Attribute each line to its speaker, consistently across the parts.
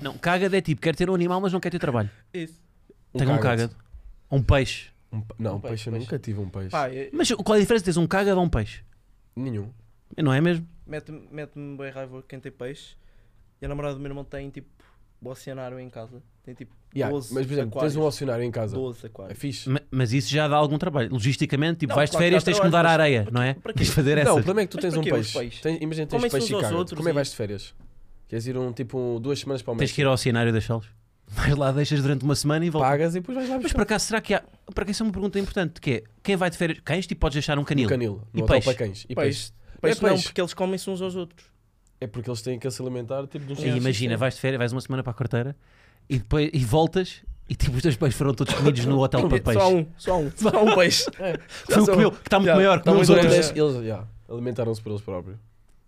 Speaker 1: Não, cagado é tipo, quer ter um animal, mas não quer ter trabalho.
Speaker 2: Isso.
Speaker 1: Tenho um cagado. Ou um peixe.
Speaker 3: Um pe- não,
Speaker 2: Um
Speaker 3: um peixe,
Speaker 2: peixe,
Speaker 3: eu
Speaker 2: peixe.
Speaker 3: nunca tive um peixe.
Speaker 2: Pá, eu-
Speaker 1: Mas qual é a diferença de teres um cagado ou um peixe?
Speaker 3: Nenhum.
Speaker 1: Não é mesmo?
Speaker 2: mete-me mete bem raiva quem tem peixe. E a namorada do meu irmão tem tipo o oceanário em casa. Tem tipo
Speaker 3: Yeah,
Speaker 2: 12
Speaker 3: mas, por exemplo, tens um
Speaker 2: aquários.
Speaker 3: oceanário em casa.
Speaker 2: 12
Speaker 3: É
Speaker 2: aquários.
Speaker 3: fixe.
Speaker 1: Ma- Mas isso já dá algum trabalho. Logisticamente, tipo,
Speaker 2: Não,
Speaker 1: vais de
Speaker 2: claro que
Speaker 1: férias,
Speaker 2: dá
Speaker 1: tens que mudar a
Speaker 2: trabalho, mas
Speaker 1: areia,
Speaker 2: para
Speaker 1: não é?
Speaker 2: quê? Para quê?
Speaker 1: Tens de fazer
Speaker 3: Não, o
Speaker 1: essas.
Speaker 3: problema é que tu
Speaker 2: Mas
Speaker 3: tens
Speaker 2: para
Speaker 3: um
Speaker 2: quê os
Speaker 3: peixe.
Speaker 2: peixes?
Speaker 3: Tens- imagina, tens
Speaker 2: Comem-se
Speaker 3: peixe
Speaker 2: uns
Speaker 3: e
Speaker 2: aos
Speaker 3: cagas.
Speaker 2: outros
Speaker 3: Como é
Speaker 2: e-
Speaker 3: que vais de férias? Queres ir um, tipo duas semanas para o
Speaker 1: Tens
Speaker 3: México?
Speaker 1: que ir ao cenário deixá-los. Vais lá, deixas durante uma semana e voltas.
Speaker 3: Pagas e depois vais lá
Speaker 1: Mas
Speaker 3: buscar
Speaker 1: por acaso, será que há. Para que isso é uma pergunta importante? Que é quem vai de férias? Cães, tipo, podes deixar um
Speaker 3: um
Speaker 1: canil.
Speaker 3: canil.
Speaker 1: E
Speaker 3: No hotel
Speaker 1: peixe?
Speaker 3: para cães. E peixe.
Speaker 2: Peixe
Speaker 3: É
Speaker 2: não,
Speaker 3: peixe.
Speaker 2: porque eles comem-se uns aos outros.
Speaker 3: É porque eles têm que se alimentar tipo de um
Speaker 1: E imagina, vais de férias, vais uma semana para a quarteira e depois e voltas e tipo, os teus peixes foram todos comidos no
Speaker 3: Então,
Speaker 1: hotel para
Speaker 2: Só
Speaker 1: peixe.
Speaker 2: um, só um, só um peixe.
Speaker 3: É.
Speaker 1: Foi o
Speaker 2: só
Speaker 1: que
Speaker 2: um.
Speaker 1: comeu, que está muito
Speaker 2: Já,
Speaker 1: maior que
Speaker 2: está
Speaker 3: Então,
Speaker 1: comeu os
Speaker 2: muito
Speaker 1: outros.
Speaker 2: grande.
Speaker 3: eles, eles yeah, alimentaram-se por eles próprios.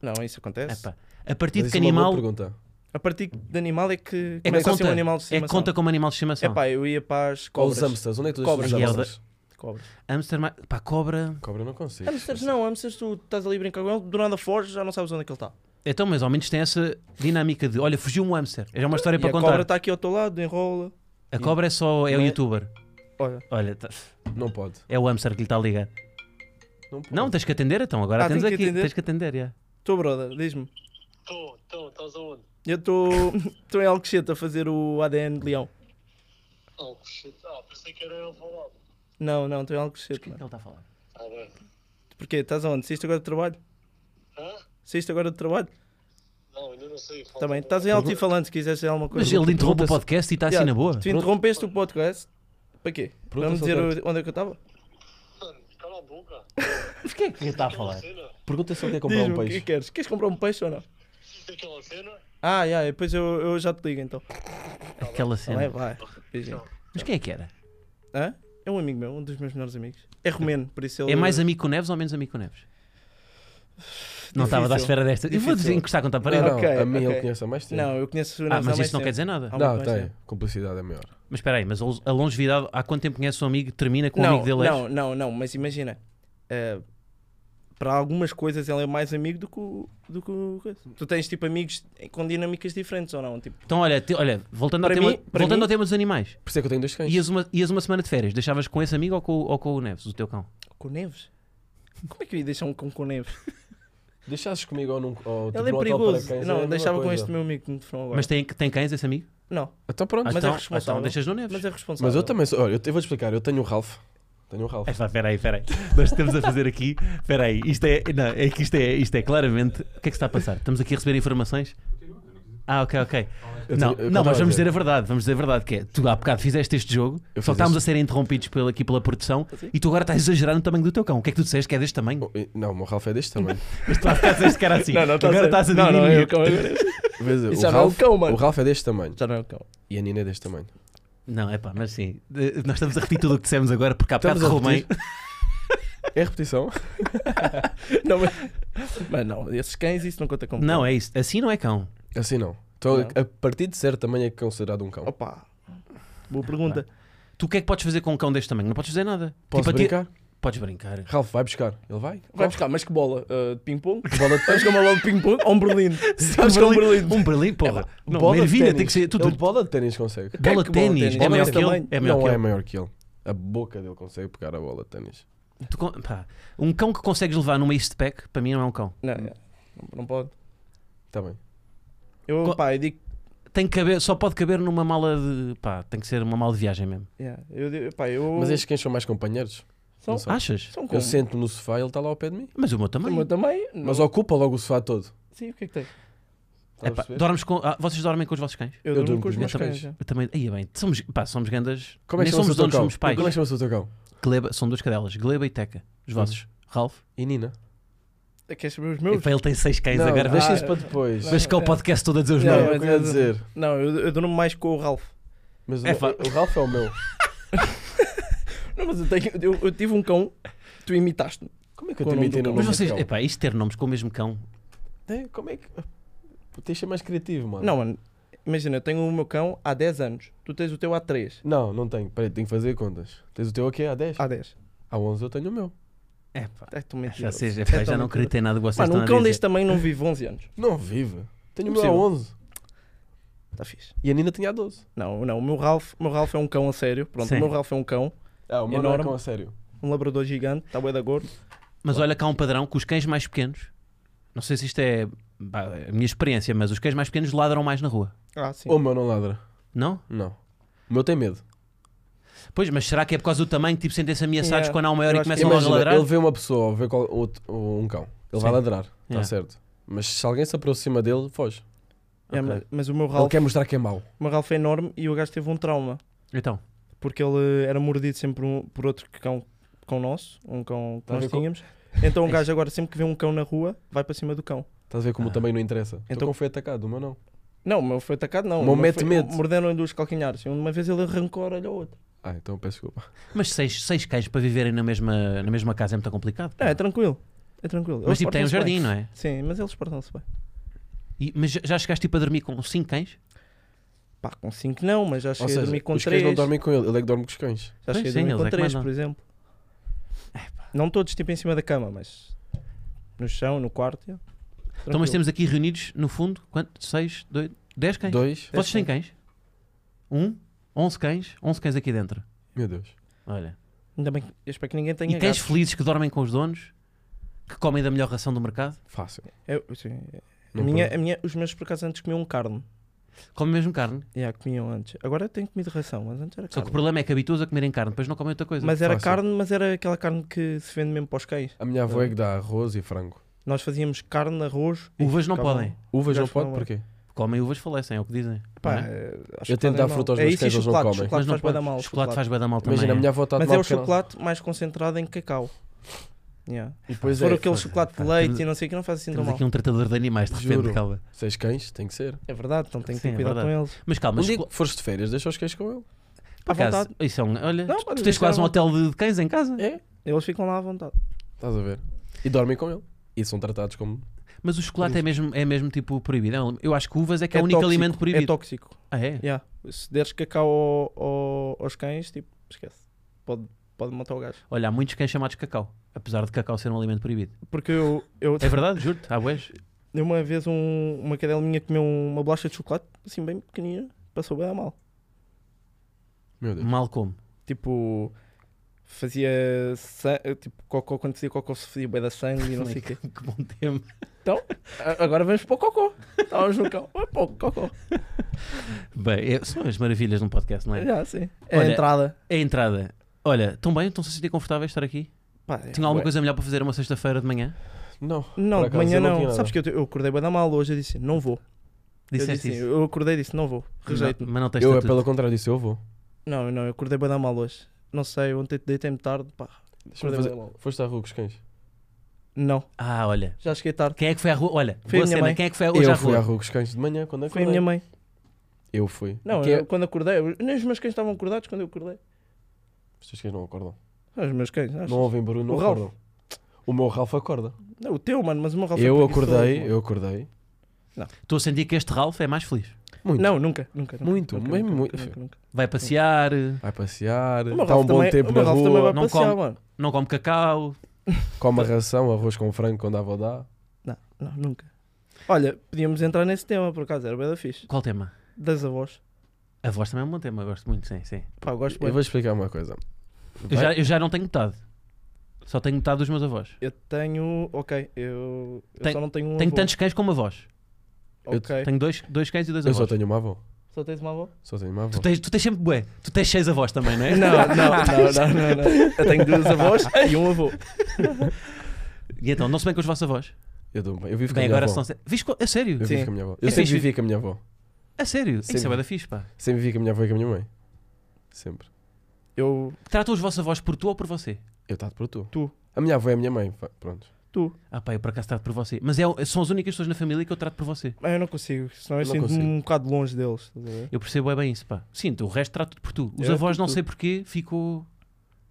Speaker 2: Não, isso acontece.
Speaker 1: Epá, A partir
Speaker 3: Mas
Speaker 1: de que
Speaker 3: isso é uma boa
Speaker 1: animal
Speaker 3: pergunta.
Speaker 2: A partir de animal é que
Speaker 1: é que
Speaker 2: começa a ser um
Speaker 1: conta?
Speaker 2: animal de
Speaker 1: é que
Speaker 2: estimação.
Speaker 1: conta como animal de
Speaker 2: É
Speaker 1: estimação?
Speaker 2: pá, eu ia para as
Speaker 3: Ou os
Speaker 2: cobras.
Speaker 3: hamsters. Onde é que tu
Speaker 2: Cobras.
Speaker 3: deixas os
Speaker 1: E ela-
Speaker 3: hamsters?
Speaker 2: Cobras.
Speaker 1: Hamster, ma- pá, cobra.
Speaker 3: Cobra não consigo.
Speaker 2: Hamsters não, hamsters tu estás ali a brincar com ele, do nada foges, já não sabes onde é que ele está.
Speaker 1: Então, mas ao menos tem essa dinâmica de olha, fugiu um hamster. É já uma história
Speaker 2: E
Speaker 1: para
Speaker 2: a
Speaker 1: contar.
Speaker 2: cobra está aqui ao teu lado, enrola.
Speaker 1: A cobra é só é o
Speaker 2: Não é?
Speaker 1: youtuber.
Speaker 2: Olha,
Speaker 1: Olha, tá-
Speaker 3: Não pode.
Speaker 1: é o hamster que lhe está a ligar.
Speaker 3: Não pode.
Speaker 1: Não, tens que atender então, agora
Speaker 2: Ah,
Speaker 1: atendes
Speaker 2: tenho que
Speaker 1: aqui.
Speaker 2: atender?
Speaker 1: Tens que atender, yeah.
Speaker 2: tu brother, diz-me.
Speaker 4: Estou, estou, estás aonde?
Speaker 2: Eu estou em Alcochete a fazer o ADN de leão.
Speaker 4: Oh, shit. Ah, pensei que era ele falado.
Speaker 2: Não, não, estou em Alcochete. mano.
Speaker 1: Ele está a falar.
Speaker 4: Ah, bem.
Speaker 2: Porquê? Estás aonde? Saíste agora do trabalho?
Speaker 4: Hã?
Speaker 2: Saíste agora do trabalho?
Speaker 4: Não, ainda não sei. falta
Speaker 2: Também. tá-
Speaker 4: um-
Speaker 2: Estás em altifalante se quiseres dizer alguma coisa.
Speaker 1: Mas ele interrompe o
Speaker 3: pergunta-se-
Speaker 1: podcast e está assim
Speaker 2: Yeah,
Speaker 1: na boa.
Speaker 2: Tu interrompeste o podcast? Para quê? Para me
Speaker 3: Pergunta-se
Speaker 2: dizer
Speaker 3: ao
Speaker 2: o- onde é que eu estava?
Speaker 4: Mano, Cala a boca.
Speaker 1: Porquê é que ele está a
Speaker 4: Aquela
Speaker 1: falar?
Speaker 4: cena.
Speaker 3: Pergunta se ele quer comprar
Speaker 2: Diz-me,
Speaker 3: um
Speaker 2: o que é que
Speaker 3: peixe.
Speaker 2: queres? Queres comprar um peixe ou não?
Speaker 4: Fiz aquela cena.
Speaker 2: Ah, yeah, depois eu, eu já te ligo então.
Speaker 1: Aquela
Speaker 2: Tá bem,
Speaker 1: cena.
Speaker 2: vai. Beijinho.
Speaker 4: Então.
Speaker 1: Mas quem é que era?
Speaker 2: Hã? É um amigo meu, um dos meus melhores amigos. É romeno, por isso ele.
Speaker 1: É mais amigo com o Neves ou menos amigo com o Neves? Não
Speaker 2: Difícil.
Speaker 1: estava à espera desta. Eu vou
Speaker 2: Difícil.
Speaker 1: encostar contra a
Speaker 3: Não,
Speaker 1: parede.
Speaker 3: não,
Speaker 2: Ok,
Speaker 3: a mim ele
Speaker 2: ok.
Speaker 3: conhece há mais tempo.
Speaker 2: Não, é eu conheço o
Speaker 1: Ah,
Speaker 2: Neves há
Speaker 1: mas
Speaker 2: mais
Speaker 1: isso não quer
Speaker 2: tempo.
Speaker 1: dizer nada.
Speaker 2: Há muito
Speaker 3: Não,
Speaker 2: mais
Speaker 3: tem.
Speaker 2: tempo.
Speaker 3: Complicidade é maior.
Speaker 1: Mas espera aí, mas a longevidade, há quanto tempo conheces um amigo que termina com o
Speaker 2: Não,
Speaker 1: amigo dele?
Speaker 2: não, não, não, mas imagina. eh, para algumas coisas ele é mais amigo do que o. Do que o coisa. Tu tens tipo amigos com dinâmicas diferentes ou não? Tipo,
Speaker 1: Então, olha, te- olha voltando, ao
Speaker 2: Para
Speaker 1: tema,
Speaker 2: mim- para
Speaker 1: voltando
Speaker 2: mim-
Speaker 1: ao tema dos animais,
Speaker 3: Por isso é que eu tenho dois cães.
Speaker 1: ias uma, ias uma semana de férias, deixavas com esse amigo ou com, o- ou com o Neves, o teu cão?
Speaker 2: com o Neves? Como é que eu ia deixar um cão com o Neves?
Speaker 3: Tipo, Deixasses comigo ou num. Ou, tipo,
Speaker 2: Ele
Speaker 3: num
Speaker 2: é
Speaker 3: hotel
Speaker 2: perigoso.
Speaker 3: para cães, é a
Speaker 2: Não,
Speaker 3: mesma
Speaker 2: deixava com
Speaker 3: coisa.
Speaker 2: este meu amigo que me defrou agora.
Speaker 1: Mas tem, tem cães esse amigo?
Speaker 2: Não,
Speaker 3: Então pronto.
Speaker 1: Ah,
Speaker 2: Mas é
Speaker 1: então, ah,
Speaker 2: responsável.
Speaker 1: então deixas no Neves.
Speaker 2: mas é responsável.
Speaker 3: Mas eu também sou. Olha, eu te eu vou te explicar. Eu tenho um Ralph. Tenho um
Speaker 2: é
Speaker 3: Ralph.
Speaker 1: Epá, peraí, peraí. Nós estamos a fazer aqui. Peraí, isto é. Não, é que isto é, isto é claramente. O que é que se está a passar? Estamos aqui a receber informações? Ah, ok, ok.
Speaker 3: Eu
Speaker 1: Não,
Speaker 3: tenho- eu
Speaker 1: não,
Speaker 3: continuo
Speaker 1: mas
Speaker 3: a
Speaker 1: vamos
Speaker 3: dizer.
Speaker 1: dizer a verdade. Vamos dizer a verdade, que é. Tu há bocado fizeste este jogo,
Speaker 3: Eu
Speaker 1: só
Speaker 3: fiz
Speaker 1: estávamos a ser interrompidos pela, aqui pela produção e tu agora estás a exagerar no tamanho do teu cão. O que é que tu disseste que é deste tamanho?
Speaker 3: Oh, e- Não, o meu Ralph é deste também.
Speaker 1: Mas tu há bocado disseste que era assim. agora estás a
Speaker 2: Não, não, é
Speaker 1: diminuir.
Speaker 2: o cão agora.
Speaker 3: Vês, o,
Speaker 2: Isso já não é um
Speaker 3: Ralph,
Speaker 2: cão, mano.
Speaker 3: o Ralph é deste tamanho.
Speaker 2: Já não é o cão.
Speaker 3: E a Nina é deste tamanho.
Speaker 1: Não, é pá, mas sim. De- Nós estamos a repetir tudo o que dissemos agora porque há bocado
Speaker 3: Estamos a
Speaker 1: arrumei.
Speaker 3: É repetição?
Speaker 2: Não, mas... mas não, esses cães isso não conta como.
Speaker 1: Não, é isso. Assim não é cão.
Speaker 3: Assim não. Então,
Speaker 2: Não. Tipo,
Speaker 3: a partir de certo tamanho é considerado um cão.
Speaker 2: Opa! Boa pergunta.
Speaker 1: Tu o que é que podes fazer com um cão deste tamanho? Não podes fazer nada.
Speaker 3: Posso
Speaker 1: Tipo, a ti-
Speaker 3: brincar?
Speaker 1: Podes brincar.
Speaker 3: Ralph, vai buscar. Ele vai?
Speaker 2: Vai buscar, mas que bola? Ah, de ping-pong?
Speaker 3: Bola de
Speaker 2: Vai
Speaker 3: peixe.
Speaker 2: buscar uma bola de ping-pong ou um berlim? Vai
Speaker 1: Um
Speaker 2: buscar
Speaker 3: é
Speaker 2: um
Speaker 1: berlim.
Speaker 2: berlim.
Speaker 1: Um berlim, porra. não, uma
Speaker 3: bola de
Speaker 1: ervilha
Speaker 3: ténis. É um-
Speaker 1: tem que ser. Tudo,
Speaker 3: Ele bola de ténis
Speaker 1: bola
Speaker 2: é que
Speaker 3: consegue.
Speaker 1: de
Speaker 2: bola de
Speaker 1: ténis.
Speaker 2: ténis?
Speaker 1: É
Speaker 2: É
Speaker 1: maior
Speaker 2: desse
Speaker 1: que ele.
Speaker 2: tamanho?
Speaker 1: É maior
Speaker 3: não
Speaker 1: que
Speaker 3: é
Speaker 1: ele.
Speaker 3: maior que ele. A boca dele consegue pegar a bola de ténis.
Speaker 1: Tu con- pá, um cão que consegues levar numa East Pack, para mim não é um cão.
Speaker 2: Não, não, não pode.
Speaker 3: Está Tá bem.
Speaker 2: Eu,
Speaker 1: Co-
Speaker 2: pá, eu digo.
Speaker 1: Tem que caber, só pode caber numa mala de. pá, tem que ser uma mala de viagem mesmo.
Speaker 2: Yeah, eu, digo- pá, eu.
Speaker 3: Mas estes cães são mais companheiros?
Speaker 2: São,
Speaker 3: não sei.
Speaker 1: Achas?
Speaker 2: são como?
Speaker 3: Eu sento-me no sofá e ele está lá ao pé de mim.
Speaker 1: Mas o meu
Speaker 2: O
Speaker 1: também.
Speaker 2: meu também. não-
Speaker 3: Mas ocupa logo o sofá todo.
Speaker 2: Sim, o que é que tem?
Speaker 3: Estás a
Speaker 1: Epá,
Speaker 3: perceber?
Speaker 1: dormes com- ah, vocês dormem com os vossos cães?
Speaker 2: Eu, durmo com os meus
Speaker 1: meus
Speaker 2: cães.
Speaker 3: cães.
Speaker 2: já.
Speaker 1: Eu também. Aí é bem, somos, pá, somos grandes.
Speaker 3: Como é que
Speaker 1: nem
Speaker 3: chama-se
Speaker 1: somos
Speaker 3: o teu
Speaker 1: donos,
Speaker 3: cão?
Speaker 1: somos pais.
Speaker 3: Como é que chama-se o teu cão?
Speaker 1: Gleba- são duas cadelas, Gleba e Teca. Os vossos. Ralph.
Speaker 3: E Nina?
Speaker 2: Queres saber os
Speaker 1: E
Speaker 2: meus?
Speaker 1: para ele tem seis cães
Speaker 3: Não,
Speaker 1: agora.
Speaker 3: deixa
Speaker 2: Ah,
Speaker 3: isso para depois.
Speaker 1: Mas que é o podcast todo a dizer os
Speaker 2: Não,
Speaker 3: Não,
Speaker 1: nomes.
Speaker 3: eu
Speaker 2: mas
Speaker 3: queria
Speaker 2: eu-
Speaker 3: dizer.
Speaker 2: Não, eu, eu durmo mais com o Ralph.
Speaker 3: Mas
Speaker 1: É
Speaker 3: o-
Speaker 1: fa-
Speaker 3: o Ralph é o meu.
Speaker 2: Não, mas eu, tenho, eu, eu tive um cão, tu imitaste-me.
Speaker 3: Como é que eu
Speaker 2: Com o
Speaker 3: te
Speaker 2: nome
Speaker 3: menti
Speaker 2: do
Speaker 3: no
Speaker 2: cão.
Speaker 1: Mas
Speaker 3: nome
Speaker 1: vocês,
Speaker 3: do cão?
Speaker 1: epá, isto ter nomes com o mesmo cão.
Speaker 3: É, Como é que. Pô, Tens de ser mais criativo, mano.
Speaker 2: Não, mano. imagina, eu tenho o meu cão há 10 anos, tu tens o teu há 3,
Speaker 3: Não, não tenho. Peraí, tenho que fazer contas. Tens o teu aqui há 10?
Speaker 1: Ah.
Speaker 2: há 10.
Speaker 3: Há 11 eu tenho o meu.
Speaker 1: É pá.
Speaker 2: É tão
Speaker 1: Já,
Speaker 2: mentiroso.
Speaker 1: sei, já,
Speaker 2: É
Speaker 1: pá, já
Speaker 2: tão
Speaker 1: não
Speaker 2: mentiroso.
Speaker 1: acredito em nada que vocês
Speaker 2: Mano, um
Speaker 1: estão a
Speaker 2: cão
Speaker 1: dizer.
Speaker 2: deste tamanho não vive 11 anos.
Speaker 3: Não vive. Tenho o meu há
Speaker 2: Impossível.
Speaker 3: 11.
Speaker 2: Está Tá fixe.
Speaker 3: E a Nina tinha há 12.
Speaker 2: Não, não, o meu Ralph, o meu Ralph é um cão a sério. Pronto,
Speaker 1: Sim.
Speaker 2: o meu Ralph é um cão,
Speaker 3: Ah, o meu não é
Speaker 2: Enorme.
Speaker 3: cão a sério.
Speaker 2: um labrador gigante, está bué da gordo.
Speaker 1: Mas olha cá um padrão que os cães mais pequenos, não sei se isto é pá, a minha experiência, mas os cães mais pequenos ladram mais na rua.
Speaker 2: Ah, sim.
Speaker 1: Oh,
Speaker 3: O meu não ladra.
Speaker 1: Não?
Speaker 3: Não. O meu tem medo.
Speaker 1: Pois, mas será que é por causa do tamanho que tipo, sentem-se ameaçados
Speaker 2: Yeah.
Speaker 1: quando há uma hora
Speaker 2: É. Eu
Speaker 1: e
Speaker 2: acho que-
Speaker 1: começam logo a
Speaker 3: Imagina,
Speaker 1: ladrar?
Speaker 3: ele vê uma pessoa ou vê qual- outro- ou um cão. Ele vai
Speaker 1: Sim.
Speaker 3: ladrar. Está
Speaker 1: Yeah.
Speaker 3: certo. Mas se alguém se aproxima dele, foge.
Speaker 2: É,
Speaker 1: Ok.
Speaker 2: mas, mas o meu
Speaker 3: Ele
Speaker 2: Ralph,
Speaker 3: quer mostrar que é mau.
Speaker 2: o meu Ralph é enorme e o gajo teve um trauma.
Speaker 1: Então,
Speaker 2: Porque ele era mordido sempre um- por outro cão, cão nosso, um cão que
Speaker 3: Tá a ver
Speaker 2: nós
Speaker 3: com-
Speaker 2: tínhamos. Então o gajo agora sempre que vê um cão na rua, vai para cima do cão.
Speaker 3: Estás Tá a ver como
Speaker 1: Ah.
Speaker 3: também não interessa. Então,
Speaker 2: Então-
Speaker 3: como foi atacado, o meu não.
Speaker 2: Não, o meu foi atacado, não.
Speaker 3: O meu
Speaker 2: meu
Speaker 3: mete
Speaker 2: foi-
Speaker 3: medo.
Speaker 2: Morderam-lhe dois calcanhares. E uma vez ele arrancou a orelha ao outro.
Speaker 3: Ah, então eu peço desculpa.
Speaker 1: mas seis, seis cães para viverem na mesma, na mesma casa é muito complicado. pá.
Speaker 2: Não, é tranquilo. É tranquilo.
Speaker 1: mas tipo, tem um
Speaker 2: portam-se
Speaker 1: jardim,
Speaker 2: bem.
Speaker 1: não é?
Speaker 2: Sim, mas eles portam-se bem.
Speaker 1: E- mas já- já chegaste tipo a dormir com cinco cães?
Speaker 2: Pá, com 5 não, mas já
Speaker 3: Ou
Speaker 2: cheguei a
Speaker 3: seja,
Speaker 2: dormir com
Speaker 3: os cães não
Speaker 2: 3.
Speaker 3: dormem com ele. Ele é que dorme com os cães.
Speaker 2: Já cheguei
Speaker 1: Pois sim,
Speaker 2: a dormir
Speaker 1: eles é
Speaker 2: com
Speaker 1: que
Speaker 2: 3,
Speaker 1: mandam. É,
Speaker 2: por exemplo. Não todos tipo em cima da cama, mas no chão, no quarto. já.
Speaker 1: Então, mas
Speaker 2: Tranquilo.
Speaker 1: temos aqui reunidos, no fundo, quanto? Seis, dois, dez cães?
Speaker 3: Dois.
Speaker 1: Vocês têm cães? Um? Onze cães? Onze cães aqui dentro.
Speaker 3: Meu Deus.
Speaker 1: Olha.
Speaker 2: Ainda bem que eu espero que ninguém tenha
Speaker 1: E cães
Speaker 2: gatos.
Speaker 1: felizes que dormem com os donos? Que comem da melhor ração do mercado?
Speaker 3: Fácil.
Speaker 2: Eu- sim. A
Speaker 3: Não
Speaker 2: minha,
Speaker 3: pode.
Speaker 2: a minha- os meus por acaso antes comiam carne.
Speaker 1: Comem mesmo carne.
Speaker 2: Já, comiam antes. Agora tenho comido ração, mas antes era
Speaker 1: Só que o
Speaker 2: carne.
Speaker 1: problema é que habituas a comerem carne, depois não comem outra coisa.
Speaker 2: Mas era
Speaker 3: Fácil.
Speaker 2: carne, mas era aquela carne que se vende mesmo para os cães.
Speaker 3: A minha avó é que dá arroz e frango.
Speaker 2: Nós fazíamos carne, arroz. e
Speaker 1: Uvas não
Speaker 2: ficavam-
Speaker 1: podem.
Speaker 3: Uvas
Speaker 2: Já
Speaker 3: não pode?
Speaker 2: chegou lá.
Speaker 3: Porquê?
Speaker 1: Comem uvas falecem, é o que dizem.
Speaker 2: Pá,
Speaker 1: não é?
Speaker 2: eh, acho
Speaker 3: Eu
Speaker 2: que fazem
Speaker 3: tento dar
Speaker 2: mal.
Speaker 3: fruta aos
Speaker 2: é
Speaker 3: meus
Speaker 2: isso e
Speaker 3: cães, eles não
Speaker 2: chocolate,
Speaker 3: comem.
Speaker 1: Mas
Speaker 2: Chocolate
Speaker 1: não
Speaker 2: faz bué da
Speaker 1: pode.
Speaker 2: mal.
Speaker 1: chocolate faz bué da mal também.
Speaker 3: Imagina, a
Speaker 1: é.
Speaker 3: minha avó está a
Speaker 2: Mas
Speaker 3: tomar
Speaker 2: é o
Speaker 3: pequena-
Speaker 2: chocolate mais concentrado em cacau. Yeah.
Speaker 3: E depois
Speaker 2: Se for
Speaker 3: é,
Speaker 2: aquele chocolate de leite e não sei o que, não faz assim tão
Speaker 1: Temos
Speaker 2: mal.
Speaker 1: aqui um tratador de animais, de repente,
Speaker 3: Juro.
Speaker 1: calma.
Speaker 3: seis cães, tem que ser.
Speaker 2: É verdade, então tem que
Speaker 1: Sim,
Speaker 2: ter
Speaker 1: é
Speaker 2: cuidado com eles.
Speaker 1: Mas calma,
Speaker 3: Um dia
Speaker 1: chocolate-
Speaker 3: que fores de férias, deixa os cães com ele.
Speaker 1: por
Speaker 2: À
Speaker 1: acaso,
Speaker 2: vontade.
Speaker 1: Isso é um, olha,
Speaker 2: Não, é
Speaker 1: tu- tu
Speaker 2: pode
Speaker 1: tens
Speaker 2: deixar
Speaker 1: quase
Speaker 2: à
Speaker 1: um hotel de de cães em casa.
Speaker 3: É,
Speaker 2: Eles ficam lá à vontade.
Speaker 3: estás a ver. E dormem com ele. E são tratados como.
Speaker 1: Mas o chocolate é mesmo, é mesmo tipo proibido. É um- Eu acho que uvas é que é, o único
Speaker 2: tóxico,
Speaker 1: alimento
Speaker 2: É
Speaker 1: proibido.
Speaker 2: tóxico.
Speaker 1: ah, é?
Speaker 2: Yeah. Se deres cacau ao- ao- aos cães, tipo, esquece. Pode, pode matar o gajo.
Speaker 1: Olha, há muitos cães chamados cacau, apesar de cacau ser um alimento proibido.
Speaker 2: Porque eu, eu,
Speaker 1: É verdade, juro-te, há bués.
Speaker 2: eu uma vez um, uma cadela minha comeu um, uma bolacha de chocolate, assim, bem pequenina, passou bem a mal.
Speaker 3: Meu Deus.
Speaker 1: Mal como.
Speaker 2: Tipo, fazia sa- tipo, cocô, quando fazia cocô se fazia bué da sangue e não sei o quê.
Speaker 1: que bom tema.
Speaker 2: A- Agora vamos para o Tá cocô. Estávamos no cão. Vai para o cocô.
Speaker 1: Bem, é- são as maravilhas de um podcast, não é?
Speaker 2: Já, sim. É
Speaker 1: Olha,
Speaker 2: a entrada.
Speaker 1: A entrada. Olha, estão bem? Estão-se a sentir confortáveis de estar aqui?
Speaker 2: Pá, é
Speaker 1: Tinha alguma
Speaker 2: bué.
Speaker 1: coisa melhor para fazer uma sexta-feira de manhã?
Speaker 3: Não.
Speaker 2: Não,
Speaker 3: Por
Speaker 2: de
Speaker 3: acaso,
Speaker 2: manhã
Speaker 3: eu não
Speaker 2: não.
Speaker 3: tinha nada.
Speaker 2: Sabes que eu, te- eu acordei bem da mal hoje. Eu disse, não vou. Eu
Speaker 1: Disseste
Speaker 2: disse,
Speaker 1: isso?
Speaker 2: Eu acordei e disse, não vou.
Speaker 1: Não,
Speaker 2: Rejeito-me.
Speaker 1: Mas não tens
Speaker 3: Eu, é
Speaker 1: estatuto.
Speaker 3: pelo contrário disso, eu vou.
Speaker 2: Não, não, eu acordei bem da mal hoje. Não sei, ontem deitei-me tarde. Pá,
Speaker 3: Deixa-me
Speaker 2: Acordei
Speaker 3: fazer.
Speaker 2: bué da mal.
Speaker 3: Foste à rua com os cães?
Speaker 2: Não,
Speaker 1: Ah, olha.
Speaker 2: já cheguei tarde.
Speaker 1: Quem é que foi à rua? Olha,
Speaker 2: Foi a
Speaker 1: boa
Speaker 2: minha
Speaker 1: cena.
Speaker 2: mãe.
Speaker 1: Quem é que foi hoje à
Speaker 3: Eu fui à
Speaker 1: rua?
Speaker 3: rua com os cães de manhã quando
Speaker 2: Foi
Speaker 3: acordei.
Speaker 2: a minha mãe.
Speaker 3: Eu fui.
Speaker 2: Não,
Speaker 3: Quem é-
Speaker 2: eu- quando acordei, eu- nem os meus cães estavam acordados quando eu acordei.
Speaker 3: Os teus cães não acordam.
Speaker 2: Ah, Os meus cães, achas?
Speaker 3: Não ouvem barulho, não
Speaker 2: O Ralph.
Speaker 3: acordam. O meu Ralph acorda.
Speaker 2: Não, o teu, mano, mas o meu Ralph é
Speaker 3: Eu
Speaker 2: preguiçoso,
Speaker 3: acordei,
Speaker 2: mano.
Speaker 3: eu acordei.
Speaker 1: Estou a sentir que este Ralph é mais feliz.
Speaker 3: Muito.
Speaker 2: Não, nunca, nunca. nunca,
Speaker 3: Muito,
Speaker 2: nunca,
Speaker 3: mas
Speaker 2: nunca,
Speaker 3: muito.
Speaker 2: nunca, nunca.
Speaker 1: Vai passear,
Speaker 3: Vai passear,
Speaker 2: O meu
Speaker 3: está
Speaker 2: Ralph
Speaker 3: um bom
Speaker 2: também-
Speaker 3: tempo
Speaker 2: o meu
Speaker 3: na
Speaker 2: Ralph também
Speaker 3: rua,
Speaker 2: vai
Speaker 1: não
Speaker 2: passear,
Speaker 1: come.
Speaker 2: mano.
Speaker 1: não come cacau.
Speaker 3: come a ração, arroz com frango quando a avó dá.
Speaker 2: Não, não, nunca. Olha, podíamos entrar nesse tema, por acaso, era bem da fixe.
Speaker 1: Qual tema?
Speaker 2: Das avós.
Speaker 1: A voz também é um bom tema, eu gosto muito, sim, sim.
Speaker 2: Pá, eu gosto
Speaker 3: Eu
Speaker 2: bem.
Speaker 3: vou explicar uma coisa.
Speaker 1: Eu já, eu já não tenho metade. Só tenho metade dos meus avós.
Speaker 2: Eu tenho. Ok, eu. eu
Speaker 1: Tem-
Speaker 2: só não tenho um.
Speaker 1: Tenho
Speaker 2: avô.
Speaker 1: tantos cães como avós.
Speaker 2: Ok.
Speaker 1: Tenho dois, dois cães e dois
Speaker 3: É. Eu
Speaker 1: avós.
Speaker 3: só tenho uma avó.
Speaker 2: Só tens uma avó?
Speaker 3: Só tenho uma avó.
Speaker 1: Tu, tens, tu tens sempre bué. Tu tens seis avós também, não é?
Speaker 2: Não, não, não, não, não, não. Eu tenho duas avós e um avô.
Speaker 1: E então, não se bem com os vossos avós?
Speaker 3: Eu dou bem. Eu vivo com
Speaker 1: Bem,
Speaker 3: a minha
Speaker 1: agora
Speaker 3: avó.
Speaker 1: são... se- Viste co- A sério?
Speaker 3: Eu vivo
Speaker 2: Sim.
Speaker 3: com a minha avó.
Speaker 1: É
Speaker 3: Eu sempre
Speaker 1: fixe.
Speaker 3: vivi com a minha avó.
Speaker 1: A sério? Isso é
Speaker 3: Sim.
Speaker 1: bué da fixe, pá.
Speaker 3: Sempre vivi com a minha avó e com a minha mãe. Sempre.
Speaker 2: Eu.
Speaker 1: Tratam os vossos avós por tu ou por você?
Speaker 3: Eu trato por tu.
Speaker 2: Tu.
Speaker 3: A minha avó é a minha mãe. Fa- Pronto.
Speaker 1: Ah pá, eu por acaso trato por você. Mas é o- são as únicas pessoas na família que eu trato por você.
Speaker 2: Ah, Eu não consigo, senão eu
Speaker 3: Não
Speaker 2: sinto-me
Speaker 3: consigo.
Speaker 2: um bocado longe deles. estás a ver?
Speaker 1: Eu percebo é bem isso, pá. Sim, tu, o resto trato por tu. Os
Speaker 2: Eu
Speaker 1: avós
Speaker 2: trato
Speaker 1: não
Speaker 2: É, por
Speaker 1: sei porquê, fico...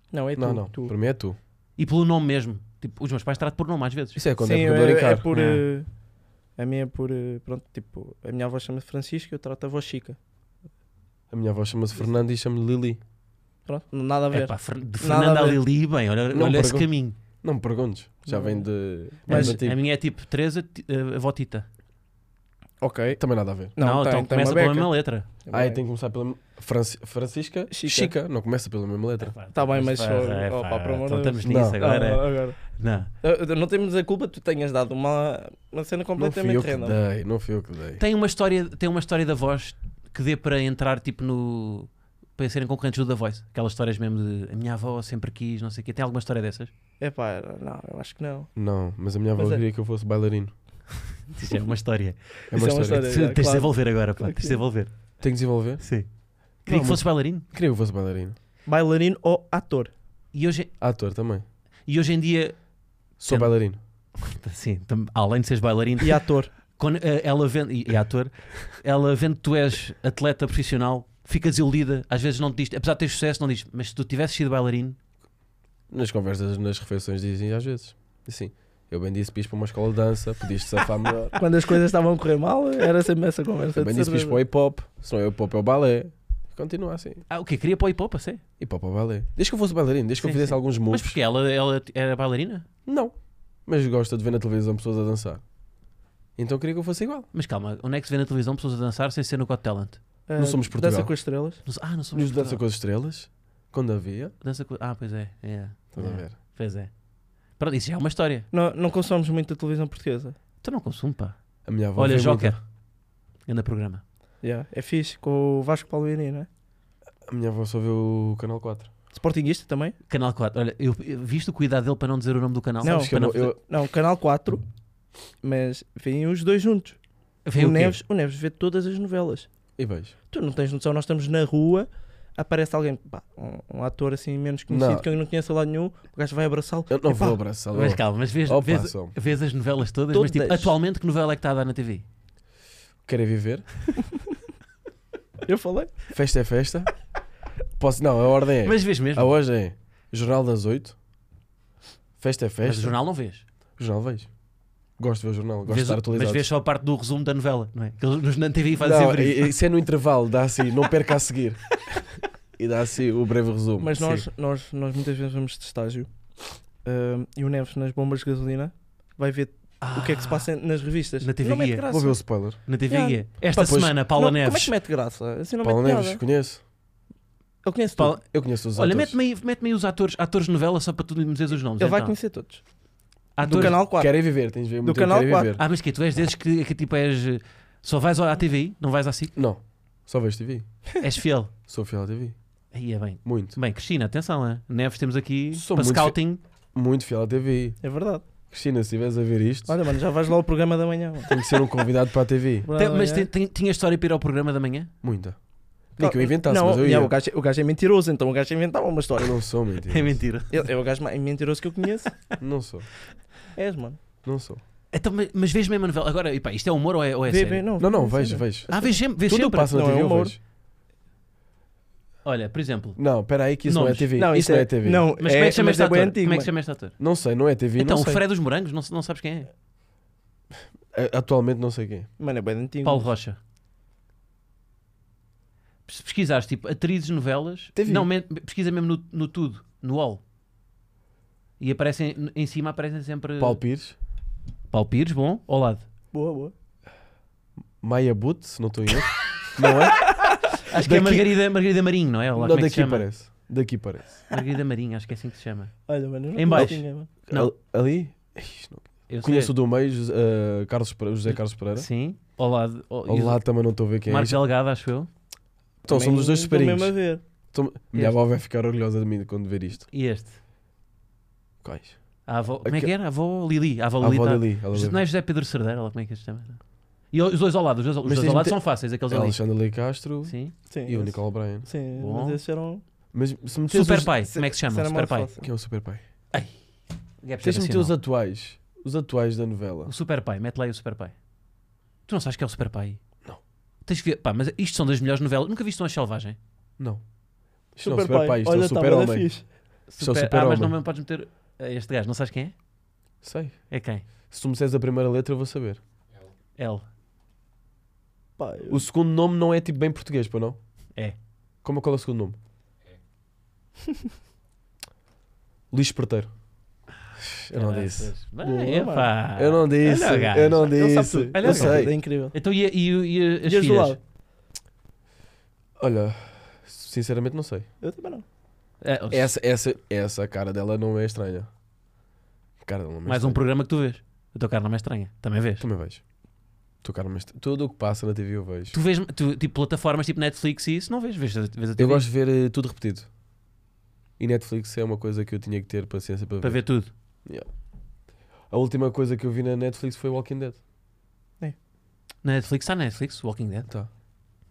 Speaker 2: Não, é tu.
Speaker 3: não, não.
Speaker 2: tu.
Speaker 3: Para mim é tu.
Speaker 1: E pelo nome mesmo. Tipo, os meus pais tratam por nome às vezes.
Speaker 3: Isso é quando
Speaker 2: Sim,
Speaker 3: é por dor
Speaker 2: é,
Speaker 3: em
Speaker 2: é
Speaker 3: carro.
Speaker 2: por.
Speaker 1: É.
Speaker 2: eh, É. A minha é por. eh, Pronto, tipo, a minha avó chama-se Francisca, eu trato a avó Chica.
Speaker 3: A minha avó chama-se Fernanda e chama-lhe Lili.
Speaker 2: Pronto, nada a ver.
Speaker 1: Epá, Fer- de
Speaker 2: Nada
Speaker 1: Fernanda
Speaker 2: a ver.
Speaker 1: Lili, bem, olha,
Speaker 3: Não
Speaker 1: olha esse
Speaker 3: pergunto.
Speaker 1: caminho.
Speaker 3: Não me perguntes. Já
Speaker 2: Não.
Speaker 3: vem de.
Speaker 2: Mas-
Speaker 3: Mas, antigo.
Speaker 1: a minha é tipo Teresa, ti- eh, avó Tita.
Speaker 2: ok.
Speaker 3: Também nada a ver.
Speaker 1: Não, então
Speaker 2: tem, tem uma
Speaker 1: começa pela
Speaker 2: beca.
Speaker 1: mesma letra.
Speaker 3: Ah, tem que começar pela. Franci- Francisca
Speaker 2: É Chica.
Speaker 3: Chica. Não começa pela mesma letra.
Speaker 2: Tá bem, mas só-
Speaker 1: É,
Speaker 2: opa,
Speaker 1: pá,
Speaker 2: pelo amor
Speaker 1: então
Speaker 2: de Deus.
Speaker 1: estamos nisso
Speaker 3: Não.
Speaker 1: agora.
Speaker 2: Ah, agora.
Speaker 1: Não.
Speaker 2: Ah, Não temos a culpa, tu tenhas dado uma, uma cena
Speaker 3: Não fui
Speaker 2: completamente
Speaker 3: eu que
Speaker 2: random.
Speaker 3: dei. Não fui eu que dei.
Speaker 1: Tem uma história, tem uma história da voz que dê para entrar tipo no para serem concorrentes do The Voice. Aquelas histórias mesmo de a minha avó sempre quis, não sei o quê. Tem alguma história dessas?
Speaker 2: É pá, não, eu acho que não.
Speaker 3: Não, mas a minha avó
Speaker 2: Mas é-
Speaker 3: queria que eu fosse bailarino.
Speaker 1: Isso é uma história.
Speaker 3: É
Speaker 2: Isso
Speaker 3: uma história.
Speaker 1: Se-
Speaker 2: já,
Speaker 1: Tens de
Speaker 2: claro.
Speaker 1: desenvolver agora, pá. Tens de desenvolver.
Speaker 3: Tem que desenvolver?
Speaker 1: Sim. Queria que
Speaker 3: mas-
Speaker 1: fosses bailarino.
Speaker 3: Queria que eu fosse bailarino.
Speaker 2: Bailarino ou ator?
Speaker 1: E hoje, é,
Speaker 3: Ator também.
Speaker 1: e hoje em dia,
Speaker 3: Sou
Speaker 1: Sim.
Speaker 3: bailarino.
Speaker 1: sim, tam- além de seres bailarino,
Speaker 2: E ator?
Speaker 1: quando, eh, ela vendo, e, e ator, ela vendo que tu és atleta profissional, fica desiludida. Às vezes não te diz, apesar de ter sucesso, não diz, mas se tu tivesses sido bailarino,
Speaker 3: Nas conversas, nas refeições, dizem às vezes. Assim, eu bem disse pis para uma escola de dança, podias-te safar melhor.
Speaker 2: Quando as coisas estavam a correr mal, era sempre essa conversa.
Speaker 3: Eu bem
Speaker 2: de
Speaker 3: disse pis para o
Speaker 2: certeza.
Speaker 3: hip hop, se não é hip hop é o balé. Continua assim.
Speaker 1: ah, o quê? Queria para o hip hop, a sério?
Speaker 3: Hip hop é o balé. Desde que eu fosse bailarino, desde que
Speaker 1: Sim,
Speaker 3: eu fizesse
Speaker 1: sim.
Speaker 3: alguns
Speaker 1: Mas
Speaker 3: moves.
Speaker 1: porque ela, ela era bailarina?
Speaker 3: Não. Mas gosta de ver na televisão pessoas a dançar. Então queria que eu fosse igual.
Speaker 1: Mas calma, onde é que se vê na televisão pessoas a dançar sem ser no Got Talent?
Speaker 2: Ah,
Speaker 3: Não somos Portugal.
Speaker 2: Dança com as estrelas?
Speaker 1: Não sei- ah, não somos
Speaker 3: Nos Dança
Speaker 1: Portugal.
Speaker 3: com as Estrelas, quando havia.
Speaker 1: Dança com- Ah, pois é. é.
Speaker 3: Estás
Speaker 1: É,
Speaker 3: a ver?
Speaker 1: Pois é. Pronto, isso já é uma história.
Speaker 2: Não, não consomos muito a televisão portuguesa.
Speaker 1: Tu não consumo, pá.
Speaker 3: A minha avó.
Speaker 1: Olha,
Speaker 3: vê
Speaker 1: Joker.
Speaker 3: muita-
Speaker 1: Anda programa.
Speaker 2: Yeah, É fixe, com o Vasco Palmeirinho, não é?
Speaker 3: A minha avó só vê o Canal 4.
Speaker 2: Sportinguista também?
Speaker 1: Canal 4. Olha, eu, eu- viste o cuidado dele para não dizer o nome do canal?
Speaker 2: Não,
Speaker 1: Sabes
Speaker 3: Acho que eu,
Speaker 1: para
Speaker 3: não- eu-
Speaker 2: Não, Canal 4, mas vêm os dois juntos.
Speaker 1: Vem
Speaker 2: o,
Speaker 1: o quê?
Speaker 2: Neves, o Neves vê todas as novelas.
Speaker 3: E vejo.
Speaker 2: Tu não tens noção, nós estamos na rua, aparece alguém, pá, um, um ator assim menos conhecido
Speaker 3: Não.
Speaker 2: que eu não conheço lá nenhum, o gajo vai abraçá-lo.
Speaker 3: Eu não
Speaker 2: Epá,
Speaker 3: vou abraçá-lo.
Speaker 1: Mas calma, mas vês,
Speaker 3: Opa,
Speaker 1: vês,
Speaker 3: só.
Speaker 1: vês as novelas todas, mas tipo,
Speaker 2: Todas.
Speaker 1: atualmente que novela é que está a dar na TV?
Speaker 3: Querem viver?
Speaker 2: Eu falei?
Speaker 3: Festa é festa? Posso... Não, a ordem é.
Speaker 1: Mas vês mesmo.
Speaker 3: A hoje é Jornal das 8. Festa é
Speaker 1: Mas
Speaker 3: festa.
Speaker 1: o jornal não vês.
Speaker 3: Jornal vejo. Gosto de ver o jornal, gosto de
Speaker 1: Vês o-
Speaker 3: estar
Speaker 1: mas
Speaker 3: atualizado.
Speaker 1: vês só a parte do resumo da novela, não é? Que eles nos- na TV fazem
Speaker 3: não,
Speaker 1: sempre isso.
Speaker 3: e- isso é no intervalo, dá assim, não perca a seguir. e dá assim o breve resumo.
Speaker 2: Mas nós,
Speaker 3: Sim.
Speaker 2: nós, nós muitas vezes vamos de estágio hum, e o Neves nas bombas de gasolina vai ver o que é que
Speaker 3: Ah.
Speaker 2: se passa nas revistas.
Speaker 1: na TV
Speaker 2: não mete
Speaker 1: Guia.
Speaker 2: graça.
Speaker 3: Vou ver o spoiler.
Speaker 1: Na TV
Speaker 2: Yeah.
Speaker 1: Guia. Esta
Speaker 3: Pá, pois-
Speaker 1: semana, Paula
Speaker 2: Não, Como é
Speaker 1: Neves.
Speaker 2: que mete graça? Assim não
Speaker 3: Paulo
Speaker 2: mete
Speaker 3: Neves,
Speaker 2: nada.
Speaker 3: conheço.
Speaker 2: Eu conheço
Speaker 1: Paulo-
Speaker 2: tudo.
Speaker 3: Eu conheço os
Speaker 1: Olha,
Speaker 3: atores.
Speaker 1: mete-me aí, mete-me aí os atores, atores de novela só para tu me dizeres os nomes.
Speaker 2: Ele vai
Speaker 1: então.
Speaker 2: conhecer todos. Do
Speaker 1: Atores-
Speaker 2: canal 4.
Speaker 3: Querem viver, tens de ver muito
Speaker 2: Do Canal
Speaker 3: Querem
Speaker 2: 4.
Speaker 3: Viver.
Speaker 1: Ah, mas que tu és desses que, que tipo és. eh, Só vais à TVI, não vais à SIC?
Speaker 3: Não, só vejo TV.
Speaker 1: És fiel.
Speaker 3: Sou fiel à TV.
Speaker 1: Aí é bem.
Speaker 3: Muito.
Speaker 1: Bem, Cristina, atenção, é? Neves, temos aqui
Speaker 3: Sou
Speaker 1: para
Speaker 3: muito
Speaker 1: scouting.
Speaker 3: Muito fiel à TV.
Speaker 2: É verdade.
Speaker 3: Cristina, se estiveres a ver isto,
Speaker 2: Olha, mano, já vais lá ao programa da manhã. mano.
Speaker 3: tem que ser um convidado para a TV.
Speaker 1: Tem-
Speaker 2: Programa da
Speaker 1: mas
Speaker 2: manhã.
Speaker 1: tem- tem- tinha história para ir ao programa da manhã?
Speaker 3: Muita. Nem que eu inventasse,
Speaker 2: não,
Speaker 3: mas eu ia.
Speaker 2: não, o, gajo, o gajo é mentiroso, então o gajo inventava uma história.
Speaker 3: Eu não sou mentira.
Speaker 1: É mentira.
Speaker 2: Ele é o gajo mais mentiroso que eu conheço.
Speaker 3: Não sou.
Speaker 2: És, mano.
Speaker 3: Não sou.
Speaker 1: Então, mas, mas vês mesmo a novela. Agora, epá, isto é humor ou é, ou é
Speaker 2: Vê,
Speaker 1: sério?
Speaker 2: vê, não,
Speaker 3: Não, não,
Speaker 2: vê,
Speaker 3: vejo,
Speaker 2: vê.
Speaker 3: vejo.
Speaker 1: Ah, vês sempre. Vês
Speaker 3: Tudo o que
Speaker 1: sempre.
Speaker 3: passa na
Speaker 2: Não, é
Speaker 3: TV eu
Speaker 2: humor.
Speaker 3: vejo.
Speaker 1: Olha, por exemplo.
Speaker 3: Não, espera aí que isso não é
Speaker 1: Nomes.
Speaker 3: TV.
Speaker 2: Não,
Speaker 3: isso não é TV.
Speaker 2: Não,
Speaker 1: Mas como é que chama este
Speaker 2: é bem
Speaker 1: ator?
Speaker 2: antigo.
Speaker 1: como é que
Speaker 2: mano.
Speaker 1: chama este ator?
Speaker 3: Não sei, não é TV,
Speaker 1: então,
Speaker 3: não
Speaker 1: o
Speaker 3: sei.
Speaker 1: Fred dos Morangos, não, não sabes quem é?
Speaker 3: A- Atualmente não sei quem. é.
Speaker 2: Mano, é bem antigo.
Speaker 1: Paulo Rocha. Se pesquisares tipo atrizes, novelas,
Speaker 3: Teve.
Speaker 1: não, men- pesquisa mesmo no, no tudo, no all. E aparecem n- em cima aparecem sempre
Speaker 3: Paulo Pires,
Speaker 1: Paulo Pires, bom, ao lado.
Speaker 2: Boa, boa.
Speaker 3: Maia Boot, se não estou em erro. Não é?
Speaker 1: Acho que é
Speaker 3: Daqui-
Speaker 1: Margarida, Margarida Marinho, não é? Ou lá,
Speaker 3: não,
Speaker 1: como é que se
Speaker 3: daqui
Speaker 1: chama?
Speaker 3: parece. Daqui parece.
Speaker 1: Margarida Marinho, acho que é assim que se chama.
Speaker 2: Olha, mano, eu não
Speaker 1: Em baixo.
Speaker 2: conheço ninguém, mano.
Speaker 1: Não.
Speaker 3: Al- Ali? Ixi, não.
Speaker 1: Eu sei.
Speaker 3: Conheço o do meio, José, eh, Carlos Pereira- José Carlos Pereira.
Speaker 1: Sim, ao lado. ao-
Speaker 3: Ao
Speaker 1: e-
Speaker 3: lado também não estou a ver quem é.
Speaker 1: Marcos Delgado, acho eu.
Speaker 3: Então,
Speaker 2: Também
Speaker 3: somos os dois
Speaker 2: estou
Speaker 3: superinhos.
Speaker 2: mesmo a ver.
Speaker 1: assim.
Speaker 3: Então, minha avó vai ficar orgulhosa de mim quando ver isto.
Speaker 1: E este.
Speaker 3: Quais?
Speaker 1: A avó, como é
Speaker 3: Aque-
Speaker 1: que era? A avó Lili. A avó
Speaker 3: A
Speaker 1: Lili.
Speaker 3: avó
Speaker 1: tá-
Speaker 3: Lili. ela
Speaker 1: José-
Speaker 3: deve-
Speaker 1: Não é José Pedro Cerdeira, lá, como é que se chama? E os dois ao lado, os dois, os
Speaker 3: Mas
Speaker 1: dois ao
Speaker 3: tens
Speaker 1: lado
Speaker 3: de ter-
Speaker 1: são fáceis, aqueles ali.
Speaker 3: Alexandre Lee Castro
Speaker 1: Sim.
Speaker 2: Sim,
Speaker 3: e o
Speaker 2: esse-
Speaker 3: Nicole Bryan.
Speaker 2: Sim,
Speaker 1: Bom.
Speaker 2: mas esses eram.
Speaker 3: Mas se meteres
Speaker 1: Super
Speaker 3: os-
Speaker 1: pai, como é que se chama?
Speaker 2: Será
Speaker 1: Super
Speaker 2: mais
Speaker 1: pai.
Speaker 2: fácil.
Speaker 3: Quem é o Super Pai?
Speaker 1: Gap
Speaker 3: Tens de meter os
Speaker 1: geracional.
Speaker 3: atuais. Os atuais da novela.
Speaker 1: O Super Pai, mete lá aí o Super Pai. Tu não sabes que é o Super Pai?
Speaker 3: Não.
Speaker 1: Tens que ver, pá, mas isto são das melhores novelas. Nunca viste um uma selvagem?
Speaker 3: Não. Isto não é
Speaker 2: Super
Speaker 3: o Super
Speaker 2: pai.
Speaker 3: Pai, isto é
Speaker 2: Olha,
Speaker 3: o
Speaker 2: está
Speaker 3: Super
Speaker 2: bem
Speaker 3: Homem.
Speaker 2: fixe.
Speaker 3: Isto é o
Speaker 1: Ah, mas
Speaker 3: Super-Homem.
Speaker 1: não me podes meter eh, este gajo, não sabes quem é?
Speaker 3: Sei.
Speaker 1: É quem?
Speaker 3: Se tu me disseres a primeira letra, eu vou saber.
Speaker 1: L.
Speaker 2: Pá, eu-
Speaker 3: O segundo nome não é tipo bem português, pô, não?
Speaker 1: É.
Speaker 3: Como é qual é o segundo nome? Luís Porteiro. Eu não disse.
Speaker 1: Bem,
Speaker 2: Boa,
Speaker 1: pá.
Speaker 3: Eu não disse.
Speaker 1: Olha o gajo.
Speaker 3: Eu não
Speaker 2: Ele sabe
Speaker 3: disse.
Speaker 2: tudo.
Speaker 1: Olha
Speaker 3: Eu
Speaker 1: o
Speaker 2: Ele sabe tudo, É
Speaker 3: sei.
Speaker 2: incrível.
Speaker 1: Então e, e, e as
Speaker 2: E as do
Speaker 1: filhas?
Speaker 2: lado?
Speaker 3: Olha, sinceramente não sei.
Speaker 2: Eu também não.
Speaker 1: É, os-
Speaker 3: Essa, essa, essa cara dela não é estranha. A Cara dela não é
Speaker 1: mais um
Speaker 3: estranha.
Speaker 1: programa que tu vês. A tua cara não é estranha. Também vês.
Speaker 3: Também vejo. Tu, cara, mas tudo o que passa na TV eu vejo.
Speaker 1: Tu vês tu, tipo plataformas tipo Netflix e isso não vês? Vês, vês a TV
Speaker 3: Eu gosto de ver eh, tudo repetido. E Netflix é uma coisa que eu tinha que ter paciência para,
Speaker 1: para
Speaker 3: ver.
Speaker 1: ver tudo.
Speaker 3: A última coisa que eu vi na Netflix foi Walking Dead.
Speaker 1: Na Netflix está Netflix, Walking Dead.
Speaker 3: Tá.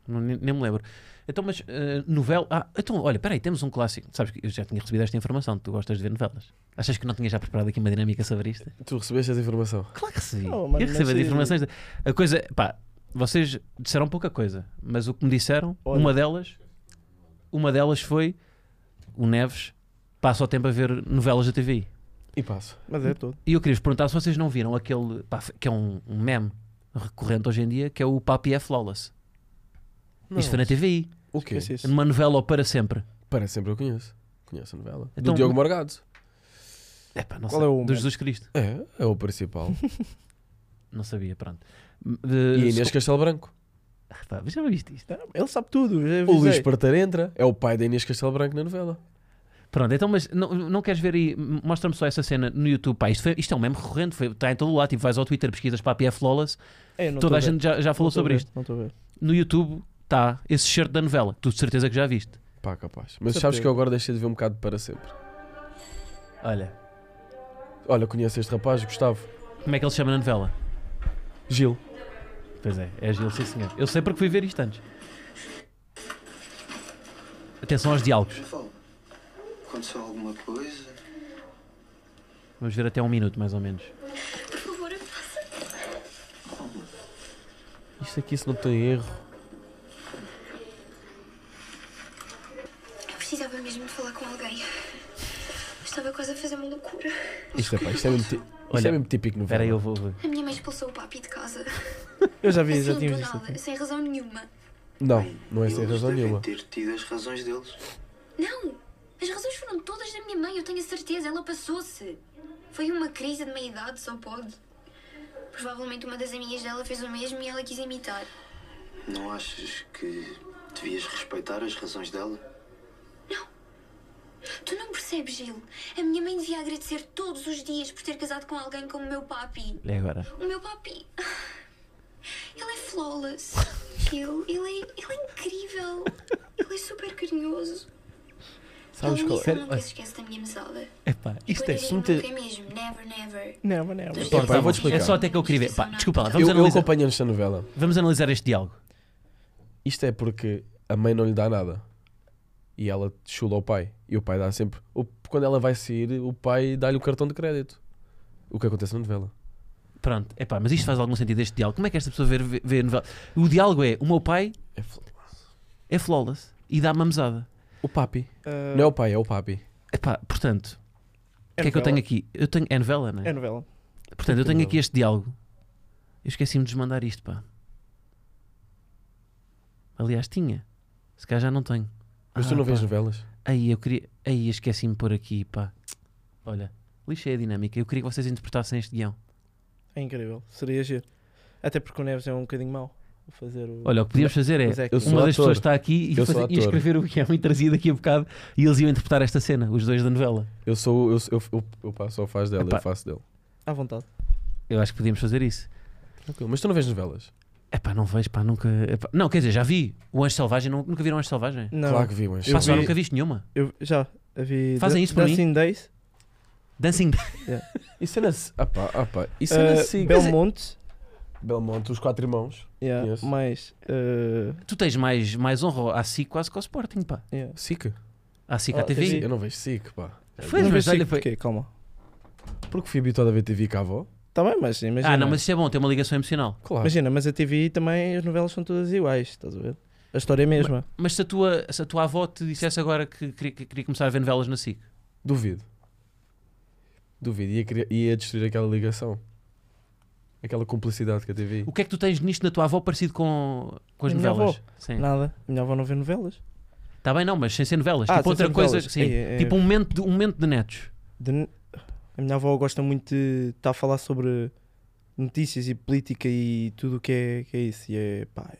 Speaker 1: Não, nem, nem me lembro. Então, mas eh, novela. Ah, então, olha, peraí, temos um clássico. Sabes que eu já tinha recebido esta informação. Tu gostas de ver novelas. Achas que não tinha já preparado aqui uma dinâmica sobre isto?
Speaker 3: Tu recebeste essa informação?
Speaker 1: Claro que recebi.
Speaker 2: Oh, mano,
Speaker 1: eu recebo as
Speaker 2: mas-
Speaker 1: informações. da- A coisa, pá, vocês disseram pouca coisa, mas o que me disseram,
Speaker 2: Olha.
Speaker 1: uma delas, uma delas foi o Neves passa o tempo a ver novelas da TV.
Speaker 3: E passo.
Speaker 2: Mas é todo.
Speaker 1: E eu queria vos perguntar se vocês não viram aquele, pá, que é um, um meme recorrente hoje em dia, que é o Papi é Flawless. Isto foi na TVI,
Speaker 3: O quê?
Speaker 2: Esquece isso.
Speaker 1: numa novela ao para sempre.
Speaker 3: Parece sempre eu conheço. Conheço a novela.
Speaker 1: Então-
Speaker 3: Do Diogo Morgado.
Speaker 1: É pá, não
Speaker 2: Qual
Speaker 1: sei,
Speaker 2: é o
Speaker 1: do
Speaker 2: meme?
Speaker 1: Jesus Cristo.
Speaker 3: É, é o principal.
Speaker 1: Não sabia, pronto.
Speaker 3: e
Speaker 1: De,
Speaker 3: Inês Castelo Branco.
Speaker 1: Ah, pá, mas já viste isto?
Speaker 2: É, Ele sabe tudo. eu já
Speaker 3: O Luís
Speaker 2: avisei.
Speaker 3: Parteira entra. É o pai da Inês Castelo Branco na novela.
Speaker 1: Pronto, então, mas não, não queres ver aí? m- Mostra-me só essa cena no YouTube. Pá, isto, foi- isto é um meme recorrente, foi, está em todo lado. Tipo, vais ao Twitter, pesquisas para a PF Lawless.
Speaker 2: É, não
Speaker 1: Toda
Speaker 2: estou
Speaker 1: a
Speaker 2: ver.
Speaker 1: gente já, já
Speaker 2: Não
Speaker 1: falou
Speaker 2: estou a
Speaker 1: sobre
Speaker 2: ver,
Speaker 1: isto.
Speaker 2: Não estou a ver.
Speaker 1: No YouTube está esse shirt da novela. Tu de certeza que já viste.
Speaker 3: Pá, capaz. Mas
Speaker 2: Certeza.
Speaker 3: sabes que eu agora deixei de ver um bocado para sempre.
Speaker 1: Olha,
Speaker 3: Olha, conheço este rapaz, Gustavo.
Speaker 1: como é que ele se chama na novela?
Speaker 3: Gil.
Speaker 1: Pois é, é Gil, sim senhor. Eu sei porque fui ver isto antes. Atenção aos diálogos.
Speaker 5: Paulo, aconteceu alguma coisa?
Speaker 1: Vamos ver até um minuto, mais ou menos.
Speaker 6: Por favor, faça.
Speaker 3: Isto aqui, se não tem erro.
Speaker 6: Eu precisava mesmo de falar com alguém. Estava quase a fazer uma loucura.
Speaker 3: Isto é, pá, isto é mesmo, ti- isto
Speaker 1: Olha,
Speaker 3: é mesmo típico novela.
Speaker 1: Espera aí, eu vou ver.
Speaker 6: A minha mãe expulsou o papi de casa.
Speaker 2: Eu já vi,
Speaker 6: assim,
Speaker 2: já tínhamos
Speaker 6: do
Speaker 2: visto.
Speaker 6: nada, sem razão nenhuma.
Speaker 3: Não, não é sem
Speaker 5: Eles
Speaker 3: razão
Speaker 5: devem
Speaker 3: nenhuma.
Speaker 5: ter tido as razões deles.
Speaker 6: Não! As razões foram todas da minha mãe, eu tenho a certeza. Ela passou-se. Foi uma crise de meia-idade, só pode. Provavelmente uma das amigas dela fez o mesmo e ela quis imitar.
Speaker 5: Não achas que devias respeitar as razões dela?
Speaker 6: Tu não percebes, Gil? A minha mãe devia agradecer todos os dias por ter casado com alguém como o meu papi.
Speaker 1: É agora.
Speaker 6: O meu papi. Ele é flawless. Ele, ele, é, ele é incrível. Ele é super carinhoso.
Speaker 3: Sabes
Speaker 6: ele
Speaker 3: qual
Speaker 6: disse,
Speaker 3: é?
Speaker 6: "Eu nunca se esquece da minha mesada.
Speaker 1: Epá, isto é.
Speaker 6: Quando
Speaker 3: muita-
Speaker 6: eu digo nunca mesmo. Never, never.
Speaker 2: Não, mas não. mas-
Speaker 3: Pá, eu vou-te explicar.
Speaker 1: É só até que eu queria ver. Pá, desculpa lá,
Speaker 3: Eu,
Speaker 1: vamos,
Speaker 3: eu
Speaker 1: analisar,
Speaker 3: acompanho esta novela.
Speaker 1: vamos analisar este diálogo.
Speaker 3: Isto é porque a mãe não lhe dá nada. E ela chula ao pai. E o pai dá sempre. o- quando ela vai sair, o pai dá-lhe o cartão de crédito. O que acontece na novela.
Speaker 1: Pronto, epá, mas isto faz algum sentido este diálogo. Como é que esta pessoa vê, vê, vê a novela? O diálogo é: o meu pai
Speaker 3: É fl-
Speaker 1: é flawless e dá-me a mesada.
Speaker 3: o papi.
Speaker 2: Ah,
Speaker 3: Não é o pai, é o papi.
Speaker 1: Epá, portanto, o que é que eu tenho aqui? Eu tenho, é novela, não é?
Speaker 2: É novela.
Speaker 1: portanto, eu tenho
Speaker 3: novela.
Speaker 1: aqui este diálogo. Eu esqueci-me de desmandar isto, pá. Aliás, tinha. Se calhar já não tenho.
Speaker 3: Mas tu
Speaker 1: Ah,
Speaker 3: não
Speaker 1: pá.
Speaker 3: vês novelas?
Speaker 1: Aí eu queria. Aí eu esqueci-me de pôr aqui, pá. Olha, lixei a dinâmica. Eu queria que vocês interpretassem este guião.
Speaker 2: É incrível. Seria giro. Até porque o Neves é um bocadinho mau a fazer o.
Speaker 1: Olha, o que podíamos fazer é.
Speaker 2: Mas é que-
Speaker 3: Eu sou
Speaker 1: Uma das
Speaker 3: ator.
Speaker 1: pessoas está aqui e,
Speaker 3: Eu sou
Speaker 1: fazer- e
Speaker 3: ator.
Speaker 1: escrever o que é muito trazido daqui a bocado e eles iam interpretar esta cena, os dois da novela.
Speaker 3: Eu sou. Eu, eu, eu, eu passo ao faz dela,
Speaker 1: Epá.
Speaker 3: eu faço dele.
Speaker 2: À vontade.
Speaker 1: Eu acho que podíamos fazer isso.
Speaker 3: Tranquilo. Mas tu não vês novelas?
Speaker 1: É pá, não vejo, pá, nunca. epá, Não, quer dizer, já vi o Anjo Selvagem, nu- nunca viram o Anjo Selvagem?
Speaker 2: Não.
Speaker 3: Claro que vi, mas.
Speaker 2: Eu
Speaker 1: Pá, só
Speaker 2: vi-
Speaker 1: nunca viste nenhuma.
Speaker 2: Eu já a vi.
Speaker 1: Fazem
Speaker 2: Dan-
Speaker 1: isso por mim?
Speaker 2: Dancing Days.
Speaker 1: Dancing.
Speaker 3: Isso é na. Ah pá, ah pá. Isso
Speaker 1: Eh,
Speaker 3: é na
Speaker 2: ah,
Speaker 3: SIC.
Speaker 2: Belmonte.
Speaker 3: Belmonte, os quatro irmãos.
Speaker 2: Yeah,
Speaker 3: Yes.
Speaker 2: Mais. ah,
Speaker 1: Tu tens mais, mais honra à SIC quase que ao Sporting, pá.
Speaker 2: yeah.
Speaker 3: SIC?
Speaker 1: À SIC, à
Speaker 2: Ah,
Speaker 1: TV.
Speaker 2: sim.
Speaker 3: Eu não vejo SIC, pá.
Speaker 1: Foi,
Speaker 2: Não
Speaker 1: mas
Speaker 2: vejo
Speaker 1: olha,
Speaker 2: Chico
Speaker 1: foi-
Speaker 2: porquê, Calma.
Speaker 3: Porque fui habituado a ver TV com a avó.
Speaker 2: Está bem, mas imagina.
Speaker 1: Ah, não, mas isto é bom, tem uma ligação emocional.
Speaker 3: Claro.
Speaker 2: Imagina, mas a TV também, as novelas são todas iguais, estás a ver? A história é a mesma.
Speaker 1: Mas se a tua, se a tua avó te dissesse agora que queria, que queria começar a ver novelas na SIC,
Speaker 3: Duvido. Duvido. Ia, criar- ia destruir aquela ligação. Aquela cumplicidade que a TV.
Speaker 1: O que é que tu tens nisto na tua avó parecido com, com as
Speaker 2: Minha
Speaker 1: novelas?
Speaker 2: avó?
Speaker 1: Sim.
Speaker 2: Nada. Minha avó não vê novelas.
Speaker 1: Está Tá bem, não, mas sem ser novelas.
Speaker 2: Ah,
Speaker 1: tipo
Speaker 2: sem
Speaker 1: outra
Speaker 2: ser
Speaker 1: coisa.
Speaker 2: novelas.
Speaker 1: Sim.
Speaker 2: Ei, ei,
Speaker 1: tipo um momento, de, um momento de netos.
Speaker 2: De- A minha avó gosta muito de estar a falar sobre notícias e política e tudo o que é, que é isso. E é, pá,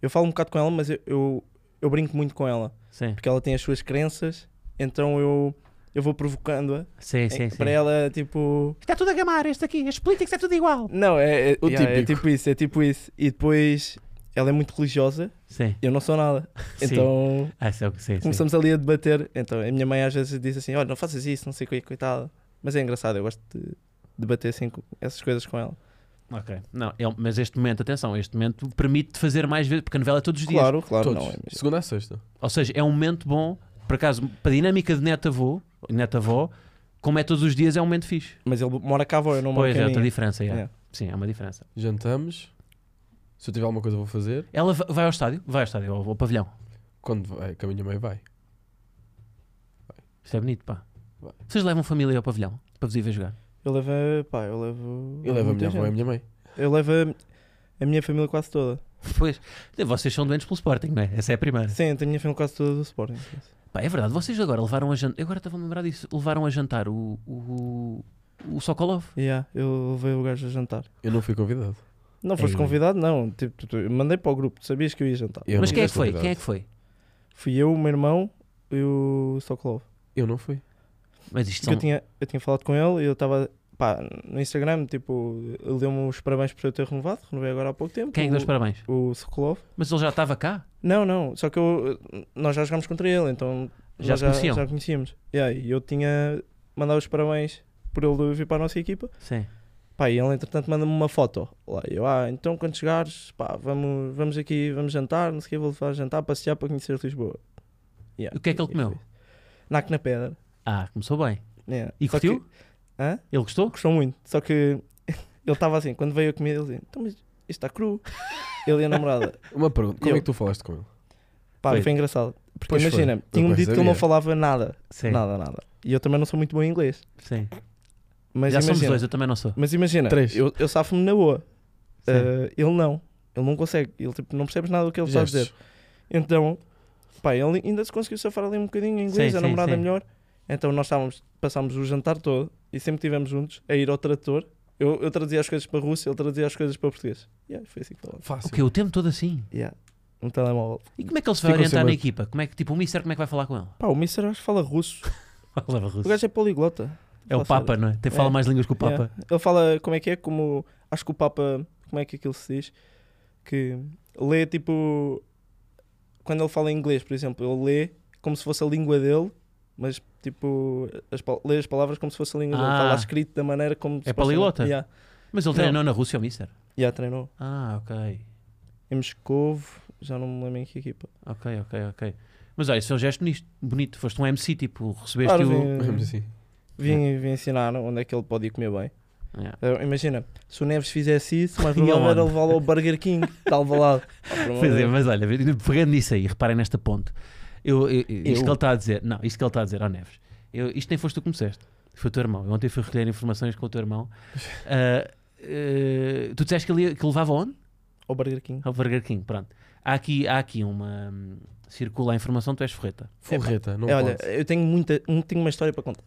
Speaker 2: eu falo um bocado com ela, mas eu, eu, eu brinco muito com ela.
Speaker 1: Sim,
Speaker 2: Porque ela tem as suas crenças, então eu, eu vou provocando-a.
Speaker 1: sim, sim.
Speaker 2: em-
Speaker 1: sim.
Speaker 2: Para ela, tipo.
Speaker 1: Está tudo a gamar, este aqui. As políticas é tudo igual.
Speaker 2: Não, é, é,
Speaker 3: O
Speaker 2: yeah, é
Speaker 3: típico.
Speaker 2: tipo isso, é tipo isso. E depois ela é muito religiosa,
Speaker 1: Sim.
Speaker 2: eu não sou nada.
Speaker 1: Sim.
Speaker 2: Então
Speaker 1: Ah, sim, sim, sim.
Speaker 2: começamos ali a debater. Então a minha mãe às vezes diz assim: Olha, não faças isso, não sei o que, coitada. Mas é engraçado, eu gosto de debater assim, com- essas coisas com ela.
Speaker 1: Ok. Não, é um- mas este momento, atenção, este momento permite-te fazer mais vezes, porque a novela é todos os dias.
Speaker 2: Claro, claro,
Speaker 3: Todos.
Speaker 2: não é mesmo.
Speaker 3: Segunda a sexta.
Speaker 1: Ou seja, é um momento bom, por acaso, para a dinâmica de neto-avô, neto-avó, como é todos os dias, é um momento fixe.
Speaker 2: Mas ele mora cá, avó, eu não moro
Speaker 1: pois
Speaker 2: cá.
Speaker 1: é,
Speaker 3: tá
Speaker 1: outra diferença. yeah.
Speaker 2: É.
Speaker 1: Sim, é uma diferença.
Speaker 3: Jantamos. Se eu tiver alguma coisa, vou fazer.
Speaker 1: Ela va- vai ao estádio? Vai ao estádio, ao, ao pavilhão.
Speaker 3: Quando vai, que a minha mãe vai.
Speaker 1: Isto é bonito, pá.
Speaker 3: Vai.
Speaker 1: Vocês levam família ao pavilhão para vos ir ver jogar?
Speaker 2: Eu levo, pá, eu levo.
Speaker 3: Eu levo a minha
Speaker 2: muita
Speaker 3: avó e a
Speaker 2: gente.
Speaker 3: minha mãe.
Speaker 2: Eu levo a, a minha família quase toda.
Speaker 1: Pois, vocês são doentes pelo Sporting, não é? Essa é a primeira.
Speaker 2: Sim, eu tenho a minha família quase toda do Sporting.
Speaker 1: Pá, é verdade, vocês agora levaram a jantar. Agora estava a lembrar disso. Levaram a jantar o, o, o Sokolov.
Speaker 2: Yeah, eu levei o gajo a jantar.
Speaker 3: Eu não fui convidado. É
Speaker 2: Não foste
Speaker 1: Ei.
Speaker 2: convidado, não. Tipo, tu- tu- eu mandei para o grupo, tu sabias que eu ia jantar.
Speaker 3: Eu
Speaker 1: Mas
Speaker 3: não
Speaker 1: quem é que
Speaker 3: fui
Speaker 1: foi?
Speaker 3: convidado.
Speaker 1: Quem é que foi?
Speaker 2: Fui eu, o meu irmão e o Sokolov.
Speaker 3: Eu não fui.
Speaker 1: Mas isto
Speaker 2: Que
Speaker 1: são...
Speaker 2: Eu, tinha, eu tinha falado com ele e eu estava pá, no Instagram, tipo, ele deu-me os parabéns por eu ter renovado, renovei agora há pouco tempo.
Speaker 1: Quem é que deu os
Speaker 2: O-
Speaker 1: parabéns?
Speaker 2: O Sokolov.
Speaker 1: Mas ele já estava cá?
Speaker 2: Não, não, só que eu, nós já jogámos contra ele, então
Speaker 1: Já
Speaker 2: nós
Speaker 1: se conheciam?
Speaker 2: já conhecíamos. Yeah, e eu tinha mandado os parabéns por ele vir para a nossa equipa.
Speaker 1: Sim.
Speaker 2: Pá, e ele entretanto manda-me uma foto. Lá, e eu, ah, então quando chegares, pá, vamos, vamos aqui, vamos jantar, não sei o que, vou levar jantar, passear para conhecer Lisboa. Yeah,
Speaker 1: O que é que ele
Speaker 2: e
Speaker 1: comeu?
Speaker 2: foi. Naco na pedra.
Speaker 1: Ah, começou bem.
Speaker 2: Yeah.
Speaker 1: E
Speaker 2: Só
Speaker 1: curtiu?
Speaker 2: que- Hã?
Speaker 1: Ele gostou?
Speaker 2: Gostou muito, só que ele estava assim, quando veio a comida, ele dizia, então mas isto está cru. ele e a namorada.
Speaker 3: Uma pergunta. Como
Speaker 2: Eu-
Speaker 3: é que tu falaste com ele?
Speaker 2: Pá,
Speaker 1: Foi.
Speaker 2: foi, engraçado. Porque
Speaker 3: Pois foi.
Speaker 2: imagina,
Speaker 3: Eu
Speaker 2: tinha-me
Speaker 3: pois
Speaker 2: dito que ele não
Speaker 3: sabia.
Speaker 2: falava nada,
Speaker 1: Sim.
Speaker 2: nada, nada. E eu também não sou muito bom em inglês.
Speaker 1: Sim.
Speaker 2: Mas
Speaker 1: já somos
Speaker 2: imagina,
Speaker 1: dois, eu também não sou.
Speaker 2: Mas imagina,
Speaker 3: Três.
Speaker 2: eu, eu safo-me na boa.
Speaker 1: Sim.
Speaker 2: Ah, ele não. Ele não consegue. Ele tipo, não percebes nada do que ele está a dizer.
Speaker 3: Gestos.
Speaker 2: Então, pá, ele ainda se conseguiu safar ali um bocadinho em inglês,
Speaker 1: Sim,
Speaker 2: a
Speaker 1: sim,
Speaker 2: namorada
Speaker 1: sim.
Speaker 2: melhor. Então nós estávamos, passámos o jantar todo e sempre estivemos juntos a ir ao trator. Eu, eu traduzia as coisas para russo, ele traduzia as coisas para português. Yeah, foi assim que falava.
Speaker 1: O
Speaker 3: Fácil.
Speaker 1: que O tempo todo assim?
Speaker 2: Yeah. Um telemóvel.
Speaker 1: E como é que ele se vai
Speaker 3: Ficam
Speaker 1: orientar
Speaker 3: sem
Speaker 1: na
Speaker 3: medo.
Speaker 1: equipa? Como é que, tipo, o Mister, como é que vai falar com ele?
Speaker 2: Pá, o Mister acho que fala russo.
Speaker 1: Leva russo.
Speaker 2: O gajo é poliglota.
Speaker 1: É o
Speaker 2: Fala
Speaker 1: Papa, não é? Até
Speaker 2: É.
Speaker 1: fala mais línguas que o Papa.
Speaker 2: Yeah. Ele fala como é que é, como acho que o Papa, como é que aquilo se diz? Que lê tipo quando ele fala em inglês, por exemplo, ele lê como se fosse a língua dele, mas tipo as, pa- lê as palavras como se fosse a língua dele,
Speaker 1: Ah. É
Speaker 2: fala escrito da maneira como se fosse-
Speaker 1: poliglota?
Speaker 2: Yeah.
Speaker 1: Mas ele
Speaker 2: Não.
Speaker 1: treinou na Rússia, o Mister.
Speaker 2: Yeah, treinou
Speaker 1: Ah, ok.
Speaker 2: em Moscovo, já não me lembro em que equipa.
Speaker 1: Ok, ok, ok. Mas olha, isso foi um gesto nisto- bonito. Foste um MC, tipo, recebeste
Speaker 2: Claro,
Speaker 1: o.
Speaker 3: Vamos
Speaker 2: vim,
Speaker 3: assim.
Speaker 2: vim, vim ensinar onde é que ele pode ir comer bem.
Speaker 1: Yeah.
Speaker 2: Eh, imagina, se o Neves fizesse isso, mais
Speaker 1: Ia
Speaker 2: provável era
Speaker 1: onde?
Speaker 2: levá-lo ao Burger King, talvez lá.
Speaker 1: Pois é, mas olha, pegando nisso aí, reparem nesta ponte. Eu, eu- eu- isto
Speaker 3: Eu?
Speaker 1: que ele está a dizer, não, isto que ele está a dizer, ó Neves, eu, isto nem foste tu que começaste, foi o teu irmão. Eu ontem fui recolher informações com o teu irmão. Ah, ah, tu disseste que ele, ia- que levava onde?
Speaker 2: Ao Burger King.
Speaker 1: Ao Burger King, pronto. Há aqui, há aqui uma. hum, Circula a informação, tu és forreta.
Speaker 3: Forreta. Não
Speaker 2: É, olha,
Speaker 3: pode.
Speaker 2: eu tenho, muita, um- tenho uma história para contar.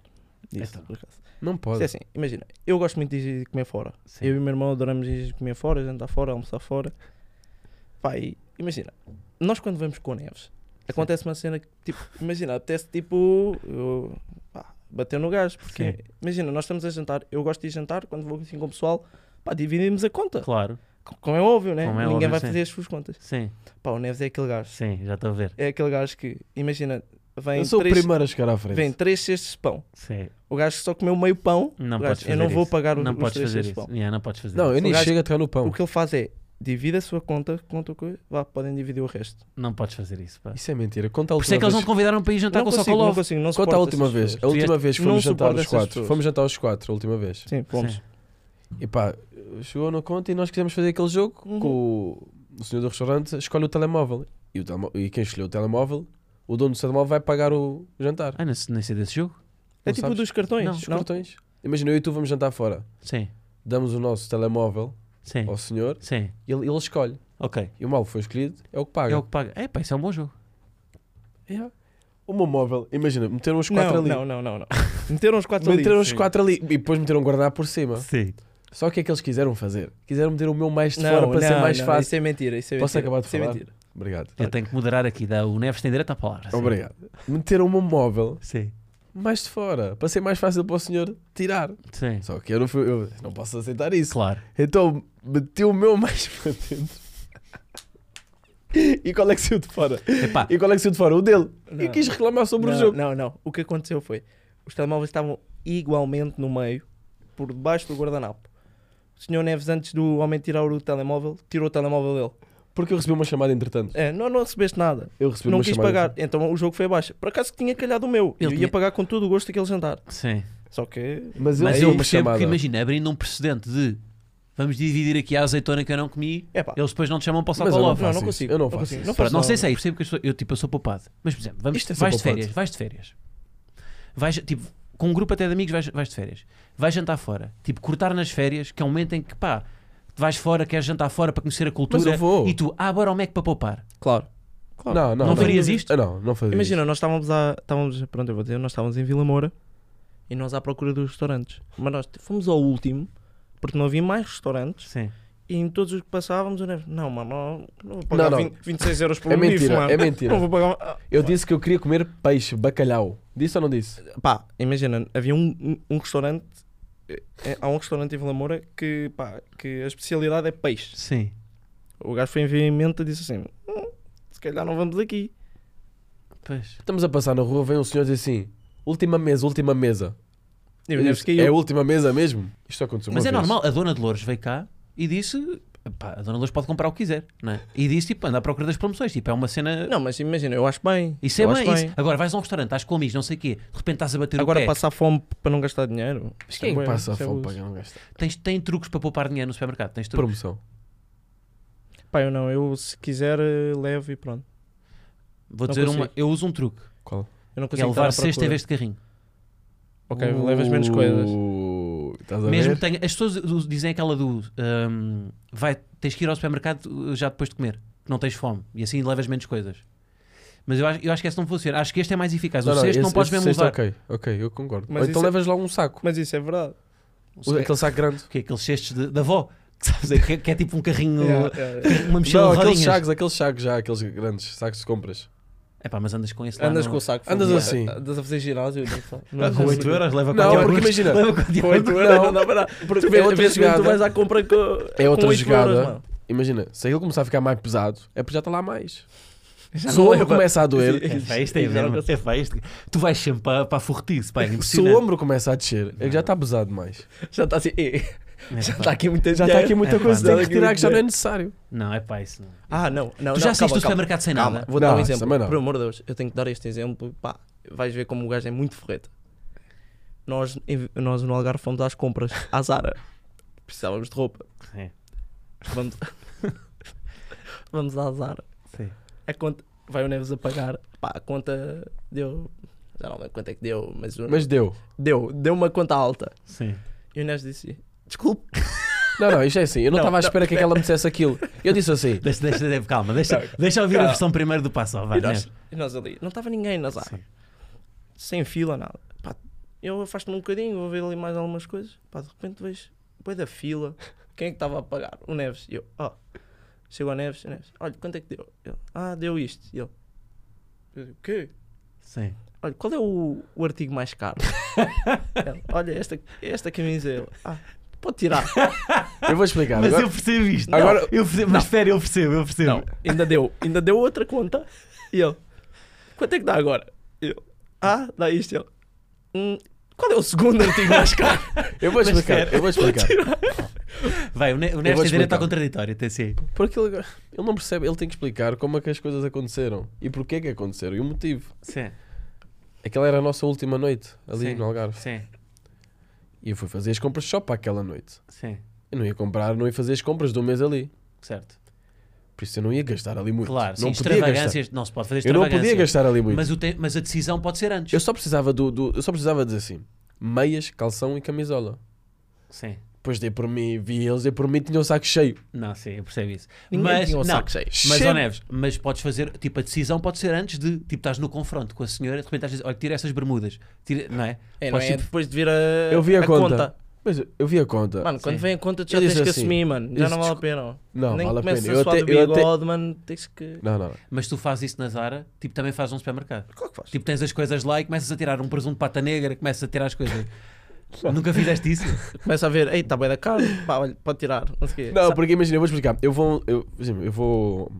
Speaker 2: Disso,
Speaker 1: Então.
Speaker 2: por acaso.
Speaker 3: Não
Speaker 2: Isto é
Speaker 3: pode.
Speaker 2: assim, imagina, eu gosto muito de ir comer fora.
Speaker 1: Sim.
Speaker 2: Eu e o meu irmão adoramos ir comer fora, jantar fora, almoçar fora. Pá, e imagina, nós quando vamos com o Neves, acontece uma cena que, tipo, imagina, apetece tipo, eu, pá, bater no gás. Porque,
Speaker 1: Sim.
Speaker 2: imagina, nós estamos a jantar, eu gosto de ir jantar, quando vou assim com o pessoal, pá, dividimos a conta.
Speaker 1: Claro,
Speaker 2: Co- Como é óbvio, né?
Speaker 1: Como é
Speaker 2: Ninguém
Speaker 1: óbvio,
Speaker 2: vai
Speaker 1: sim.
Speaker 2: fazer as suas contas.
Speaker 1: sim,
Speaker 2: Pá, o Neves é aquele gajo.
Speaker 1: sim, já estou a ver.
Speaker 2: É aquele gajo que, imagina, vem,
Speaker 3: Eu sou
Speaker 2: três,
Speaker 3: o primeiro a chegar à frente.
Speaker 2: um vem três cestos de pão.
Speaker 1: Sim.
Speaker 2: O gajo só comeu meio pão.
Speaker 1: Não
Speaker 2: o
Speaker 1: podes
Speaker 2: gajo,
Speaker 1: fazer
Speaker 2: eu não vou
Speaker 1: isso.
Speaker 2: pagar o,
Speaker 1: não
Speaker 2: os
Speaker 1: podes
Speaker 2: três
Speaker 1: fazer
Speaker 2: cestos de
Speaker 1: isso.
Speaker 2: pão.
Speaker 1: Yeah, não podes fazer
Speaker 3: Não,
Speaker 1: isso.
Speaker 3: eu nem
Speaker 2: gajo-
Speaker 3: chego a tocar no pão.
Speaker 2: O que ele faz é divide a sua conta, conta o que vá, podem dividir o resto.
Speaker 1: Não podes fazer isso. Pá.
Speaker 3: Isso é mentira. Conta a
Speaker 1: Por isso é
Speaker 3: última
Speaker 1: que eles não
Speaker 3: vez.
Speaker 1: te convidaram para ir jantar
Speaker 3: tá
Speaker 1: com
Speaker 2: não
Speaker 1: o
Speaker 2: consigo, não
Speaker 1: Sokolov.
Speaker 2: consigo, não
Speaker 3: Conta
Speaker 2: suporto
Speaker 3: a última
Speaker 2: essas
Speaker 3: vez. É A
Speaker 2: pessoas.
Speaker 3: última vez fomos
Speaker 2: Não
Speaker 3: jantar
Speaker 2: suporto
Speaker 3: os
Speaker 2: essas
Speaker 3: quatro.
Speaker 2: pessoas.
Speaker 3: Fomos jantar os quatro a última vez.
Speaker 2: Sim, É vamos.
Speaker 1: Sim.
Speaker 3: E pá, chegou na conta e nós quisemos fazer aquele jogo
Speaker 2: Uhum.
Speaker 3: com o, o senhor do restaurante escolhe o telemóvel. E, o telemo- e quem escolheu o telemóvel, o dono do telemóvel vai pagar o jantar.
Speaker 1: Ah, não, nem sei desse jogo?
Speaker 2: É tipo
Speaker 3: sabes?
Speaker 2: dos cartões,
Speaker 1: Não,
Speaker 2: não?
Speaker 3: Os cartões. Imagina, eu e tu vamos jantar fora.
Speaker 1: Sim.
Speaker 3: damos o nosso telemóvel
Speaker 1: Sim.
Speaker 3: ao senhor
Speaker 1: Sim.
Speaker 3: e ele, ele escolhe.
Speaker 1: Ok.
Speaker 3: E o mal que foi escolhido, é o que
Speaker 1: É
Speaker 3: paga.
Speaker 1: o que paga. É, pá, isso é um bom jogo.
Speaker 3: É. O meu móvel, imagina, meteram os quatro
Speaker 2: Não,
Speaker 3: ali.
Speaker 2: não, não, não, não. Meteram os quatro ali.
Speaker 3: meteram os
Speaker 2: sim.
Speaker 3: quatro ali e depois meteram um guardar por cima.
Speaker 1: Sim.
Speaker 3: Só o que é que eles quiseram fazer? Quiseram meter o meu mais de
Speaker 2: Não,
Speaker 3: fora para ser
Speaker 2: não,
Speaker 3: mais
Speaker 2: não,
Speaker 3: fácil.
Speaker 2: Isso é mentira. Isso é
Speaker 3: Posso
Speaker 2: mentira,
Speaker 3: acabar de
Speaker 2: isso é Então, tá
Speaker 3: falar?
Speaker 2: mentira.
Speaker 3: Obrigado.
Speaker 1: Eu tenho que moderar aqui. Dá, o Neves tem direito à palavra. sim.
Speaker 3: Obrigado. Meteram o meu móvel
Speaker 1: Sim.
Speaker 3: mais de fora para ser mais fácil para o senhor tirar.
Speaker 1: Sim.
Speaker 3: Só que eu não, fui- eu não posso aceitar isso.
Speaker 1: Claro.
Speaker 3: Então meti o meu mais para dentro. E qual é que saiu de fora?
Speaker 1: Epá,
Speaker 3: E qual é que saiu de fora? O dele. E
Speaker 2: Não.
Speaker 3: quis reclamar sobre
Speaker 2: não,
Speaker 3: o jogo.
Speaker 2: Não, não. O que aconteceu foi: os telemóveis estavam igualmente no meio, por debaixo do guardanapo. O senhor Neves, antes do homem tirar o telemóvel, tirou o telemóvel dele.
Speaker 3: Porque eu recebi uma chamada entretanto.
Speaker 2: É, não, não recebeste nada.
Speaker 3: Eu recebi
Speaker 2: não
Speaker 3: uma
Speaker 2: quis
Speaker 3: chamada.
Speaker 2: pagar. Então o jogo foi abaixo. Por acaso que tinha calhado o meu.
Speaker 1: Ele
Speaker 2: eu
Speaker 1: tinha-
Speaker 2: ia pagar com todo o gosto aquele jantar.
Speaker 1: sim.
Speaker 2: Só que.
Speaker 3: Mas eu
Speaker 1: Mas
Speaker 3: recebi
Speaker 1: eu
Speaker 3: uma
Speaker 1: percebo
Speaker 3: chamada.
Speaker 1: que, imagina, abrindo um precedente de vamos dividir aqui a azeitona que eu não comi,
Speaker 2: Epá.
Speaker 1: eles depois não te chamam para o
Speaker 3: Mas eu não
Speaker 1: Sacolov.
Speaker 3: faço
Speaker 2: Não, não
Speaker 3: isso.
Speaker 2: consigo.
Speaker 3: Eu não faço
Speaker 2: consigo.
Speaker 3: isso.
Speaker 2: Não
Speaker 1: Pronto,
Speaker 2: faço
Speaker 1: não
Speaker 2: nada.
Speaker 1: sei se é isso, percebo que eu sou, eu, tipo, eu sou poupado. Mas, por exemplo, vamos,
Speaker 3: Isto é ser
Speaker 1: vais de
Speaker 3: poupado.
Speaker 1: férias, vais de férias. Vais, tipo, com um grupo até de amigos, vais, vais de férias. Vais jantar fora. Tipo, cortar nas férias, que é um momento em que, pá, vais fora, queres jantar fora para conhecer a cultura.
Speaker 3: Mas eu vou.
Speaker 1: E tu, ah, bora ao Mac para poupar.
Speaker 2: Claro. Claro.
Speaker 3: Não, não,
Speaker 1: é- Não farias isto?
Speaker 3: Ah, Não, não fazia
Speaker 2: Imagina, nós estávamos a. Estávamos, pronto, eu vou dizer, nós estávamos em Vila Moura e nós à procura dos restaurantes. Mas nós fomos ao último, porque não havia mais restaurantes.
Speaker 1: Sim.
Speaker 2: E em todos os que passávamos, eu neves não, mano, não- não vou
Speaker 3: Não,
Speaker 2: pagar
Speaker 3: não.
Speaker 2: 20 26 euros por
Speaker 3: É
Speaker 2: um bife,
Speaker 3: mentira,
Speaker 2: mano.
Speaker 3: é mentira.
Speaker 2: Não vou pagar. ah,
Speaker 3: Eu disse que eu queria comer peixe, bacalhau. Disse ou não disse?
Speaker 2: Pá, imagina, havia um, um- um restaurante, eh, eh, há um restaurante em Vila Moura que, pá, que a especialidade é peixe.
Speaker 1: Sim.
Speaker 2: O gajo foi em veemento e disse assim: "Hum, se calhar não vamos aqui.
Speaker 1: Pois.
Speaker 3: Estamos a passar na rua, vem um senhor e diz assim: última mesa, última mesa.
Speaker 2: E
Speaker 3: Eu
Speaker 2: o Neves
Speaker 3: disse,
Speaker 2: caiu.
Speaker 3: é a última mesa mesmo? Isto aconteceu uma
Speaker 1: Mas é
Speaker 3: vez.
Speaker 1: normal, a dona de Lourdes veio cá e disse. Pá, a Dona Lourdes pode comprar o que quiser, não é? E disse, tipo, anda à procura das promoções. Tipo, é uma cena.
Speaker 2: Não, mas imagina, eu acho bem.
Speaker 1: Isso é
Speaker 2: eu
Speaker 1: bem,
Speaker 2: acho
Speaker 1: isso. é. Agora vais a um restaurante, estás com amigos, não sei o quê, de repente estás a bater o
Speaker 2: Agora
Speaker 1: pé.
Speaker 2: passar fome para não gastar dinheiro.
Speaker 3: Mas quem é
Speaker 2: Isso bué,
Speaker 3: que passa a
Speaker 2: isso é
Speaker 3: fome
Speaker 2: abuso.
Speaker 3: para não gastar?
Speaker 1: Tens, tem truques para poupar dinheiro no supermercado? Tens truques?
Speaker 3: Promoção.
Speaker 2: Pá, eu não, eu se quiser eh, levo e pronto.
Speaker 1: Vou
Speaker 2: Não
Speaker 1: dizer uma.
Speaker 2: consigo.
Speaker 1: Eu uso um truque.
Speaker 3: Qual?
Speaker 2: Eu não
Speaker 1: Que é
Speaker 2: consigo estar à
Speaker 1: levar cesta em
Speaker 2: procura.
Speaker 1: vez de carrinho.
Speaker 2: Ok, levas menos coisas.
Speaker 3: Uh, Estás a
Speaker 1: Mesmo
Speaker 3: ver?
Speaker 1: que tenha- as pessoas do- dizem aquela do hum, vai, tens que ir ao supermercado uh, já depois de comer, que não tens fome, e assim levas menos coisas. Mas eu acho, eu acho que esse não funciona. Acho que este é mais eficaz. o cesto não
Speaker 3: esse-
Speaker 1: podes
Speaker 3: esse
Speaker 1: mesmo
Speaker 3: cesto,
Speaker 1: levar.
Speaker 3: Ok, ok, eu concordo.
Speaker 2: Mas
Speaker 3: Ou então
Speaker 2: isso é-
Speaker 3: levas lá um saco.
Speaker 2: Mas isso é verdade.
Speaker 1: Um
Speaker 3: O- Aquele saco grande.
Speaker 1: O quê? Aqueles cestos de- da avó, que, sabes, é que- que é tipo um carrinho,
Speaker 2: Yeah, yeah, yeah.
Speaker 1: uma
Speaker 3: não,
Speaker 1: mochila de
Speaker 3: aqueles
Speaker 1: rodinhas.
Speaker 3: sacos, aqueles sacos já, aqueles grandes sacos de compras.
Speaker 1: É pá, mas andas com esse lá
Speaker 2: Andas
Speaker 1: no-
Speaker 2: com o saco.
Speaker 3: Andas
Speaker 2: fudido.
Speaker 3: assim.
Speaker 2: Andas a fazer ginásio.
Speaker 1: Não, com 8 euros, leva
Speaker 3: Não,
Speaker 1: quatro
Speaker 3: porque
Speaker 1: euros.
Speaker 3: imagina,
Speaker 1: Leva quatro
Speaker 2: Com
Speaker 1: euros.
Speaker 2: 8 euros não dá para nada.
Speaker 3: Porque
Speaker 2: Tu
Speaker 3: é
Speaker 2: vê-
Speaker 3: outra
Speaker 2: vês que
Speaker 3: jogada.
Speaker 2: tu vais à compra com.
Speaker 3: É outra
Speaker 2: com oito
Speaker 3: jogada.
Speaker 2: euros, mano.
Speaker 3: Imagina, se aquilo começar a ficar mais pesado, é porque já está lá mais. Se o ombro começa a doer,
Speaker 1: É pá, isto é mesmo. É pá, isto- Tu vais sempre para, para a fortice, pá, é
Speaker 3: se o
Speaker 1: impressionante.
Speaker 3: ombro começa a descer, é que já está pesado mais.
Speaker 2: Já está assim. "Ei,
Speaker 1: É
Speaker 2: Já
Speaker 1: pá.
Speaker 2: está Tá aqui muita
Speaker 3: Já está aqui muita
Speaker 1: É pá,
Speaker 3: coisa,
Speaker 1: não.
Speaker 3: tem que
Speaker 2: tá
Speaker 3: retirar que já não é necessário.
Speaker 1: Não, é pá, isso não.
Speaker 2: Ah, não. não
Speaker 1: Tu
Speaker 2: não,
Speaker 1: já saíste
Speaker 2: calma,
Speaker 1: do
Speaker 2: calma.
Speaker 1: supermercado sem
Speaker 2: Calma,
Speaker 1: nada?
Speaker 2: vou
Speaker 3: Não,
Speaker 2: dar um
Speaker 3: isso
Speaker 2: exemplo.
Speaker 3: também não.
Speaker 2: Por amor de Deus, eu tenho que dar este exemplo. Pá, vais ver como o gajo é muito ferreta. Nós, em- nós no Algarve fomos às compras, à Zara. Precisávamos de roupa.
Speaker 1: Sim.
Speaker 2: Vamos, Vamos à Zara.
Speaker 1: Sim.
Speaker 2: A conta... Vai o Neves a pagar. Pá, a conta deu. Já não lembro quanto é que deu, mas, o-
Speaker 3: Mas deu.
Speaker 2: deu. Deu uma conta alta.
Speaker 1: Sim.
Speaker 2: E o Neves disse: Desculpe.
Speaker 3: Não, não, isto é assim. Eu não
Speaker 2: Não,
Speaker 3: estava à
Speaker 2: não.
Speaker 3: espera que, é que ela me dissesse aquilo. Eu disse assim.
Speaker 1: Deixa, deixa, deixa- calma, deixa, deixa ouvir a versão primeiro do passo. ó, Vai,
Speaker 2: E nós,
Speaker 1: né?
Speaker 2: e nós ali, não estava ninguém na Zara.
Speaker 1: Sim.
Speaker 2: Sem fila, nada. Pá, eu afasto-me um bocadinho, vou ver ali mais algumas coisas. Pá, de repente vejo, depois da fila, quem é que estava a pagar? O Neves. E eu, ó. Chegou a Neves, o Neves, olha, quanto é que deu? Ele, ah, deu isto. E ele, eu, o quê?
Speaker 1: Sim.
Speaker 2: Olha, qual é o, o artigo mais caro? Ele, olha, esta, esta camisa. Ele, ah, pode tirar.
Speaker 3: Eu vou explicar.
Speaker 1: Mas
Speaker 3: agora-
Speaker 1: eu percebo isto.
Speaker 3: Não, Agora-
Speaker 1: eu percebo, mas espera, eu percebo, eu percebo.
Speaker 2: Não, ainda deu, ainda deu outra conta. E ele, quanto é que dá agora? Eu, ah, dá isto. Ele, hum, qual é o segundo artigo mais caro?
Speaker 3: Eu vou explicar,
Speaker 1: espera.
Speaker 3: eu vou explicar.
Speaker 1: Vai, o Ne- o
Speaker 3: vou
Speaker 1: Neves tem direito
Speaker 3: explicar.
Speaker 1: ao contraditório, até sim.
Speaker 3: Porque ele, ele não percebe, ele tem que explicar como é que as coisas aconteceram e porquê que aconteceram e o motivo.
Speaker 1: Sim,
Speaker 3: Aquela era a nossa última noite ali
Speaker 1: Sim.
Speaker 3: no Algarve.
Speaker 1: sim,
Speaker 3: E eu fui fazer as compras só para aquela noite.
Speaker 1: sim.
Speaker 3: Eu não ia comprar, não ia fazer as compras do mês ali.
Speaker 1: Certo.
Speaker 3: Por isso eu não ia gastar ali muito.
Speaker 1: Claro, sim,
Speaker 3: não podia gastar.
Speaker 1: extravagâncias. Não se pode fazer
Speaker 3: Eu não
Speaker 1: extravagância.
Speaker 3: podia gastar ali muito.
Speaker 1: Mas, o te- mas a decisão pode ser antes.
Speaker 3: Eu só precisava do, do- eu só precisava dizer assim: meias, calção e camisola.
Speaker 1: Sim.
Speaker 3: Depois dei por mim, vi eles, dei por mim, tinha um saco cheio.
Speaker 1: Não, sim, eu percebo isso.
Speaker 3: Ninguém
Speaker 1: mas,
Speaker 3: tinha um
Speaker 1: não,
Speaker 3: saco cheio.
Speaker 1: Mas, ó
Speaker 3: Sempre.
Speaker 1: Neves, mas podes fazer, tipo, a decisão pode ser antes de, tipo, estás no confronto com a senhora, de repente estás a dizer, olha, tira essas bermudas, tira, não é?
Speaker 2: É, não
Speaker 1: Podes,
Speaker 2: é?
Speaker 1: tipo,
Speaker 2: Depois de vir a,
Speaker 3: Eu vi a conta.
Speaker 2: conta.
Speaker 3: Mas eu- eu vi a conta.
Speaker 2: Mano, quando
Speaker 1: Sim.
Speaker 2: vem a conta, tu
Speaker 3: Eu
Speaker 2: já tens
Speaker 3: disse
Speaker 2: que
Speaker 3: assim,
Speaker 2: assumir, mano. Já
Speaker 3: disse,
Speaker 2: não vale a pena.
Speaker 3: não,
Speaker 2: Nem
Speaker 3: vale a
Speaker 2: começas
Speaker 3: pena. Eu
Speaker 2: suar
Speaker 3: até,
Speaker 2: do
Speaker 3: eu até-
Speaker 2: bigode, mano. Tens que.
Speaker 3: Não, não, não.
Speaker 1: Mas tu fazes isso na Zara, tipo, também fazes um supermercado.
Speaker 2: Claro que faz.
Speaker 1: Tipo, tens as coisas lá e começas a tirar um presunto de pata negra, começas a tirar as coisas. Nunca fizeste isso?
Speaker 2: Começa a ver, ei, está bem da cara. Pá, olha, pode tirar. Não sei o quê.
Speaker 3: Não,
Speaker 2: Sabe-
Speaker 3: porque imagina, eu vou explicar. Eu vou, eu, por exemplo, eu vou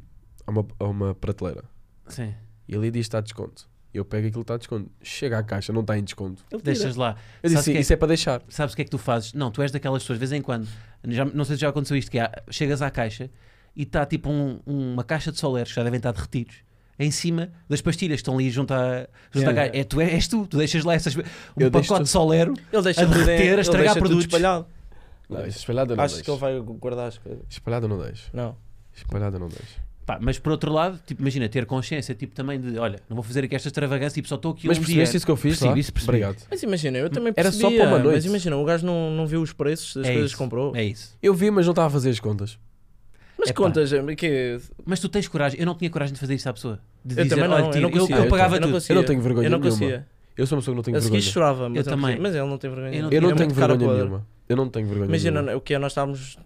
Speaker 3: a uma, a uma prateleira
Speaker 1: Sim,
Speaker 3: e ali diz está a desconto. Eu pego aquilo que está a desconto. Chega à caixa, não está em desconto.
Speaker 2: Ele tira.
Speaker 1: deixas lá.
Speaker 3: Eu
Speaker 1: Sabes
Speaker 3: disse,
Speaker 1: que é-
Speaker 3: isso é para deixar.
Speaker 1: Sabes o que é que tu fazes? Não, tu és daquelas pessoas, de vez em quando, já- não sei se já aconteceu isto, que há- chegas à caixa e está tipo um- uma caixa de soleros que já devem estar derretidos em cima das pastilhas que estão ali junto à, junto à
Speaker 3: Yeah.
Speaker 1: caixa. É, tu, és tu, tu deixas lá essas, um
Speaker 3: Eu deixo
Speaker 1: pacote
Speaker 3: tudo.
Speaker 1: de solero.
Speaker 2: Ele deixa
Speaker 1: A
Speaker 2: tudo em-
Speaker 1: derreter, a
Speaker 2: ele
Speaker 1: estragar
Speaker 2: deixa tudo
Speaker 1: produtos.
Speaker 2: espalhado.
Speaker 3: Não, isso é espalhado eu não
Speaker 2: Achas que ele
Speaker 3: deixo.
Speaker 2: vai guardar as coisas?
Speaker 3: Espalhado eu não deixo.
Speaker 2: Não.
Speaker 3: Espalhado eu não deixo.
Speaker 1: Pá, mas por outro lado, tipo, imagina, ter consciência tipo, também de, olha, não vou fazer aqui esta extravagância, tipo, só estou aqui
Speaker 3: Mas
Speaker 1: um dia.
Speaker 3: percebeste isso que eu fiz?
Speaker 1: Percebi,
Speaker 3: lá?
Speaker 1: isso percebi.
Speaker 3: Obrigado.
Speaker 2: Mas imagina, eu também
Speaker 3: Era
Speaker 2: percebia.
Speaker 3: só para uma noite.
Speaker 2: Mas imagina, o gajo não, não viu os preços das
Speaker 1: É
Speaker 2: coisas
Speaker 1: isso,
Speaker 2: que comprou.
Speaker 1: É isso.
Speaker 3: Eu vi, mas não estava a fazer as contas.
Speaker 2: Mas
Speaker 1: Epá.
Speaker 2: contas, é, que
Speaker 1: Mas tu tens coragem, eu não tinha coragem de fazer isto à pessoa. De
Speaker 2: Eu também não,
Speaker 1: "Olha,
Speaker 2: eu
Speaker 1: tira,
Speaker 2: não conseguia,
Speaker 1: eu pagava
Speaker 2: eu não
Speaker 1: tudo.
Speaker 2: conseguia.
Speaker 3: Eu não tenho vergonha
Speaker 2: eu não
Speaker 3: nenhuma.
Speaker 2: conseguia.
Speaker 3: Eu sou uma pessoa que não tenho
Speaker 2: A seguir
Speaker 3: vergonha.
Speaker 2: chorava, mas
Speaker 1: Eu
Speaker 2: não
Speaker 1: também.
Speaker 2: conseguia. Mas ele não tem vergonha.
Speaker 1: Eu não
Speaker 2: nenhuma.
Speaker 3: Eu não
Speaker 2: É
Speaker 3: tenho
Speaker 2: muito cara
Speaker 3: vergonha
Speaker 2: podre.
Speaker 3: nenhuma. Eu não tenho vergonha nenhuma.
Speaker 2: Imagina, o que é? Nós estávamos,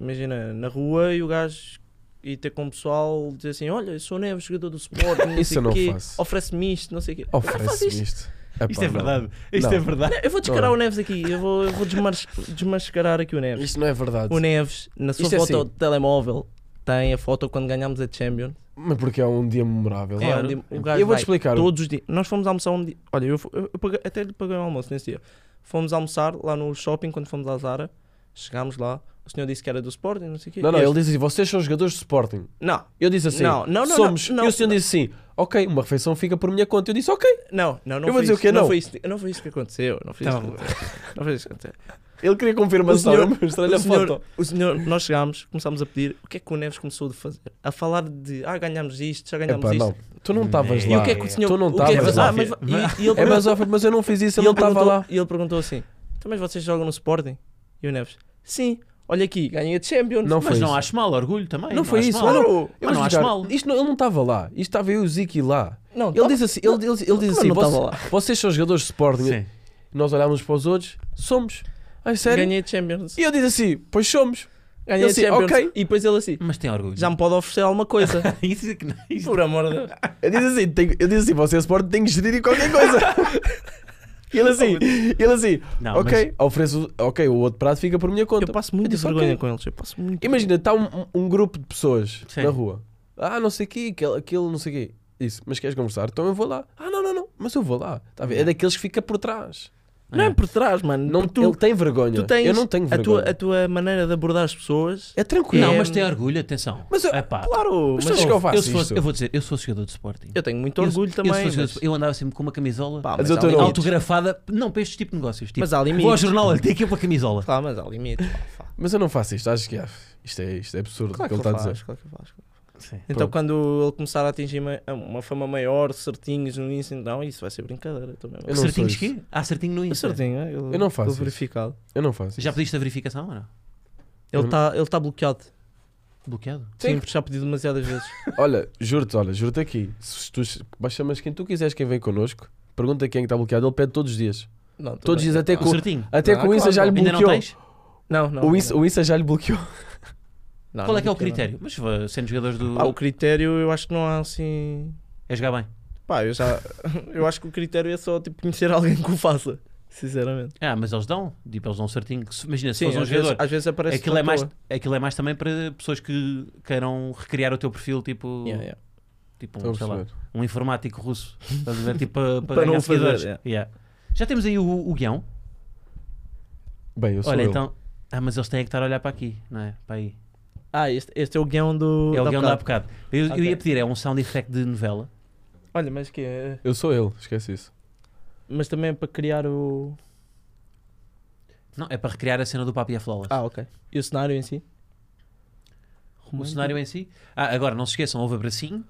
Speaker 2: imagina, na rua e o gajo ia ter com o pessoal dizer assim: Olha, eu sou o Neves, jogador do Sport, não
Speaker 3: Isso
Speaker 2: sei
Speaker 3: eu não
Speaker 2: quê,
Speaker 3: faço.
Speaker 2: oferece-me isto, não sei o quê.
Speaker 3: Oferece-me isto.
Speaker 1: Isto é
Speaker 3: Epá, não.
Speaker 1: verdade, isto
Speaker 3: Não.
Speaker 1: é verdade.
Speaker 2: Eu vou descarar
Speaker 3: Ora.
Speaker 2: o Neves aqui, eu vou, eu vou desmas- desmascarar aqui o Neves.
Speaker 3: Isto não é verdade.
Speaker 2: O Neves, na sua
Speaker 3: Isto é
Speaker 2: foto
Speaker 3: assim.
Speaker 2: de telemóvel, tem a foto quando ganhámos a Champions.
Speaker 3: Mas porque é um dia memorável.
Speaker 2: É, onde o gajo
Speaker 3: Eu vou-te
Speaker 2: vai
Speaker 3: explicar.
Speaker 2: Todos os dias. Nós fomos almoçar um dia. Olha, eu, fu- eu- eu paguei- até lhe paguei o almoço nesse dia. Fomos almoçar lá no shopping quando fomos à Zara. Chegámos lá. O senhor disse que era do Sporting, não sei o quê.
Speaker 3: Não, não,
Speaker 2: E
Speaker 3: ele
Speaker 2: este-
Speaker 3: diz assim: vocês são jogadores de Sporting.
Speaker 2: Não,
Speaker 3: Eu disse assim:
Speaker 2: Não, não, não,
Speaker 3: somos.
Speaker 2: não, não.
Speaker 3: e o senhor disse assim: ok, uma refeição fica por minha conta. Eu disse: ok.
Speaker 2: Não, não, não
Speaker 3: Eu vou
Speaker 2: foi
Speaker 3: dizer o
Speaker 2: isso.
Speaker 3: quê? Não.
Speaker 2: foi isso, não foi isso que aconteceu. Não foi isso,
Speaker 1: Tá
Speaker 2: que aconteceu. Não foi isso que aconteceu.
Speaker 3: Ele queria confirmação.
Speaker 2: O
Speaker 3: Eu
Speaker 2: senhor-
Speaker 3: mostrei-lhe a
Speaker 2: o, senhor,
Speaker 3: foto.
Speaker 2: o senhor, nós chegámos, começámos a pedir. O que é que o Neves começou a fazer? A falar de ah, ganhámos isto, já ganhámos
Speaker 3: Epá,
Speaker 2: isto.
Speaker 3: não. Tu não estavas lá.
Speaker 2: E o que é que o senhor.
Speaker 3: Tu não
Speaker 2: o que é que-
Speaker 3: estavas
Speaker 2: ah,
Speaker 3: lá.
Speaker 2: mas,
Speaker 1: filho.
Speaker 2: e, e ele
Speaker 3: É basófilo, mas eu não fiz
Speaker 2: E
Speaker 3: isso. Eu não
Speaker 2: ele,
Speaker 3: estava
Speaker 2: perguntou,
Speaker 3: lá.
Speaker 2: e ele perguntou assim: Então, mas vocês jogam no Sporting? E o Neves: Sim, olha aqui, ganhei a Champions.
Speaker 3: Não foi
Speaker 1: Mas não
Speaker 3: isso.
Speaker 1: acho mal, orgulho também.
Speaker 3: Não foi
Speaker 1: acho
Speaker 3: isso.
Speaker 1: mal.
Speaker 3: Não,
Speaker 2: Claro.
Speaker 1: Mas
Speaker 3: Eu vou
Speaker 1: não acho
Speaker 3: explicar.
Speaker 1: mal.
Speaker 3: Isto é não- ele não estava lá. Isto estava eu e o Ziki lá.
Speaker 2: Não, tá
Speaker 3: Ele
Speaker 2: tava-
Speaker 3: diz assim: ele, ele, ele diz
Speaker 2: Como
Speaker 3: assim
Speaker 2: não estava
Speaker 3: "Voce-
Speaker 2: lá?"
Speaker 3: vocês são jogadores de Sporting.
Speaker 1: Sim.
Speaker 3: Nós olhámos uns para os outros. Somos. Ai, sério?
Speaker 2: Ganhei a Champions.
Speaker 3: E eu disse assim: pois somos.
Speaker 2: Ganhei
Speaker 3: ele
Speaker 2: a
Speaker 3: disse,
Speaker 2: Champions.
Speaker 3: "Ok."
Speaker 2: E depois ele assim:
Speaker 1: Mas tem orgulho.
Speaker 2: Já me pode oferecer alguma coisa.
Speaker 1: Isso é que não- isto-
Speaker 2: Por amor de Deus.
Speaker 3: Eu disse assim, tenho, eu disse assim, você é Sporting tem que gerir em qualquer coisa. E ele assim, ele assim,
Speaker 1: Não,
Speaker 3: ok, ofereço, ok, o outro prato fica por minha conta.
Speaker 2: Eu passo muita
Speaker 3: disse,
Speaker 2: vergonha
Speaker 3: ok.
Speaker 2: com eles. Eu passo muito.
Speaker 3: Imagina, está um, um- um grupo de pessoas
Speaker 1: Sim.
Speaker 3: na rua. Ah, não sei o quê, aquele, aquele, não sei o quê. Isso, mas queres conversar? Então eu vou lá. Ah, não, não, não, mas eu vou lá. Tá a ver? É daqueles que fica por trás.
Speaker 2: Não é por trás, mano.
Speaker 3: Não,
Speaker 2: Porque tu,
Speaker 3: ele tem vergonha.
Speaker 2: tu tens
Speaker 3: eu não tenho
Speaker 2: a
Speaker 3: vergonha.
Speaker 2: tua, a tua maneira de abordar as pessoas.
Speaker 3: É tranquilo.
Speaker 1: Não,
Speaker 2: É-
Speaker 1: mas tem orgulho, atenção.
Speaker 3: Mas eu-
Speaker 1: Epá,
Speaker 2: Claro, mas,
Speaker 3: Mas tu achas que eu faço
Speaker 1: eu, se fosse-
Speaker 3: isto?
Speaker 1: eu vou dizer, eu sou jogador de Sporting.
Speaker 2: eu tenho muito orgulho
Speaker 1: eu,
Speaker 2: também.
Speaker 1: Eu, sou jogador de
Speaker 2: mas,
Speaker 1: Sporting. eu andava sempre com uma camisola
Speaker 2: pá,
Speaker 3: Mas
Speaker 2: mas
Speaker 3: eu
Speaker 2: há
Speaker 3: tô no-
Speaker 2: limites.
Speaker 1: autografada, não para este tipo de negócios. Tipo,
Speaker 2: Mas há
Speaker 1: vou ao
Speaker 2: limites.
Speaker 1: jornal, olha, tem aqui uma camisola.
Speaker 2: Claro, mas há limites. pá, pá.
Speaker 3: Mas eu não faço isto. Acho que ah, isto, é, isto é absurdo o
Speaker 2: Claro que
Speaker 3: que ele
Speaker 2: ele
Speaker 3: está a dizer.
Speaker 2: faz, claro que ele faz.
Speaker 1: Sim.
Speaker 2: Então,
Speaker 3: Pronto.
Speaker 2: quando ele começar a atingir ma- uma fama maior, certinhos no Insta, não, isso vai ser brincadeira também.
Speaker 3: Eu não sou
Speaker 1: Certinhos
Speaker 3: isso.
Speaker 1: que? Há certinho no
Speaker 2: É
Speaker 1: Insta.
Speaker 2: certinho, é? Ele-
Speaker 3: Eu não faço
Speaker 2: ele
Speaker 3: isso.
Speaker 2: verificado.
Speaker 3: Eu não faço.
Speaker 1: Já
Speaker 3: isso.
Speaker 1: pediste a verificação ou não?
Speaker 2: Ele
Speaker 3: Eu-
Speaker 2: está ele tá bloqueado.
Speaker 1: Bloqueado?
Speaker 2: Sim, porque já pediu demasiadas vezes.
Speaker 3: Olha, juro-te, olha, juro-te aqui. Se tu chamas quem tu quiseres, quem vem connosco, pergunta quem é que está bloqueado, ele pede todos os dias.
Speaker 2: Não, tô
Speaker 3: Todos os
Speaker 2: bem.
Speaker 3: dias, até
Speaker 1: O
Speaker 3: com,
Speaker 1: certinho.
Speaker 3: até
Speaker 2: Ah,
Speaker 3: com o Insta
Speaker 2: claro,
Speaker 3: já lhe
Speaker 1: Ainda não
Speaker 3: bloqueou.
Speaker 1: tens?
Speaker 2: Não, não.
Speaker 3: O
Speaker 2: não.
Speaker 3: Insta, o Insta já lhe bloqueou.
Speaker 2: Não,
Speaker 1: Qual
Speaker 2: não
Speaker 1: é que é o
Speaker 2: bloqueia, não.
Speaker 1: critério? Mas vá, sendo jogadores do.
Speaker 2: Pá, Ah, o critério eu acho que não há assim.
Speaker 1: É jogar bem.
Speaker 2: Pá, eu já. eu acho que o critério é só tipo conhecer alguém que o faça. Sinceramente.
Speaker 1: Ah, mas eles dão. Tipo, eles dão certinho. Se- Imagina, se
Speaker 2: Sim,
Speaker 1: fosse um
Speaker 2: às vezes,
Speaker 1: jogador.
Speaker 2: às vezes aparece.
Speaker 1: Aquilo é,
Speaker 2: à
Speaker 1: mais,
Speaker 2: toa.
Speaker 1: aquilo é mais também para pessoas que queiram recriar o teu perfil, tipo,
Speaker 2: Yeah, yeah.
Speaker 1: tipo
Speaker 3: Estou
Speaker 1: um,
Speaker 3: a
Speaker 1: sei lá,
Speaker 3: perceber.
Speaker 1: um informático russo. Estás a ver? Tipo, para, para
Speaker 2: Para não
Speaker 1: ganhar
Speaker 2: o fazer,
Speaker 1: seguidores.
Speaker 2: yeah.
Speaker 1: Yeah. Já temos aí o, o guião.
Speaker 3: Bem, eu sou
Speaker 1: Olha,
Speaker 3: ele.
Speaker 1: então. Ah, mas eles têm que estar a olhar para aqui, não é? Para aí.
Speaker 2: Ah, este, este é o guião do.
Speaker 1: É o
Speaker 2: da
Speaker 1: guião da
Speaker 2: bocado.
Speaker 1: bocado. Eu, eu
Speaker 2: Ok.
Speaker 1: ia pedir, é um sound effect de novela.
Speaker 2: Olha, mas que é.
Speaker 3: Eu sou ele, esquece isso.
Speaker 2: Mas também é para criar o.
Speaker 1: Não, é para recriar a cena do Papi e a Flawless.
Speaker 2: Ah, ok. E o cenário em si?
Speaker 1: o cenário em si. Ah, agora, não se esqueçam, houve abracinho.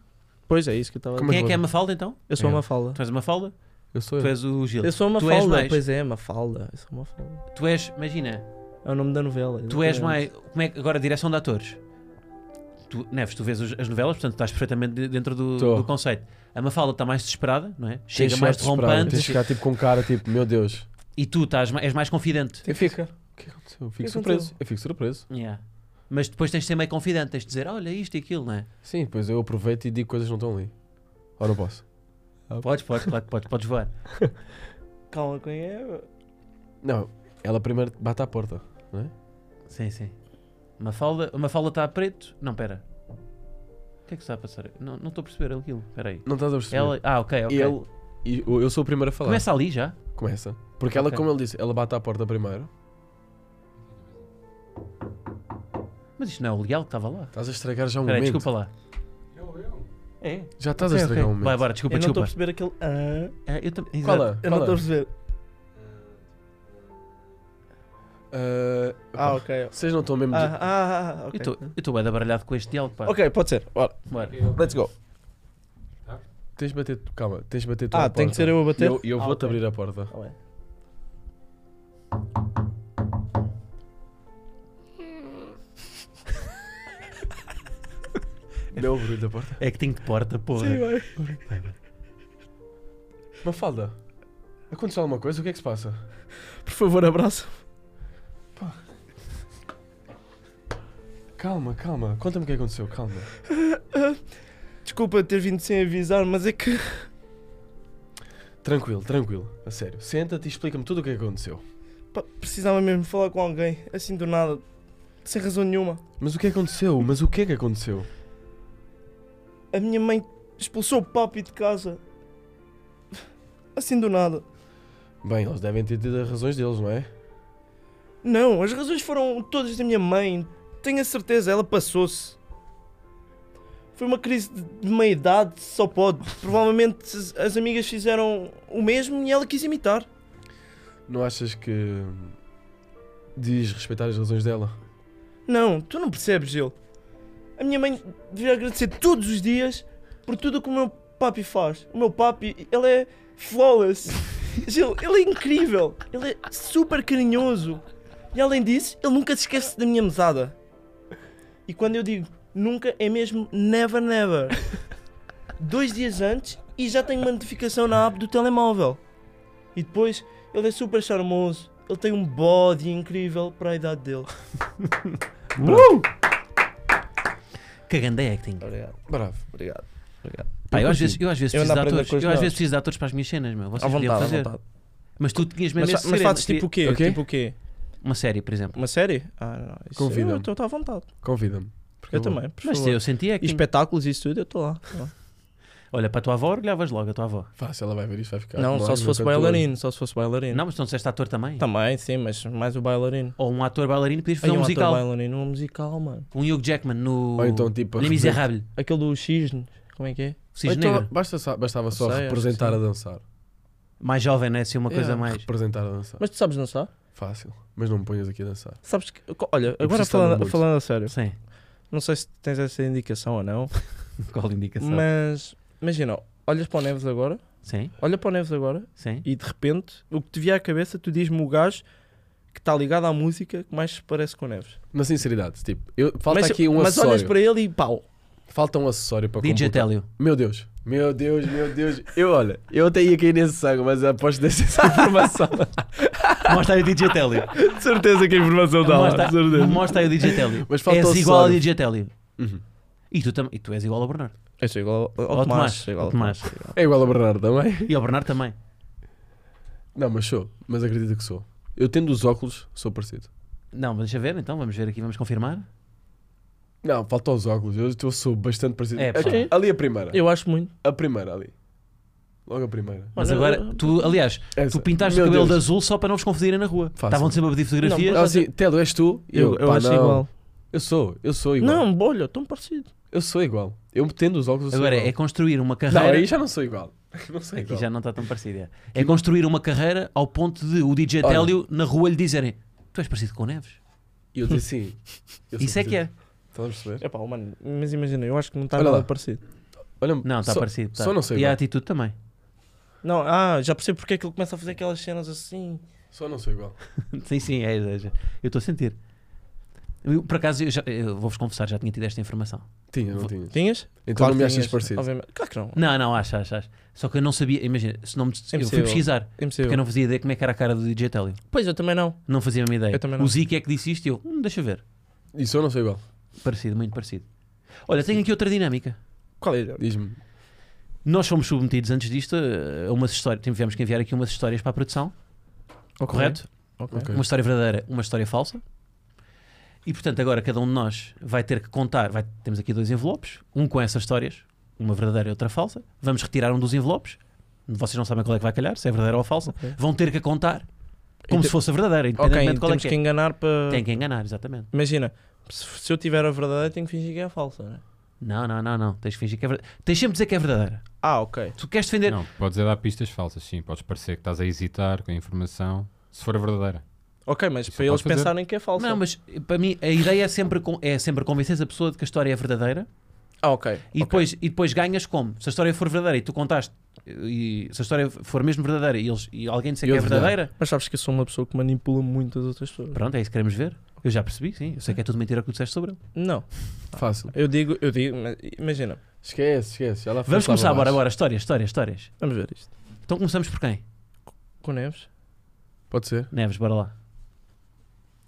Speaker 2: Pois é, isso que eu estava a
Speaker 3: Como
Speaker 1: Quem
Speaker 2: dizer.
Speaker 1: é
Speaker 3: vou-
Speaker 1: que é a Mafalda então?
Speaker 2: Eu sou
Speaker 3: É.
Speaker 2: uma falda.
Speaker 1: Tu és a Mafalda?
Speaker 3: Eu sou
Speaker 1: Tu
Speaker 3: ele.
Speaker 1: és o Gil.
Speaker 2: Eu sou é uma
Speaker 1: Tu és
Speaker 2: falda.
Speaker 1: mais.
Speaker 2: Pois é, uma falda. Eu sou uma falda.
Speaker 1: Tu és, imagina,
Speaker 2: É o nome da novela.
Speaker 1: Tu és
Speaker 2: exatamente.
Speaker 1: mais. Como é que, agora, direção de atores. Tu, Neves, tu vês os- as novelas, portanto estás perfeitamente de- dentro do,
Speaker 3: Tô.
Speaker 1: do conceito. A Mafalda está mais desesperada, não é?
Speaker 3: Tens
Speaker 1: Chega
Speaker 3: de
Speaker 1: mais
Speaker 3: chegar desesperado, Tens de
Speaker 1: derrompante
Speaker 3: ficar tipo com cara, tipo, meu Deus.
Speaker 1: e tu estás, ma- és mais confidente.
Speaker 3: Eu fico. O que aconteceu? Eu
Speaker 2: que
Speaker 1: é
Speaker 3: fico surpreso.
Speaker 2: aconteceu?
Speaker 3: Eu fico surpreso.
Speaker 1: Yeah. Mas depois tens de ser meio confidente, tens de dizer olha isto e aquilo, não é?
Speaker 3: Sim, pois eu aproveito e digo coisas que não estão ali. Ou não posso?
Speaker 1: Podes, podes, claro que podes, podes voar.
Speaker 2: Calma, quem é?
Speaker 3: Não, ela primeiro bate à porta.
Speaker 1: Sim, sim. Mafalda a Mafalda está a preto. Não, pera. O que é que está a passar? Não não estou a perceber aquilo. Espera aí.
Speaker 3: Não estás a perceber?
Speaker 1: Ela... Ah, ok, ok.
Speaker 3: Ele, e eu eu sou o primeiro a falar.
Speaker 1: Começa ali já.
Speaker 3: Começa. Porque ela,
Speaker 1: Ok.
Speaker 3: como ele disse, ela bate à porta primeiro.
Speaker 1: Mas isto não é o legal que estava lá.
Speaker 3: Estás a estragar já um
Speaker 1: Espera aí,
Speaker 3: momento.
Speaker 1: desculpa lá.
Speaker 2: É?
Speaker 3: Já estás
Speaker 2: Ok,
Speaker 3: a
Speaker 2: ok.
Speaker 3: estragar um momento.
Speaker 1: Vai, bora, desculpa,
Speaker 2: eu não estou a
Speaker 1: desculpa.
Speaker 2: perceber aquele. Ah,
Speaker 1: Ah, eu tam- exato.
Speaker 3: Qual é?
Speaker 2: eu não estou
Speaker 3: Qual
Speaker 2: a
Speaker 3: é?
Speaker 2: perceber. Ah,
Speaker 3: Ah, pá,
Speaker 2: ok.
Speaker 3: Vocês não estão mesmo.
Speaker 2: Ah, ah, ah,
Speaker 1: Eu
Speaker 2: ok.
Speaker 1: estou- Eu estou bem baralhado com este diálogo, pá.
Speaker 2: Ok, pode ser. Bora,
Speaker 1: Bora.
Speaker 2: let's go.
Speaker 3: Tens de bater. Calma, tens de bater tu à
Speaker 2: Ah,
Speaker 3: porta.
Speaker 2: tem que ser eu a
Speaker 3: E
Speaker 2: bater?
Speaker 3: Então eu, e eu
Speaker 2: Ah,
Speaker 3: vou-te
Speaker 2: ok.
Speaker 3: abrir a porta.
Speaker 2: Tá bem.
Speaker 3: Meu barulho da porta.
Speaker 1: É que tenho de porta, porra.
Speaker 3: Uma falda. Aconteceu alguma coisa? O que é que se passa?
Speaker 2: Por favor, abraço.
Speaker 3: Calma, calma. Conta-me o que aconteceu, calma.
Speaker 2: Desculpa ter vindo sem avisar, mas é que.
Speaker 3: Tranquilo, tranquilo. A sério. Senta-te e explica-me tudo o que aconteceu.
Speaker 2: pá, precisava mesmo falar com alguém, assim do nada, sem razão nenhuma.
Speaker 3: Mas o que aconteceu? Mas o que é que aconteceu?
Speaker 2: A minha mãe expulsou o papi de casa. Assim do nada.
Speaker 3: Bem, eles devem ter tido as razões deles, não é?
Speaker 2: Não, as razões foram todas da minha mãe. Tenho a certeza, ela passou-se. Foi uma crise de- de meia idade, só pode. Provavelmente as- as amigas fizeram o mesmo e ela quis imitar.
Speaker 3: Não achas que. hum, diz respeitar as razões dela?
Speaker 2: Não, tu não percebes, Gil. A minha mãe devia agradecer todos os dias por tudo o que o meu papi faz. O meu papi, ele é flawless. Gil, ele é incrível. Ele é super carinhoso. E além disso, ele nunca se esquece da minha mesada. E quando eu digo nunca, é mesmo never, never. Dois dias antes e já tenho uma notificação na app do telemóvel. E depois, ele é super charmoso. Ele tem um body incrível para a idade dele.
Speaker 1: Cagando é acting.
Speaker 2: Obrigado.
Speaker 3: Bravo.
Speaker 2: Obrigado.
Speaker 1: Pá, eu, às
Speaker 3: curti.
Speaker 1: vezes, eu às vezes preciso de
Speaker 2: Eu ainda aprendo
Speaker 1: atores.
Speaker 2: com os
Speaker 1: Eu às
Speaker 2: nossos.
Speaker 1: vezes preciso de atores para as minhas cenas, meu. Vocês
Speaker 2: À
Speaker 1: podiam
Speaker 2: vontade, à
Speaker 1: fazer.
Speaker 2: vontade.
Speaker 1: Mas tu tinhas mesmo
Speaker 2: Mas,
Speaker 1: esse
Speaker 2: mas
Speaker 1: segredo.
Speaker 2: fazes tipo o quê?
Speaker 3: O quê?
Speaker 2: Tipo o quê?
Speaker 1: Uma série, por exemplo.
Speaker 2: Uma série? Ah, não. Isso
Speaker 3: Convida-me.
Speaker 2: Eu estou à vontade.
Speaker 3: Convida-me. Porque
Speaker 2: Eu também, por
Speaker 1: Mas
Speaker 2: favor.
Speaker 1: eu sentia
Speaker 2: E
Speaker 1: que.
Speaker 2: espetáculos e isso tudo, eu estou lá. tô lá.
Speaker 1: Olha, para a tua avó, olhavas logo a tua avó.
Speaker 3: Fácil, ela vai ver isto, vai ficar.
Speaker 2: Não,
Speaker 3: "Nossa,
Speaker 2: só se
Speaker 3: meu
Speaker 2: fosse
Speaker 3: cantor."
Speaker 2: bailarino, só se fosse bailarino.
Speaker 1: Não, mas não disseste ator também.
Speaker 2: Também, sim, mas mais o bailarino.
Speaker 1: Ou um ator bailarino, podias
Speaker 2: Aí
Speaker 1: fazer um musical.
Speaker 2: ator bailarino, um musical, mano.
Speaker 1: Um Hugh Jackman no.
Speaker 3: Ou então, tipo.
Speaker 1: Les Miserables.
Speaker 2: Aquele do Cisne, como é que é?
Speaker 1: O Cisne
Speaker 3: Ou então,
Speaker 1: Negro.
Speaker 3: basta só- bastava só
Speaker 2: Sei, acho
Speaker 3: representar
Speaker 2: que
Speaker 3: a
Speaker 2: sim.
Speaker 3: dançar.
Speaker 1: Mais jovem, né? Assim, uma coisa
Speaker 3: Yeah,
Speaker 1: mais.
Speaker 3: Representar a dançar.
Speaker 2: Mas tu sabes dançar?
Speaker 3: Fácil. Mas não me ponhas aqui a dançar.
Speaker 2: Sabes que. co- Olha, agora
Speaker 3: preciso estar no
Speaker 2: falando,
Speaker 3: mood.
Speaker 2: falando a sério,
Speaker 1: Sim.
Speaker 2: não sei se tens essa indicação ou não,
Speaker 1: Qual a indicação?
Speaker 2: mas imagina, olhas para o Neves agora,
Speaker 1: Sim,
Speaker 2: olha para o Neves agora
Speaker 1: sim.
Speaker 2: e de repente o que te vier à cabeça, tu dizes-me o gajo que está ligado à música que mais se parece com o Neves.
Speaker 3: Na sinceridade, tipo, eu, falta
Speaker 2: mas,
Speaker 3: aqui um
Speaker 2: mas olhas
Speaker 3: acessório.
Speaker 2: para ele e pau.
Speaker 3: Falta um acessório para
Speaker 1: DJ
Speaker 3: completar.
Speaker 1: Télio.
Speaker 3: Meu Deus, meu Deus, meu Deus. Eu, olha, eu até ia cair nesse saco, mas aposto dessa essa informação.
Speaker 1: Mostra aí o DJ Télio.
Speaker 2: De certeza que a informação dá
Speaker 1: Mostra, mostra aí o DJ Télio.
Speaker 3: Mas falta
Speaker 1: És
Speaker 3: o
Speaker 1: igual ao
Speaker 3: acessório.
Speaker 1: DJ Télio.
Speaker 3: Uhum.
Speaker 1: E tu, tam- e tu és igual ao Bernardo.
Speaker 2: Eu sou igual ao, ao,
Speaker 1: Ao
Speaker 2: Tomás.
Speaker 1: Tomás,
Speaker 2: sou igual
Speaker 1: ao Tomás.
Speaker 2: sou igual.
Speaker 3: É igual ao Bernardo também.
Speaker 1: E ao Bernardo também.
Speaker 3: Não, mas sou. Mas acredito que sou. Eu tendo os óculos, sou parecido.
Speaker 1: Não, mas deixa ver então, vamos ver aqui, vamos confirmar.
Speaker 3: Não, falta os óculos. Eu estou- sou bastante parecido.
Speaker 1: É, pá.
Speaker 3: Aqui, ali a primeira.
Speaker 2: Eu acho muito.
Speaker 3: A primeira ali. Logo a primeira.
Speaker 1: Mas
Speaker 2: Mano,
Speaker 1: agora, tu, aliás,
Speaker 3: Essa.
Speaker 1: tu pintaste
Speaker 3: Meu
Speaker 1: o cabelo
Speaker 3: Deus.
Speaker 1: de azul só para não vos confundirem na rua.
Speaker 3: Fácil.
Speaker 1: Estavam sempre a pedir fotografias.
Speaker 2: Não,
Speaker 3: Ah, sim, Telo, és tu? E
Speaker 2: Eu, eu
Speaker 3: pá,
Speaker 2: acho
Speaker 3: não.
Speaker 2: igual.
Speaker 3: Eu sou, eu sou igual.
Speaker 2: Não, bolha, tão parecido.
Speaker 3: Eu sou igual. Eu tendo os óculos, eu
Speaker 1: Agora,
Speaker 3: sou
Speaker 1: é
Speaker 3: igual.
Speaker 1: construir uma
Speaker 3: Não,
Speaker 1: carreira.
Speaker 3: aí já não sou igual. Não sou
Speaker 1: Aqui
Speaker 3: igual.
Speaker 1: já não está tão parecido. É, É construir uma carreira ao ponto de o DJ
Speaker 3: Olha.
Speaker 1: Télio na rua lhe dizerem: Tu és parecido com o Neves.
Speaker 3: E eu disse sim. eu sou
Speaker 1: Isso é que é.
Speaker 3: parecido. Estás a perceber?
Speaker 2: É pá, mano, mas imagina, eu acho que não está
Speaker 3: Olha
Speaker 2: nada
Speaker 3: lá.
Speaker 2: parecido.
Speaker 3: Olha,
Speaker 1: Não, está
Speaker 3: só-
Speaker 1: parecido. tá.
Speaker 3: Só não sou
Speaker 1: e a
Speaker 3: igual.
Speaker 1: atitude também.
Speaker 2: Não, ah, já percebo porque é que ele começa a fazer aquelas cenas assim.
Speaker 3: Só não sou igual.
Speaker 1: Sim, sim, é, é, é. eu estou a sentir. Eu, por acaso, eu, já- eu vou-vos confessar, já tinha tido esta informação.
Speaker 3: Tinha, não tinhas.
Speaker 2: Tinhas?
Speaker 3: Então
Speaker 2: Claro
Speaker 3: não me
Speaker 2: que
Speaker 3: achas
Speaker 2: tinhas,
Speaker 3: parecido.
Speaker 2: Obviamente. Claro que não.
Speaker 1: Não, não, acho, acho, acho. Só que eu não sabia, imagina, se não me, eu fui
Speaker 2: impossível.
Speaker 1: pesquisar,
Speaker 2: É impossível.
Speaker 1: porque eu não fazia ideia como é que era a cara do DJ Telio.
Speaker 2: Pois, eu também não.
Speaker 1: Não fazia a mesma ideia.
Speaker 2: Eu também não.
Speaker 1: O Zico é que disse isto e eu, hum, deixa eu ver.
Speaker 3: Isso eu não sou igual.
Speaker 1: Parecido, muito parecido. Olha, tenho aqui outra dinâmica.
Speaker 2: Qual é?
Speaker 3: Diz-me.
Speaker 1: Nós fomos submetidos antes disto eh, a umas histórias, tivemos que enviar aqui umas histórias para a produção, correto?
Speaker 2: Ok.
Speaker 3: Ok.
Speaker 1: Uma história verdadeira, uma história falsa. E portanto, agora cada um de nós vai ter que contar. vai- temos aqui dois envelopes, um com essas histórias, uma verdadeira e outra falsa. Vamos retirar um dos envelopes. Vocês não sabem qual é que vai calhar, se é verdadeira ou falsa.
Speaker 2: Ok.
Speaker 1: Vão ter que a contar como
Speaker 2: Inte-
Speaker 1: se fosse a verdadeira,
Speaker 2: Ok,
Speaker 1: independentemente de qual é
Speaker 2: temos
Speaker 1: que
Speaker 2: que,
Speaker 1: é.
Speaker 2: enganar para.
Speaker 1: Tem que enganar, exatamente.
Speaker 2: Imagina, se, se eu tiver a verdade, tenho que fingir que é a falsa, né?
Speaker 1: Não, não, não, não. Tens que fingir que é verdadeira. Tens sempre de dizer que é verdadeira.
Speaker 2: Ah, ok.
Speaker 1: Tu queres defender.
Speaker 7: Não, podes é dar pistas falsas, sim. Podes parecer que estás a hesitar com a informação, se for a verdadeira.
Speaker 2: Ok, mas
Speaker 7: Isso
Speaker 2: para
Speaker 7: eu
Speaker 2: eles
Speaker 7: posso fazer.
Speaker 2: pensarem que é falsa.
Speaker 1: Não, mas eh, para mim a ideia é sempre, con- é sempre convencer a pessoa de que a história é verdadeira
Speaker 2: Ah, ok.
Speaker 1: e, depois, e depois ganhas como? Se a história for verdadeira e tu contaste, e se a história for mesmo verdadeira e, eles, e alguém disser
Speaker 3: E
Speaker 1: que é
Speaker 3: eu duvidar.
Speaker 1: verdadeira,
Speaker 2: Mas sabes que eu sou uma pessoa que manipula muito as outras pessoas.
Speaker 1: pronto, é isso que queremos ver. Eu já percebi, sim. Eu sei que é tudo mentira o que tu disseste sobre ele.
Speaker 2: Não.
Speaker 3: Fácil.
Speaker 2: Eu digo, eu digo, mas imagina,
Speaker 3: Esquece, esquece. Já lá
Speaker 1: Vamos
Speaker 3: foste lá
Speaker 1: começar
Speaker 3: para
Speaker 1: agora,
Speaker 3: baixo.
Speaker 1: agora. Histórias, histórias, histórias.
Speaker 2: vamos ver isto.
Speaker 1: Então começamos por quem?
Speaker 2: Com o Neves.
Speaker 3: Pode ser.
Speaker 1: Neves, bora lá.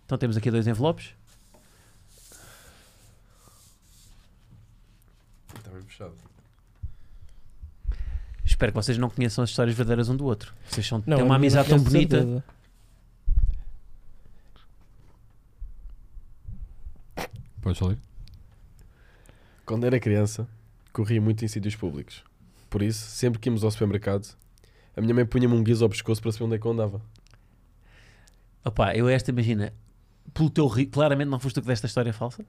Speaker 1: Então temos aqui dois envelopes.
Speaker 3: Está Tá bem fechado.
Speaker 1: Espero que vocês não conheçam as histórias verdadeiras um do outro. Vocês são,
Speaker 2: Não,
Speaker 1: têm uma
Speaker 2: eu
Speaker 1: amizade tão
Speaker 2: tenho
Speaker 1: bonita.
Speaker 2: certeza.
Speaker 7: Podes ler?
Speaker 3: Quando era criança, corria muito em sítios públicos. Por isso, sempre que íamos ao supermercado, a minha mãe punha-me um guiso ao pescoço para saber onde é que eu andava.
Speaker 1: Opá, eu esta, imagina, pelo teu ri... claramente não foste tu que desta história falsa,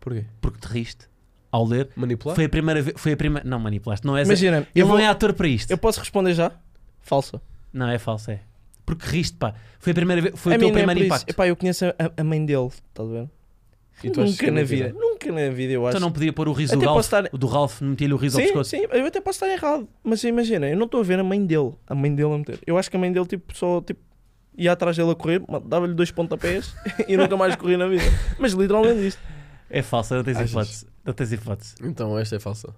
Speaker 3: Porquê?
Speaker 1: porque te riste ao ler.
Speaker 3: Manipular?
Speaker 1: Foi a primeira vez, foi a primeira, não manipulaste, não és.
Speaker 2: Imagina,
Speaker 1: Ele
Speaker 2: eu, vou,
Speaker 1: não é ator para isto.
Speaker 2: eu posso responder já? Falsa.
Speaker 1: Não, é falso, é. Porque riste, pá. Foi a primeira vez, foi
Speaker 2: A
Speaker 1: o teu
Speaker 2: mim não é
Speaker 1: primeiro
Speaker 2: por isso.
Speaker 1: impacto.
Speaker 2: Epá, eu conheço a, a mãe dele, estás a ver?
Speaker 3: E tu achas
Speaker 2: Nunca
Speaker 3: que é
Speaker 2: na
Speaker 3: mentira?
Speaker 2: vida, nunca na vida eu acho.
Speaker 1: Então não podia pôr o riso do
Speaker 2: Até
Speaker 1: Ralph,
Speaker 2: posso estar-
Speaker 1: o do Ralph, meter-lhe o riso ao
Speaker 2: Sim,
Speaker 1: pescoço.
Speaker 2: sim, eu até posso estar errado, mas imagina, eu não estou a ver a mãe dele, a mãe dele a meter. Eu acho que a mãe dele tipo, só tipo, ia atrás dele a correr, ma- dava-lhe dois pontapés e nunca mais corri na vida. Mas literalmente isto.
Speaker 1: É falso, não tens
Speaker 3: Achas?
Speaker 1: hipótese. Não tens hipótese.
Speaker 3: Então, esta é falsa.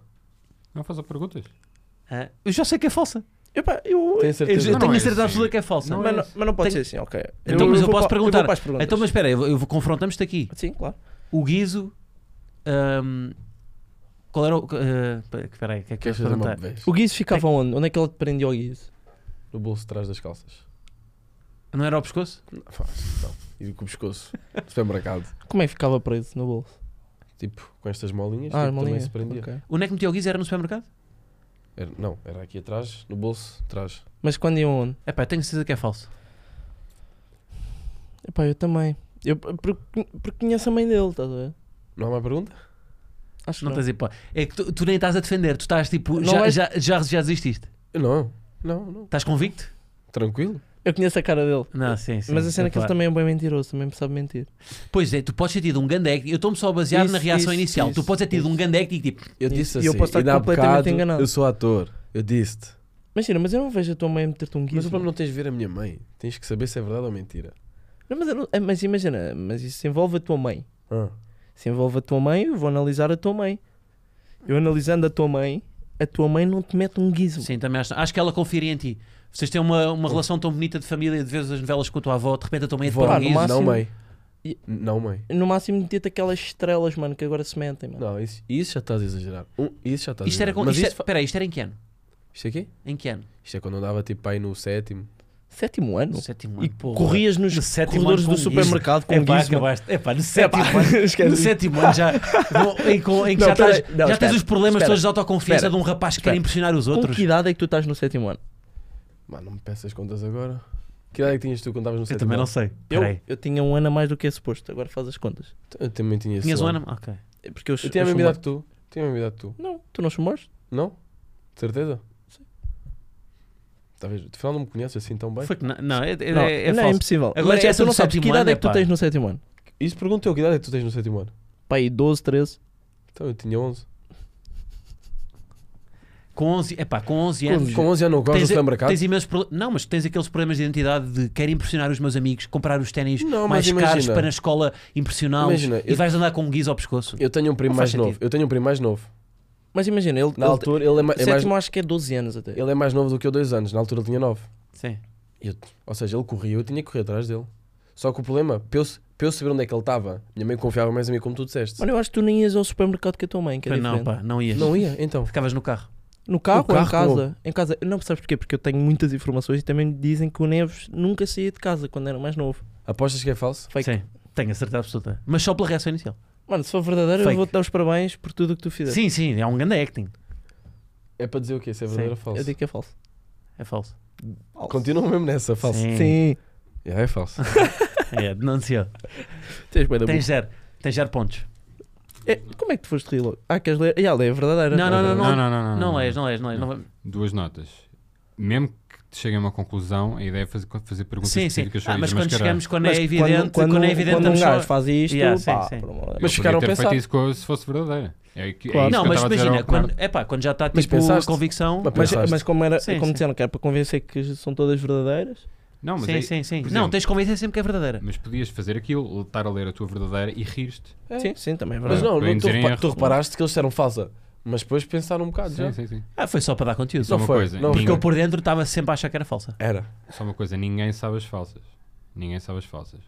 Speaker 7: Não faça perguntas.
Speaker 1: Ah, eu já sei que é falsa.
Speaker 2: Epá, eu.
Speaker 3: Tenho
Speaker 1: Eu,
Speaker 3: certeza.
Speaker 1: eu
Speaker 7: Não,
Speaker 1: tenho
Speaker 7: não
Speaker 1: a
Speaker 7: é
Speaker 1: certeza
Speaker 7: assim.
Speaker 1: absoluta que é falsa.
Speaker 2: mas, não, mas não pode ser assim, ok.
Speaker 1: Então, mas eu
Speaker 2: vou
Speaker 1: posso
Speaker 2: pa- eu vou
Speaker 1: perguntar.
Speaker 2: para as perguntas.
Speaker 1: Então, mas espera, eu, eu vou- confrontamos-te aqui.
Speaker 2: Sim, claro.
Speaker 1: O guiso. ahm, qual era o. ah, espera aí, o que é que eu
Speaker 3: Queres
Speaker 1: ia
Speaker 3: fazer uma
Speaker 1: perguntar?
Speaker 3: vez?
Speaker 2: O Guiz ficava onde? Onde é que ele te prendia o Guiz?
Speaker 3: No bolso de trás das calças.
Speaker 1: Não era ao pescoço?
Speaker 3: Não, faz, não. E com o pescoço. Supermercado.
Speaker 2: Como é que ficava preso no bolso?
Speaker 3: Tipo, com estas molinhas.
Speaker 2: Ah,
Speaker 3: tipo,
Speaker 2: malinha.
Speaker 3: Também se prendia.
Speaker 2: Ok.
Speaker 1: Onde é que metia o guiso? Era no supermercado?
Speaker 3: Era- não, era aqui atrás, no bolso, atrás.
Speaker 2: Mas quando iam onde?
Speaker 1: É pá, tenho certeza que é falso.
Speaker 2: Epá, eu também. Eu, porque, porque conheço a mãe dele, estás a ver?
Speaker 3: Não há mais pergunta?
Speaker 2: Acho que
Speaker 1: Não
Speaker 2: não.
Speaker 1: tens hipótese. É que tu, tu nem estás a defender, tu estás tipo.
Speaker 2: Não é-
Speaker 1: Já,
Speaker 2: vais-
Speaker 1: já, já, já desististe.
Speaker 3: Não, não, não.
Speaker 1: Estás convicto?
Speaker 3: Tranquilo?
Speaker 2: Eu conheço a cara dele.
Speaker 1: Não, sim, sim.
Speaker 2: mas a cena é
Speaker 1: é
Speaker 2: que ele
Speaker 1: claro.
Speaker 2: também é bem mentiroso, também sabe mentir.
Speaker 1: Pois é, tu podes ter tido um grande acting. Eu estou-me só a basear
Speaker 2: Isso,
Speaker 1: na reação
Speaker 2: isso,
Speaker 1: inicial.
Speaker 2: isso,
Speaker 1: tu podes ter tido
Speaker 2: isso.
Speaker 1: um grande acting tipo.
Speaker 3: Eu
Speaker 2: Isso. E
Speaker 3: disse assim.
Speaker 2: eu posso estar
Speaker 3: ainda há
Speaker 2: completamente
Speaker 3: bocado,
Speaker 2: enganado.
Speaker 3: Eu sou ator. Eu disse-te.
Speaker 2: Imagina, mas eu não vejo a tua mãe a meter-te um guiso.
Speaker 3: Mas o problema é não tens de ver a minha mãe. Tens que saber se é verdade ou mentira.
Speaker 2: Não, mas, eu não- é, mas imagina, mas isso envolve a tua mãe.
Speaker 3: Ah,
Speaker 2: Se envolve a tua mãe, eu vou analisar a tua mãe. Eu analisando a tua mãe, a tua mãe não te mete um guiso.
Speaker 1: Sim, também acho. Acho que ela confia em ti. Vocês têm uma, uma relação tão bonita de família, de vezes as novelas com a tua avó, de repente a tua mãe é de
Speaker 3: Vó,
Speaker 2: pá, no
Speaker 1: paraguiso.
Speaker 3: não
Speaker 2: máximo-
Speaker 3: mãe.
Speaker 2: E-
Speaker 3: Não mãe.
Speaker 2: No máximo metia-te aquelas estrelas, mano, que agora se metem, mano.
Speaker 3: Não, isso, isso já estás a exagerar. Um, isso já estás
Speaker 1: Isto
Speaker 3: a
Speaker 1: era
Speaker 3: exagerar.
Speaker 1: com.
Speaker 3: Mas
Speaker 1: Isto,
Speaker 3: isto,
Speaker 1: é- Espera aí, isto era em que ano?
Speaker 3: isto aqui?
Speaker 1: Em que ano?
Speaker 3: Isto é quando eu andava tipo aí no sétimo.
Speaker 2: Sétimo ano?
Speaker 1: No sétimo ano.
Speaker 2: E
Speaker 1: porra.
Speaker 2: corrias nos
Speaker 1: No sétimo
Speaker 2: corredores
Speaker 1: ano com
Speaker 2: do supermercado com
Speaker 1: É
Speaker 2: um
Speaker 1: pá,
Speaker 2: guiso. mano.
Speaker 1: acabaste. É pá, no sétimo ano.
Speaker 2: Esquece
Speaker 1: No
Speaker 2: isso.
Speaker 1: sétimo ano já. no- em, com- em que
Speaker 2: Não,
Speaker 1: já,
Speaker 2: espera
Speaker 1: estás,
Speaker 2: aí. Não,
Speaker 1: já tens
Speaker 2: espera.
Speaker 1: os problemas
Speaker 2: Espera.
Speaker 1: todos de autoconfiança
Speaker 2: Espera.
Speaker 1: de um rapaz que
Speaker 2: Espera.
Speaker 1: quer impressionar os
Speaker 2: Com
Speaker 1: outros.
Speaker 2: que idade é que tu estás no sétimo ano?
Speaker 3: Mano, não me peças contas agora. Que idade é que tinhas tu quando estavas no
Speaker 1: Eu
Speaker 3: sétimo?
Speaker 1: também não
Speaker 3: ano?
Speaker 1: sei.
Speaker 2: Eu,
Speaker 3: É.
Speaker 1: Peraí.
Speaker 2: eu tinha um ano a mais do que é suposto, agora faz as contas.
Speaker 3: Eu também tinha esse
Speaker 1: Tinhas um
Speaker 3: ano.
Speaker 1: ano? Ok.
Speaker 2: É Porque eu,
Speaker 3: Eu tinha
Speaker 2: eu
Speaker 3: a mesma
Speaker 2: sou
Speaker 3: idade que tu. Tinha a mesma idade que tu.
Speaker 2: mais- Não, tu não chumaste?
Speaker 3: Não? De certeza? Sim. Talvez. Afinal não me conheces assim tão bem.
Speaker 1: Foi que não, não, é, é,
Speaker 2: não,
Speaker 1: é
Speaker 2: não,
Speaker 1: falso.
Speaker 2: impossível.
Speaker 1: Agora,
Speaker 2: Agora Mas é,
Speaker 1: essa
Speaker 2: tu
Speaker 1: do
Speaker 2: não sabes que
Speaker 1: sétimo ano
Speaker 2: idade
Speaker 1: é
Speaker 2: é que tu
Speaker 1: pá.
Speaker 2: tens no sétimo ano?
Speaker 3: Isso pergunta eu que idade é que tu tens no sétimo ano.
Speaker 2: Pá, aí 12, 13.
Speaker 3: Então eu tinha 11.
Speaker 1: Com 11, epá, com 11
Speaker 3: Com,
Speaker 1: anos.
Speaker 3: com 11 anos não gosto do
Speaker 1: Tens,
Speaker 3: supermercado.
Speaker 1: tens imensos pro- Não, mas tens aqueles problemas de identidade de quero impressionar os meus amigos, comprar os ténis
Speaker 3: Não,
Speaker 1: mais
Speaker 3: mas imagina.
Speaker 1: caros para na escola impressioná-los
Speaker 3: Imagina,
Speaker 1: e
Speaker 3: eu-
Speaker 1: vais andar com um guiz ao pescoço.
Speaker 3: Eu tenho um primo
Speaker 1: Não
Speaker 3: mais
Speaker 1: faz
Speaker 3: novo.
Speaker 1: sentido.
Speaker 3: Eu tenho um primo mais novo.
Speaker 2: Mas imagina, ele.
Speaker 3: Na
Speaker 2: ele-
Speaker 3: altura ele é, ma- é mais,
Speaker 2: sétimo, acho que é 12 anos até.
Speaker 3: ele é mais novo do que eu dois anos. Na altura ele tinha 9.
Speaker 1: Sim.
Speaker 3: Eu- ou seja, ele corria, eu tinha que correr atrás dele. Só que o problema, para eu, para eu saber onde é que ele estava, minha mãe confiava mais em mim, como tu disseste.
Speaker 2: Mano, eu acho que tu nem ias ao supermercado que a tua mãe, que é
Speaker 1: não,
Speaker 2: diferente.
Speaker 1: pá, não ias.
Speaker 3: Não ia, então.
Speaker 1: Ficavas no carro.
Speaker 2: No carro,
Speaker 3: No
Speaker 2: ou em
Speaker 3: carro,
Speaker 2: casa? Em casa. Não, sabes porquê? Porque eu tenho muitas informações e também me dizem que o Neves nunca saía de casa quando era mais novo.
Speaker 3: Apostas que é falso?
Speaker 2: Fake.
Speaker 1: Sim, tenho a certeza absoluta. Mas só pela reação inicial.
Speaker 2: Mano, se for verdadeiro,
Speaker 1: Fake.
Speaker 2: eu vou-te dar os parabéns por tudo o que tu fizeste.
Speaker 1: Sim, sim, é um grande acting.
Speaker 3: É para dizer o quê? Se é
Speaker 1: Sim,
Speaker 3: verdadeiro ou falso?
Speaker 2: Eu digo que é falso.
Speaker 1: É falso.
Speaker 3: Continua mesmo nessa, falso.
Speaker 1: Sim.
Speaker 2: Sim.
Speaker 3: Yeah, é falso.
Speaker 1: É, denunciou.
Speaker 2: Tens bué da
Speaker 1: Tens zero. Tens zero pontos.
Speaker 2: boa. É, Como é que tu foste rir logo? Ah, queres ler? Já, lê, é verdadeira.
Speaker 1: Não, não, não,
Speaker 7: Não, não, não.
Speaker 1: Não és, não és, não és. Não vamos-
Speaker 7: Duas notas. Mesmo que te cheguem a uma conclusão, a ideia é fazer, fazer perguntas
Speaker 1: Sim, sim.
Speaker 7: específicas
Speaker 1: Ah,
Speaker 7: sobre
Speaker 1: mas
Speaker 7: isso,
Speaker 1: quando
Speaker 7: caralho.
Speaker 1: chegamos, quando
Speaker 2: Mas
Speaker 1: é evidente,
Speaker 2: quando, quando,
Speaker 1: quando é evidente,
Speaker 2: quando um
Speaker 1: estamos só-
Speaker 2: gajo faz isto,
Speaker 1: Yeah, sim,
Speaker 2: pá,
Speaker 1: sim.
Speaker 2: por amor de
Speaker 7: Eu
Speaker 3: Mas ficaram a
Speaker 7: podia ter
Speaker 3: pensar.
Speaker 7: Feito isso co- se fosse verdadeira. É, que- é
Speaker 2: Claro.
Speaker 7: isso
Speaker 1: Não,
Speaker 7: que eu
Speaker 1: mas
Speaker 7: estava a dizer
Speaker 1: imagina,
Speaker 7: ao Bernardo.
Speaker 1: quando, epá, quando já está
Speaker 3: Mas
Speaker 1: tipo
Speaker 3: pensaste?
Speaker 1: convicção.
Speaker 3: Mas
Speaker 2: Mas,
Speaker 3: Pensaste?
Speaker 2: mas como, era,
Speaker 1: Sim,
Speaker 2: como
Speaker 1: sim.
Speaker 2: disseram que era para convencer que são todas verdadeiras,
Speaker 7: Não, mas
Speaker 1: sim,
Speaker 7: aí-
Speaker 1: sim, sim.
Speaker 7: por
Speaker 1: Não,
Speaker 7: exemplo-
Speaker 1: tens de convencer sempre que é verdadeira.
Speaker 7: Mas podias fazer aquilo, estar a ler a tua verdadeira e rir-te.
Speaker 3: É.
Speaker 2: sim, sim, também é
Speaker 3: Mas
Speaker 2: verdade.
Speaker 3: não,
Speaker 7: Para
Speaker 3: não tu,
Speaker 7: induzirem
Speaker 3: repa-
Speaker 7: erro.
Speaker 3: tu reparaste que eles disseram falsa. Mas depois pensaram um bocado já.
Speaker 7: Sim, sim, sim.
Speaker 1: Ah, foi só para dar conteúdo.
Speaker 7: Só
Speaker 3: Não
Speaker 7: uma
Speaker 3: foi,
Speaker 7: coisa.
Speaker 3: não
Speaker 1: Porque
Speaker 7: ninguém-
Speaker 1: eu por dentro estava sempre a achar que era falsa.
Speaker 3: Era.
Speaker 7: Só uma coisa, ninguém sabe as falsas. Ninguém sabe as falsas.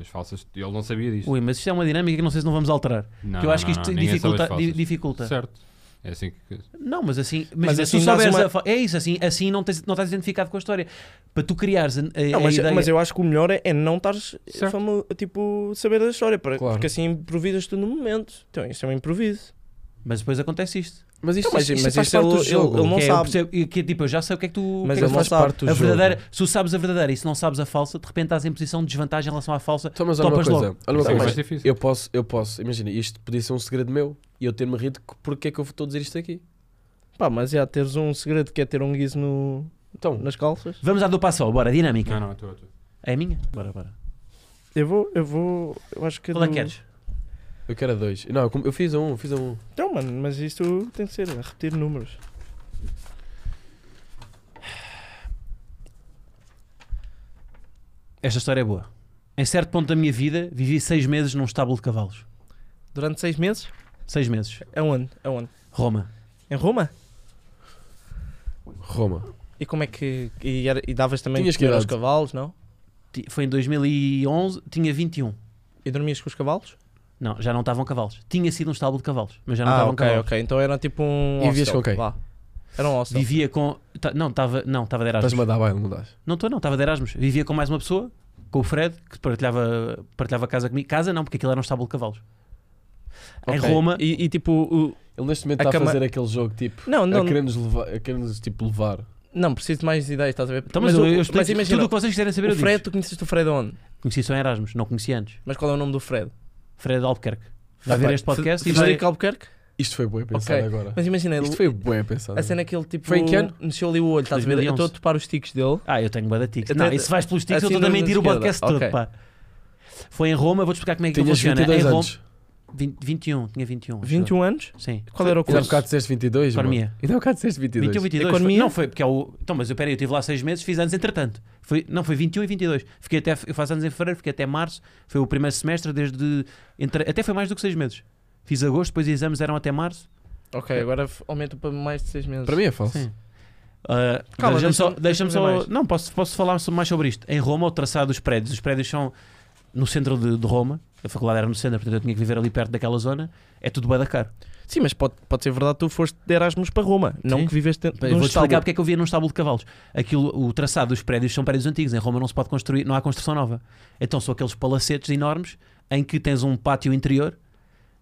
Speaker 7: As falsas, ele não sabia disto.
Speaker 1: Ui, mas isto é uma dinâmica que não sei se não vamos alterar.
Speaker 7: Não,
Speaker 1: que eu acho
Speaker 7: não,
Speaker 1: que isto
Speaker 7: não, ninguém sabe
Speaker 1: dificulta.
Speaker 7: as falsas.
Speaker 1: di- dificulta.
Speaker 7: Certo. É assim que.
Speaker 1: Não, mas assim. Mas,
Speaker 2: Mas
Speaker 1: se
Speaker 2: assim
Speaker 1: tu
Speaker 2: dás
Speaker 1: souberes
Speaker 2: uma-
Speaker 1: a fa- É isso, assim, assim não, tens, não estás identificado com a história. Para tu criares a, a-
Speaker 3: É
Speaker 2: Não,
Speaker 1: a
Speaker 2: mas,
Speaker 1: ideia.
Speaker 2: mas eu acho que o melhor é, é não estares
Speaker 7: Certo.
Speaker 2: famo- tipo, saber da história, para-
Speaker 3: Claro.
Speaker 2: porque assim improvisas tu no momento. Então, isto é um improviso.
Speaker 1: Mas depois acontece isto.
Speaker 3: Mas isto,
Speaker 2: Então, mas-
Speaker 3: isto,
Speaker 2: mas
Speaker 3: faz
Speaker 2: isto
Speaker 3: parte
Speaker 2: ele-
Speaker 3: do jogo.
Speaker 2: ele- ele não
Speaker 1: que é,
Speaker 2: sabe.
Speaker 1: Eu percebo- e que é tipo, eu já sei o que é que tu. o que é
Speaker 2: Mas ele
Speaker 1: que
Speaker 2: não
Speaker 1: tu fazes.
Speaker 2: sabe.
Speaker 3: parte do
Speaker 1: A
Speaker 3: jogo.
Speaker 1: verdadeira, se tu sabes a verdadeira e se não sabes a falsa, de repente estás em posição de desvantagem em relação à falsa.
Speaker 3: Então, mas olha uma
Speaker 1: Topas
Speaker 3: coisa.
Speaker 1: logo.
Speaker 3: Olha uma
Speaker 7: Isso é
Speaker 3: coisa.
Speaker 7: mais difícil.
Speaker 3: Eu posso, eu posso, imagina, isto podia ser um segredo meu e eu ter-me rido que- porque é que eu estou a dizer isto aqui.
Speaker 2: Pá, mas já teres um segredo que é ter um guiso no,
Speaker 3: Então,
Speaker 2: nas calças.
Speaker 1: Vamos à do passo, ao, bora, dinâmica.
Speaker 7: Não, não, estou, estou.
Speaker 1: É a minha? Bora, bora.
Speaker 2: Eu vou, eu vou, eu acho que.
Speaker 1: Qual é
Speaker 2: do-
Speaker 1: que queres?
Speaker 3: eu quero a dois. Não, eu com- eu fiz a um, eu fiz a um.
Speaker 2: Então, mano, mas isto tem que ser a repetir números.
Speaker 1: Esta história é boa. Em certo ponto da minha vida, vivi seis meses num estábulo de cavalos.
Speaker 2: Durante seis meses?
Speaker 1: Seis meses.
Speaker 2: É onde? É onde?
Speaker 1: Roma.
Speaker 2: Em Roma?
Speaker 3: Roma.
Speaker 2: E como é que. E, era- e davas também
Speaker 3: Tinhas
Speaker 2: de comer
Speaker 3: que
Speaker 2: aos
Speaker 3: idade?
Speaker 2: cavalos, não?
Speaker 1: Ti- Foi em 2011, tinha 21.
Speaker 2: E dormias com os cavalos?
Speaker 1: Não, já não estavam cavalos. Tinha sido um estábulo de cavalos, mas já não
Speaker 2: ah,
Speaker 1: estavam
Speaker 2: ok,
Speaker 1: cavalos.
Speaker 2: ok. Então era tipo um.
Speaker 3: E vivias
Speaker 2: hostel,
Speaker 3: com quem?
Speaker 2: Vá. Era um hostel.
Speaker 1: Vivia com. ta- não, estava não, estava de Erasmus.
Speaker 3: Estás-me a dar baile, não estás?
Speaker 1: Não estou, não, estava de Erasmus. Vivia com mais uma pessoa, com o Fred, que partilhava, partilhava casa comigo. Casa não, porque aquilo era um estábulo de cavalos. Em
Speaker 3: Ok.
Speaker 1: Roma.
Speaker 2: E, e tipo. o-
Speaker 3: Ele neste momento
Speaker 2: A
Speaker 3: está
Speaker 2: cama-
Speaker 3: a fazer aquele jogo tipo.
Speaker 2: Não, não.
Speaker 3: A querer-nos levar, a querer-nos tipo levar.
Speaker 2: Não, preciso de mais ideias, estás a ver?
Speaker 1: Então, mas, eu,
Speaker 2: o-
Speaker 1: eu explico
Speaker 2: mas imagina.
Speaker 1: tudo o que vocês quiserem saber.
Speaker 2: o
Speaker 1: eu digo.
Speaker 2: Fred, tu conheceste o Fred onde?
Speaker 1: Conheci só em Erasmus, não conheci antes.
Speaker 2: Mas qual é o nome do Fred?
Speaker 1: Fred Albuquerque. Vai ver
Speaker 3: Epá,
Speaker 1: este podcast e vai.
Speaker 2: Frederico Albuquerque?
Speaker 3: Isto foi bué pensado
Speaker 2: Ok.
Speaker 3: agora.
Speaker 2: Mas imagina, ele,
Speaker 3: Isto foi bué pensado.
Speaker 2: a cena é que ele tipo.
Speaker 3: Foi em que ano?
Speaker 2: Mexeu ali o olho, estás a ver? Eu
Speaker 1: 2011.
Speaker 2: estou a topar os tiques dele.
Speaker 1: Ah, eu tenho bué de tics.
Speaker 2: Até-
Speaker 1: Não, e se vais pelos tics, eu
Speaker 2: assim
Speaker 1: estou a
Speaker 2: na- na
Speaker 1: mentir o
Speaker 2: esquerda.
Speaker 1: podcast
Speaker 2: Ok.
Speaker 1: todo, pá. Foi em Roma, vou-te explicar como é que
Speaker 3: Tinhas
Speaker 1: funciona.
Speaker 3: 22
Speaker 1: em Roma,
Speaker 3: anos.
Speaker 1: 20 21, tinha 21. acho
Speaker 2: 21 anos?
Speaker 1: eu. Sim.
Speaker 2: Qual era o
Speaker 3: Ainda há
Speaker 2: curso?
Speaker 3: bocado disseste 22,
Speaker 2: é.
Speaker 3: mano.
Speaker 1: Economia.
Speaker 3: Ainda há bocado disseste 22.
Speaker 1: 21, 22.
Speaker 2: Economia?
Speaker 1: Foi, não foi, porque é o. Então, mas eu, peraí, eu estive lá seis meses, fiz anos entretanto. Foi, não, foi 21 e 22. Fiquei até, eu faço anos em fevereiro, fiquei até março. Foi o primeiro semestre, desde. entre- até foi mais do que seis meses. Fiz agosto, depois exames eram até março.
Speaker 2: Ok, agora f- aumenta para mais de 6 meses.
Speaker 3: Para mim é falso.
Speaker 1: Sim. Ah, deixa-me
Speaker 2: Calma, deixa-me-
Speaker 1: só.
Speaker 2: deixa-me
Speaker 1: Deixa
Speaker 2: dizer
Speaker 1: só
Speaker 2: mais.
Speaker 1: não, posso, posso falar so- mais sobre isto. Em Roma, o traçado dos prédios. Os prédios são no centro de, de Roma. A faculdade era no centro, portanto eu tinha que viver ali perto daquela zona. É tudo bué da caro.
Speaker 2: Sim, mas pode, pode ser verdade que tu foste de Erasmus para Roma, não
Speaker 1: Sim.
Speaker 2: que viveste dentro
Speaker 1: Eu
Speaker 2: de um
Speaker 1: vou-te explicar
Speaker 2: estábulo.
Speaker 1: porque é que eu via num estábulo de cavalos. Aquilo, o traçado dos prédios são prédios antigos. Em Roma não se pode construir, não há construção nova. Então são aqueles palacetes enormes em que tens um pátio interior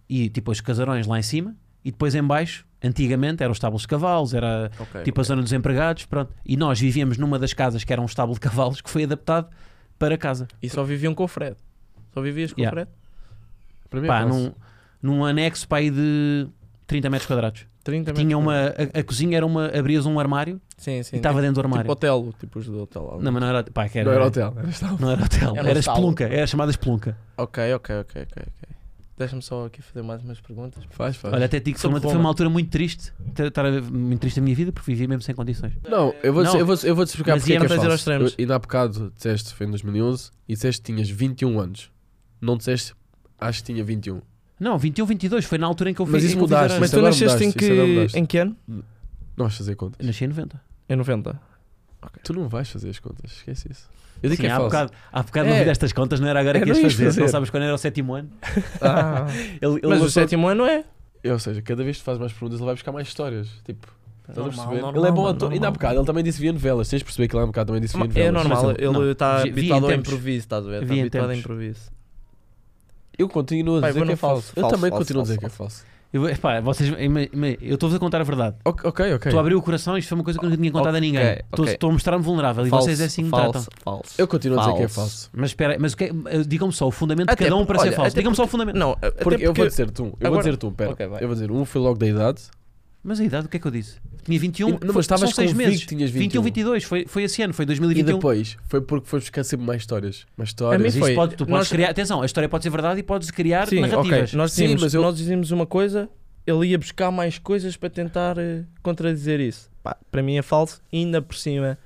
Speaker 1: e tipo os casarões lá em cima e depois em baixo, antigamente, eram os estábulos de cavalos, era
Speaker 2: Ok,
Speaker 1: tipo a zona dos empregados, pronto. E nós vivíamos numa das casas que era um estábulo de cavalos que foi adaptado para casa.
Speaker 2: E só viviam com o Fred. Só vivias com
Speaker 1: Yeah.
Speaker 2: o Fred?
Speaker 3: Para mim é
Speaker 1: Pá,
Speaker 3: falso.
Speaker 1: num, num anexo para aí de 30 metros quadrados.
Speaker 2: 30 metros.
Speaker 1: Tinha uma, a, a cozinha era uma, abrias um armário
Speaker 2: Sim,
Speaker 1: e
Speaker 2: sim.
Speaker 1: estava dentro do
Speaker 2: tipo,
Speaker 1: armário.
Speaker 2: tipo hotel, tipo os do hotel. lá.
Speaker 1: Não, mas não era, pá, que
Speaker 3: Não era hotel. Era estábulo.
Speaker 1: Não era hotel,
Speaker 2: Era
Speaker 1: era,
Speaker 2: um
Speaker 1: era
Speaker 2: salão.
Speaker 1: espelunca, era chamada espelunca.
Speaker 2: Ok, ok, ok, ok. ok. Deixa-me só aqui fazer mais umas perguntas.
Speaker 3: Faz, faz.
Speaker 1: Olha, até te digo que foi
Speaker 3: Sobre
Speaker 1: uma, foi
Speaker 3: Roma.
Speaker 1: uma altura muito triste. Ter- Estar a- muito triste a minha vida porque vivia mesmo sem condições.
Speaker 3: Não, eu vou,
Speaker 1: Não,
Speaker 3: eu vou, eu vou te explicar
Speaker 2: mas
Speaker 3: porque é que é
Speaker 2: íamos trazer
Speaker 3: falso.
Speaker 2: aos extremos.
Speaker 3: Eu- ainda há bocado disseste, foi em 2011, e disseste que tinhas 21 anos. Não disseste, acho que tinha 21.
Speaker 1: Não, 21, 22 foi na altura em que eu fiz.
Speaker 3: Mas
Speaker 1: em
Speaker 3: isso
Speaker 1: que eu fiz
Speaker 3: mudaste,
Speaker 1: horário.
Speaker 2: Mas
Speaker 3: Isso
Speaker 2: tu
Speaker 3: agora
Speaker 2: nasceste em
Speaker 3: mudaste, isso é agora
Speaker 2: que,
Speaker 3: mudaste.
Speaker 2: em que ano?
Speaker 3: Não vais fazer contas.
Speaker 1: Eu Nasci em 90.
Speaker 2: Em 90.
Speaker 3: Tu não vais fazer as contas, esquece isso. Eu digo
Speaker 1: Sim,
Speaker 3: que é
Speaker 1: há
Speaker 3: falso.
Speaker 1: bocado, há bocado não
Speaker 3: É.
Speaker 1: vi destas contas, não era agora
Speaker 3: Eu
Speaker 1: que
Speaker 3: não
Speaker 1: ias
Speaker 3: ia
Speaker 1: fazer, não
Speaker 3: fazer.
Speaker 1: sabes quando era o sétimo ano. Ele, ele
Speaker 2: Ah. mas o
Speaker 1: lançou-
Speaker 2: sétimo ano é.
Speaker 3: Ou seja, cada vez que tu fazes mais perguntas, ele vai buscar mais histórias. Tipo, estás a
Speaker 2: É Normal,
Speaker 3: perceber?
Speaker 2: normal,
Speaker 3: ele é bom
Speaker 2: mano,
Speaker 3: ator. Ainda há
Speaker 2: normal.
Speaker 3: bocado, ele também disse via novelas. Tens de perceber que ele há bocado também disse via
Speaker 2: É
Speaker 3: novelas.
Speaker 2: normal,
Speaker 1: Mas não-
Speaker 2: ele está
Speaker 1: vi- vi em
Speaker 2: habituado ao
Speaker 1: tempos.
Speaker 2: improviso, estás a ver? Está
Speaker 1: Vi em
Speaker 2: habituado ao
Speaker 1: tempos.
Speaker 2: improviso.
Speaker 3: Eu continuo a
Speaker 2: Pá,
Speaker 3: dizer
Speaker 2: eu
Speaker 3: que é
Speaker 2: não
Speaker 3: falso.
Speaker 2: falso,
Speaker 3: Eu
Speaker 2: falso,
Speaker 3: também
Speaker 2: falso,
Speaker 3: continuo a dizer
Speaker 2: falso,
Speaker 3: que é falso.
Speaker 1: Eu, epá, vocês, ima- ima- eu estou-vos a contar a verdade.
Speaker 3: Ok, ok. ok.
Speaker 1: Tu abriu o coração, isto foi uma coisa que eu nunca tinha contado a ninguém.
Speaker 2: Ok,
Speaker 1: Estou
Speaker 2: ok.
Speaker 1: estou a mostrar-me vulnerável e vocês é assim que me tratam.
Speaker 2: falso, falso.
Speaker 3: Eu continuo a dizer que é falso.
Speaker 1: Mas espera, mas o que é- digam-me só o fundamento de
Speaker 2: Até
Speaker 1: cada um para
Speaker 2: porque-
Speaker 1: ser
Speaker 2: olha,
Speaker 1: falso.
Speaker 2: até
Speaker 1: Digam-me só o fundamento.
Speaker 2: Não, até
Speaker 3: Porque, eu vou
Speaker 2: porque-
Speaker 3: dizer tu, eu vou
Speaker 2: Agora-
Speaker 3: dizer tu, pera.
Speaker 2: Ok, vai.
Speaker 3: eu vou dizer, um foi logo da idade.
Speaker 1: Mas a idade, o que é que eu disse? Tinha 21,
Speaker 3: E- não,
Speaker 1: foi-
Speaker 3: mas estavas
Speaker 1: são seis
Speaker 3: convicto
Speaker 1: meses.
Speaker 3: que tinhas
Speaker 1: 21,
Speaker 3: 21,
Speaker 1: 22, foi, foi esse ano, foi
Speaker 3: E
Speaker 1: 2021.
Speaker 3: depois, foi porque foi buscar sempre mais histórias. Mais
Speaker 2: Então- A mim
Speaker 1: Mas
Speaker 3: histórias.
Speaker 1: isso
Speaker 2: foi-
Speaker 1: pode, tu podes
Speaker 2: nós-
Speaker 1: criar, atenção, a história pode ser verdade e podes criar
Speaker 2: Sim,
Speaker 1: narrativas.
Speaker 2: ok. Nós
Speaker 3: Sim,
Speaker 2: dizíamos,
Speaker 3: mas eu-
Speaker 2: nós dizíamos uma coisa, ele ia buscar mais coisas para tentar eh, contradizer isso. Pá, para mim é falso, e ainda por cima.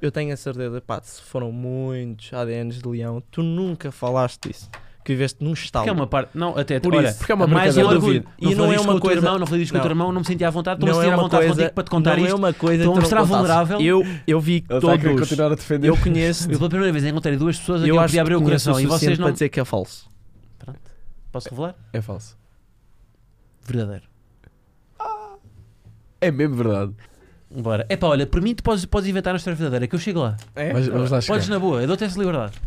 Speaker 2: Eu tenho a certeza, pá, se foram muitos ADNs de leão, tu nunca falaste disso. Que viveste num estalo.
Speaker 1: Porque é uma parte. Não, até
Speaker 3: Por
Speaker 1: olha,
Speaker 3: isso, porque é uma
Speaker 1: mais um
Speaker 3: brincadeira.
Speaker 1: orgulho.
Speaker 2: Duvido.
Speaker 1: Não
Speaker 2: E não
Speaker 1: falei
Speaker 2: é
Speaker 1: disto
Speaker 2: uma
Speaker 1: com o teu
Speaker 2: coisa-
Speaker 1: irmão, não falei disto com o teu
Speaker 2: Não.
Speaker 1: irmão, não me senti à vontade, estou-me a
Speaker 2: Não
Speaker 1: sentir
Speaker 2: é
Speaker 1: à
Speaker 2: uma
Speaker 1: vontade
Speaker 2: coisa-
Speaker 1: contigo para te contar
Speaker 2: não
Speaker 1: isto.
Speaker 2: é uma coisa
Speaker 1: Estou a
Speaker 2: que tu
Speaker 1: mostrar
Speaker 2: não contaste.
Speaker 1: vulnerável.
Speaker 2: Eu, eu vi
Speaker 3: Ele está a querer
Speaker 2: todos.
Speaker 3: continuar a defender.
Speaker 2: Eu conheço.
Speaker 1: Eu pela primeira vez encontrei duas pessoas a quem
Speaker 2: Eu
Speaker 1: eu
Speaker 2: acho
Speaker 1: podia
Speaker 2: que
Speaker 1: abrir o
Speaker 2: conheço
Speaker 1: coração e
Speaker 2: suficiente
Speaker 1: vocês não.
Speaker 2: para dizer que é falso.
Speaker 1: Posso revelar?
Speaker 3: É falso.
Speaker 1: Verdadeiro.
Speaker 3: É mesmo verdade.
Speaker 1: Bora. É pá, olha, por mim tu podes, podes inventar uma história verdadeira, que eu chego lá.
Speaker 2: É?
Speaker 3: Mas, vamos lá chegar.
Speaker 1: Podes na boa, eu dou-te essa liberdade.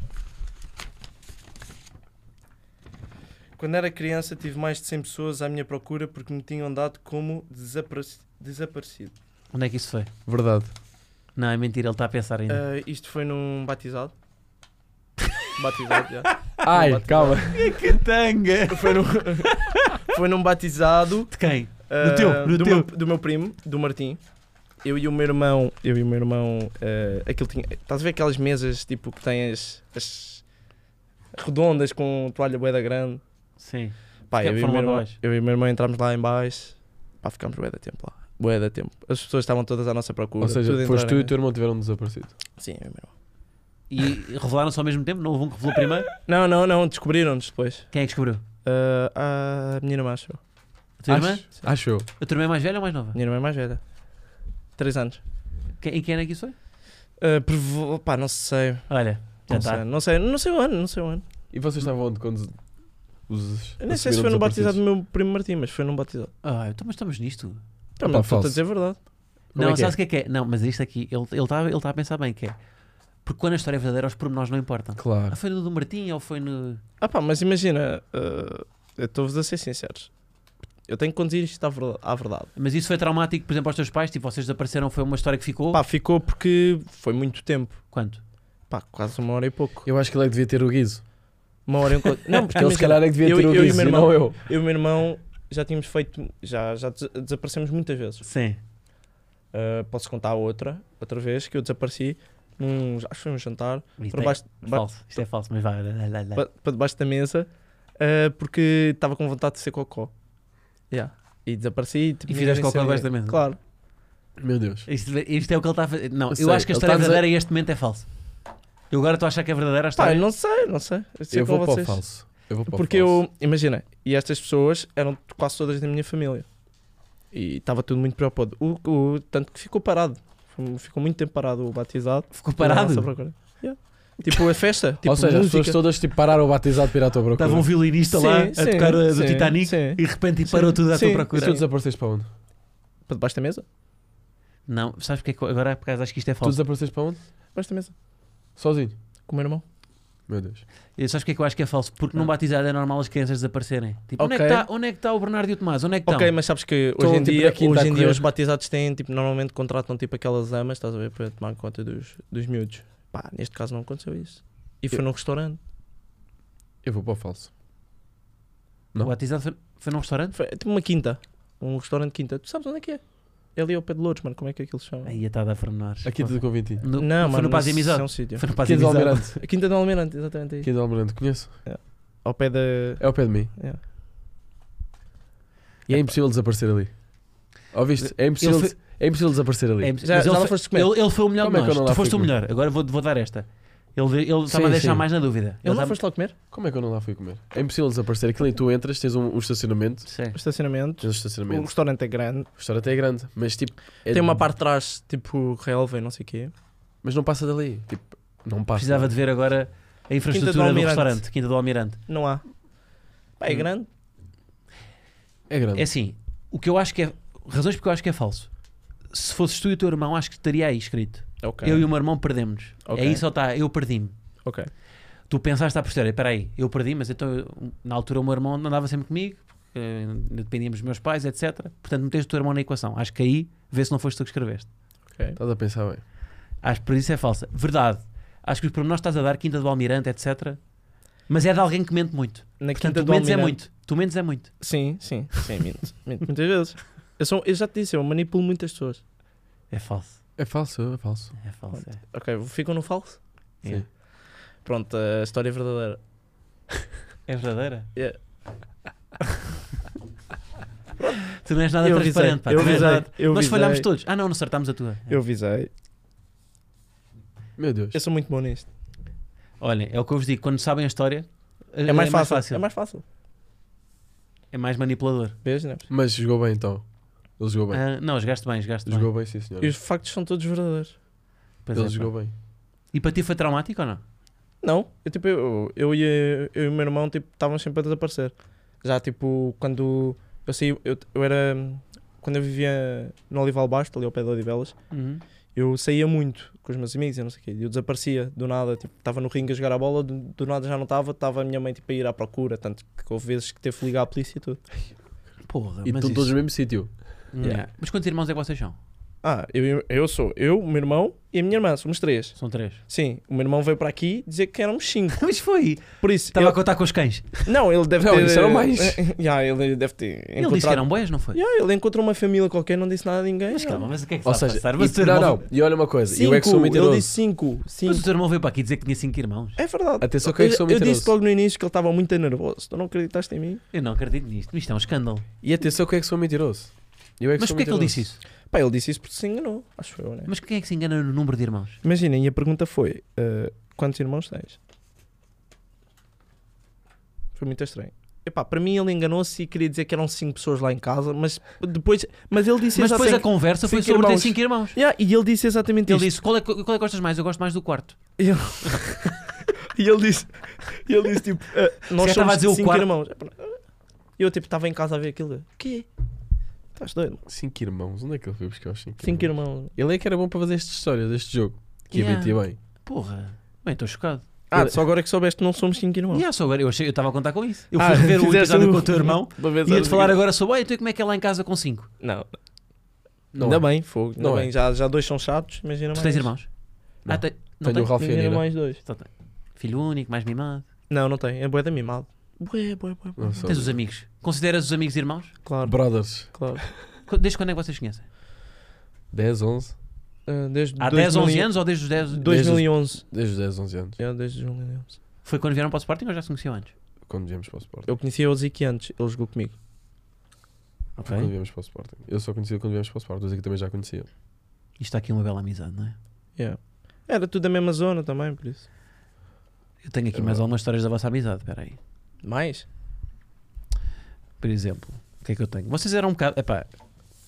Speaker 2: Quando era criança, tive mais de 100 pessoas à minha procura porque me tinham dado como desapareci- desaparecido.
Speaker 1: Onde é que isso foi?
Speaker 3: Verdade.
Speaker 1: Não, é mentira, ele está a pensar ainda.
Speaker 2: Ah, isto foi num batizado. batizado, já.
Speaker 3: Ai, calma.
Speaker 1: Tanga!
Speaker 2: Foi num, foi num batizado
Speaker 1: De quem?
Speaker 2: ah,
Speaker 1: teu, no
Speaker 2: do,
Speaker 1: teu.
Speaker 2: Meu, do meu primo, do Martim. Eu e o meu irmão, eu e o meu irmão, ah, aquilo tinha. Estás a ver aquelas mesas tipo que têm as, as redondas com toalha boeda grande?
Speaker 1: Sim.
Speaker 2: Pá,
Speaker 1: Porque
Speaker 2: eu, e o
Speaker 1: foram
Speaker 2: meu
Speaker 1: lá
Speaker 2: irmão,
Speaker 1: abaixo.
Speaker 2: eu e o meu irmão entramos lá em baixo. Pá, ficámos bué da tempo lá. Bué da tempo. As pessoas estavam todas à nossa procura.
Speaker 3: Ou seja,
Speaker 2: tudo
Speaker 3: foste tu e
Speaker 2: entraram-
Speaker 3: o teu irmão tiveram um desaparecido.
Speaker 2: Sim, eu e o meu irmão.
Speaker 1: E revelaram-se ao mesmo tempo? Não houve um que revelou primeiro?
Speaker 2: Não, não, não. Descobriram-nos depois.
Speaker 1: Quem é que descobriu?
Speaker 2: Ah, a minha irmã achou.
Speaker 1: A tua irmã?
Speaker 3: Acho- Acho eu.
Speaker 1: A tua irmã é mais velha ou mais nova?
Speaker 2: A minha irmã é mais velha. Três anos.
Speaker 1: Que- Em que ano é que isso foi?
Speaker 2: Ah, prevo... Pá, não sei.
Speaker 1: Olha, já tá.
Speaker 2: Não,
Speaker 1: está.
Speaker 2: sei. não sei. Não sei o ano, não sei o ano.
Speaker 3: E vocês estavam onde quando os.
Speaker 2: Eu nem sei
Speaker 3: assumiram
Speaker 2: se foi no batizado do
Speaker 3: desaparecidos?
Speaker 2: meu primo Martim, mas foi num batizado.
Speaker 1: Ah, então, mas estamos nisto.
Speaker 3: Tá
Speaker 2: Também
Speaker 3: pá,
Speaker 2: estou a
Speaker 3: falso.
Speaker 2: dizer a verdade.
Speaker 3: Como
Speaker 1: Não,
Speaker 3: é que é?
Speaker 1: sabes o que é que é? Não, mas isto aqui, ele está ele tá, ele tá a pensar bem que é. Porque quando a história é verdadeira, os pormenores não importam. Ah,
Speaker 3: Claro.
Speaker 1: foi no do Martim ou foi no.
Speaker 2: Ah pá, mas imagina, ah, eu estou-vos a ser sinceros. Eu tenho que conduzir isto à verda- à verdade.
Speaker 1: Mas isso foi traumático, por exemplo, aos teus pais? Tipo, vocês desapareceram, foi uma história que ficou?
Speaker 2: Pá, ficou porque foi muito tempo.
Speaker 1: Quanto?
Speaker 2: Pá, quase uma hora e pouco.
Speaker 3: Eu acho que ele é que devia ter o guiso.
Speaker 2: Uma hora e um quarto. Não, porque
Speaker 3: Ele se
Speaker 2: imagina,
Speaker 3: calhar é que devia
Speaker 2: eu-
Speaker 3: ter o
Speaker 2: eu e o
Speaker 3: guiso
Speaker 2: meu
Speaker 3: e
Speaker 2: irmão.
Speaker 3: não eu.
Speaker 2: eu e o meu irmão já tínhamos feito. Já, já des- desaparecemos muitas vezes.
Speaker 1: Sim.
Speaker 2: Ah, posso contar outra, outra vez que eu desapareci. Num, acho que foi um jantar.
Speaker 1: Isto
Speaker 2: Para
Speaker 1: é,
Speaker 2: baixo, ba-
Speaker 1: falso. Isto é falso, mas vai. lá,
Speaker 3: é.
Speaker 1: lá, lá, lá.
Speaker 2: pa- para debaixo da mesa ah, porque estava com vontade de ser cocó. Yeah. E desapareci. tipo,
Speaker 1: E fizeste
Speaker 2: ninguém
Speaker 1: cocó
Speaker 2: sabia.
Speaker 1: debaixo da mesa?
Speaker 2: Claro.
Speaker 3: Meu Deus.
Speaker 1: Isto, isto é o que ele está a fazer. Não, eu,
Speaker 3: Eu sei,
Speaker 1: acho que a
Speaker 3: ele
Speaker 1: história
Speaker 3: tá a dizer-
Speaker 1: verdadeira e este momento é falso. Eu agora estou a achar que é verdadeira a
Speaker 2: Pá, eu
Speaker 1: história.
Speaker 2: não sei, não sei. Eu, sei
Speaker 3: Eu
Speaker 2: com
Speaker 3: vou para o
Speaker 2: vocês.
Speaker 3: falso. Eu vou para o
Speaker 2: Porque
Speaker 3: falso.
Speaker 2: eu, imagina, e estas pessoas eram quase todas da minha família. E estava tudo muito preocupado. O, o- tanto que ficou parado. Foi- Ficou muito tempo parado o batizado.
Speaker 1: Ficou
Speaker 2: Não, não sei
Speaker 1: parado.
Speaker 2: procurar. Yeah. Tipo a festa. Tipo,
Speaker 3: Ou seja, as
Speaker 2: música.
Speaker 3: pessoas todas tipo, pararam o batizado para ir à tua procura.
Speaker 1: Estava um violinista
Speaker 2: Sim,
Speaker 1: lá a
Speaker 2: sim,
Speaker 1: tocar a do
Speaker 2: sim,
Speaker 1: Titanic
Speaker 2: sim.
Speaker 1: e de repente parou tudo à tua
Speaker 2: sim.
Speaker 3: E
Speaker 1: procura.
Speaker 3: tu desapareceste para onde?
Speaker 2: Para debaixo da mesa?
Speaker 1: Não, sabes porque é que eu- agora por acaso acho que isto é
Speaker 3: Tu
Speaker 1: falso.
Speaker 3: desapareceste para onde?
Speaker 2: Debaixo da mesa.
Speaker 3: Sozinho.
Speaker 2: Com o meu irmão.
Speaker 3: Meu Deus.
Speaker 1: Eu- Sabes porque é que eu acho que é falso? Porque num batizado é normal as crianças desaparecerem. Tipo, onde é que
Speaker 2: Ah. Ok.
Speaker 1: está onde é que tá o Bernardo e o Tomás? Onde é que estão?
Speaker 2: ok, mas sabes que
Speaker 3: Então,
Speaker 2: hoje em
Speaker 3: tipo,
Speaker 2: dia,
Speaker 3: na quinta
Speaker 2: hoje em
Speaker 3: a
Speaker 2: dia
Speaker 3: correr.
Speaker 2: os batizados têm, tipo, normalmente contratam tipo aquelas amas, estás a ver, para tomar conta dos, dos miúdos. Pá, neste caso não aconteceu isso. E foi num restaurante.
Speaker 3: Eu vou para o falso.
Speaker 1: O
Speaker 3: não.
Speaker 1: batizado foi, foi num restaurante?
Speaker 2: Foi tipo uma quinta. Um restaurante quinta. Tu sabes onde é que é? É ali ao pé de Lourdes, mano. Como é que aquilo se chama?
Speaker 1: Aí está a dar pormenores.
Speaker 3: Aqui tudo com 20.
Speaker 1: No- foi no Paz e
Speaker 2: mas isso
Speaker 1: Amizade.
Speaker 2: É um sítio.
Speaker 1: Foi no Paz e
Speaker 3: Quinta do
Speaker 1: Amizade.
Speaker 3: Almirante.
Speaker 2: A Quinta do Almirante, exatamente aí.
Speaker 3: Quinta do Almirante, conheço.
Speaker 2: Ao pé da.
Speaker 3: É ao pé de mim.
Speaker 2: é.
Speaker 3: E é impossível desaparecer ali. Ouviste? É impossível,
Speaker 1: Ele foi-
Speaker 3: é impossível desaparecer ali.
Speaker 1: É, mas
Speaker 2: Já- já
Speaker 1: ele,
Speaker 2: não
Speaker 1: foi-
Speaker 2: foste comer?
Speaker 1: ele- ele foi o melhor
Speaker 3: Como é
Speaker 1: de
Speaker 3: que
Speaker 1: nós.
Speaker 3: eu não lá
Speaker 1: tu foste
Speaker 3: fui
Speaker 1: o
Speaker 3: comer?
Speaker 1: melhor. Agora vou, vou dar esta. Ele, ele estava a
Speaker 3: Sim,
Speaker 1: deixar
Speaker 3: sim.
Speaker 1: mais na dúvida.
Speaker 2: Ele não
Speaker 1: tá-
Speaker 2: foste lá comer?
Speaker 3: Como é que eu não lá fui comer? É impossível desaparecer. Aquilo em que tu entras, tens um, um estacionamento.
Speaker 1: Sim.
Speaker 2: O estacionamento.
Speaker 3: Tens um
Speaker 2: O
Speaker 3: estacionamento.
Speaker 2: restaurante é grande.
Speaker 3: O restaurante é grande, mas tipo. é-
Speaker 2: Tem uma parte de trás, tipo relva e não sei o quê.
Speaker 3: Mas não passa dali. Tipo, não passa.
Speaker 1: Precisava de ver agora a infraestrutura do,
Speaker 2: Almirante.
Speaker 1: restaurante, Quinta do Almirante.
Speaker 2: Não há. Pá, é
Speaker 1: Hum.
Speaker 2: grande.
Speaker 3: É grande.
Speaker 1: É assim, o que eu acho que é. Razões porque eu acho que é falso. Se fosses tu e o teu irmão, acho que estaria aí escrito.
Speaker 2: Ok.
Speaker 1: Eu e o meu irmão perdemos. É
Speaker 2: Ok.
Speaker 1: Aí só está, tá? eu perdi-me.
Speaker 2: Ok.
Speaker 1: Tu pensaste à posteriori, espera aí, eu perdi, mas então eu- na altura o meu irmão andava sempre comigo, porque eh, dependíamos dos meus pais, etc. Portanto, meteste o teu irmão na equação. Acho que aí vê se não foste tu que escreveste.
Speaker 3: Estás a pensar bem.
Speaker 1: Acho que por isso é falsa. Verdade. Acho que os pormenores que estás a dar, Quinta do Almirante, etc. Mas é de alguém que mente muito.
Speaker 2: Na
Speaker 1: Portanto,
Speaker 2: quinta
Speaker 1: tu
Speaker 2: do
Speaker 1: mentes é
Speaker 2: Almirante-
Speaker 1: muito. Tu mentes é muito.
Speaker 2: Sim, sim, sim, minto. minto muitas vezes. Eu, sou, eu já te disse, eu manipulo muitas pessoas.
Speaker 1: É falso.
Speaker 3: É falso, é falso.
Speaker 1: É falso. é.
Speaker 2: Ok, ficam no falso?
Speaker 1: É.
Speaker 3: Sim.
Speaker 2: Pronto, a história é verdadeira.
Speaker 1: É verdadeira?
Speaker 2: É.
Speaker 1: tu não és nada transparente, pá.
Speaker 2: eu
Speaker 1: tu não és
Speaker 2: avisei,
Speaker 1: nada-
Speaker 2: eu
Speaker 1: Nós
Speaker 2: avisei,
Speaker 1: falhámos todos. Ah, não, não acertámos a tua.
Speaker 2: Eu avisei.
Speaker 3: Meu Deus.
Speaker 2: Eu sou muito bom nisto.
Speaker 1: Olhem, é o que eu vos digo. Quando sabem a história, eh,
Speaker 2: É, mais, fácil. É mais fácil.
Speaker 1: É mais manipulador.
Speaker 2: Beijo, né?
Speaker 3: Mas jogou bem então. Ele jogou bem.
Speaker 1: Ah, não, jogaste bem, jogaste bem.
Speaker 3: Jogou bem, sim, senhor.
Speaker 2: E os factos são todos verdadeiros.
Speaker 1: Pois é,
Speaker 3: Ele
Speaker 1: pá.
Speaker 3: jogou bem.
Speaker 1: E para ti foi traumático ou não?
Speaker 2: Não, eu, tipo, eu, eu, e, eu e o meu irmão tipo, estavam sempre a desaparecer. Já tipo, quando eu saí, eu, eu era. Quando eu vivia no Olival Basto, ali ao pé de Odivelas, eu saía muito com os meus amigos e não sei o quê. Eu desaparecia do nada, tipo, estava no ringue a jogar a bola, do, do nada já não estava, estava a minha mãe tipo, a ir à procura, tanto que houve vezes que teve que ligar à polícia e tudo.
Speaker 1: Porra,
Speaker 3: E estão
Speaker 1: mas é isso...
Speaker 3: todos no mesmo sítio.
Speaker 1: Hum.
Speaker 2: Yeah.
Speaker 1: Mas quantos irmãos é que vocês são?
Speaker 2: Ah, eu, eu sou eu, o meu irmão e a minha irmã, somos três.
Speaker 1: São três.
Speaker 2: Sim, o meu irmão veio para aqui dizer que éramos cinco.
Speaker 1: Mas foi.
Speaker 2: Por isso,
Speaker 1: Estava a
Speaker 2: ele-
Speaker 1: contar com os cães.
Speaker 2: não, ele deve
Speaker 3: Não,
Speaker 2: ter.
Speaker 3: isso eram mais.
Speaker 2: Já, ele deve ter.
Speaker 1: Ele disse que eram boias, não foi?
Speaker 2: Yeah, ele encontrou uma família qualquer, não disse nada a ninguém.
Speaker 1: Mas
Speaker 2: não.
Speaker 1: calma, mas o que é que
Speaker 3: Ou
Speaker 1: está a
Speaker 3: seja,
Speaker 1: passar?
Speaker 3: e-
Speaker 1: Mas o teu
Speaker 3: não,
Speaker 1: irmão-
Speaker 3: não. E olha uma coisa.
Speaker 2: Cinco,
Speaker 3: eu é que sou muito
Speaker 2: ele
Speaker 3: idoso.
Speaker 2: disse cinco.
Speaker 1: Mas o
Speaker 2: cinco.
Speaker 1: teu irmão veio para aqui dizer que tinha cinco irmãos.
Speaker 2: É verdade.
Speaker 3: Atenção que eu é que sou
Speaker 2: eu
Speaker 3: mentiroso.
Speaker 2: disse logo no início que ele estava muito nervoso. Tu não acreditaste em mim?
Speaker 1: Eu não acredito nisto. Isto é um escândalo.
Speaker 3: E atenção que eu é que sou mentiroso. Eu é que
Speaker 1: Mas
Speaker 3: sou
Speaker 1: porquê é que ele
Speaker 3: mentiroso.
Speaker 1: disse isso?
Speaker 2: Pá, ele disse isso porque se enganou. Acho eu, né?
Speaker 1: Mas quem é que se engana no número de irmãos?
Speaker 2: Imaginem, e a pergunta foi: eh, quantos irmãos tens? Foi muito estranho. Epá, para mim ele enganou-se e queria dizer que eram cinco pessoas lá em casa, mas depois. Mas ele disse
Speaker 1: Mas depois a
Speaker 2: exatamente.
Speaker 1: conversa foi
Speaker 2: cinco
Speaker 1: sobre ter
Speaker 2: irmãos.
Speaker 1: cinco irmãos.
Speaker 2: Yeah, e ele disse exatamente
Speaker 1: Ele
Speaker 2: isto.
Speaker 1: disse: qual é, que- qual é que gostas mais? Eu gosto mais do quarto.
Speaker 2: E ele disse, e ele disse tipo, eh, nós
Speaker 1: calhar estava
Speaker 2: somos
Speaker 1: a dizer o
Speaker 2: cinco
Speaker 1: quarto.
Speaker 2: irmãos. E É, eu tipo, estava em casa a ver aquilo. O quê? Estás doido? mano?
Speaker 3: Cinco irmãos. Onde é que ele foi buscar os cinco,
Speaker 1: Uhum.
Speaker 2: Cinco irmãos.
Speaker 3: Ele é que era bom para fazer estas histórias deste jogo. Que ia
Speaker 1: Yeah.
Speaker 3: mentir bem.
Speaker 1: Porra. Bem, estou chocado.
Speaker 2: Ah,
Speaker 3: Ele-
Speaker 2: só agora que soubeste não somos cinco irmãos.
Speaker 1: E é, só agora, eu achei- eu estava a contar com isso. Eu fui
Speaker 2: Ah,
Speaker 1: rever o
Speaker 2: fizeste
Speaker 1: episódio com o teu irmão
Speaker 2: Uma vez
Speaker 1: e ia-te
Speaker 2: a-
Speaker 1: falar agora sobre, "Ei, então como é que é lá em casa com cinco?
Speaker 2: Não,
Speaker 3: Não
Speaker 2: ainda
Speaker 3: é.
Speaker 2: bem, fogo. Ainda
Speaker 3: Não
Speaker 2: bem,
Speaker 3: é.
Speaker 2: já, já dois são chatos, imagina
Speaker 1: Tu
Speaker 2: mais.
Speaker 1: tens irmãos?
Speaker 3: Não.
Speaker 1: Ah, te- não
Speaker 3: Tenho o
Speaker 1: tens?
Speaker 3: Ralph e a
Speaker 2: Imagina
Speaker 3: Nina.
Speaker 2: mais dois.
Speaker 1: Só tenho. Filho único, mais mimado.
Speaker 2: Não, não tem. É boeda mimado. Bué, bué, bué. bué.
Speaker 3: Não sou.
Speaker 1: Tens os amigos. Consideras os amigos irmãos?
Speaker 2: Claro,
Speaker 3: Brothers.
Speaker 2: claro.
Speaker 1: Qu- Desde quando é que vocês conhecem?
Speaker 3: 10, 11.
Speaker 2: Ah, desde
Speaker 1: Há
Speaker 2: 2000
Speaker 1: 10, 11 anos ou desde os 10?
Speaker 3: Dois-
Speaker 2: 2011.
Speaker 3: Desde os 10, 11 anos.
Speaker 2: É, desde 2011.
Speaker 1: Foi quando vieram para o Sporting ou já se conheciam antes?
Speaker 3: Quando viemos para o Sporting.
Speaker 2: Eu conhecia o Ziki antes, ele jogou comigo.
Speaker 1: Ok.
Speaker 3: Quando viemos para o Sporting. Eu só conhecia quando viemos para o Sporting. Mas é que também já conhecia.
Speaker 1: Isto está aqui uma bela amizade, não é?
Speaker 2: Yeah. Era tudo da mesma zona também, por isso.
Speaker 1: Eu tenho aqui
Speaker 3: É
Speaker 1: mais
Speaker 3: verdade.
Speaker 1: algumas histórias da vossa amizade, espera aí.
Speaker 2: Mais?
Speaker 1: Por exemplo, o que é que eu tenho? Vocês eram um bocado. Epá,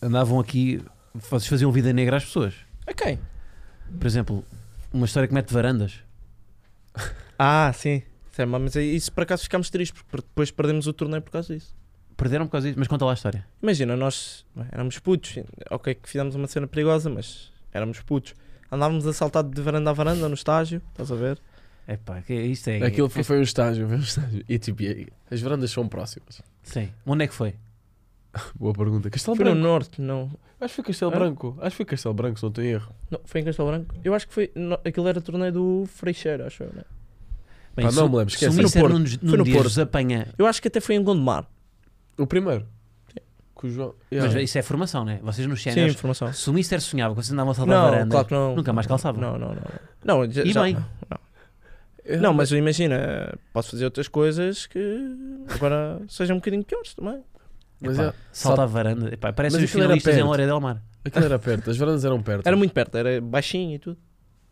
Speaker 1: andavam aqui. Vocês faziam vida negra às pessoas.
Speaker 2: A É quem?
Speaker 1: Por exemplo, uma história que mete varandas.
Speaker 2: Ah, sim. Sim, mas isso por acaso ficámos tristes, porque depois perdemos o torneio por causa disso.
Speaker 1: Perderam por causa disso, mas conta lá a história.
Speaker 2: Imagina, nós não é, éramos putos, ok que fizemos uma cena perigosa, mas éramos putos. Andávamos a saltar de varanda a varanda no estágio, estás a ver?
Speaker 1: Epá, que isto é.
Speaker 3: Aquilo foi, foi um estágio. Foi um estágio. E tipo, e- as varandas são próximas.
Speaker 1: Sim. Onde é que foi?
Speaker 3: Boa pergunta. Castelo
Speaker 2: Foi no
Speaker 3: Branco.
Speaker 2: norte, não.
Speaker 3: Acho que foi Castelo
Speaker 2: Hã?
Speaker 3: Branco. Acho que foi Castelo Branco, se não tenho erro.
Speaker 2: não. Foi em Castelo Branco? Eu acho que foi. no- aquilo era torneio do Freixeiro, acho eu, né?
Speaker 1: Bem,
Speaker 3: Pá,
Speaker 1: se-
Speaker 3: não me lembro,
Speaker 1: Se
Speaker 3: esquece.
Speaker 1: o
Speaker 3: Foi no
Speaker 1: Mister
Speaker 3: Porto.
Speaker 1: num,
Speaker 2: Foi no Porto.
Speaker 1: nos apanha.
Speaker 2: Eu acho que até foi em Gondomar.
Speaker 3: O primeiro. Com o João.
Speaker 1: Mas
Speaker 3: Yeah.
Speaker 1: isso é formação, né? Vocês nos
Speaker 2: Sim,
Speaker 1: cenas.
Speaker 2: informação.
Speaker 1: Se o Mister sonhava que vocês andavam a saltar
Speaker 2: Não,
Speaker 1: varandas,
Speaker 2: claro que não.
Speaker 1: nunca mais calçavam.
Speaker 2: Não, não, não. não já,
Speaker 1: E
Speaker 2: já-
Speaker 1: bem.
Speaker 3: É,
Speaker 2: Não, mas imagina, posso fazer outras coisas que agora sejam um bocadinho piores também.
Speaker 3: Mas
Speaker 1: Epá,
Speaker 3: é-
Speaker 1: Salta à
Speaker 3: sal-
Speaker 1: varanda. Epá, parece
Speaker 3: Mas
Speaker 1: os
Speaker 3: aquilo era
Speaker 1: finalistas em
Speaker 3: perto.
Speaker 1: Lória del Mar.
Speaker 3: é, aquilo era perto, as varandas eram perto.
Speaker 2: Era muito perto, era baixinho e tudo.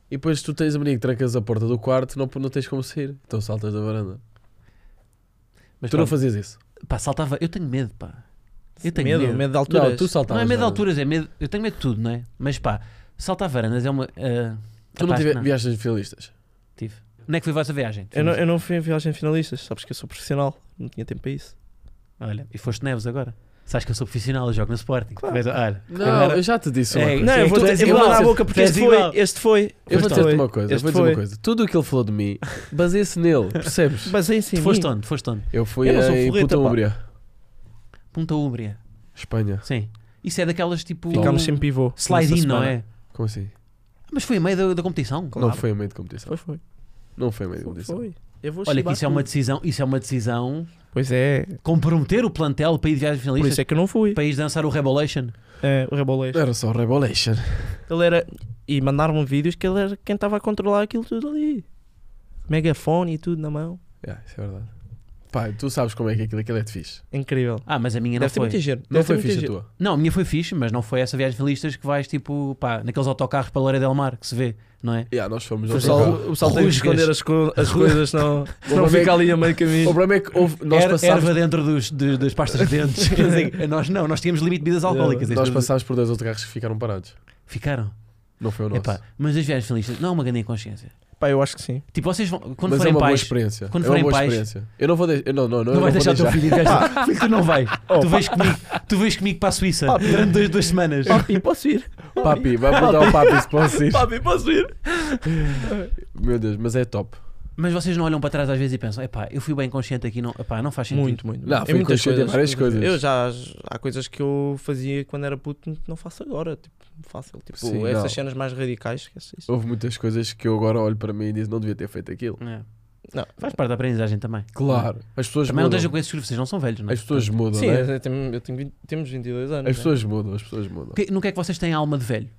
Speaker 3: E depois tu tens a mania que trancas a porta do quarto, não, não tens como sair. Então saltas da varanda.
Speaker 1: Mas
Speaker 3: tu
Speaker 1: pá,
Speaker 3: não fazias isso.
Speaker 1: pá, saltava. Eu tenho medo, pá. Eu tenho
Speaker 2: medo,
Speaker 1: medo.
Speaker 2: de alturas.
Speaker 3: Não, tu
Speaker 1: Não
Speaker 3: saltavas.
Speaker 1: é medo de
Speaker 3: da
Speaker 1: alturas, é medo. Eu tenho medo de tudo, não é? Mas pá, saltar varandas é uma. ah,
Speaker 3: varanda. Tu não
Speaker 1: rapaz,
Speaker 3: tive, viajas de finalistas.
Speaker 1: tive. Onde é que foi a vossa viagem?
Speaker 2: Eu não, eu não fui em viagem de finalistas, sabes que eu sou profissional, não tinha tempo para isso.
Speaker 1: Olha, e foste Neves agora. Sabes que eu sou profissional, eu jogo no Sporting.
Speaker 2: Claro.
Speaker 1: Vês, olha,
Speaker 3: Não, eu já te disse uma
Speaker 1: É,
Speaker 3: coisa.
Speaker 2: Não, eu vou,
Speaker 1: tu
Speaker 2: te-
Speaker 1: és
Speaker 2: eu vou
Speaker 1: igual,
Speaker 2: dar a
Speaker 1: tu-
Speaker 2: boca porque
Speaker 1: tu és
Speaker 2: este foi,
Speaker 1: igual.
Speaker 2: este foi.
Speaker 3: Eu vou
Speaker 2: Este
Speaker 3: dizer-te
Speaker 2: foi,
Speaker 3: uma coisa, eu
Speaker 2: este
Speaker 3: vou dizer
Speaker 2: foi.
Speaker 3: uma coisa. Tudo o que ele falou de mim baseia-se nele, percebes?
Speaker 2: Mas é isso em
Speaker 1: tu foste
Speaker 2: mim.
Speaker 1: onde? Foste onde?
Speaker 3: Eu fui
Speaker 2: Eu não sou
Speaker 3: em
Speaker 2: forreta,
Speaker 3: Puta
Speaker 2: pá.
Speaker 3: Umbria,
Speaker 1: Punta Úmbria.
Speaker 3: Espanha.
Speaker 1: Sim. Isso é daquelas tipo.
Speaker 2: Ficámos sem pivô.
Speaker 1: Slide in,
Speaker 2: nessa
Speaker 1: não
Speaker 2: semana.
Speaker 1: é?
Speaker 3: Como assim?
Speaker 1: Mas foi a meio da, da competição.
Speaker 3: Não foi a meio de competição.
Speaker 2: Foi, foi.
Speaker 3: Não foi a meio de
Speaker 2: foi,
Speaker 3: competição.
Speaker 2: foi. Eu vou
Speaker 1: Olha, que
Speaker 2: chibar
Speaker 1: isso é uma
Speaker 2: tudo.
Speaker 1: decisão. Isso é uma decisão.
Speaker 2: Pois é,
Speaker 1: Comprometer o plantel para ir de viagem
Speaker 2: por
Speaker 1: finalista.
Speaker 2: isso é que eu não fui.
Speaker 1: Para ir dançar o Revelation.
Speaker 2: É, o Rebolês.
Speaker 3: Era só Rebolation.
Speaker 1: É.
Speaker 2: Ele era. E mandaram-me vídeos que ele era quem estava a controlar aquilo tudo ali. Megafone e tudo na mão.
Speaker 3: Yeah, isso é verdade. Pá, tu sabes como é que aquilo, aquilo é de fixe.
Speaker 2: Incrível.
Speaker 1: Ah, mas a minha
Speaker 2: Deve ter
Speaker 1: não
Speaker 2: muito
Speaker 1: foi.
Speaker 2: giro.
Speaker 3: Não
Speaker 2: deve ter
Speaker 3: foi
Speaker 2: muito
Speaker 3: fixe a
Speaker 2: giro.
Speaker 3: tua.
Speaker 1: Não, a minha foi fixe, mas não foi essa viagem de finalistas que vais tipo, pá, naqueles autocarros para Loura del Mar que se vê, não é?
Speaker 3: Yeah, nós fomos
Speaker 2: O
Speaker 3: ao
Speaker 2: pessoal,
Speaker 3: autocarro.
Speaker 2: o pessoal tem de
Speaker 1: Rusgas.
Speaker 2: esconder as, co- as coisas, não, não
Speaker 3: problema é que-
Speaker 2: fica ali a meio
Speaker 3: O
Speaker 2: caminho.
Speaker 3: problema é que houve- nós
Speaker 1: Er-
Speaker 3: passámos
Speaker 1: Erva dentro dos, de- das pastas de dentes. Quer dizer, nós não, nós tínhamos limite de bebidas alcoólicas.
Speaker 3: É, Nós
Speaker 1: Estas-
Speaker 3: passámos por dois autocarros que ficaram parados.
Speaker 1: Ficaram.
Speaker 3: Não foi o nosso.
Speaker 1: Epá, mas as viagens finalistas não é uma grande inconsciência.
Speaker 2: Pá, eu acho que sim.
Speaker 1: Tipo, vocês vão, quando
Speaker 3: Mas é
Speaker 1: forem
Speaker 3: uma boa
Speaker 1: pais,
Speaker 3: experiência.
Speaker 1: quando
Speaker 3: é uma
Speaker 1: forem
Speaker 3: boa
Speaker 1: pais-
Speaker 3: experiência. Eu não vou deixar. eu Não, não, não,
Speaker 1: não
Speaker 3: eu
Speaker 1: vais
Speaker 3: não
Speaker 1: deixar
Speaker 3: vou
Speaker 1: o teu
Speaker 3: deixar.
Speaker 1: filho ir viajar. Filho, tu não vais. tu, vais comigo, tu vais comigo para a Suíça durante duas, duas semanas.
Speaker 2: Papi, posso ir?
Speaker 3: Papi, vai mudar o papi se posso ir.
Speaker 2: Papi, posso ir?
Speaker 3: Meu Deus, mas é top.
Speaker 1: Mas vocês não olham para trás às vezes e pensam, epá, eu fui bem consciente aqui, não, epá, não faz sentido.
Speaker 2: Muito, muito.
Speaker 3: Não,
Speaker 2: muito.
Speaker 3: fui consciente em várias coisas.
Speaker 2: Eu já, há coisas que eu fazia quando era puto que não faço agora. Tipo, fácil. Tipo,
Speaker 3: Sim,
Speaker 2: essas
Speaker 3: não.
Speaker 2: cenas mais radicais, esquece isso.
Speaker 3: Houve muitas coisas que eu agora olho para mim e digo, não devia ter feito aquilo.
Speaker 1: É.
Speaker 2: Não.
Speaker 1: Faz parte da aprendizagem também.
Speaker 3: Claro. As pessoas
Speaker 1: Também é não
Speaker 3: mudam.
Speaker 1: deixam com esses filhos, vocês não são velhos, não é?
Speaker 3: As pessoas mudam,
Speaker 2: Sim,
Speaker 3: né?
Speaker 2: eu tenho, eu tenho vinte- temos 22 anos.
Speaker 3: As
Speaker 2: né?
Speaker 3: pessoas mudam, as pessoas mudam.
Speaker 1: Que- no que é que vocês têm alma de velho?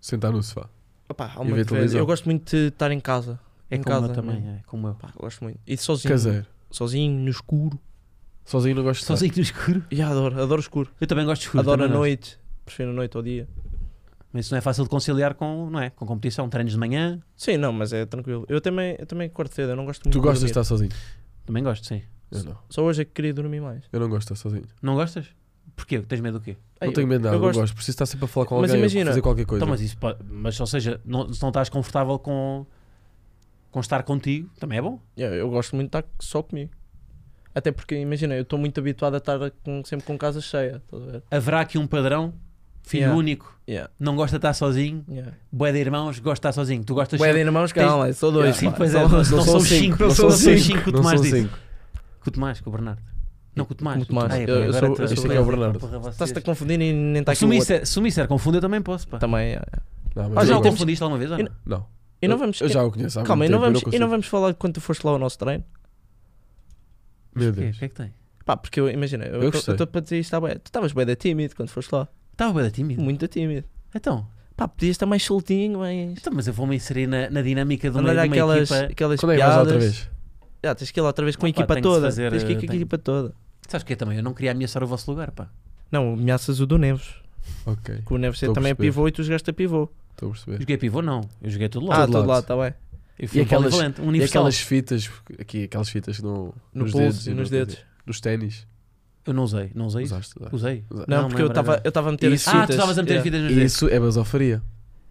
Speaker 3: Sentar no sofá.
Speaker 2: Opa, há
Speaker 3: E
Speaker 2: uma
Speaker 3: ver
Speaker 2: diferença.
Speaker 3: televisão.
Speaker 2: Eu gosto muito de estar em casa.
Speaker 1: É
Speaker 2: Em
Speaker 1: como
Speaker 2: casa,
Speaker 1: eu também, é como eu.
Speaker 2: Pá, eu gosto muito. E sozinho.
Speaker 3: Caseiro.
Speaker 2: Sozinho, no escuro.
Speaker 3: Sozinho não gosto de estar.
Speaker 1: Sozinho no escuro?
Speaker 2: E adoro, adoro escuro.
Speaker 1: Eu também gosto de escuro.
Speaker 2: adoro a
Speaker 1: também
Speaker 3: é?
Speaker 1: não.
Speaker 2: noite. Prefiro a noite ao dia.
Speaker 1: Mas isso não é fácil de conciliar com, não é? Com competição, treinos de manhã.
Speaker 2: Sim, não, mas é tranquilo. Eu também, eu também acordo cedo, eu não gosto muito
Speaker 3: Tu gostas de
Speaker 2: dormir.
Speaker 3: estar sozinho?
Speaker 1: Também gosto, sim.
Speaker 3: Eu não.
Speaker 2: Só hoje é que queria dormir mais.
Speaker 3: Eu não gosto de estar sozinho.
Speaker 1: Não gostas? Porquê? Tens medo do quê?
Speaker 2: Ei,
Speaker 3: não tenho medo de nada,
Speaker 2: eu
Speaker 3: não
Speaker 2: gosto.
Speaker 3: gosto. Preciso estar sempre a falar com
Speaker 2: Mas
Speaker 3: alguém ou
Speaker 2: imagina-
Speaker 3: fazer qualquer coisa.
Speaker 1: Então, mas isso pode... Mas, ou seja, não, se não estás confortável com... Com estar contigo, também é bom.
Speaker 2: Yeah, eu gosto muito de estar só comigo. Até porque, imagina, eu estou muito habituado a estar com- sempre com casa cheia. Estás a ver?
Speaker 1: Haverá aqui um padrão. Filho
Speaker 2: Yeah.
Speaker 1: único.
Speaker 2: Yeah.
Speaker 1: Não gosta de estar sozinho.
Speaker 2: Yeah.
Speaker 1: Bué de irmãos, gosta de estar sozinho. Tu gostas...
Speaker 2: Bué de irmãos, calma, só dois.
Speaker 1: Sim,
Speaker 2: pá.
Speaker 1: pois é.
Speaker 2: Só-
Speaker 1: Não, não são os cinco. Não são os cinco que o
Speaker 3: Não
Speaker 1: Tomás
Speaker 3: são
Speaker 1: disse.
Speaker 3: cinco.
Speaker 1: Que o Tomás, que o Bernardo. Não, que o Tomás.
Speaker 2: Com o Tomás.
Speaker 1: Ah, é,
Speaker 2: Eu- eu
Speaker 1: agora
Speaker 2: sou-
Speaker 1: tu-
Speaker 2: este
Speaker 3: aqui é o Bernardo.
Speaker 1: Porra, vocês.
Speaker 2: Estás-te a confundir e nem está Tá aqui
Speaker 1: Se
Speaker 2: o Tá
Speaker 1: o
Speaker 2: outro.
Speaker 1: Mister- se o Mister confunde, eu também posso,
Speaker 3: é-
Speaker 1: pá.
Speaker 2: Também, yeah, yeah.
Speaker 3: Não, mas
Speaker 1: Ah,
Speaker 3: eu
Speaker 1: já o
Speaker 3: gosto.
Speaker 1: confundiste alguma vez ou não?
Speaker 3: Não.
Speaker 2: E não vamos...
Speaker 3: Eu já o conheço há
Speaker 2: Calma, e
Speaker 3: muito
Speaker 2: não,
Speaker 3: tempo,
Speaker 2: vamos,
Speaker 3: eu
Speaker 2: e não
Speaker 3: consigo.
Speaker 2: vamos falar de quando tu foste lá ao nosso treino?
Speaker 3: Meu
Speaker 1: O quê? O
Speaker 3: Deus.
Speaker 1: que é que tem?
Speaker 2: Pá, porque eu, imagina, eu
Speaker 3: Eu gostei.
Speaker 2: estou para dizer isto à bué. Tu estavas bué da tímido quando foste lá.
Speaker 1: Estava bem Tá, tímido.
Speaker 2: Muito tímido.
Speaker 1: Então,
Speaker 2: Pá, podias estar mais soltinho, mais...
Speaker 1: então, mas eu vou-me inserir na, na dinâmica de uma,
Speaker 2: Andar
Speaker 1: de uma
Speaker 2: aquelas,
Speaker 1: equipa.
Speaker 2: aquelas
Speaker 3: Quando é que vais lá
Speaker 2: piadas.
Speaker 3: outra vez?
Speaker 2: Já, tens que ir lá outra vez com a
Speaker 1: Pá,
Speaker 2: equipa
Speaker 1: tem que se
Speaker 2: toda.
Speaker 1: fazer,
Speaker 2: tens que ir
Speaker 1: eh,
Speaker 2: com a
Speaker 1: tem-
Speaker 2: equipa toda.
Speaker 1: Sabes o que é também? Eu não queria ameaçar o vosso lugar, pá.
Speaker 2: Não, ameaças o do Neves.
Speaker 3: Ok,
Speaker 2: Que o Neves
Speaker 3: Estou a
Speaker 2: também é
Speaker 3: perceber.
Speaker 2: pivô e tu jogaste a pivô.
Speaker 3: estou a
Speaker 1: Eu
Speaker 3: perceber.
Speaker 1: joguei pivô, não. Eu joguei tudo
Speaker 2: ah,
Speaker 1: lado.
Speaker 2: todo
Speaker 3: lado.
Speaker 2: lado, está bem.
Speaker 1: eu fui
Speaker 3: e
Speaker 1: um
Speaker 3: aquelas-
Speaker 1: polivalente, um
Speaker 3: E
Speaker 1: universal.
Speaker 3: aquelas fitas, aqui, aquelas fitas no,
Speaker 2: No
Speaker 3: nos
Speaker 2: pulso
Speaker 3: dedos
Speaker 2: e nos
Speaker 3: no-
Speaker 2: dedos. É
Speaker 3: Nos ténis.
Speaker 1: Eu não usei, não usei isso.
Speaker 3: Usaste, usaste.
Speaker 1: Usei.
Speaker 3: Usaste.
Speaker 2: Não,
Speaker 1: Não,
Speaker 2: porque eu
Speaker 1: lembro
Speaker 2: estava
Speaker 1: agora.
Speaker 2: eu tava a meter as
Speaker 1: Ah,
Speaker 2: fitas.
Speaker 1: tu estavas a meter
Speaker 2: Yeah.
Speaker 1: fitas nos
Speaker 3: E
Speaker 1: dedos.
Speaker 3: isso é basofaria.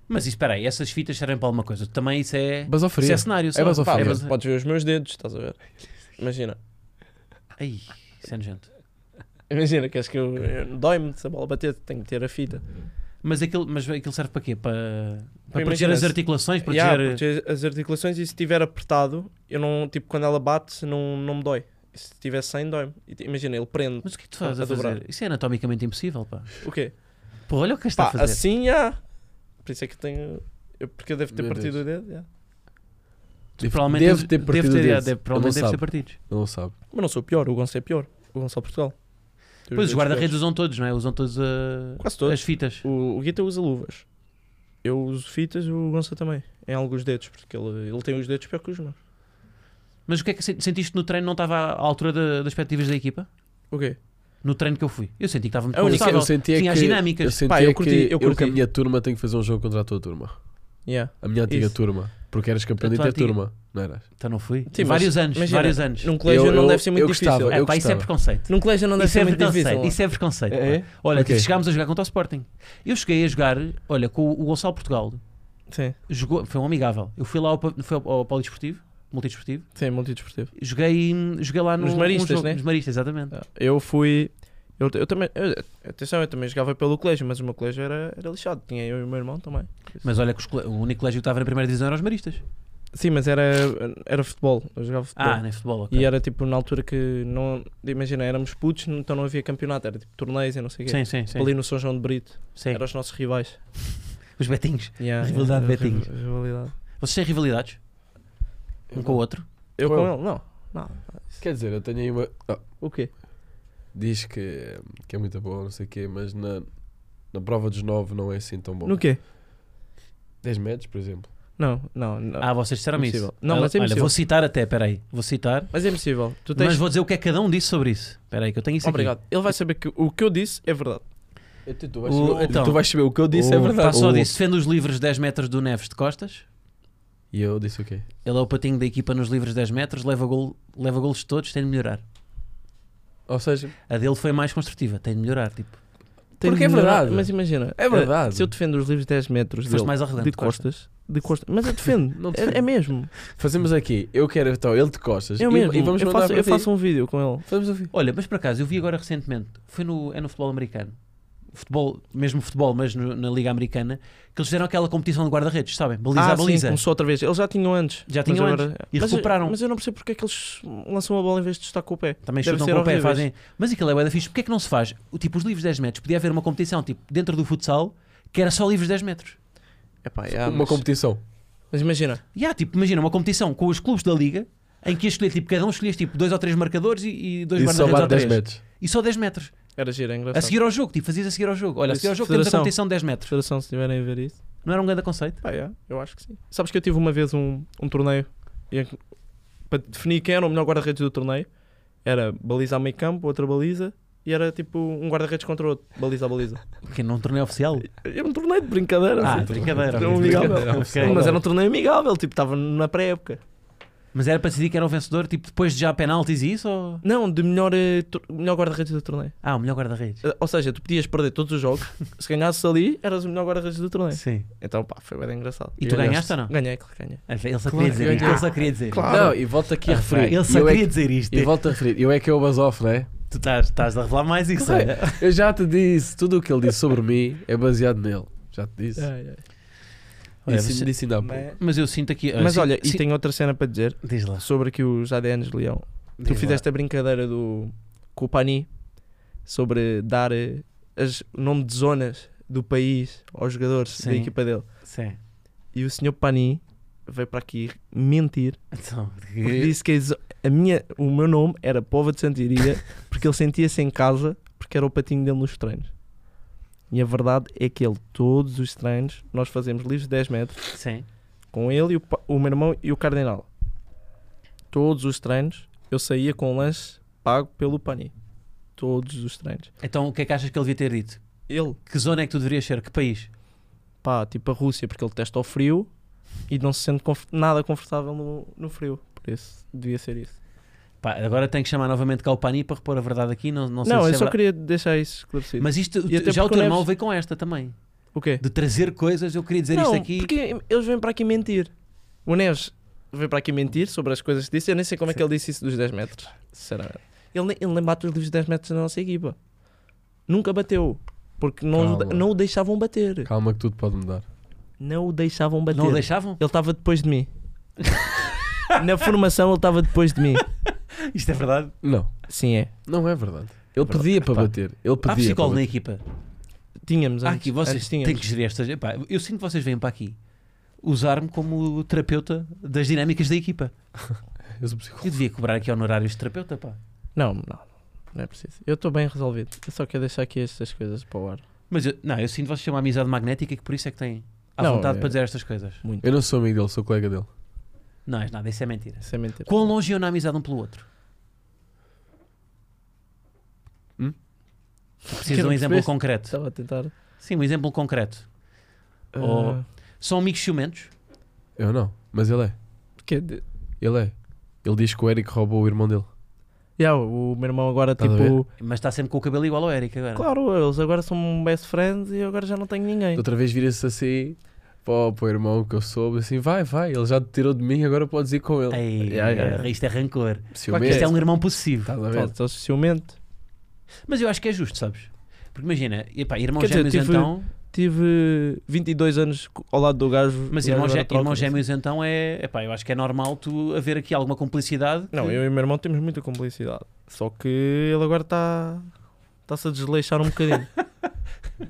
Speaker 1: Mas isso, espera aí, essas fitas servem para alguma coisa. Também isso é.
Speaker 3: Basofaria.
Speaker 1: Isso é cenário, só.
Speaker 2: Pá,
Speaker 3: basofaria. É
Speaker 2: mas
Speaker 3: baso-
Speaker 2: podes ver os meus dedos, estás a ver? Imagina.
Speaker 1: Ai, isso é nojento.
Speaker 2: Imagina, queres que eu. eu- Dói-me se a bola bater, tenho que ter a fita.
Speaker 1: Mas aquilo, mas aquilo serve para quê? Para, para
Speaker 2: Para
Speaker 1: proteger
Speaker 2: imaginar
Speaker 1: as
Speaker 2: se-
Speaker 1: articulações, proteger.
Speaker 2: Yeah, proteger as articulações e se estiver apertado, eu não. Tipo, quando ela bate, não, não me dói. E se estiver sem, dói-me. E, tipo, Imagina, ele prende.
Speaker 1: Mas o que é que tu fazes
Speaker 2: A
Speaker 1: a fazer?
Speaker 2: dobrar.
Speaker 1: Isso é anatomicamente impossível, pá.
Speaker 2: O quê?
Speaker 1: Pô, olha o que está
Speaker 2: Pá,
Speaker 1: a fazer.
Speaker 2: assim, já. Por isso é que tenho. eu- porque eu devo ter
Speaker 3: Meu
Speaker 2: partido
Speaker 3: Deus.
Speaker 2: o dedo, já.
Speaker 1: Tu
Speaker 3: Deve-
Speaker 1: provavelmente
Speaker 3: deve ter
Speaker 1: deve
Speaker 3: partido
Speaker 1: ter- é,
Speaker 3: o dedo.
Speaker 1: deve-
Speaker 3: Ele
Speaker 1: provavelmente
Speaker 3: não
Speaker 1: deve
Speaker 3: sabe.
Speaker 1: ter partidos.
Speaker 3: Ele não sabe.
Speaker 2: Mas não sou pior, o Gonçalo é pior. O Gonçalo Portugal. Tem
Speaker 1: Pois os
Speaker 2: dedos
Speaker 1: guarda-redes
Speaker 2: piores.
Speaker 1: usam todos, não é? Usam todos, uh,
Speaker 2: Quase todos.
Speaker 1: as fitas.
Speaker 2: O, o Guita usa luvas. Eu uso fitas, o Gonçalo também. Em alguns dedos, porque ele, ele tem os dedos pior que os meus.
Speaker 1: Mas o que é que sen- sentiste no treino? Não estava à altura da- das expectativas da equipa?
Speaker 2: O quê?
Speaker 1: no treino que eu fui. Eu senti que estava muito
Speaker 2: A única-
Speaker 1: confortável.
Speaker 3: eu sentia
Speaker 1: Tinha
Speaker 3: que,
Speaker 1: as dinâmicas.
Speaker 3: Eu sentia
Speaker 2: Pá, eu curti-
Speaker 3: que
Speaker 2: eu
Speaker 3: eu
Speaker 2: curti.
Speaker 3: com a minha turma tenho que fazer um jogo contra a tua turma.
Speaker 2: Yeah.
Speaker 3: A minha antiga
Speaker 2: Isso.
Speaker 3: turma. Porque eras campeão de
Speaker 1: tua
Speaker 3: ter
Speaker 1: antiga-
Speaker 3: turma, não eras?
Speaker 1: Então não fui.
Speaker 2: Sim, mas
Speaker 1: vários anos,
Speaker 2: imagina,
Speaker 1: vários anos.
Speaker 2: Num colégio
Speaker 3: Eu-
Speaker 2: não
Speaker 3: eu-
Speaker 2: deve ser muito
Speaker 3: eu gostava,
Speaker 2: difícil.
Speaker 1: É,
Speaker 3: eu
Speaker 1: pá, isso é
Speaker 3: gostava.
Speaker 1: preconceito.
Speaker 2: Num colégio não deve
Speaker 1: Isso
Speaker 2: ser
Speaker 1: é
Speaker 2: muito difícil.
Speaker 1: preconceito.
Speaker 2: lá.
Speaker 1: Isso é preconceito. pá.
Speaker 2: É?
Speaker 1: Olha,
Speaker 3: Ok.
Speaker 1: chegámos a jogar contra o Sporting. Eu cheguei a jogar, olha, com o Gonçalo Portugal.
Speaker 2: Sim,
Speaker 1: Jogou, foi um amigável. Eu fui lá ao, pa- fui ao, ao Polidesportivo, multidesportivo.
Speaker 2: sim, multidesportivo.
Speaker 1: Joguei, joguei lá no,
Speaker 2: Nos Maristas,
Speaker 1: um jogo-
Speaker 2: né?
Speaker 1: Nos maristas, exatamente.
Speaker 2: Eu fui. Eu, eu também. eu- atenção, eu também jogava pelo colégio, mas o meu colégio era, era lixado. Tinha eu e o meu irmão também.
Speaker 1: Mas olha, que os cole- o único colégio que estava na primeira divisão era os maristas.
Speaker 2: Sim, mas era, era futebol. Eu jogava futebol.
Speaker 1: Ah, nem futebol, ok.
Speaker 2: E era tipo na altura que não. Imagina, éramos putos, então não havia campeonato. Era tipo torneios e não sei o quê.
Speaker 1: Sim, sim, sim.
Speaker 2: Ali no São João de Brito.
Speaker 1: Sim.
Speaker 2: Eram os nossos rivais.
Speaker 1: Os betinhos.
Speaker 2: Yeah,
Speaker 1: Rivalidade
Speaker 2: yeah,
Speaker 1: betinhos.
Speaker 2: ri- Rivalidade.
Speaker 1: Vocês têm rivalidades? Um com o outro?
Speaker 2: Eu
Speaker 3: Com
Speaker 2: com
Speaker 3: ele?
Speaker 2: ele? Não. Não.
Speaker 3: Quer dizer, eu tenho aí uma. Ah,
Speaker 2: O quê?
Speaker 3: diz que, que é muito boa, não sei o quê, mas na, na prova dos 9 não é assim tão bom.
Speaker 2: No quê?
Speaker 3: 10 metros, por exemplo.
Speaker 2: Não, não, não.
Speaker 1: Ah, vocês disseram
Speaker 2: Impossível.
Speaker 1: isso.
Speaker 2: Não, mas é
Speaker 1: olha,
Speaker 2: impossível.
Speaker 1: vou citar até, peraí. Vou citar,
Speaker 2: Mas é possível. Tu tens.
Speaker 1: mas vou dizer o que é que cada um disse sobre isso. Peraí, que eu tenho isso aqui.
Speaker 2: Obrigado. Ele vai saber que o que eu disse é verdade.
Speaker 3: Tu,
Speaker 1: vais O- saber- então-
Speaker 3: tu vais saber o que eu disse, é
Speaker 1: O-
Speaker 3: verdade.
Speaker 1: Pá, só
Speaker 3: O-
Speaker 1: disse, defende os livros 10 metros do Neves de Costas.
Speaker 3: E eu disse o quê?
Speaker 1: Ele é o patinho da equipa nos livros 10 metros, leva, gol, leva golos todos, tem de melhorar.
Speaker 3: Ou seja,
Speaker 1: A dele foi mais construtiva, tem de melhorar. Tipo,
Speaker 2: Tem
Speaker 3: Porque é
Speaker 2: de melhorar,
Speaker 3: verdade.
Speaker 2: Mas imagina.
Speaker 3: É verdade.
Speaker 2: eh, Se eu defendo os livros 10 metros
Speaker 1: Foste
Speaker 2: dele,
Speaker 1: mais arrogante,
Speaker 2: de costas. De costas. Mas eu defendo.
Speaker 3: Não
Speaker 2: É-
Speaker 3: defendo.
Speaker 2: É, mesmo.
Speaker 3: fazemos aqui. Eu quero, então, ele de costas.
Speaker 2: Eu
Speaker 3: e,
Speaker 2: mesmo.
Speaker 3: e vamos
Speaker 2: eu
Speaker 3: mandar
Speaker 2: faço,
Speaker 3: para
Speaker 2: eu
Speaker 3: ti.
Speaker 2: faço um vídeo com ele.
Speaker 3: Vamos ouvir.
Speaker 1: olha, mas por acaso, eu vi agora recentemente, foi no, é no futebol americano, futebol, mesmo futebol, mas no- na Liga Americana, que eles fizeram aquela competição de guarda-redes, sabem? Baliza a
Speaker 2: Ah, sim,
Speaker 1: baliza.
Speaker 2: começou outra vez. Eles já tinham antes.
Speaker 1: Já
Speaker 2: mas
Speaker 1: tinham
Speaker 2: agora-
Speaker 1: E
Speaker 2: mas eu-
Speaker 1: recuperaram.
Speaker 2: Mas eu não percebo porque é que eles lançam a bola em vez de estar com o pé.
Speaker 1: Também
Speaker 2: Deve
Speaker 1: chutam
Speaker 2: ser
Speaker 1: com o pé,
Speaker 2: horríveis.
Speaker 1: fazem. Mas aquilo é bué da fixe, porque é que não se faz? O, tipo, os livros 10 metros, podia haver uma competição tipo, dentro do futsal que era só livros 10 metros.
Speaker 2: Epá, já,
Speaker 3: uma
Speaker 2: Ah, mas,
Speaker 3: competição.
Speaker 2: mas imagina.
Speaker 1: E há, tipo, imagina uma competição com os clubes da Liga em que ias escolher, tipo, cada um escolhias tipo, dois ou três marcadores e, e dois
Speaker 3: E
Speaker 1: guarda-redes
Speaker 3: só
Speaker 2: então
Speaker 1: ou
Speaker 3: bate 10
Speaker 1: três.
Speaker 3: metros.
Speaker 1: E só 10 metros.
Speaker 2: Era giro, é engraçado.
Speaker 1: A seguir ao jogo, tipo, fazias a seguir ao jogo. Olha, a seguir ao
Speaker 2: Isso,
Speaker 1: jogo temos a
Speaker 2: federação.
Speaker 1: competição de 10 metros.
Speaker 2: Federação, se estiverem a ver isso.
Speaker 1: Não era um grande conceito?
Speaker 2: Pá, yeah, eu acho que sim. Sabes que eu tive uma vez um, um torneio e em que- para definir quem era o melhor guarda-redes do torneio. Era baliza a meio campo, outra baliza e era tipo um guarda-redes contra o outro, baliza a baliza.
Speaker 1: Porque não um torneio oficial.
Speaker 2: Era um torneio de brincadeira.
Speaker 1: Ah,
Speaker 2: assim,
Speaker 1: brincadeira.
Speaker 2: era um
Speaker 1: ok.
Speaker 2: amigável.
Speaker 1: Ok.
Speaker 2: Mas era um torneio amigável, tipo, estava na pré-época.
Speaker 1: Mas era para decidir quem era o vencedor, tipo, depois de já penaltis e isso? Ou...
Speaker 2: Não, de melhor, eh, tor- melhor guarda-redes do torneio.
Speaker 1: Ah, o melhor guarda-redes.
Speaker 2: Eh, Ou seja, tu podias perder todos os jogos, se ganhasses ali, eras o melhor guarda-redes do torneio.
Speaker 1: Sim.
Speaker 2: Então pá, foi bem engraçado.
Speaker 1: E tu ganhaste ou não?
Speaker 2: Ganhei, claro, que ganhei.
Speaker 1: Ele só
Speaker 3: Claro,
Speaker 1: queria dizer isto.
Speaker 3: ganhei.
Speaker 1: Ele só queria dizer.
Speaker 2: Claro.
Speaker 3: Não, e volto
Speaker 2: Ah,
Speaker 3: aqui a referir.
Speaker 1: Ele só
Speaker 3: eu é
Speaker 1: queria
Speaker 3: que-
Speaker 1: dizer isto.
Speaker 3: E volto a referir. Eu é que é o Basoff, não é?
Speaker 1: Tu estás, estás a revelar mais isso, é?
Speaker 3: Claro.
Speaker 1: olha.
Speaker 3: Eu já te disse. Tudo o que ele disse sobre mim é baseado nele. Já te disse.
Speaker 1: Olha,
Speaker 3: disse,
Speaker 1: você-
Speaker 3: disse ainda há pouco.
Speaker 2: É. Mas,
Speaker 1: Mas eu sinto aqui.
Speaker 2: mas
Speaker 1: sinto-
Speaker 2: olha, e
Speaker 1: sinto-
Speaker 2: tenho outra cena para dizer.
Speaker 1: Diz lá.
Speaker 2: sobre aqui os ADNs de leão.
Speaker 1: diz
Speaker 2: Tu
Speaker 1: lá.
Speaker 2: fizeste a brincadeira do com o Pani sobre dar eh, as- o nome de zonas do país aos jogadores da
Speaker 1: Sim.
Speaker 2: equipa dele.
Speaker 1: Sim.
Speaker 2: E o senhor Pani veio para aqui mentir
Speaker 1: Então,
Speaker 2: porque disse que a zo- a minha, o meu nome era Pova de Santiria porque ele sentia-se em casa porque era o patinho dele nos treinos. E a verdade é que ele, todos os treinos, nós fazemos livros de 10 metros
Speaker 1: Sim.
Speaker 2: com ele, e o, pa- o meu irmão e o Cardenal. Todos os treinos eu saía com lanche pago pelo Pani. Todos os treinos.
Speaker 1: Então o que é que achas que ele devia ter dito?
Speaker 2: Ele,
Speaker 1: Que zona é que tu deverias ser? Que país?
Speaker 2: pá, tipo a Rússia, porque ele testa o frio e não se sente conf- nada confortável no, no frio. Por isso, devia ser isso.
Speaker 1: Pá, agora tenho que chamar novamente cá o Pani para repor a verdade aqui. Não, não sei
Speaker 2: Não,
Speaker 1: se
Speaker 2: eu
Speaker 1: é
Speaker 2: só
Speaker 1: verdade.
Speaker 2: queria deixar isso esclarecido.
Speaker 1: Mas isto,
Speaker 2: E até
Speaker 1: já o
Speaker 2: porque
Speaker 1: teu
Speaker 2: o
Speaker 1: irmão
Speaker 2: Neves-
Speaker 1: veio com esta também.
Speaker 2: o quê?
Speaker 1: De trazer coisas, eu queria dizer
Speaker 2: não,
Speaker 1: isto aqui.
Speaker 2: porque eles vêm para aqui mentir. O Neves veio para aqui mentir sobre as coisas que disse. Eu nem sei como é que ele disse isso dos 10 metros, sinceramente. Ele, nem- ele nem bate os livros de 10 metros na nossa equipa. Nunca bateu. Porque não,
Speaker 3: Calma.
Speaker 2: não o deixavam bater.
Speaker 3: Calma que tudo pode mudar.
Speaker 2: Não o deixavam bater.
Speaker 1: Não o deixavam?
Speaker 2: Ele estava depois de mim. na formação ele estava depois de mim.
Speaker 1: Isto é verdade.
Speaker 3: Não,
Speaker 2: Sim, é.
Speaker 3: não é verdade. Ele pedia para
Speaker 1: Pá.
Speaker 3: bater. Ele
Speaker 1: Há
Speaker 3: pedia para
Speaker 1: psicólogo na
Speaker 3: bater.
Speaker 1: equipa.
Speaker 2: Tínhamos
Speaker 1: Há
Speaker 2: antes,
Speaker 1: Ah, aqui, vocês
Speaker 2: antes
Speaker 1: têm
Speaker 2: tínhamos.
Speaker 1: que gerir estas. Epá, eu sinto que vocês vêm para aqui usar-me como terapeuta das dinâmicas da equipa.
Speaker 3: Eu sou psicólogo.
Speaker 1: Eu devia cobrar aqui honorários de terapeuta, pá.
Speaker 2: Não, não. Não é preciso. Eu estou bem resolvido. Eu só quero deixar aqui estas coisas para o ar.
Speaker 1: Mas eu, não, eu sinto que vocês têm uma amizade magnética que por isso é que têm à
Speaker 2: Não,
Speaker 1: vontade
Speaker 2: é-
Speaker 1: para dizer estas coisas.
Speaker 2: Muito.
Speaker 3: Eu não sou amigo dele, sou colega dele.
Speaker 1: Não, és nada, isso é mentira.
Speaker 2: Isso é mentira.
Speaker 1: Quão longe iam na amizade um pelo outro? Preciso de
Speaker 2: não
Speaker 1: um exemplo
Speaker 2: percebeste?
Speaker 1: concreto.
Speaker 2: Estava a tentar.
Speaker 1: Sim, um exemplo concreto. Oh.
Speaker 2: Ah,
Speaker 1: São amigos ciumentos?
Speaker 3: Eu não, mas ele é.
Speaker 2: porque de-
Speaker 3: Ele é. Ele diz que o Eric roubou o irmão dele.
Speaker 2: Yeah, o meu irmão agora,
Speaker 3: Estás a
Speaker 2: tipo.
Speaker 1: Mas está sempre com o cabelo igual ao Eric agora.
Speaker 2: Claro, eles agora são best friends e eu agora já não tenho ninguém.
Speaker 3: Outra vez vira-se assim pô, para o irmão que eu soube, assim, vai, vai, ele já te tirou de mim, agora podes ir com ele.
Speaker 1: Ei,
Speaker 3: Yeah, yeah.
Speaker 1: Isto é rancor.
Speaker 3: Ciumento.
Speaker 1: Isto é um irmão possessivo.
Speaker 3: Estás a ver?
Speaker 2: Pronto, estás ciumento.
Speaker 1: Mas eu acho que é justo, sabes? Porque imagina, epá, irmãos
Speaker 2: Quer dizer,
Speaker 1: gêmeos
Speaker 2: tive-
Speaker 1: então.
Speaker 2: Tive 22 anos co- ao lado do gajo.
Speaker 1: Mas
Speaker 2: o gajo
Speaker 1: irmãos,
Speaker 2: agora
Speaker 1: gé-
Speaker 2: troca-me,
Speaker 1: irmãos
Speaker 2: assim.
Speaker 1: gêmeos então é. Epá, eu acho que é normal tu haver aqui alguma cumplicidade.
Speaker 2: Não,
Speaker 1: que-
Speaker 2: eu e o meu irmão temos muita complicidade. Só que ele agora está. Está-se a desleixar um bocadinho.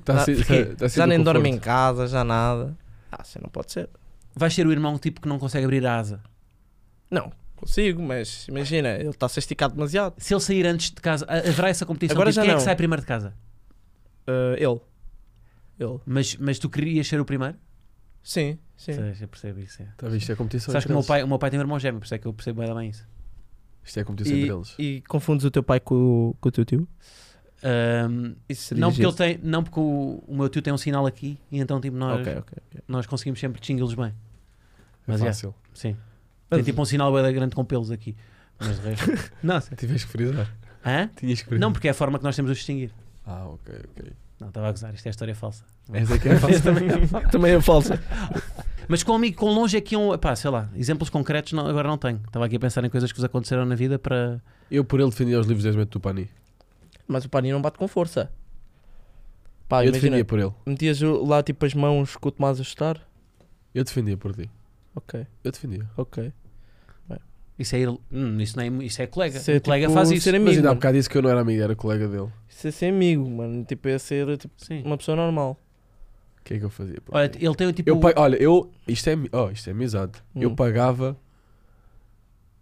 Speaker 3: Tá a ser-
Speaker 2: Porque
Speaker 3: tá- tá a ser
Speaker 2: já
Speaker 3: do
Speaker 2: nem
Speaker 3: conforto.
Speaker 2: dorme em casa, já nada. Ah, você não pode ser.
Speaker 1: Vais ser o irmão tipo que não consegue abrir a asa.
Speaker 2: Não, consigo, mas imagina, ele está-se a esticar demasiado.
Speaker 1: Se ele sair antes de casa, ha- haverá essa competição.
Speaker 2: Agora
Speaker 1: tipo,
Speaker 2: já
Speaker 1: quem é
Speaker 2: não.
Speaker 1: que sai primeiro de casa?
Speaker 2: Ah, ele. Ele.
Speaker 1: Mas, mas tu querias ser o primeiro?
Speaker 2: Sim, sim.
Speaker 1: Sim, eu percebo isso. É.
Speaker 3: Tá a ver? Isto é competição.
Speaker 1: Sabes que
Speaker 3: entre
Speaker 1: o meu
Speaker 3: eles.
Speaker 1: pai, o meu pai tem um irmão gêmeo, por isso é que eu percebo bem bem isso.
Speaker 3: Isto é competição
Speaker 2: E,
Speaker 3: entre eles.
Speaker 2: e confundes o teu pai com, o- com o teu tio?
Speaker 1: Ahm,
Speaker 2: Isso é
Speaker 1: não, porque ele tem, não porque o, o meu tio tem um sinal aqui e então tipo, nós,
Speaker 2: Ok, ok. ok.
Speaker 1: nós conseguimos sempre distingui-los bem.
Speaker 3: É
Speaker 1: Mas é,
Speaker 3: fácil.
Speaker 1: sim. Tem
Speaker 2: Mas-
Speaker 1: tipo um sinal bué da grande com pelos aqui. Mas de resto. não, sim.
Speaker 3: Tiveste que frisar.
Speaker 1: Hã?
Speaker 3: Tinhas que frisar.
Speaker 1: Não, porque é a forma que nós temos de os distinguir.
Speaker 3: Ah, ok, ok.
Speaker 1: Não, estava a gozar, isto é história falsa.
Speaker 3: Essa é que é fácil também.
Speaker 2: Também é falsa.
Speaker 1: Mas com amigo, com longe é que um. Pá, sei lá, exemplos concretos não- agora não tenho. Estava aqui a pensar em coisas que vos aconteceram na vida para.
Speaker 3: Eu por ele defendia os livros 10 metros do Pani.
Speaker 2: Mas o Pani não bate com força. Pá,
Speaker 3: eu
Speaker 2: Ah, imagina,
Speaker 3: defendia por ele.
Speaker 2: metias o- lá tipo as mãos com o Tomás a chutar.
Speaker 3: Eu defendia por ti.
Speaker 2: Ok,
Speaker 3: Eu defendia.
Speaker 2: ok.
Speaker 1: Isso é ir. hum, isso, não é, isso é colega.
Speaker 2: Isso é
Speaker 1: o colega
Speaker 2: tipo
Speaker 1: faz isso.
Speaker 2: ser amigo.
Speaker 3: Mas ainda há
Speaker 2: mano.
Speaker 3: bocado disse que eu não era amigo, era colega dele.
Speaker 2: Isso é ser amigo, mano. Tipo, é ser tipo,
Speaker 1: Sim.
Speaker 2: uma pessoa normal.
Speaker 3: O que é que eu fazia por
Speaker 1: Olha,
Speaker 3: ti?
Speaker 1: ele tem o tipo.
Speaker 3: Eu pa- Olha, eu. Isto é, ami- oh, isto é amizade. Eu
Speaker 2: Hum.
Speaker 3: pagava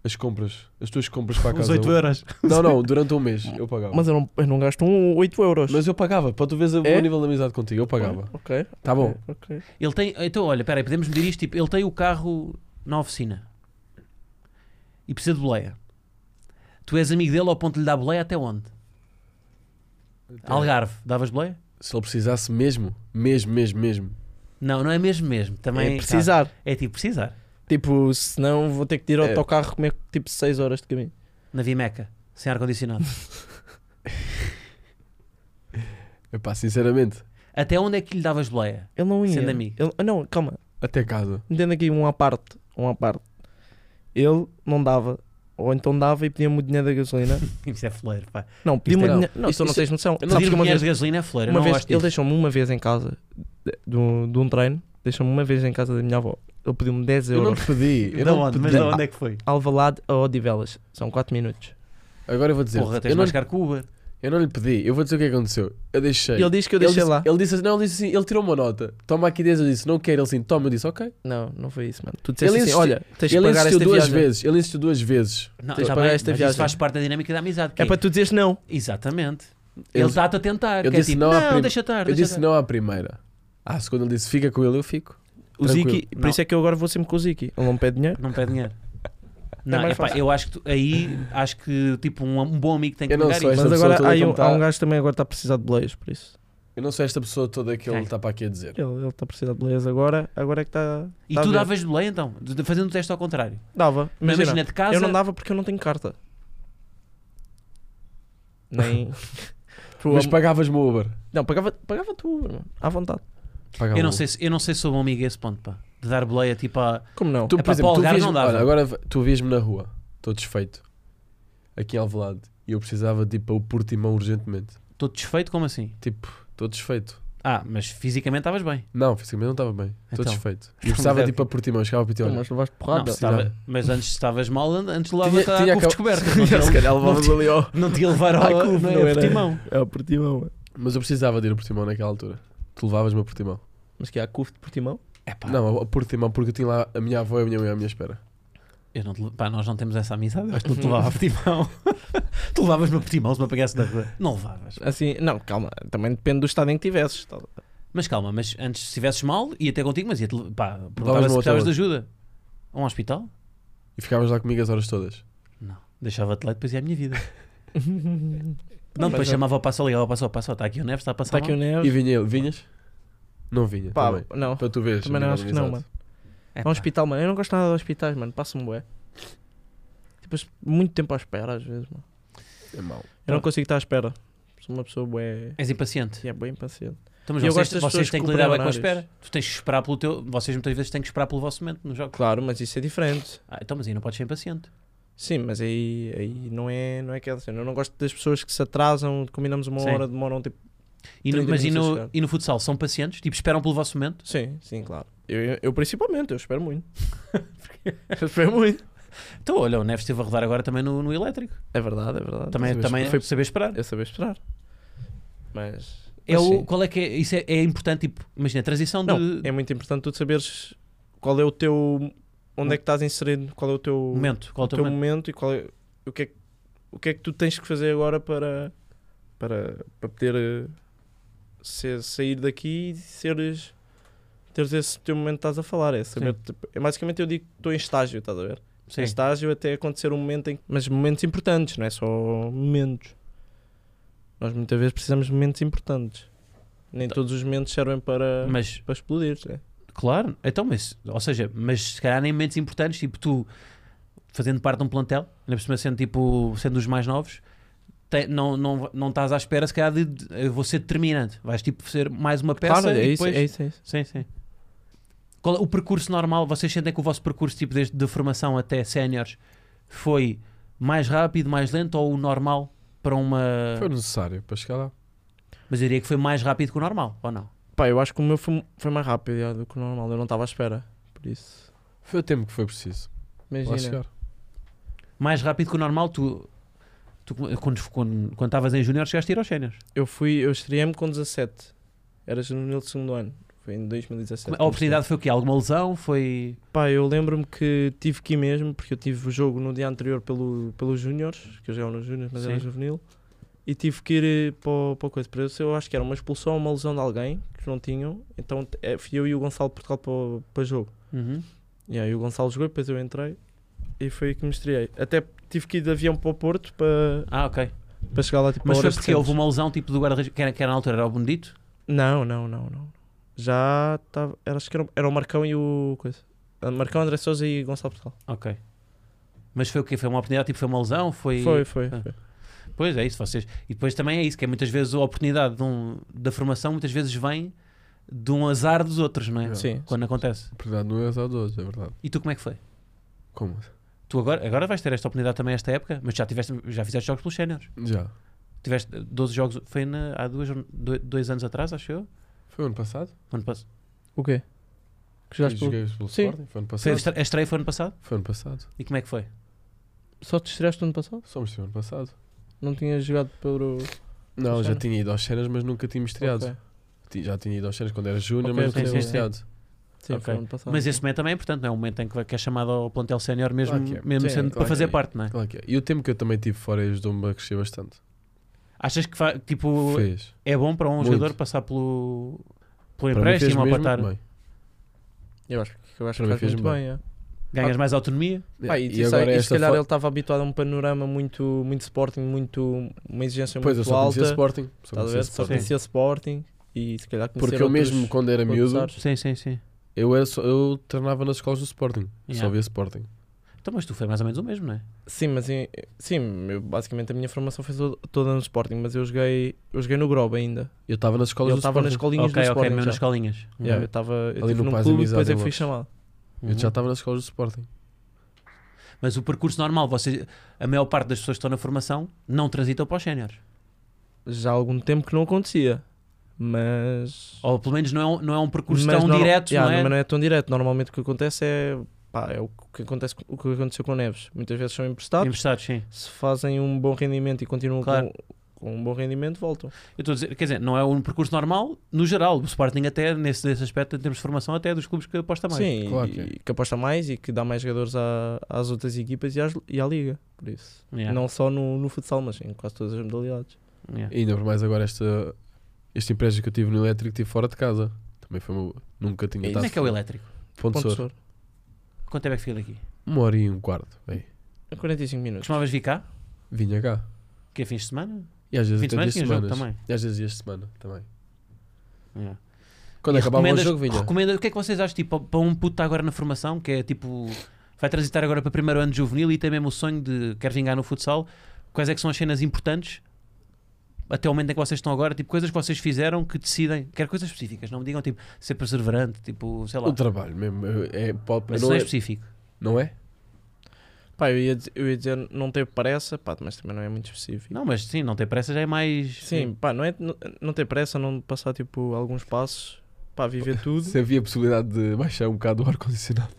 Speaker 3: as compras, as tuas compras para a
Speaker 1: uns
Speaker 3: casa.
Speaker 1: 8 euros.
Speaker 3: Não, não, durante um mês eu pagava. Mas,
Speaker 2: Mas eu não, eu não gasto um 8 euros.
Speaker 3: eu pagava, para tu veres o
Speaker 2: É?
Speaker 3: meu nível de amizade contigo, eu pagava.
Speaker 2: Ok,
Speaker 3: Tá
Speaker 1: É.
Speaker 3: bom.
Speaker 2: ok.
Speaker 1: Ele tem. Então, olha, peraí, podemos medir isto. Tipo, ele tem o carro na oficina e precisa de boleia. Tu és amigo dele ao ponto de lhe dar boleia até onde? Algarve. Davas boleia?
Speaker 3: Se ele precisasse mesmo, mesmo, mesmo, mesmo.
Speaker 1: Não, não é mesmo mesmo. Também
Speaker 2: é precisar.
Speaker 1: tá, é tipo precisar.
Speaker 2: Tipo, senão vou ter que tirar o
Speaker 3: É.
Speaker 2: autocarro comer tipo 6 horas de caminho.
Speaker 1: Na Vimeca, sem ar-condicionado.
Speaker 3: Epá, sinceramente,
Speaker 1: até onde é que lhe davas boleia?
Speaker 2: Ele não ia.
Speaker 1: Sendo amigo.
Speaker 2: Ele- não, calma.
Speaker 3: até casa.
Speaker 2: Entenda aqui um à parte. Um à parte. Ele não dava. Ou então dava e pedia-me o dinheiro da gasolina.
Speaker 1: Isso é fleiro, pá.
Speaker 2: Não, pedi-me
Speaker 3: é-
Speaker 2: o
Speaker 3: não.
Speaker 2: dinheiro. Não,
Speaker 3: Isso-
Speaker 2: tu não
Speaker 3: isso-
Speaker 2: tens noção.
Speaker 3: eu não-
Speaker 2: Sabes
Speaker 1: Pedir
Speaker 2: que uma
Speaker 1: dinheiro
Speaker 2: vez
Speaker 1: de gasolina é fleiro. eu
Speaker 2: Uma
Speaker 1: não
Speaker 2: vez,
Speaker 1: gosto
Speaker 2: ele
Speaker 3: tipo-
Speaker 1: disso.
Speaker 2: deixou-me uma vez em casa de, de um- de um treino, deixou-me uma vez em casa da minha avó. Ele pediu-me 10
Speaker 3: Eu não
Speaker 2: euros.
Speaker 3: te pedi. Eu
Speaker 1: Da
Speaker 3: não te
Speaker 1: onde? Mas
Speaker 3: pedi.
Speaker 1: da onde é que foi?
Speaker 2: Alvalade a Odivelas, são 4 minutos.
Speaker 3: Agora eu vou dizer.
Speaker 1: é? Porra, tens
Speaker 3: eu,
Speaker 1: de
Speaker 3: não,
Speaker 1: mascar com o Uber.
Speaker 3: eu não lhe pedi, eu vou dizer o que é que aconteceu. Eu deixei.
Speaker 2: E ele diz que eu deixei
Speaker 3: disse,
Speaker 2: lá.
Speaker 3: Ele disse assim, não, ele disse assim, ele tirou uma nota. Toma aqui 10, eu disse, não quero. Ele assim, toma, eu disse, ok.
Speaker 2: Não, não foi isso, mano. Tu disseste
Speaker 3: Ele
Speaker 2: assim:
Speaker 3: insistiu-
Speaker 2: olha, tens que
Speaker 3: ele
Speaker 2: pagar
Speaker 3: insistiu
Speaker 2: esta
Speaker 3: duas
Speaker 2: viagem.
Speaker 3: vezes, ele insistiu duas vezes.
Speaker 1: Não,
Speaker 2: Tens de
Speaker 1: tá
Speaker 2: pagar
Speaker 1: bem,
Speaker 2: esta
Speaker 1: mas
Speaker 2: viagem.
Speaker 1: Isso faz parte da dinâmica da amizade. que
Speaker 2: É para tu dizeres não.
Speaker 1: Exatamente.
Speaker 3: Eu-
Speaker 1: Ele está-te a tentar.
Speaker 3: eu
Speaker 1: que é
Speaker 3: disse
Speaker 1: tipo,
Speaker 3: não à
Speaker 1: não,
Speaker 3: prim-
Speaker 1: deixa estar.
Speaker 3: Eu
Speaker 1: deixa
Speaker 3: disse
Speaker 1: estar.
Speaker 3: não à primeira. À segunda ele disse, fica com ele, eu fico.
Speaker 2: O
Speaker 3: Tranquilo.
Speaker 2: Ziki, por
Speaker 1: Não.
Speaker 2: isso é que eu agora vou sempre com o Ziki. Ele não me pede dinheiro.
Speaker 1: Não pede dinheiro.
Speaker 3: É
Speaker 1: Não,
Speaker 2: mais
Speaker 1: epá,
Speaker 2: fácil.
Speaker 1: eu acho que tu- aí acho que tipo um, um bom amigo tem que
Speaker 3: Eu não
Speaker 1: pagar
Speaker 3: sou
Speaker 1: isso.
Speaker 3: esta
Speaker 2: Mas
Speaker 3: pessoa
Speaker 2: agora
Speaker 3: toda
Speaker 2: há aí um,
Speaker 3: como tá-
Speaker 2: há um gajo também agora está a precisar de boleias, por isso.
Speaker 3: Eu não sou esta pessoa toda que ele
Speaker 1: Quem?
Speaker 3: está para aqui a dizer.
Speaker 2: Ele ele está a precisar de boleias agora, agora é que está.
Speaker 1: E
Speaker 2: está a
Speaker 1: tu
Speaker 2: ver.
Speaker 1: davas de lei então, de- de- fazendo o teste ao contrário.
Speaker 2: Dava.
Speaker 1: Mas
Speaker 2: Imagina,
Speaker 1: Imagina de casa.
Speaker 2: eu não dava porque eu não tenho carta. Nem. Por
Speaker 3: Mas
Speaker 2: am-
Speaker 3: pagavas-me o Uber.
Speaker 2: Não, pagava, pagava tu, mano, à vontade.
Speaker 3: Pagava
Speaker 1: eu não
Speaker 3: o
Speaker 1: sei, se- eu não sei se sou bom amigo a esse ponto, pá. De dar boleia tipo a.
Speaker 2: Como não?
Speaker 3: Tu,
Speaker 1: Epá,
Speaker 3: por exemplo,
Speaker 1: para o
Speaker 3: tu
Speaker 1: Algarve
Speaker 3: vias,
Speaker 1: não dava.
Speaker 3: olha, agora tu vias-me na rua, estou desfeito, aqui em Alvalade, e eu precisava de ir para o Portimão urgentemente.
Speaker 1: Estou desfeito, como assim?
Speaker 3: Tipo, estou desfeito.
Speaker 1: Ah, mas fisicamente estavas bem.
Speaker 3: Não, fisicamente não estava bem. Estou
Speaker 1: Então.
Speaker 3: desfeito. E
Speaker 1: Então,
Speaker 3: precisava tipo,
Speaker 1: mas é-
Speaker 3: de ir para Portimão, eu chegava para Portimão.
Speaker 2: Não, mas levaste
Speaker 1: Não,
Speaker 2: porrada.
Speaker 1: estava-
Speaker 3: precisava.
Speaker 1: mas antes estavas mal, an- antes levava
Speaker 3: Tinha-
Speaker 1: a
Speaker 3: tinha
Speaker 1: cubo
Speaker 3: acab-
Speaker 1: descoberto. Não te
Speaker 2: é?
Speaker 1: ia- não te-
Speaker 2: ali ao.
Speaker 1: não te ia levar ao
Speaker 2: à cubo,
Speaker 1: não é,
Speaker 2: não
Speaker 1: ao
Speaker 2: era?
Speaker 1: Portimão.
Speaker 2: É o Portimão. mano.
Speaker 3: Mas eu precisava de ir a Portimão naquela altura. Tu levavas-me a Portimão.
Speaker 2: Mas que há cufo de Portimão?
Speaker 1: Epá,
Speaker 3: Não, a- a Portimão, porque eu tinha lá a minha avó e a minha mãe à minha espera.
Speaker 1: Eu não te, le- pá, nós não temos essa amizade. Eu acho que não te levava a Portimão. tu levavas-me a Portimão se me apagasse na rua. Não levavas.
Speaker 2: Assim, não, calma. Também depende do estado em que estivesses. tá-
Speaker 1: Mas calma, mas antes se estivesses mal, ia ter contigo, mas ia-te. le- Pá, perguntava
Speaker 3: Levavas-me
Speaker 1: se
Speaker 3: ao
Speaker 1: precisavas
Speaker 3: hotel.
Speaker 1: de ajuda. A um hospital?
Speaker 3: E ficavas lá comigo as horas todas.
Speaker 1: Não. Deixava-te lá e depois ia a minha vida. Não, depois
Speaker 2: Mas,
Speaker 1: chamava o Passo ligava ao Passo, "Oh, Passo, está aqui o Neves, está a
Speaker 2: Está
Speaker 1: passar.
Speaker 2: aqui o
Speaker 1: mal?"
Speaker 3: E
Speaker 2: Neves.
Speaker 3: vinha ele, vinhas? Não vinha,
Speaker 2: Pá,
Speaker 3: também.
Speaker 2: não.
Speaker 3: Para tu veres.
Speaker 2: Também não,
Speaker 3: nível
Speaker 2: acho que não,
Speaker 3: amizade.
Speaker 2: mano.
Speaker 1: É,
Speaker 2: É um
Speaker 1: pá.
Speaker 2: hospital, mano. Eu não gosto nada de hospitais, mano. Passa-me bué. Tipo, muito tempo à espera, às vezes, mano.
Speaker 3: É mau.
Speaker 2: Eu não consigo estar à espera. Sou uma pessoa bué...
Speaker 1: És impaciente.
Speaker 2: É bem impaciente.
Speaker 1: Então, mas
Speaker 2: E eu
Speaker 1: vocês,
Speaker 2: gosto das
Speaker 1: vocês
Speaker 2: pessoas
Speaker 1: têm que
Speaker 2: que
Speaker 1: lidar bem com a
Speaker 2: cumprem horários.
Speaker 1: espera. Tu tens que esperar pelo teu. Vocês muitas vezes têm que esperar pelo vosso momento no jogo.
Speaker 2: Claro, mas isso é diferente.
Speaker 1: Ah, então, mas aí não podes ser impaciente.
Speaker 2: Sim, mas aí, aí não, é, não é aquela cena. Eu não gosto das pessoas que se atrasam, combinamos uma
Speaker 1: Sim.
Speaker 2: hora, demoram tipo.
Speaker 1: E no,
Speaker 2: 30
Speaker 1: mas e
Speaker 2: minutos a
Speaker 1: no,
Speaker 2: chegar.
Speaker 1: e no futsal são pacientes? Tipo, esperam pelo vosso momento?
Speaker 2: Sim, sim, claro. Eu, eu, eu principalmente, eu espero muito. eu espero muito.
Speaker 1: Então, olha, o Neves esteve a rodar agora também no, no elétrico.
Speaker 2: É verdade, é verdade.
Speaker 1: Também,
Speaker 2: Eu
Speaker 1: também foi
Speaker 2: Foi
Speaker 1: saber esperar.
Speaker 2: eu saber esperar. Mas.
Speaker 1: É
Speaker 2: mas
Speaker 1: o,
Speaker 2: sim.
Speaker 1: qual é que é? Isso é, é importante, tipo, imagina, a transição
Speaker 2: Não,
Speaker 1: de
Speaker 2: é muito importante tu saberes qual é o teu. Onde é que estás inserido, qual é o teu
Speaker 1: momento. Qual é o
Speaker 2: o
Speaker 1: teu
Speaker 2: teu
Speaker 1: momento?
Speaker 2: momento e qual é, o, que é, que- o que é que tu tens que fazer agora para, para, para poder eh, ser- sair daqui e seres, teres esse teu momento que estás a falar. É, saber,
Speaker 1: Sim.
Speaker 2: tipo, é basicamente eu digo que estou em estágio, estás a ver?
Speaker 1: Sim.
Speaker 2: Em estágio até acontecer um momento em que. Mas momentos importantes, não é só momentos. Nós muitas vezes precisamos de momentos importantes. Nem todos os momentos servem para,
Speaker 1: Tá. Mas,
Speaker 2: para explodir. né?
Speaker 1: claro, então, mas, ou seja, mas se calhar nem momentos importantes, tipo, tu fazendo parte de um plantel, ainda por cima sendo tipo, sendo os mais novos, te- não, não, não estás à espera, se calhar, de, de- eu vou ser determinante. Vais tipo ser mais uma peça
Speaker 2: Claro, é
Speaker 1: e
Speaker 2: isso,
Speaker 1: depois.
Speaker 2: é isso, é isso.
Speaker 1: Sim, sim. Qual é o percurso normal? Vocês sentem que o vosso percurso, tipo, desde de formação até séniores, foi mais rápido, mais lento ou o normal para
Speaker 2: É.
Speaker 1: uma.
Speaker 3: Foi necessário para chegar lá.
Speaker 1: Mas eu diria que foi mais rápido que o normal, ou não?
Speaker 2: Pá, eu acho que o meu foi, foi mais rápido já, do que o normal. Eu não estava à espera. Por isso.
Speaker 3: Foi o tempo que foi preciso para lá
Speaker 2: Imagina.
Speaker 3: chegar.
Speaker 1: Mais rápido que o normal, tu. tu quando quando quando estavas em júnior, chegaste a ir aos séniores.
Speaker 2: Eu fui, eu estreiei-me com 17. Era juvenil do segundo ano. Foi em 2017.
Speaker 1: é A oportunidade foi o quê? Alguma lesão? Foi.
Speaker 2: Pá, eu lembro-me que tive que ir mesmo, porque eu tive o jogo no dia anterior pelo, pelos Júniores, que eu jogava nos Júniores, mas era
Speaker 1: Sim.
Speaker 2: juvenil. E tive que ir eh, para, o- para a coisa. Para isso, eu acho que era uma expulsão ou uma lesão de alguém que não tinham. Então eh, fui eu e o Gonçalo de Portugal para, o- para jogo.
Speaker 1: Uhum.
Speaker 2: E aí o Gonçalo jogou, depois eu entrei e foi aí que me estreiei. Até tive que ir de avião para o Porto para,
Speaker 1: Ah, ok.
Speaker 2: para chegar lá tipo
Speaker 1: Mas
Speaker 2: a
Speaker 1: foi
Speaker 2: horas
Speaker 1: porque
Speaker 2: decentes.
Speaker 1: houve uma lesão tipo do guarda-redes, que, era- que era na altura, era o Benedito?
Speaker 3: um-
Speaker 2: Não, não, não, não. Já estava. era- Acho que era, era o Marcão e o. Coisa. Ah, Marcão, André Souza e Gonçalo Portugal.
Speaker 1: Ok. Mas foi o quê? Foi uma oportunidade? Tipo, foi uma lesão?
Speaker 2: Foi, foi.
Speaker 1: Ah.
Speaker 2: foi.
Speaker 1: Pois é isso, vocês. E depois também é isso, que é muitas vezes a oportunidade de um- da formação muitas vezes vem de um azar dos outros, não é?
Speaker 2: Sim.
Speaker 1: Quando acontece.
Speaker 3: Oportunidade não é só de hoje, é verdade.
Speaker 1: E tu como é que foi?
Speaker 3: Como?
Speaker 1: Tu agora, agora vais ter esta oportunidade também esta época, mas já, tiveste, já fizeste jogos pelos séniores.
Speaker 3: Já.
Speaker 1: Tiveste 12 jogos, foi na- há duas, do- dois anos atrás, acho eu.
Speaker 3: Foi ano passado?
Speaker 1: Ano passado.
Speaker 2: O quê? Que
Speaker 3: Já
Speaker 2: jogaste pelo-
Speaker 3: joguei pelo
Speaker 2: Sim.
Speaker 3: Sporting? Foi ano
Speaker 1: Foi, a
Speaker 3: passado?
Speaker 1: estre- a estreia foi ano passado?
Speaker 3: Foi ano passado.
Speaker 1: E como é que foi?
Speaker 3: Tá
Speaker 2: Só te estreaste no ano passado?
Speaker 3: Somos do ano passado.
Speaker 2: Não tinhas jogado pelo.
Speaker 3: Não, já
Speaker 2: Funciona?
Speaker 3: tinha ido às cenas, mas nunca tinha estreado.
Speaker 2: Ok.
Speaker 3: Ti- Já tinha ido às cenas quando era júnior,
Speaker 2: Ok,
Speaker 3: mas nunca
Speaker 1: sim,
Speaker 3: tinha
Speaker 1: sim,
Speaker 3: estreado.
Speaker 2: Sim,
Speaker 1: Ok.
Speaker 2: foi no ano passado.
Speaker 1: Mas esse momento também é importante, não é? O momento em que, vai- que é chamado ao plantel sénior mesmo,
Speaker 3: Claro que é.
Speaker 1: mesmo
Speaker 2: Sim,
Speaker 1: sendo para
Speaker 3: claro
Speaker 1: fazer
Speaker 3: que é.
Speaker 1: parte, não é?
Speaker 3: Claro que é. E o tempo que eu também tive fora ajudou-me a crescer bastante.
Speaker 1: Achas que fa- tipo,
Speaker 3: Fez.
Speaker 1: é bom para um
Speaker 3: Muito.
Speaker 1: jogador passar pelo, pelo
Speaker 3: Para mim fez
Speaker 1: empréstimo ou para
Speaker 3: mesmo
Speaker 1: estar.
Speaker 3: muito bem.
Speaker 2: Eu acho que, eu acho que
Speaker 3: Para mim
Speaker 2: faz
Speaker 3: fez
Speaker 2: muito
Speaker 3: bem.
Speaker 2: bem. é.
Speaker 3: Ah.
Speaker 1: Ganhas mais autonomia?
Speaker 2: Pá, e,
Speaker 3: E
Speaker 2: se-
Speaker 3: agora
Speaker 2: e se
Speaker 3: esta
Speaker 2: calhar
Speaker 3: fo-
Speaker 2: ele estava habituado a um panorama muito, muito Sporting, muito, é uma exigência
Speaker 3: Pois, eu
Speaker 2: muito
Speaker 3: só
Speaker 2: alta.
Speaker 3: conhecia Sporting. Só
Speaker 2: Estás a
Speaker 3: conhecia
Speaker 2: ver? Só
Speaker 3: Sporting.
Speaker 2: conhecia Sporting e se calhar conhecer
Speaker 3: Porque eu
Speaker 2: outros-
Speaker 3: mesmo, quando era
Speaker 2: outros
Speaker 3: miúdo,
Speaker 2: ares.
Speaker 1: Sim, sim, sim.
Speaker 3: eu, era só- eu treinava nas escolas do Sporting.
Speaker 1: Yeah.
Speaker 3: Só via Sporting.
Speaker 1: Então, mas tu foi mais ou menos o mesmo, não é?
Speaker 2: Sim, mas em- sim, eu- basicamente a minha formação foi to- toda no Sporting, mas eu joguei, eu joguei no Grob ainda.
Speaker 3: Eu estava nas escolas
Speaker 2: Eu
Speaker 3: do
Speaker 2: estava nas
Speaker 3: Sporting.
Speaker 2: escolinhas
Speaker 1: ok,
Speaker 2: do
Speaker 1: ok,
Speaker 2: Sporting.
Speaker 1: mesmo
Speaker 2: já.
Speaker 1: nas colinhas.
Speaker 2: Yeah, eu
Speaker 1: Uhum.
Speaker 2: estava eu
Speaker 3: Ali
Speaker 2: estive
Speaker 3: no
Speaker 2: num
Speaker 3: Paz
Speaker 2: clube e
Speaker 3: Amizade
Speaker 2: depois
Speaker 3: em
Speaker 2: eu fui
Speaker 3: Lopes.
Speaker 2: chamado.
Speaker 1: Uhum.
Speaker 3: Eu já estava nas escolas do Sporting.
Speaker 1: Mas o percurso normal, você, a maior parte das pessoas que estão na formação não transitam para os séniores.
Speaker 2: Já há algum tempo que não acontecia, mas.
Speaker 1: Ou pelo menos não é um, não é um percurso
Speaker 2: mas
Speaker 1: tão
Speaker 2: norma-
Speaker 1: direto,
Speaker 2: yeah,
Speaker 1: não é?
Speaker 2: Mas não é tão direto. Normalmente o que acontece é. pá, é o que, acontece, o que aconteceu com o Neves. Muitas vezes são emprestados,
Speaker 1: Emprestados, sim.
Speaker 2: se fazem um bom rendimento e continuam
Speaker 1: Claro.
Speaker 2: com, com um bom rendimento, voltam.
Speaker 1: Eu estou a dizer, quer dizer, não é um percurso normal, no geral. O Sporting até, nesse, nesse aspecto, em termos de formação, até é dos clubes que aposta mais.
Speaker 2: Sim,
Speaker 3: Claro
Speaker 2: e,
Speaker 3: que é.
Speaker 2: e que aposta mais e que dá mais jogadores à- às outras equipas e, às- e à liga. Por isso.
Speaker 1: Yeah,
Speaker 2: Não só no, no futsal, mas em quase todas as modalidades.
Speaker 1: yeah.
Speaker 3: E ainda por mais agora esta, este empréstimo que eu tive no elétrico tive fora de casa. Também foi uma, Nunca tinha
Speaker 2: E
Speaker 1: Como
Speaker 3: estado.
Speaker 1: é que é o elétrico?
Speaker 3: Ponte
Speaker 2: Ponto
Speaker 3: Sor.
Speaker 2: Sor.
Speaker 1: Quanto tempo é que fica daqui?
Speaker 3: Uma hora e um quarto. Bem,
Speaker 2: É A 45 minutos.
Speaker 1: Costumavas vir cá?
Speaker 3: vinha cá.
Speaker 1: Que é fins de semana?
Speaker 3: E às vezes
Speaker 1: Fim de semana
Speaker 3: até dias
Speaker 1: tinha
Speaker 3: de
Speaker 1: jogo
Speaker 3: semanas.
Speaker 1: também.
Speaker 3: E às vezes dias de semana também.
Speaker 1: Yeah.
Speaker 3: Quando
Speaker 1: E
Speaker 3: acabava o
Speaker 1: recomendas-
Speaker 3: jogo, vinha.
Speaker 1: recomenda- o que é que vocês acham tipo, para um puto que está agora na formação, que é tipo, vai transitar agora para o primeiro ano de juvenil e tem mesmo o sonho de quer vingar no futsal? Quais é que são as cenas importantes até o momento em que vocês estão agora? Tipo, coisas que vocês fizeram que decidem, quer coisas específicas, não me digam tipo ser perseverante, tipo, sei lá,
Speaker 3: O trabalho mesmo. É, é- pode-
Speaker 1: mas isso
Speaker 3: não,
Speaker 1: não é
Speaker 3: é,
Speaker 1: específico.
Speaker 3: não é?
Speaker 2: Pá, eu ia, dizer- eu ia dizer não ter pressa, pá, mas também não é muito específico.
Speaker 1: Não, mas sim, não ter pressa já é mais.
Speaker 2: Sim, pá, não é não, não ter pressa, não passar tipo alguns passos, pá, viver tudo.
Speaker 3: Se havia possibilidade de baixar um bocado o ar-condicionado.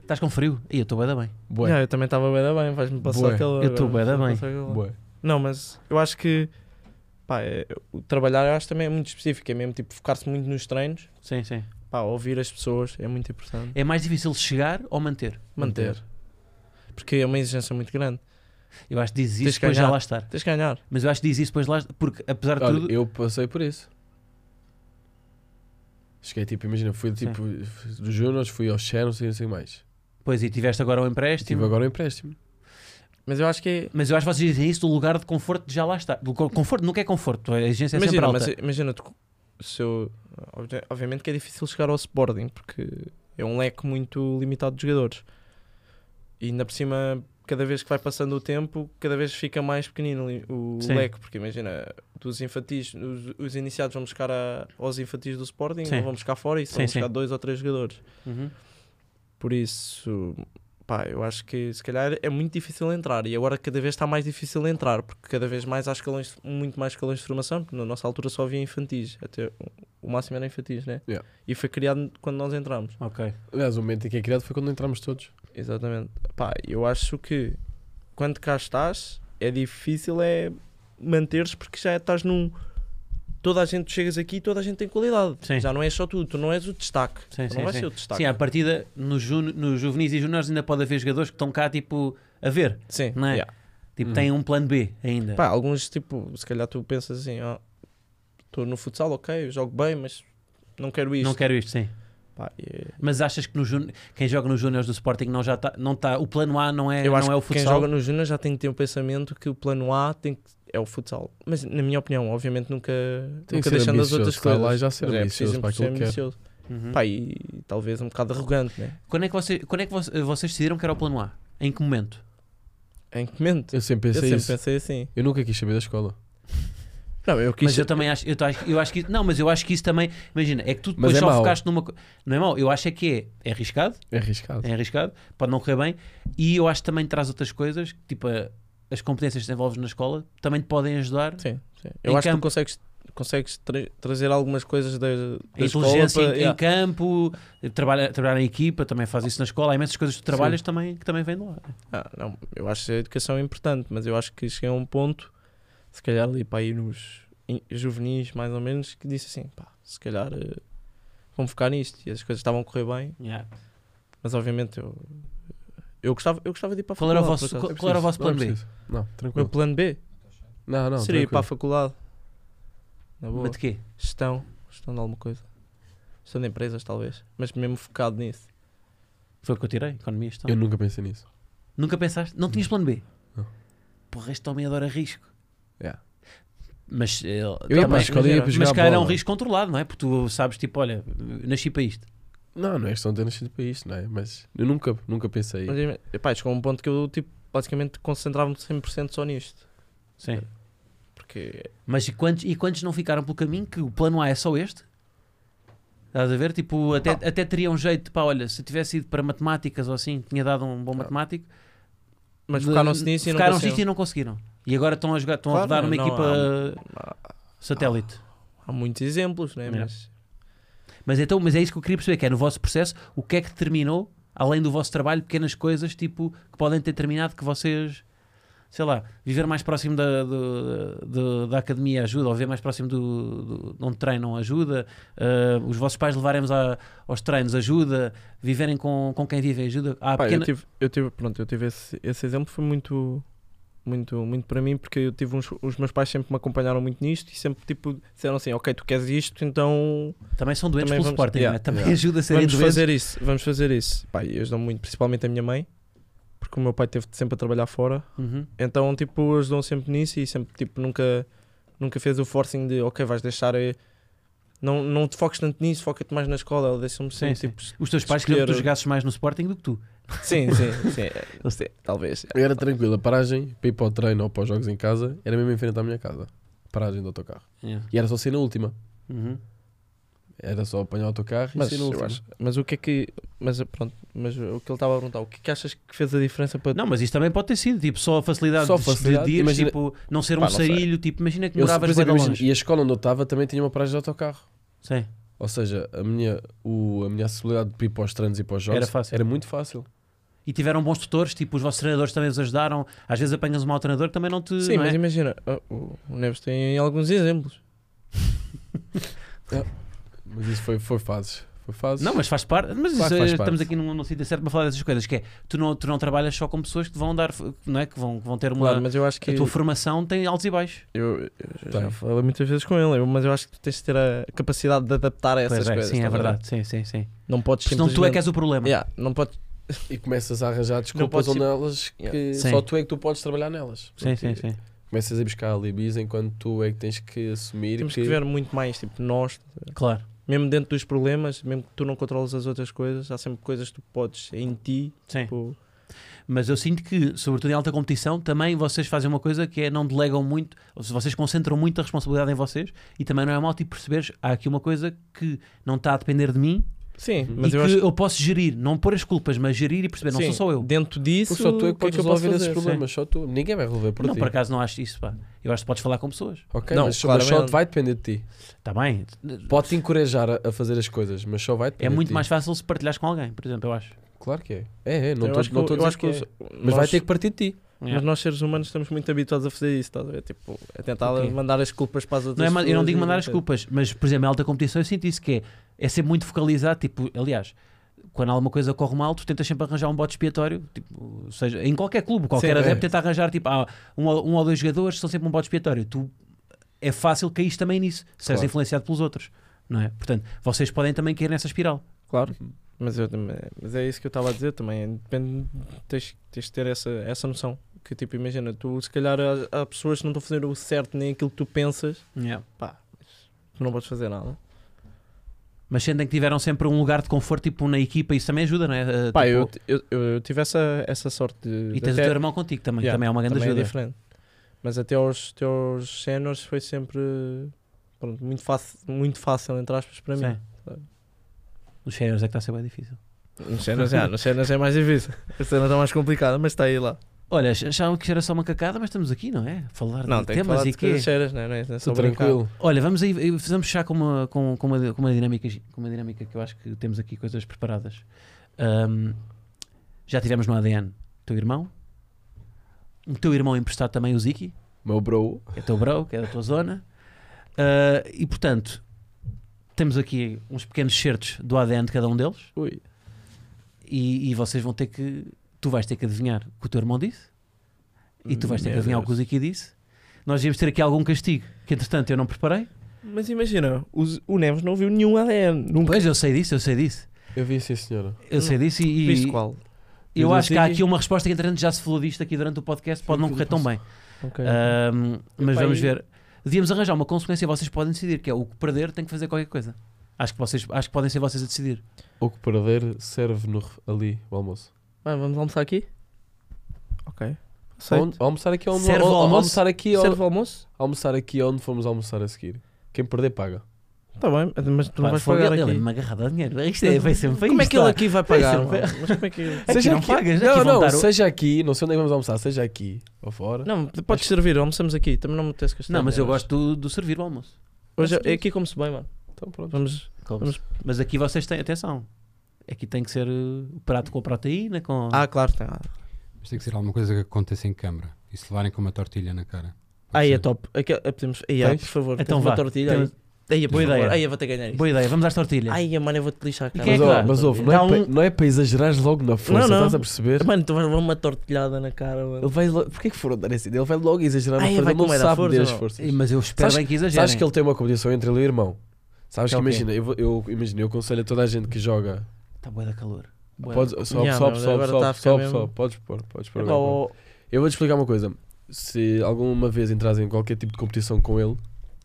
Speaker 1: Estás com frio? Ih, eu estou bué da bem.
Speaker 3: Bué,
Speaker 2: Yeah, eu também estava bem da bem, vais-me passar
Speaker 3: Bué.
Speaker 2: aquela.
Speaker 1: Eu tô bué da bem.
Speaker 3: bué.
Speaker 2: Não, mas eu acho que pá, é- o trabalhar eu acho também é muito específico, é mesmo tipo focar-se muito nos treinos,
Speaker 1: Sim, sim.
Speaker 2: pá, ouvir as pessoas é muito importante.
Speaker 1: É mais difícil chegar ou É, manter?
Speaker 2: Manter. Porque é uma exigência muito grande.
Speaker 1: Eu acho que dizes
Speaker 2: Tens
Speaker 1: isso
Speaker 2: que
Speaker 1: depois já
Speaker 2: ganhar.
Speaker 1: lá estar.
Speaker 2: Tens de ganhar.
Speaker 1: Mas eu acho que dizes isso depois lá porque apesar de
Speaker 3: Olha,
Speaker 1: tudo.
Speaker 3: eu passei por isso. Cheguei tipo, imagina, fui tipo dos Júniors, fui ao Xé, não sei, não sei mais.
Speaker 1: Pois, e tiveste agora o empréstimo.
Speaker 3: Tive agora um empréstimo.
Speaker 2: Mas eu acho que é,
Speaker 1: Mas eu acho que vocês dizem isso do lugar de conforto de já lá está. Do co- conforto nunca é conforto, a exigência
Speaker 2: é.
Speaker 1: é sempre
Speaker 2: Imagina,
Speaker 1: alta.
Speaker 2: mas, imagina tu, se eu, obvi- obviamente que é difícil chegar ao Sporting, porque é um leque muito limitado de jogadores. E ainda por cima, cada vez que vai passando o tempo, cada vez fica mais pequenino ali o
Speaker 1: Sim.
Speaker 2: leque. Porque imagina, dos infantis, os, os iniciados vão buscar a- aos infantis do Sporting,
Speaker 1: Sim.
Speaker 2: não vão buscar fora e só
Speaker 1: Sim,
Speaker 2: vão
Speaker 1: sim.
Speaker 2: buscar dois ou três jogadores.
Speaker 1: Uhum.
Speaker 2: Por isso, pá, eu acho que se calhar é muito difícil entrar. E agora cada vez está mais difícil entrar, porque cada vez mais há escalões, muito mais escalões de formação. porque Na nossa altura só havia infantis, até o- o máximo era infantis, né?
Speaker 3: Yeah.
Speaker 2: E foi criado quando nós entramos.
Speaker 1: Ok.
Speaker 3: Aliás, o momento em que é criado foi quando entramos todos.
Speaker 2: Exatamente. Pá, eu acho que quando cá estás, é difícil é manteres porque já estás num. Toda a gente, tu chegas aqui e toda a gente tem qualidade.
Speaker 1: Sim.
Speaker 2: Já não és só tu, tu não és o destaque.
Speaker 1: Sim,
Speaker 2: Tu
Speaker 1: sim,
Speaker 2: não vais
Speaker 1: sim.
Speaker 2: ser o destaque.
Speaker 1: Sim, à partida, nos ju no juvenis e juniores ainda pode haver jogadores que estão cá, tipo, a ver,
Speaker 2: Sim,
Speaker 1: não é?
Speaker 2: yeah.
Speaker 1: Tipo, têm um plano B ainda.
Speaker 2: Hum. Pá, alguns, tipo, se calhar tu pensas assim, ó, estou no futsal, ok, eu jogo bem, mas não quero isto.
Speaker 1: não quero isto, sim.
Speaker 2: Pá, e-
Speaker 1: Mas achas que no jun- quem joga nos juniors do Sporting não já está, não tá, o plano A não é,
Speaker 2: eu
Speaker 1: não
Speaker 2: acho
Speaker 1: é o
Speaker 2: que quem
Speaker 1: futsal?
Speaker 2: joga no Júnior já tem que ter o pensamento que o plano A tem que- é o futsal. Mas, na minha opinião, obviamente nunca,
Speaker 3: Tem que
Speaker 2: nunca
Speaker 3: ser
Speaker 2: deixando as
Speaker 3: ambicioso,
Speaker 2: outras
Speaker 3: está lá
Speaker 2: coisas.
Speaker 3: e já ser
Speaker 2: Mas é preciso
Speaker 3: ambicioso para
Speaker 2: ser
Speaker 3: aquilo que quer.
Speaker 2: ambicioso.
Speaker 1: Uhum.
Speaker 2: Pá, e, talvez um bocado arrogante, né?
Speaker 1: Quando é que, você, quando é que vo- vocês decidiram que era o plano A? Em que momento?
Speaker 2: Em que momento?
Speaker 3: Eu sempre
Speaker 2: Eu
Speaker 3: pensei
Speaker 2: sempre
Speaker 3: isso.
Speaker 2: pensei assim.
Speaker 3: Eu nunca quis saber da escola.
Speaker 2: Não, eu quis...
Speaker 1: Mas eu também acho, eu, ta- eu acho que não, mas eu acho que isso também, imagina, é que tu
Speaker 3: Mas
Speaker 1: depois
Speaker 3: é
Speaker 1: só
Speaker 3: mau.
Speaker 1: focaste numa co- Não é mau, eu acho é que é, é arriscado,
Speaker 3: É arriscado.
Speaker 1: é arriscado, pode não correr bem, e eu acho que também traz outras coisas, que, tipo a- as competências que desenvolves na escola também te podem ajudar.
Speaker 2: Sim, sim. Eu
Speaker 1: Em
Speaker 2: acho que
Speaker 1: campo.
Speaker 2: tu consegues, consegues tra- trazer algumas coisas da,
Speaker 1: A
Speaker 2: da escola
Speaker 1: inteligência
Speaker 2: para...
Speaker 1: em, em
Speaker 2: yeah.
Speaker 1: campo, trabalhar, trabalhar em equipa, também faz isso na escola, há imensas coisas que tu trabalhas também, que também vêm de lá.
Speaker 2: Ah, não, eu acho a educação é importante, mas eu acho que cheguei a um ponto, se calhar ali para ir nos in- juvenis, mais ou menos, que disse assim, pá, se calhar eh, vamos focar nisto. E as coisas estavam a correr bem, mas obviamente eu, eu, gostava, eu gostava de ir para a
Speaker 1: Qual era o
Speaker 2: faculdade.
Speaker 1: vosso-
Speaker 2: por acaso.
Speaker 1: qual- qual era o vosso
Speaker 3: Não é
Speaker 1: plano B?
Speaker 3: preciso. Não,
Speaker 2: O meu
Speaker 3: tranquilo.
Speaker 2: plano B
Speaker 3: Não, não,
Speaker 2: seria ir para a
Speaker 3: tranquilo.
Speaker 2: faculdade. Na boa.
Speaker 1: Mas de quê?
Speaker 2: Gestão, gestão de alguma coisa. Gestão de empresas, talvez, mas mesmo focado nisso.
Speaker 1: Foi o que eu tirei, economia gestão.
Speaker 3: Eu nunca pensei nisso.
Speaker 1: Nunca pensaste? Não tinhas plano B?
Speaker 3: Não.
Speaker 1: Porra, este homem adora risco.
Speaker 3: Yeah.
Speaker 1: Mas eh,
Speaker 3: Eu ia para a
Speaker 1: também-
Speaker 3: escola e ia
Speaker 2: imagina,
Speaker 3: para jogar
Speaker 1: Mas cara, é um
Speaker 3: bola.
Speaker 1: risco controlado, não é? Porque tu sabes, tipo, olha, nasci para isto.
Speaker 3: Não, não é questão de ter nascido para isto, não é? Mas eu nunca, nunca pensei.
Speaker 2: Mas, epá, chegou um ponto que eu, tipo, basicamente concentrava-me 100% só nisto.
Speaker 1: Sim.
Speaker 2: Porque
Speaker 1: Mas e quantos, e quantos não ficaram pelo caminho que o plano A é só este? Estás a ver? Tipo, até,
Speaker 2: Ah.
Speaker 1: até teria um jeito, pá, olha, se tivesse ido para matemáticas ou assim, tinha dado um bom matemático.
Speaker 2: Ah. Mas
Speaker 1: de-
Speaker 2: focaram-se nisso e não
Speaker 1: focaram-se nisto
Speaker 2: conseguiram.
Speaker 1: e não conseguiram. E agora estão a jogar, estão
Speaker 2: Claro,
Speaker 1: a rodar uma
Speaker 2: não,
Speaker 1: equipa
Speaker 2: há-
Speaker 1: satélite.
Speaker 2: Há muitos exemplos, né?
Speaker 1: Yeah.
Speaker 2: Mas
Speaker 1: Mas então, mas é isso que eu queria perceber, que é no vosso processo, o que é que determinou, além do vosso trabalho, pequenas coisas, tipo, que podem ter terminado que vocês, sei lá, viver mais próximo da, do- do- da academia ajuda, ou viver mais próximo do, do- de onde treinam ajuda, eh, os vossos pais levarem-vos a- aos treinos ajuda, viverem com, com quem vivem ajuda. Há
Speaker 2: pá,
Speaker 1: pequena-
Speaker 2: eu tive, eu tive, pronto, eu tive esse, esse exemplo foi muito, muito, muito para mim porque eu tive uns, os meus pais sempre me acompanharam muito nisto e sempre tipo disseram assim, ok, tu queres isto, então
Speaker 1: Também são doentes
Speaker 2: também
Speaker 1: pelo
Speaker 2: vamos-
Speaker 1: Sporting,
Speaker 2: yeah,
Speaker 1: não é? também
Speaker 2: yeah.
Speaker 1: ajuda a serem
Speaker 2: vamos
Speaker 1: doentes.
Speaker 2: fazer isso, vamos fazer isso. Pá, e ajudam muito, principalmente a minha mãe, porque o meu pai teve sempre a trabalhar fora,
Speaker 1: Uhum.
Speaker 2: então tipo ajudam sempre nisso e sempre tipo nunca nunca fez o forcing de ok, vais deixar. eh, Não, não te foques tanto nisso, foca-te mais na escola. Ela deixou-me
Speaker 1: Sim,
Speaker 2: ser
Speaker 1: sim.
Speaker 2: tipo.
Speaker 1: Os teus pais queriam que tu
Speaker 2: escolher-
Speaker 1: jogasses mais no Sporting do que tu.
Speaker 2: Sim, sim, sim. é, não sei, Talvez.
Speaker 3: Era tranquilo, a paragem para ir para o treino ou para os jogos em casa era mesmo em frente à minha casa. A Paragem do autocarro. E era só ser na última.
Speaker 1: Uhum.
Speaker 3: Era só apanhar o autocarro
Speaker 2: Mas,
Speaker 3: e ser na
Speaker 2: eu
Speaker 3: última.
Speaker 2: acho, mas o que é que. Mas pronto, mas o que ele estava a perguntar, o que é que achas que fez a diferença para.
Speaker 1: Não, mas isso também pode ter sido, tipo, só a facilidade,
Speaker 3: Só
Speaker 1: de-
Speaker 3: facilidade,
Speaker 1: de dias,
Speaker 3: imagina-
Speaker 1: tipo, não ser um
Speaker 3: Pá, não sei.
Speaker 1: sarilho, tipo, imagina que
Speaker 3: Eu, por
Speaker 1: moravas bem
Speaker 3: exemplo, imagina-
Speaker 1: longe.
Speaker 3: e a escola onde eu estava também tinha uma paragem de autocarro.
Speaker 1: Sim.
Speaker 3: Ou seja, a minha, o, a minha acessibilidade de ir para os treinos e para os jogos
Speaker 1: Era fácil.
Speaker 3: muito fácil.
Speaker 1: E tiveram bons tutores, tipo, os vossos treinadores também os ajudaram. Às vezes apanhas um mau treinador que também não te.
Speaker 2: Sim,
Speaker 1: não
Speaker 2: mas
Speaker 1: é?
Speaker 2: imagina, o, o Neves tem alguns exemplos.
Speaker 3: Mas isso foi, foi fases. Foi fases.
Speaker 1: Não, mas faz parte. Mas
Speaker 3: Claro que
Speaker 1: isso, eh,
Speaker 3: faz
Speaker 1: estamos
Speaker 3: parte.
Speaker 1: aqui num, num sítio certo para falar dessas coisas, que é tu não, tu não trabalhas só com pessoas que vão dar, não é? Que vão, que vão ter uma.
Speaker 2: Claro, mas eu acho que.
Speaker 1: A tua é? formação tem altos e baixos.
Speaker 2: Eu, eu já
Speaker 3: Tem.
Speaker 2: falei muitas vezes com ele, eu- mas eu acho que tu tens de ter a capacidade de adaptar a essas
Speaker 1: Pois é,
Speaker 2: coisas.
Speaker 1: sim, é
Speaker 2: estás a ver?
Speaker 1: verdade. Sim, sim, sim.
Speaker 2: Não podes
Speaker 1: Senão tu é que
Speaker 2: simplesmente-
Speaker 1: és o problema.
Speaker 2: Yeah, não podes.
Speaker 3: E começas a arranjar
Speaker 2: Não
Speaker 3: desculpas
Speaker 2: pode
Speaker 3: ou
Speaker 2: ser-
Speaker 3: nelas que
Speaker 2: Yeah.
Speaker 1: Sim.
Speaker 3: só tu é que tu podes trabalhar nelas.
Speaker 1: Sim, sim,
Speaker 3: Porque
Speaker 1: sim.
Speaker 3: Começas a buscar alibis enquanto tu é que tens que assumir
Speaker 2: Temos
Speaker 3: que,
Speaker 2: que ver muito mais, tipo, nós,
Speaker 1: Claro.
Speaker 2: mesmo dentro dos problemas, mesmo que tu não controles as outras coisas, há sempre coisas que tu podes em ti.
Speaker 1: Sim.
Speaker 2: Tipo,
Speaker 1: Mas eu sinto que, sobretudo em alta competição, também vocês fazem uma coisa que é não delegam muito, ou seja, vocês concentram muito a responsabilidade em vocês e também não é mal tipo perceberes há aqui uma coisa que não está a depender de mim
Speaker 2: sim, mas
Speaker 1: Uhum. e
Speaker 2: eu
Speaker 1: que
Speaker 2: acho
Speaker 1: eu posso gerir, não pôr as culpas, mas gerir e perceber, não
Speaker 2: sim,
Speaker 1: sou só eu.
Speaker 2: Dentro disso,
Speaker 3: porque só tu é
Speaker 2: o que é
Speaker 3: que podes
Speaker 2: que eu posso
Speaker 3: resolver
Speaker 2: fazer?
Speaker 3: esses problemas. Só tu. Ninguém vai resolver por
Speaker 1: não,
Speaker 3: ti.
Speaker 1: por acaso não acho isso, pá. Eu acho que podes falar com pessoas.
Speaker 3: Ok,
Speaker 2: Não,
Speaker 3: mas, mas só
Speaker 2: claramente.
Speaker 3: te vai depender de ti.
Speaker 1: Está bem.
Speaker 3: Pode-te encorajar a, a fazer as coisas, mas só vai depender
Speaker 1: É
Speaker 3: de
Speaker 1: muito
Speaker 3: ti.
Speaker 1: mais fácil se partilhares com alguém, por exemplo, eu acho.
Speaker 3: Claro que é. É, é.
Speaker 2: Eu
Speaker 3: Não estou
Speaker 2: acho que-
Speaker 3: não estou
Speaker 2: eu
Speaker 3: a dizer
Speaker 2: acho que
Speaker 3: que é.
Speaker 2: os-
Speaker 3: Mas vai
Speaker 2: nós-
Speaker 3: ter que partir de ti.
Speaker 2: Mas nós seres humanos estamos muito habituados a fazer isso, estás a ver? Tipo, a tentar
Speaker 1: Ok.
Speaker 2: mandar as culpas para as
Speaker 1: Não é
Speaker 2: outras
Speaker 1: ma- eu não
Speaker 2: pessoas
Speaker 1: digo
Speaker 2: e
Speaker 1: mandar as culpas, mas por exemplo, em alta competição eu sinto isso que é, é sempre muito focalizado. Tipo, aliás, quando alguma coisa corre mal, tu tentas sempre arranjar um bote expiatório. Tipo, ou seja, em qualquer clube, qualquer
Speaker 3: Sim, é.
Speaker 1: adepto tenta arranjar tipo, ah, um, ou- um ou dois jogadores que são sempre um bote expiatório. Tu é fácil cair também nisso, se
Speaker 3: Claro.
Speaker 1: és influenciado pelos outros, não é? Portanto, vocês podem também cair nessa espiral.
Speaker 2: Claro, mas, eu também- mas é isso que eu estava a dizer também. Depende, tens, tens de ter essa, essa noção. Que tipo, imagina, tu se calhar há, há pessoas que não estão a fazer o certo nem aquilo que tu pensas, tu não podes fazer nada.
Speaker 1: Mas sentem que tiveram sempre um lugar de conforto, tipo na equipa, isso também ajuda, não é? Eh,
Speaker 2: Pá, eu,
Speaker 1: tipo,
Speaker 2: eu, eu, eu tive essa, essa sorte de.
Speaker 1: E tens
Speaker 2: até-
Speaker 1: o teu irmão contigo também,
Speaker 2: Yeah,
Speaker 1: também é uma grande
Speaker 2: também é
Speaker 1: ajuda.
Speaker 2: diferente. Mas até aos teus séniores foi sempre pronto, muito, fácil, muito fácil, entre aspas, para mim.
Speaker 1: Sim. Os shares é que está a ser bem difícil.
Speaker 2: Nos séniores é, nos séniores é mais difícil. A cena está mais complicada, mas está aí lá.
Speaker 1: Olha, ach- achavam que era só uma cacada, mas estamos aqui, não é? Falar
Speaker 2: Não,
Speaker 1: de
Speaker 2: tem que
Speaker 1: temas
Speaker 2: falar
Speaker 1: e
Speaker 2: de
Speaker 1: quê?
Speaker 2: coisas sérias, não é? Não é- não é só
Speaker 3: Estou
Speaker 2: brincar.
Speaker 3: tranquilo.
Speaker 1: Olha, vamos aí, eh, vamos fechar com uma, com, com uma, com uma dinâmica, gi- com uma dinâmica que eu acho que temos aqui coisas preparadas. Ahm, já tivemos no ADN o teu irmão, o teu irmão emprestado também o Ziki,
Speaker 3: Meu bro.
Speaker 1: que é teu bro, que é da tua zona. Ah, e portanto, temos aqui uns pequenos certos do ADN de cada um deles
Speaker 3: Ui.
Speaker 1: e, e vocês vão ter que. Tu vais ter que adivinhar o que o teu irmão disse e tu vais ter que
Speaker 2: Meu
Speaker 1: adivinhar o que o Ziki disse. Nós íamos ter aqui algum castigo que entretanto eu não preparei.
Speaker 2: Mas imagina, o, Z- o Neves não viu nenhum ADN. Nunca.
Speaker 1: Pois eu sei disso, eu sei disso.
Speaker 3: Eu vi sim, senhora.
Speaker 1: Eu sei disso e,
Speaker 2: Viste
Speaker 1: e
Speaker 2: qual?
Speaker 1: eu
Speaker 3: Diz
Speaker 1: acho que há
Speaker 3: assim.
Speaker 1: aqui uma resposta que entretanto já se falou disto aqui durante o podcast, pode não correr tão bem. Ah. Ahm, mas
Speaker 3: Epá,
Speaker 1: vamos
Speaker 3: e-
Speaker 1: ver. Devíamos arranjar uma consequência, vocês podem decidir, que é o que perder tem que fazer qualquer coisa. Acho que, vocês, acho que podem ser vocês a decidir.
Speaker 3: O que perder serve no, re- ali o almoço.
Speaker 2: Vai, vamos almoçar aqui? Ok.
Speaker 3: Onde- almoçar aqui é onde
Speaker 1: Serve o
Speaker 3: al-
Speaker 1: almoço?
Speaker 3: almoçar aqui ao-
Speaker 2: Serve o almoço?
Speaker 3: almoçar aqui é onde fomos almoçar a seguir. Quem perder paga.
Speaker 2: Está Tá bem, mas tu
Speaker 1: Pá,
Speaker 2: não vais
Speaker 1: fogo,
Speaker 2: pagar
Speaker 1: ele,
Speaker 2: aqui.
Speaker 1: Ele é uma agarrada a dinheiro. Isto é, vai ser
Speaker 2: Como é que ele aqui vai pagar?
Speaker 1: Vai ser- um
Speaker 2: mano? Mas como é que ele-
Speaker 1: Aqui não pagas, aqui
Speaker 3: Não,
Speaker 1: vão
Speaker 3: não,
Speaker 1: dar o-
Speaker 3: seja aqui, não sei onde é que vamos almoçar, seja aqui ou fora.
Speaker 2: Não, podes servir, almoçamos aqui. Também não me tens que
Speaker 1: Não, mas eu gosto do, do servir o almoço.
Speaker 2: Hoje é aqui como se bem, mano.
Speaker 3: Então pronto.
Speaker 2: Vamos.
Speaker 1: Vamos- Mas aqui vocês têm, atenção, aqui tem que ser uh, o prato com a proteína, com...
Speaker 2: Ah, claro, tem. Ah,
Speaker 7: Mas tem que ser alguma coisa que aconteça em câmara. E se levarem com uma tortilha na cara. Pode
Speaker 2: Aí é
Speaker 7: ser.
Speaker 2: top. Aqui, ah, pedimos. Aí, ah,
Speaker 3: Tens?
Speaker 2: por favor,
Speaker 1: Então
Speaker 2: tens uma
Speaker 1: vá.
Speaker 2: tortilha.
Speaker 1: Tem-
Speaker 2: aí. Aí, por
Speaker 1: Boa
Speaker 2: favor.
Speaker 1: ideia.
Speaker 2: Aí, eu vou ter que ganhar isto.
Speaker 1: Boa ideia, vamos às tortilhas.
Speaker 2: Ai, mano, eu vou-te lixar, cara.
Speaker 1: quem é
Speaker 3: mas,
Speaker 1: que
Speaker 3: ó,
Speaker 1: dá?
Speaker 3: mas ouve, não,
Speaker 1: Dá
Speaker 3: é
Speaker 1: um-
Speaker 3: pa- não é para exagerares logo na força,
Speaker 2: Não, não.
Speaker 3: estás a perceber?
Speaker 2: Mano, tu vais levar uma tortilhada na cara, mano. É
Speaker 3: Ele vai logo, porquê que foram dar esse Ele vai logo exagerar
Speaker 2: Ai,
Speaker 3: na força,
Speaker 2: vai
Speaker 3: ele não
Speaker 2: comer a
Speaker 3: sabe
Speaker 2: força,
Speaker 3: medir as
Speaker 2: não.
Speaker 3: forças.
Speaker 1: Mas eu espero
Speaker 3: Sabes-
Speaker 1: bem que exagerem.
Speaker 3: Sabes que ele tem uma competição entre ele e o irmão. Sabes
Speaker 1: É
Speaker 3: que
Speaker 1: o quê?
Speaker 3: imagina, eu, vou- eu imagino, eu aconselho a toda a gente que joga.
Speaker 1: Está boa da calor. Bué da
Speaker 3: Podes, sobe,
Speaker 2: Yeah,
Speaker 3: sobe,
Speaker 2: mas
Speaker 3: sobe,
Speaker 2: agora tá a
Speaker 3: sobe,
Speaker 2: ficar
Speaker 3: sobe,
Speaker 2: mesmo- É
Speaker 3: sobe, podes pôr, podes pôr.
Speaker 2: Epá,
Speaker 3: agora.
Speaker 2: ó,
Speaker 3: Eu vou-te explicar uma coisa. se alguma vez entrares em qualquer tipo de competição com ele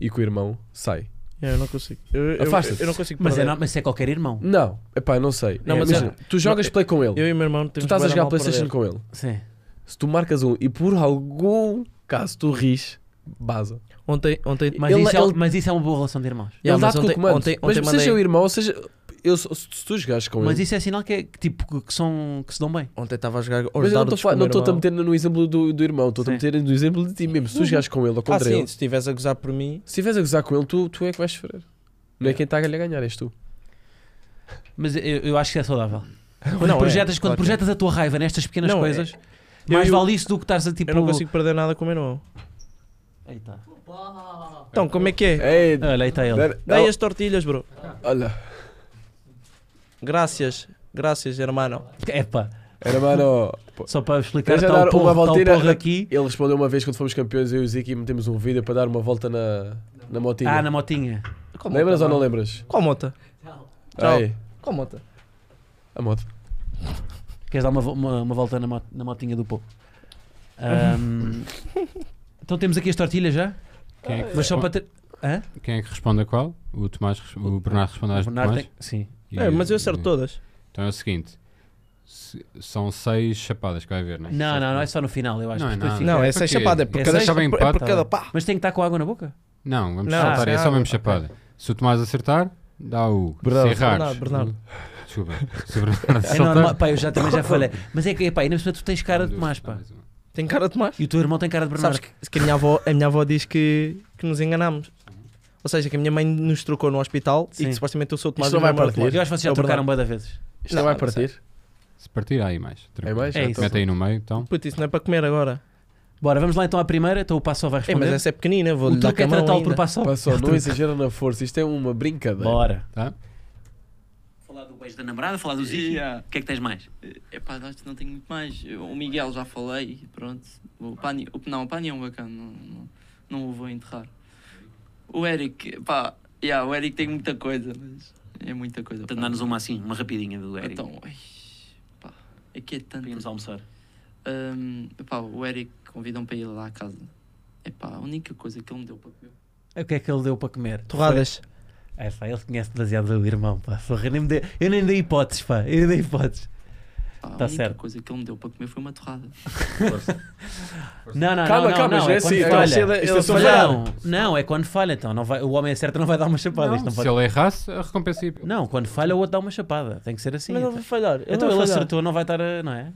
Speaker 3: e com o irmão, sai.
Speaker 2: Yeah, É, eu não consigo. Eu, eu-
Speaker 3: Afasta-te.
Speaker 2: eu não consigo
Speaker 1: Mas é,
Speaker 2: perder.
Speaker 1: não, mas é qualquer irmão.
Speaker 3: Não, epá, não sei.
Speaker 2: Não, mas
Speaker 3: Imagina, tu jogas play com ele,
Speaker 2: Eu e o meu irmão
Speaker 3: tu
Speaker 2: temos
Speaker 3: estás a
Speaker 2: bué de
Speaker 3: jogar
Speaker 2: mal
Speaker 3: Playstation
Speaker 2: perder.
Speaker 3: com ele.
Speaker 1: Sim.
Speaker 3: Se tu marcas um e por algum caso tu ris, baza.
Speaker 2: Ontem, ontem,
Speaker 1: Mas,
Speaker 3: Ele-
Speaker 1: isso é,
Speaker 3: ele-
Speaker 1: mas isso é uma boa relação de irmãos.
Speaker 2: Yeah, mas
Speaker 3: ele dá-te com o
Speaker 2: ontem-
Speaker 3: comando.
Speaker 2: ontem-
Speaker 3: mas
Speaker 2: ontem
Speaker 3: seja
Speaker 2: mandei-
Speaker 3: o irmão, ou seja, eu, se se tu jogares com
Speaker 1: Mas
Speaker 3: ele.
Speaker 1: isso é sinal que, é, que, tipo, que, são, que se dão bem.
Speaker 2: ontem estava a jogar aos
Speaker 3: Mas eu não
Speaker 2: dardos
Speaker 3: estou a-
Speaker 2: com o
Speaker 3: não
Speaker 2: meu
Speaker 3: estou a
Speaker 2: irmão.
Speaker 3: meter no exemplo do, do irmão, estou a
Speaker 1: Sim.
Speaker 3: meter no exemplo de ti mesmo. Se tu jogares com ele ou
Speaker 2: Ah,
Speaker 3: contra
Speaker 2: sim,
Speaker 3: ele,
Speaker 2: se estivesse a gozar por mim,
Speaker 3: se estiveres a gozar com ele, tu, tu é que vais sofrer. Não é quem está a lhe ganhar, és tu.
Speaker 1: Mas eu, eu acho que é saudável. Quando,
Speaker 2: Não, é,
Speaker 1: projetas, quando
Speaker 2: claro que é.
Speaker 1: projetas a tua raiva nestas pequenas
Speaker 2: Não, é-
Speaker 1: coisas,
Speaker 2: eu-
Speaker 1: mais
Speaker 2: eu-
Speaker 1: vale isso do que estás a tipo.
Speaker 2: eu não consigo perder nada com o meu irmão.
Speaker 1: Eita.
Speaker 2: Então, como é que é?
Speaker 3: Ei,
Speaker 1: Olha, aí está ele.
Speaker 3: dar-
Speaker 2: Dei as tortilhas, bro.
Speaker 3: Olha,
Speaker 2: Graças, graças, hermano.
Speaker 1: Epá,
Speaker 3: hermano. pô,
Speaker 1: só para explicar,
Speaker 3: Deixa
Speaker 1: está
Speaker 3: dar
Speaker 1: o
Speaker 3: uma
Speaker 1: porro, tá o
Speaker 3: voltinha
Speaker 1: porro
Speaker 3: na-
Speaker 1: aqui.
Speaker 3: Ele respondeu uma vez quando fomos campeões, eu e o Ziki metemos um vídeo para dar uma volta na, na motinha.
Speaker 1: Ah, na motinha.
Speaker 2: Qual moto,
Speaker 3: Lembras ou não
Speaker 2: mano?
Speaker 3: lembras?
Speaker 2: Qual mota? Tchau.
Speaker 3: Aí,
Speaker 2: Qual mota?
Speaker 3: a moto.
Speaker 1: Queres dar uma, vo- uma, uma volta na, mo- na motinha do povo? Ahm, então temos aqui as tortilhas já?
Speaker 7: Quem é que,
Speaker 1: Mas só para
Speaker 7: responde,
Speaker 1: ter. Hã?
Speaker 7: quem é que responde a qual? O Tomás, res- o Bernardo responde às
Speaker 1: O Bernardo
Speaker 7: Tomás?
Speaker 1: tem- Sim.
Speaker 7: E-
Speaker 2: É, mas eu acerto
Speaker 7: e-
Speaker 2: todas.
Speaker 7: Então é o seguinte: se- são seis chapadas que vai haver, não é?
Speaker 1: Não, não, não é só no final, eu acho.
Speaker 7: Não,
Speaker 1: que
Speaker 7: é
Speaker 1: depois
Speaker 7: nada.
Speaker 1: fica-
Speaker 7: Não,
Speaker 2: Não,
Speaker 7: é
Speaker 2: é seis
Speaker 7: porque-
Speaker 2: chapadas. É por
Speaker 7: é
Speaker 2: cada
Speaker 7: seis chapa-
Speaker 2: chapa-
Speaker 7: em
Speaker 2: é por
Speaker 7: empate.
Speaker 2: cada pá.
Speaker 1: Mas tem que estar com água na boca?
Speaker 7: Não, vamos
Speaker 2: Não,
Speaker 7: saltar, é
Speaker 2: sem
Speaker 7: só
Speaker 2: água,
Speaker 7: mesmo
Speaker 2: ok.
Speaker 7: chapada. Se o Tomás acertar, dá o.
Speaker 3: Bernardo,
Speaker 7: se
Speaker 2: Bernardo,
Speaker 7: errares-
Speaker 2: Bernardo.
Speaker 7: Desculpa. Se o Bernardo
Speaker 1: É normal,
Speaker 7: acertar.
Speaker 1: pá, eu já também já falei. Mas é que, pá, ainda por cima tu tens cara de Tomás, pá.
Speaker 2: Tem cara de mais.
Speaker 1: E o teu irmão tem cara de
Speaker 2: Sabes
Speaker 1: Bernardo.
Speaker 2: que, que a, minha avó, a minha avó diz que, que nos enganámos. Ou seja, que a minha mãe nos trocou no hospital e
Speaker 1: Sim.
Speaker 2: que supostamente eu sou o Tomás e
Speaker 3: Isto não
Speaker 2: o
Speaker 3: vai
Speaker 2: meu irmão é o
Speaker 1: Eu acho que vocês já
Speaker 2: É o
Speaker 1: trocaram bué da vezes.
Speaker 3: Isto
Speaker 2: Não,
Speaker 3: não vai
Speaker 2: não
Speaker 3: partir?
Speaker 7: Se partir, há aí mais.
Speaker 3: É
Speaker 7: tranquilo.
Speaker 3: mais?
Speaker 1: É
Speaker 3: Ah,
Speaker 1: isso.
Speaker 3: então
Speaker 7: Mete aí no meio, então.
Speaker 2: Tomás. Puto, isso não é para comer agora.
Speaker 1: Bora, vamos lá então à primeira, então o passo só vai
Speaker 2: É,
Speaker 1: responder.
Speaker 2: mas essa é pequenina, vou-lhe
Speaker 1: o
Speaker 2: dar
Speaker 1: truque
Speaker 2: com a
Speaker 1: é
Speaker 2: mão
Speaker 1: tratá-lo por
Speaker 2: ainda.
Speaker 1: passo só.
Speaker 3: Passou, não exagera na força, isto é uma brincadeira.
Speaker 1: Bora.
Speaker 7: Tá?
Speaker 8: Falar do beijo da namorada, falar do Zizi. O que é que tens mais? Epá, de resto não tenho muito mais. Eu- O Miguel já falei e pronto. O Pani, o, não, o Pani é um bacana, não, não, não o vou enterrar. O Eric, pá, yeah, o Eric tem muita coisa, mas é muita coisa.
Speaker 9: Portanto,
Speaker 8: pá.
Speaker 9: dá-nos uma assim, uma rapidinha do Eric.
Speaker 8: Então, ai, pá, aqui é tanto.
Speaker 9: Para irmos almoçar.
Speaker 8: Ahm, epá, o Eric convidam para ir lá à casa. Epá, a única coisa que ele me deu para comer.
Speaker 1: O que é que ele deu para comer?
Speaker 2: Torradas.
Speaker 1: É pá, ele conhece demasiado o irmão, pá. Porra, eu nem me dei- eu nem dei hipóteses, pá. Eu nem dei hipóteses.
Speaker 8: Pá, a
Speaker 1: Tá
Speaker 8: única
Speaker 1: certo.
Speaker 8: coisa que ele me deu para comer foi uma torrada.
Speaker 1: Não, não,
Speaker 3: Calma,
Speaker 1: não,
Speaker 3: calma,
Speaker 1: não,
Speaker 3: isto não é
Speaker 1: é quando
Speaker 3: assim,
Speaker 1: falha.
Speaker 3: isto é
Speaker 1: Não,
Speaker 3: falhado.
Speaker 1: Não, é quando falha, então. Não vai, o homem acerta não vai dar uma chapada. isto
Speaker 7: Não,
Speaker 1: não,
Speaker 7: se
Speaker 1: pode-
Speaker 7: ele errasse, a recompensa ia.
Speaker 1: não, quando falha o outro dá uma chapada. Tem que ser assim.
Speaker 2: Mas ele
Speaker 1: então.
Speaker 2: vai falhar.
Speaker 1: Então
Speaker 2: vai
Speaker 1: ele
Speaker 2: falhar.
Speaker 1: acertou, não vai estar, a- não é?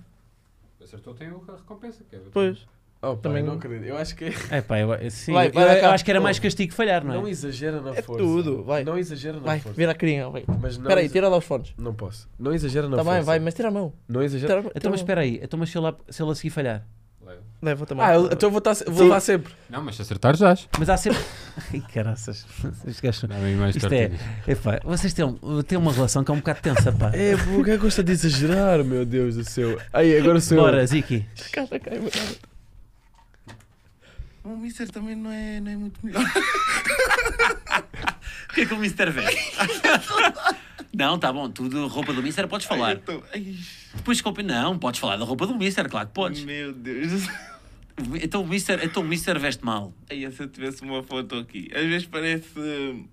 Speaker 7: Acertou, tem a recompensa. Que é
Speaker 2: Pois.
Speaker 3: Oh, pá,
Speaker 2: Também
Speaker 3: não
Speaker 2: não.
Speaker 3: acredito. Eu acho que
Speaker 1: É pá, eu, eu- sim,
Speaker 2: Vai,
Speaker 1: eu-
Speaker 2: vai
Speaker 1: eu-
Speaker 2: lá,
Speaker 1: eu
Speaker 2: cá.
Speaker 1: acho que era mais castigo falhar, não é?
Speaker 3: não exagera na
Speaker 2: É
Speaker 3: força.
Speaker 2: tudo, vai.
Speaker 3: Não exagera na
Speaker 2: Vai,
Speaker 3: força.
Speaker 2: vira a carinha, vai.
Speaker 3: Mas não
Speaker 2: Espera aí,
Speaker 3: exa-
Speaker 2: tira lá os fones.
Speaker 3: Não posso. Não exagera na
Speaker 2: Tá
Speaker 3: força.
Speaker 2: bem, vai, mas tira a mão.
Speaker 3: Não exagera.
Speaker 2: Tira,
Speaker 1: Então, mas espera aí. Então, mas se ele, se ele a seguir falhar.
Speaker 2: Leva também.
Speaker 3: Ah, eu- então eu vou estar vou levar sempre.
Speaker 7: Não, mas se acertares, já.
Speaker 1: Mas há sempre. Ai, caraças. Estes gajos são-
Speaker 7: Dá aí mais
Speaker 1: Isto é.
Speaker 7: tortilhas.
Speaker 1: Epá, vocês têm, têm uma relação que é um bocado tensa, pá.
Speaker 3: É, o gajo gosta de exagerar, meu Deus do céu. Aí, agora sou
Speaker 1: Bora,
Speaker 3: eu.
Speaker 1: Ziki.
Speaker 2: Cara, cai, mano.
Speaker 9: O Mister também não é, não é muito melhor. o que é que o Mister vê? não, tá bom, tu de roupa do Mister podes falar.
Speaker 8: Então, ai,
Speaker 9: Depois compa- não, podes falar da roupa do Mister, claro que podes.
Speaker 8: meu Deus.
Speaker 9: Então o Mister, então, o Mister veste mal.
Speaker 8: Aí se eu tivesse uma foto aqui. Às vezes parece. hum,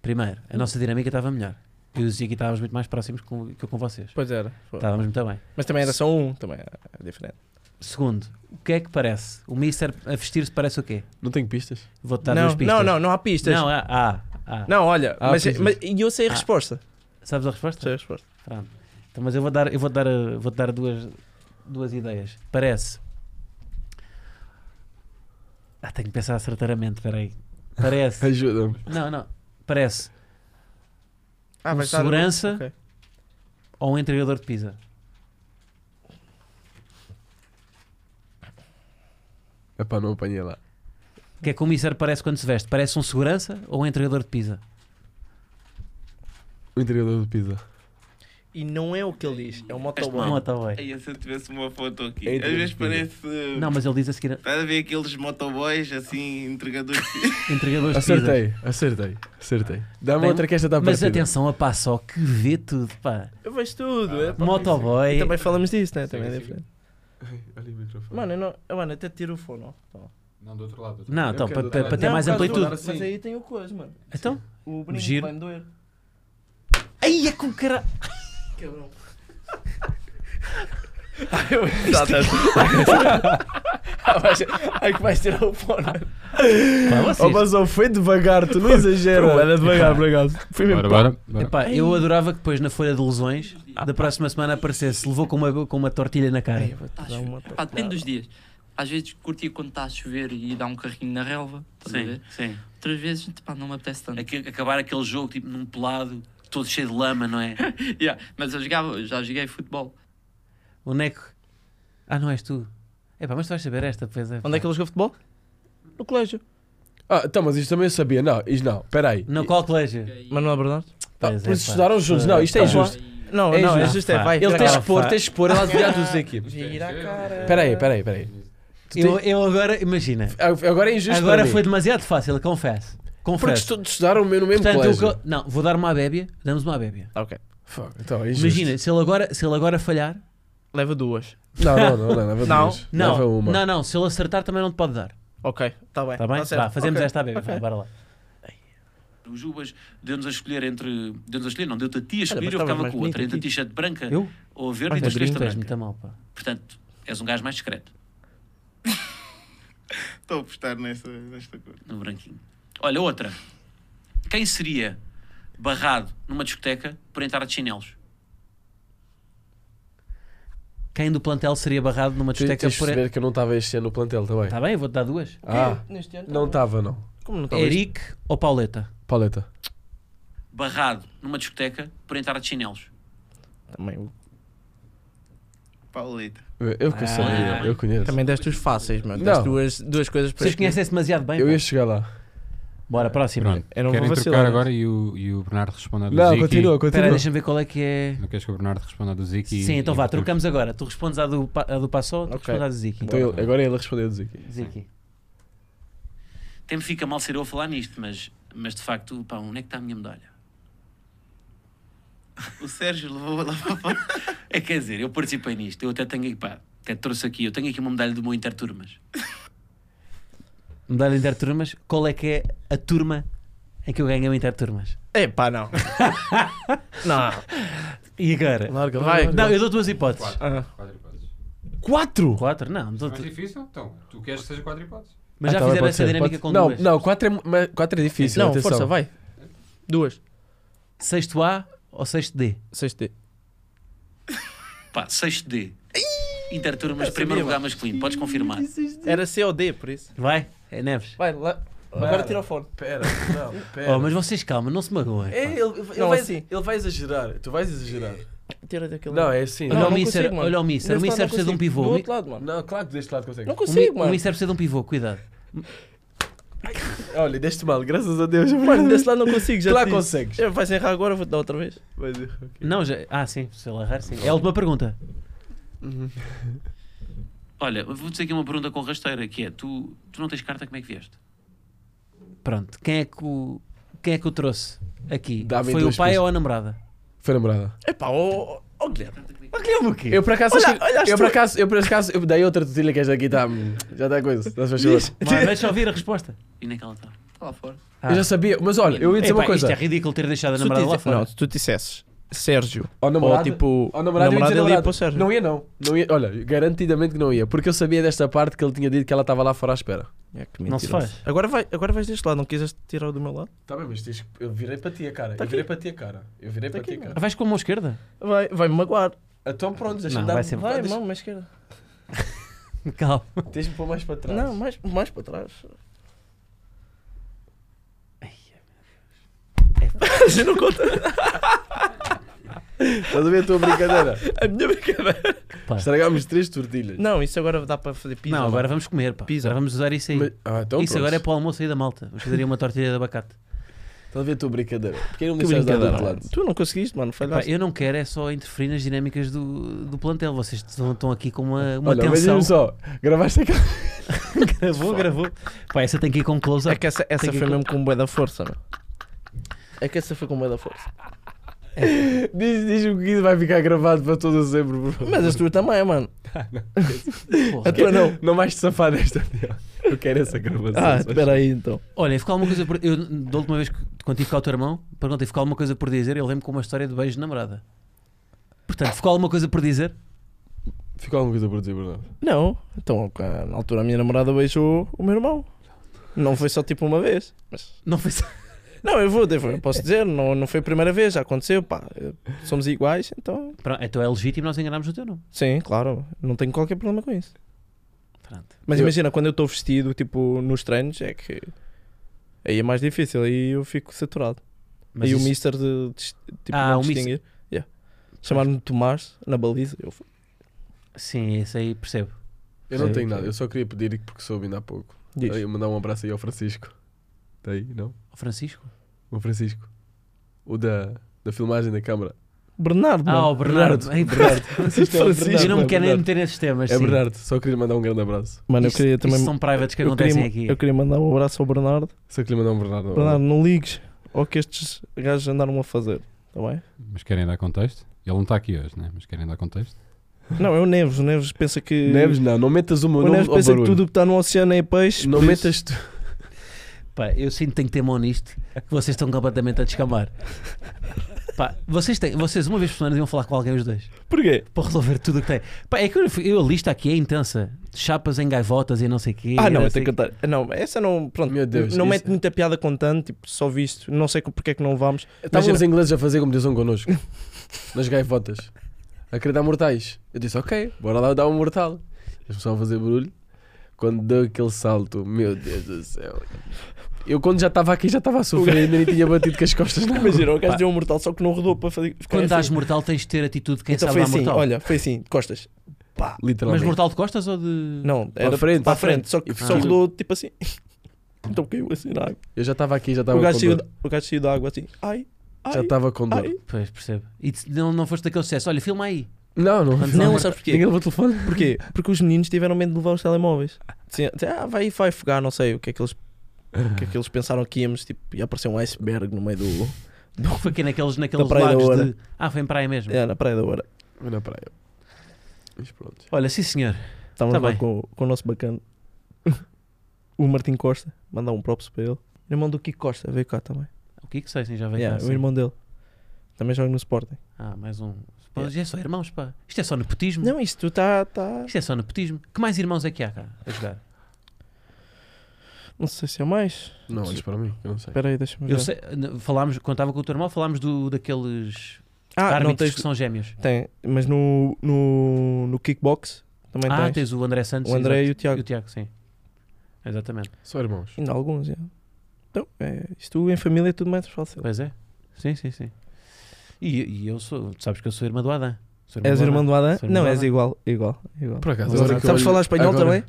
Speaker 1: Primeiro, a nossa dinâmica estava melhor. Eu e o Ziki estávamos muito mais próximos com, que eu com vocês.
Speaker 2: Pois era. Foi.
Speaker 1: Estávamos muito bem.
Speaker 2: Mas também era só um, também é diferente.
Speaker 1: Segundo, o que é que parece? O Mister a vestir-se parece o quê?
Speaker 3: Não tenho pistas.
Speaker 1: Vou-te dar Tá, duas
Speaker 2: Não,
Speaker 1: pistas.
Speaker 2: não, não, não há pistas.
Speaker 1: Não, é- ah, há. há, há.
Speaker 2: Não, olha,
Speaker 3: Ah,
Speaker 2: mas,
Speaker 3: pois é.
Speaker 2: mas e eu sei a
Speaker 1: Ah.
Speaker 2: resposta.
Speaker 1: Sabes a resposta?
Speaker 2: Sei a resposta.
Speaker 1: Pronto. Então, mas eu vou dar, eu vou dar, vou dar duas, duas ideias. Parece. Ah, tenho que pensar certeiramente, espera aí. Parece.
Speaker 3: Ajuda-me.
Speaker 1: não, não. Parece
Speaker 2: Ah,
Speaker 1: Um
Speaker 2: vai estar-
Speaker 1: segurança.
Speaker 2: Ok.
Speaker 1: ou um entregador de pizza.
Speaker 3: Epá, não apanhei lá.
Speaker 1: O que é que o Mister parece quando se veste? Parece um segurança ou um entregador de pizza?
Speaker 3: O entregador de pizza.
Speaker 2: E não é o que ele diz, é o motoboy.
Speaker 1: Um
Speaker 9: tá
Speaker 1: motoboy.
Speaker 8: Aí se eu tivesse uma foto aqui.
Speaker 3: É
Speaker 8: Às vezes
Speaker 3: divertido.
Speaker 8: parece. hum,
Speaker 1: Não, mas ele diz a seguir
Speaker 8: Estás a ver aqueles motoboys assim, entregadores.
Speaker 1: entregador de pizza.
Speaker 3: Acertei, acertei, acertei. Dá-me
Speaker 1: Tem-
Speaker 3: outra que esta está
Speaker 1: Mas
Speaker 3: partida.
Speaker 1: atenção a Passo que vê tudo, pá.
Speaker 2: Eu vejo tudo. é, pá.
Speaker 1: Motoboy.
Speaker 2: E também falamos disso, né? Também é
Speaker 7: sim.
Speaker 2: diferente.
Speaker 3: Olha o microfone.
Speaker 2: Mano, eu não, eu, mano, até tiro o fone, ó. Tá.
Speaker 7: Não, do outro lado. do outro
Speaker 1: Não,
Speaker 7: lado.
Speaker 1: então,
Speaker 3: quero
Speaker 1: para
Speaker 3: do
Speaker 1: para-
Speaker 3: lado.
Speaker 1: para ter
Speaker 2: Não,
Speaker 1: mais
Speaker 2: por causa
Speaker 1: amplitude.
Speaker 2: do- Mas aí tem o coisa, mano.
Speaker 1: Então,
Speaker 2: O brinco
Speaker 1: Giro.
Speaker 2: vai-me doer.
Speaker 1: aí é com cara.
Speaker 2: Quebrou.
Speaker 1: Ah,
Speaker 3: Ai que vais tirar o fone.
Speaker 1: Pá,
Speaker 3: Oh,
Speaker 1: vocês-
Speaker 3: mas oh, foi devagar, tu não exageras. Era devagar, por acaso. Foi é mesmo.
Speaker 7: Bora, bora. bora.
Speaker 1: Epá, eu adorava que depois na folha de lesões da próxima semana aparecesse, levou com uma, com uma tortilha na cara.
Speaker 2: Ai, vou-te
Speaker 8: Tá a
Speaker 2: dar uma
Speaker 8: chover. Pá, depende dos dias. Às vezes curti quando está a chover e dá um carrinho na relva. estás a
Speaker 9: Sim,
Speaker 8: ver?
Speaker 9: sim.
Speaker 8: Outras vezes pá, não me apetece tanto.
Speaker 9: Aque- acabar aquele jogo tipo num pelado, todo cheio de lama, não é?
Speaker 8: Yeah, mas eu jogava, já joguei futebol.
Speaker 1: O Neco. Ah, não és tu. Epá, mas tu vais saber esta, pois é. pá.
Speaker 2: Onde é que ele joga futebol? No colégio.
Speaker 3: Ah, então, mas isto também eu sabia. Não, isto não, peraí.
Speaker 1: Não, qual colégio?
Speaker 2: Manuel Bernardo?
Speaker 3: Tá,
Speaker 1: Pois é,
Speaker 3: Pois
Speaker 1: pá.
Speaker 3: estudaram juntos. Não, isto é
Speaker 1: Tá.
Speaker 3: injusto.
Speaker 2: Não,
Speaker 3: É
Speaker 2: não, é
Speaker 3: justo.
Speaker 2: justo, é. Vai.
Speaker 3: Ele tem
Speaker 2: vira
Speaker 1: Tá.
Speaker 3: expor, tem expor, ele há de virar duas equipes.
Speaker 2: Gira a cara.
Speaker 3: Peraí, peraí, peraí.
Speaker 1: Eu, eu agora, imagina.
Speaker 3: Agora é injusto.
Speaker 1: Agora
Speaker 3: para mim.
Speaker 1: foi demasiado fácil, confesso.
Speaker 3: Porque
Speaker 1: Confesso.
Speaker 3: estu- estudaram mesmo no mesmo
Speaker 1: Portanto, o
Speaker 3: colégio.
Speaker 1: que eu- não, vou dar uma à bébia, damos uma à bébia.
Speaker 2: Ah, ok.
Speaker 3: Fuck, então, é injusto.
Speaker 1: Imagina, se ele, agora, se ele agora falhar.
Speaker 2: Leva duas.
Speaker 3: Não, não, não, não, leva
Speaker 2: Não,
Speaker 3: duas.
Speaker 1: Não,
Speaker 3: Leva uma.
Speaker 1: não, não, se ele acertar também não te pode dar.
Speaker 2: Ok, tá bem.
Speaker 1: Está bem?
Speaker 2: Tá certo.
Speaker 1: Vá, fazemos
Speaker 2: Ok.
Speaker 1: esta à bébia. Vá, bora lá.
Speaker 9: O Jubas deu-nos a escolher entre. Deu-nos a escolher, não, deu-te a ti a
Speaker 2: mas
Speaker 9: escolher, eu
Speaker 2: estavas
Speaker 9: ficava
Speaker 2: mais
Speaker 9: com outra, entre
Speaker 2: bonito
Speaker 9: a
Speaker 2: aqui.
Speaker 9: t-shirt branca
Speaker 1: Eu?
Speaker 9: ou a verde
Speaker 1: Olha,
Speaker 9: e tu escolheste
Speaker 1: tu
Speaker 9: a
Speaker 1: és
Speaker 9: branca.
Speaker 1: muito mal, pá.
Speaker 9: Portanto, és um gajo mais discreto,
Speaker 10: Estou a apostar nessa, nesta cor.
Speaker 9: no branquinho. Olha, outra. Quem seria barrado numa discoteca por entrar de chinelos?
Speaker 1: Quem do plantel seria barrado numa
Speaker 3: Tens
Speaker 1: discoteca
Speaker 3: tens de
Speaker 1: é por. Tá.
Speaker 3: perceber que eu não estava este ano no plantel também.
Speaker 1: Está bem, eu vou-te dar duas.
Speaker 3: Ah,
Speaker 2: Neste ano,
Speaker 3: não estava, não.
Speaker 2: Como não estava?
Speaker 1: Eric ou Pauleta?
Speaker 3: Paleta.
Speaker 9: Barrado numa discoteca por entrar de chinelos.
Speaker 2: Também,
Speaker 10: Pauleta.
Speaker 3: Eu que sabia, eu conheço.
Speaker 2: também deste os fáceis, mano.
Speaker 3: Não.
Speaker 2: Deste duas, duas coisas para
Speaker 1: Vocês conhecem-se demasiado bem.
Speaker 3: Eu
Speaker 1: pá.
Speaker 3: ia chegar lá.
Speaker 1: Bora, próximo.
Speaker 7: Pronto,
Speaker 2: Eu não vou
Speaker 7: querem
Speaker 2: vacilar.
Speaker 7: trocar agora e o, e o Bernardo responde a do
Speaker 3: Não,
Speaker 7: Ziki?
Speaker 3: continua,
Speaker 1: Espera aí,
Speaker 3: continua.
Speaker 1: deixa-me ver qual é que é.
Speaker 7: Não queres que o Bernardo responda a do Ziki? e-
Speaker 1: Sim, então
Speaker 7: e
Speaker 1: vá,
Speaker 7: depois-
Speaker 1: trocamos agora. Tu respondes à do, pa- à do Passó, tu
Speaker 2: Ok.
Speaker 1: respondes à do Ziki.
Speaker 3: Então ele- agora ele respondeu dizer aqui.
Speaker 1: Ziki.
Speaker 9: Até me fica mal ser eu a falar nisto, mas, mas de facto, pá, onde é que está a minha medalha?
Speaker 10: O Sérgio levou lá para fora.
Speaker 9: É quer dizer, eu participei nisto, eu até tenho aqui, pá, até trouxe aqui, eu tenho aqui uma medalha do meu Interturmas.
Speaker 1: Medalha Interturmas, qual é que é a turma em que eu ganhei o Interturmas?
Speaker 2: É pá, não. não.
Speaker 1: E agora?
Speaker 2: Larga,
Speaker 1: Vai.
Speaker 2: vai.
Speaker 1: Não, eu dou duas hipóteses.
Speaker 7: Quatro.
Speaker 2: Ah.
Speaker 7: Quatro hipóteses.
Speaker 3: Quatro?
Speaker 1: Quatro? Não, dou
Speaker 7: Mais
Speaker 1: tu-
Speaker 7: difícil? Então, tu queres que seja quatro hipóteses?
Speaker 1: mas já
Speaker 3: Ah, tá bem,
Speaker 1: fizeram
Speaker 3: pode
Speaker 1: essa
Speaker 3: ser,
Speaker 1: dinâmica
Speaker 3: pode-
Speaker 1: com
Speaker 3: não,
Speaker 1: duas.
Speaker 3: Não, quatro é, mu- mas quatro é difícil.
Speaker 2: Não,
Speaker 3: atenção.
Speaker 2: força, vai. Duas.
Speaker 1: Sexto A ou sexto D?
Speaker 2: Sexto D.
Speaker 9: Pá, 6D. Interturmas, primeiro lugar masculino, podes confirmar.
Speaker 2: Era C ou D, por isso.
Speaker 1: Vai, é Neves.
Speaker 2: Vai, lá. Agora tira o fone.
Speaker 3: Pera, não, pera.
Speaker 1: Oh, mas vocês calma, não se magoem. pá.
Speaker 3: É, ele, ele,
Speaker 2: Não,
Speaker 3: vai,
Speaker 2: assim.
Speaker 3: ele vai exagerar. Tu vais exagerar.
Speaker 2: Tira daquele.
Speaker 3: Não, é assim.
Speaker 2: Ah,
Speaker 1: Olha
Speaker 3: Não,
Speaker 1: o Mister,
Speaker 2: consigo, mano.
Speaker 1: olha o Mister, o
Speaker 2: Desse
Speaker 1: Mister
Speaker 2: lado não
Speaker 1: precisa de um
Speaker 2: consigo.
Speaker 1: pivô.
Speaker 2: Do outro lado, mano.
Speaker 3: não, claro que deste lado consegue.
Speaker 2: Não
Speaker 1: O, mi
Speaker 2: consigo,
Speaker 1: o
Speaker 2: mano.
Speaker 1: Mister precisa de um pivô, cuidado.
Speaker 3: Olha, deste mal, graças a Deus.
Speaker 2: Mano, desse lado não consigo, já
Speaker 3: Claro
Speaker 2: te disse.
Speaker 3: consegues.
Speaker 2: Já vais errar agora, vou-te dar outra vez.
Speaker 3: Mas, ok.
Speaker 1: Não, já... Ah, sim, se ele errar, sim. É a última pergunta.
Speaker 9: Uhum. Olha, vou dizer aqui uma pergunta com rasteira, que é, tu, tu não tens carta, como é que vieste?
Speaker 1: Pronto, quem é que o, quem é que o trouce aqui?
Speaker 3: Dá-me
Speaker 1: Foi
Speaker 3: duas
Speaker 1: o pai
Speaker 3: pistas.
Speaker 1: ou a namorada?
Speaker 3: Foi namorada.
Speaker 2: Epá, ó oh, Guilherme.
Speaker 3: Eu por acaso.
Speaker 2: Olha,
Speaker 3: acho que-
Speaker 2: olha, acho
Speaker 3: eu
Speaker 2: tu-
Speaker 3: por acaso. Eu por acaso. Eu dei outra tutilha que esta aqui está. Já está coisa. Dá-se faz favor.
Speaker 1: Mas deixa eu ouvir a resposta.
Speaker 9: E naquela está.
Speaker 8: Está lá fora.
Speaker 3: Eu já sabia. Mas olha, eu ia dizer
Speaker 1: Epá,
Speaker 3: uma coisa.
Speaker 1: Isto é ridículo ter deixado a
Speaker 2: Se tu
Speaker 1: namorada lá
Speaker 2: disse-
Speaker 1: fora.
Speaker 2: Não, se tu dissesses Sérgio.
Speaker 3: Ao namorado,
Speaker 2: Ou tipo,
Speaker 3: ao namorado, eu
Speaker 2: namorado,
Speaker 3: ia dizer
Speaker 2: ele ia
Speaker 3: namorado.
Speaker 2: para o Sérgio.
Speaker 3: Não ia, não. não ia, olha, garantidamente que não ia. Porque eu sabia desta parte que ele tinha dito que ela estava lá fora à espera.
Speaker 2: É, que
Speaker 1: Não se
Speaker 2: mentiroso.
Speaker 1: faz.
Speaker 2: Agora, vai, agora vais deste lado, não quiseste tirar o do meu lado?
Speaker 3: Tá bem, mas eu virei para ti a cara.
Speaker 2: Tá
Speaker 3: eu
Speaker 2: Eu
Speaker 3: virei
Speaker 2: virei
Speaker 3: para ti a cara. Eu virei
Speaker 2: Tá
Speaker 3: para
Speaker 2: para ti aqui,
Speaker 3: ti a
Speaker 2: a
Speaker 3: cara.
Speaker 2: cara.
Speaker 1: Ah, Vais com a mão esquerda?
Speaker 2: Vai, vai-me magoar.
Speaker 3: Então pronto,
Speaker 1: deixa-me
Speaker 3: deixa-me
Speaker 1: Não, dar- vai ser-
Speaker 2: Vai,
Speaker 3: dar.
Speaker 2: mão, mas esquerda.
Speaker 1: Calma.
Speaker 3: Deixa-me pôr mais para trás.
Speaker 2: Não, mais, mais para trás. é, Já não conta
Speaker 3: Estás a ver a tua brincadeira?
Speaker 2: a minha brincadeira.
Speaker 3: Estragámos três tortilhas.
Speaker 2: Não, isso agora dá para fazer pizza.
Speaker 1: não, agora
Speaker 2: mano.
Speaker 1: vamos comer, pá.
Speaker 2: Pizza.
Speaker 1: Agora vamos usar isso aí.
Speaker 3: Mas- ah, então
Speaker 1: isso
Speaker 3: pronto.
Speaker 1: agora é para o almoço aí da malta. Vamos fazer aí uma tortilha de abacate.
Speaker 3: Estás a ver a tua brincadeira. Porquê
Speaker 1: é
Speaker 3: não me
Speaker 2: Que
Speaker 3: deixaste dar do
Speaker 2: brincadeira.
Speaker 3: outro lado?
Speaker 2: mano. Tu não conseguiste, mano.
Speaker 1: Epá,
Speaker 2: Falhaste.
Speaker 1: eu não quero é só interferir nas dinâmicas do, do plantel. Vocês estão, estão aqui com uma, uma
Speaker 3: Olha, mas
Speaker 1: tensão.
Speaker 3: diz-me só. Gravaste aquela.
Speaker 1: Gravou, gravou. Pá, essa tem que ir com close-up.
Speaker 2: É que essa, essa
Speaker 1: Tem que
Speaker 2: foi
Speaker 1: ir
Speaker 2: mesmo com um bué da força, mano. É que essa foi com um bué da força.
Speaker 3: Diz, diz o que isso vai ficar gravado para todo sempre, bro.
Speaker 2: Mas a tua também, mano.
Speaker 1: Porra.
Speaker 2: A tua não.
Speaker 3: Não vais te safar desta pior. Eu quero essa gravação.
Speaker 2: Ah,
Speaker 3: só-
Speaker 2: espera aí então.
Speaker 1: Olha, ficou alguma coisa por. Eu, da última vez que quando tive cá o teu irmão, perguntei: ficou alguma coisa por dizer? Ele lembro com uma história de beijo de namorada. Portanto, ficou alguma coisa por dizer?
Speaker 3: Ficou alguma coisa por dizer, Bernardo?
Speaker 2: Não, então cá, na altura a minha namorada beijou o meu irmão. Não foi só tipo uma vez. Mas...
Speaker 1: Não foi só.
Speaker 2: Não, eu vou, eu posso dizer, não, não foi a primeira vez, já aconteceu, pá. eh, Somos iguais, então.
Speaker 1: Pronto, então é legítimo nós enganarmos o teu nome.
Speaker 2: Sim, claro, não tenho qualquer problema com isso.
Speaker 1: Pronto.
Speaker 2: Mas
Speaker 3: Eu-
Speaker 2: imagina, quando eu estou vestido, tipo, nos treinos, é que. Aí é mais difícil, aí eu fico saturado.
Speaker 1: Mas
Speaker 2: aí
Speaker 1: isso-
Speaker 2: o Mister de, de- tipo,
Speaker 1: Ah, o
Speaker 2: não
Speaker 1: mister.
Speaker 2: distinguir. Yeah. Chamar-me Tomás na baliza. Eu...
Speaker 1: Sim, isso aí percebo.
Speaker 3: Eu não
Speaker 2: Sim,
Speaker 3: tenho
Speaker 2: sim.
Speaker 3: nada, eu só queria pedir porque soube ainda há pouco.
Speaker 2: Diz.
Speaker 3: Aí, mandar um abraço aí ao Francisco. Está aí, não?
Speaker 1: O Francisco?
Speaker 3: O Francisco. O da, da filmagem da câmara.
Speaker 2: Bernardo,
Speaker 1: Ah,
Speaker 2: mano.
Speaker 1: o Bernardo. Ai, Bernardo.
Speaker 3: Francisco,
Speaker 2: um
Speaker 3: é o
Speaker 1: Eu não me
Speaker 3: Bernardo,
Speaker 1: quero
Speaker 3: é
Speaker 1: nem
Speaker 3: Bernardo.
Speaker 1: meter nesses temas.
Speaker 3: É
Speaker 1: sim.
Speaker 3: Bernardo, só queria mandar um grande abraço.
Speaker 2: Mano, eu
Speaker 1: Isto-
Speaker 2: queria também.
Speaker 1: Isto são privates que
Speaker 2: eu,
Speaker 1: acontecem
Speaker 2: queria,
Speaker 1: aqui. Oh.
Speaker 2: eu queria mandar um abraço ao Bernardo.
Speaker 3: Só queria mandar um Bernardo.
Speaker 2: Bernardo, não ligues ao que estes gajos andaram a fazer, está bem?
Speaker 7: Mas querem dar contexto? Ele não está aqui hoje, né? Mas querem dar contexto?
Speaker 2: Não, é o Neves. O Neves pensa que.
Speaker 3: Neves, não, não metas o meu
Speaker 2: o
Speaker 3: nome
Speaker 2: Neves
Speaker 3: ao
Speaker 2: pensa que
Speaker 3: barulho.
Speaker 2: tudo o que está no oceano é peixe.
Speaker 3: Não
Speaker 2: por
Speaker 3: metas tu.
Speaker 1: Pá, eu sinto que tenho que ter mão nisto, que vocês estão completamente a descambar. Pá, vocês, têm, vocês uma vez por semana deviam falar com alguém os dois.
Speaker 2: isso. Porquê?
Speaker 1: para resolver tudo o que tem. Pá, é que eu, eu- a lista aqui é intensa. Chapas em gaivotas e não sei o quê.
Speaker 2: Ah, não,
Speaker 1: não
Speaker 2: eu
Speaker 1: sei
Speaker 2: tenho que contar. Não, essa não. Pronto,
Speaker 3: Meu Deus,
Speaker 2: não
Speaker 3: isso-
Speaker 2: mete muita piada contando, tipo, só visto. Não sei co- porque é que não vamos.
Speaker 3: Estavam
Speaker 2: Imagina-
Speaker 3: os ingleses a fazer competição connosco. nas gaivotas. A querer dar mortais. Eu disse, ok, bora lá dar um mortal. Eles começaram a fazer barulho. Quando deu aquele salto, meu Deus do céu. Eu quando já estava aqui já estava a sofrer, ainda nem tinha batido com as costas na
Speaker 2: Imagina, o gajo
Speaker 1: Pá.
Speaker 2: deu um mortal, só que não rodou para fazer. ficar
Speaker 1: Quando
Speaker 2: assim.
Speaker 1: dás mortal tens de ter atitude de quem
Speaker 2: Então
Speaker 1: sabe
Speaker 2: foi
Speaker 1: dar
Speaker 2: assim,
Speaker 1: mortal.
Speaker 2: olha, foi assim, de costas. Pá.
Speaker 1: Mas
Speaker 3: Literalmente.
Speaker 1: mortal de costas ou de.
Speaker 2: Não, era
Speaker 3: Para a frente.
Speaker 2: Para a frente, só que
Speaker 3: E
Speaker 2: só
Speaker 3: fiquei-
Speaker 2: rodou tipo assim. Então caiu assim na água.
Speaker 3: Eu já estava aqui, já estava
Speaker 2: O gajo
Speaker 3: com
Speaker 2: saiu
Speaker 3: dor.
Speaker 2: da- o gajo saiu da água assim. Ai, ai.
Speaker 3: Já estava com dor.
Speaker 2: ai.
Speaker 1: Pois percebo. E te- não, não foste daquele sucesso. Olha, filma aí.
Speaker 3: Não, não.
Speaker 1: Quando
Speaker 2: Não,
Speaker 1: Não,
Speaker 2: sabes porquê?
Speaker 3: Ninguém levou o telefone.
Speaker 2: Porquê? Porque os meninos tiveram medo de levar os telemóveis. Diziam, ah, vai, vai afogar, não sei o que é que eles, o que é que eles pensaram que íamos, tipo, ia aparecer um iceberg no meio do.
Speaker 1: Foi aqui naqueles, naqueles
Speaker 2: praia da
Speaker 1: lagos
Speaker 2: Oura.
Speaker 1: de. Ah, foi em praia mesmo.
Speaker 2: É, na praia da hora.
Speaker 3: Mas na praia. Mas pronto.
Speaker 1: Olha, sim senhor.
Speaker 2: Estávamos
Speaker 1: Tá
Speaker 2: lá
Speaker 1: bem.
Speaker 2: com, com o nosso bacana, o Martim Costa, mandar um props para ele. Irmão do Kiko Costa, veio cá também.
Speaker 1: O que é que sei, sim, já veio
Speaker 2: Yeah,
Speaker 1: cá,
Speaker 2: o
Speaker 1: sim.
Speaker 2: irmão dele. Também joga no Sporting.
Speaker 1: Ah, mais um. Pô, É só irmãos, pá. Isto é só nepotismo.
Speaker 2: Não, isto está. Tá...
Speaker 1: Isto é só nepotismo. Que mais irmãos é que há cá a jogar?
Speaker 2: Não sei se é mais.
Speaker 3: Não, olhes para mim, eu não sei.
Speaker 2: Espera aí, deixa-me ver.
Speaker 1: Eu sei, n- falámos, contava com o teu irmão, falámos do, daqueles
Speaker 2: Ah,
Speaker 1: árbitros
Speaker 2: não tens.
Speaker 1: que são gêmeos.
Speaker 2: Tem, mas no, no, no kickbox também
Speaker 1: ah,
Speaker 2: tens.
Speaker 1: tens o André Santos
Speaker 2: O André
Speaker 1: exato.
Speaker 2: e o Tiago.
Speaker 1: E o Tiago, sim. Exatamente.
Speaker 3: Só irmãos.
Speaker 2: Ainda há alguns, é. Então, é, isto em família é tudo mais fácil.
Speaker 1: Pois é. Sim, sim, sim. E, e eu sou, tu sabes que eu sou irmã do Adão. Sou
Speaker 2: És
Speaker 1: do
Speaker 2: irmão do Adão?
Speaker 1: Sou irmão
Speaker 2: Não,
Speaker 1: do
Speaker 2: és
Speaker 1: Adão.
Speaker 2: igual, igual, igual.
Speaker 3: Por acaso,
Speaker 2: Mas
Speaker 3: agora
Speaker 2: olha,
Speaker 3: que eu
Speaker 2: Sabes
Speaker 3: olho-
Speaker 2: falar espanhol
Speaker 3: agora-
Speaker 2: também?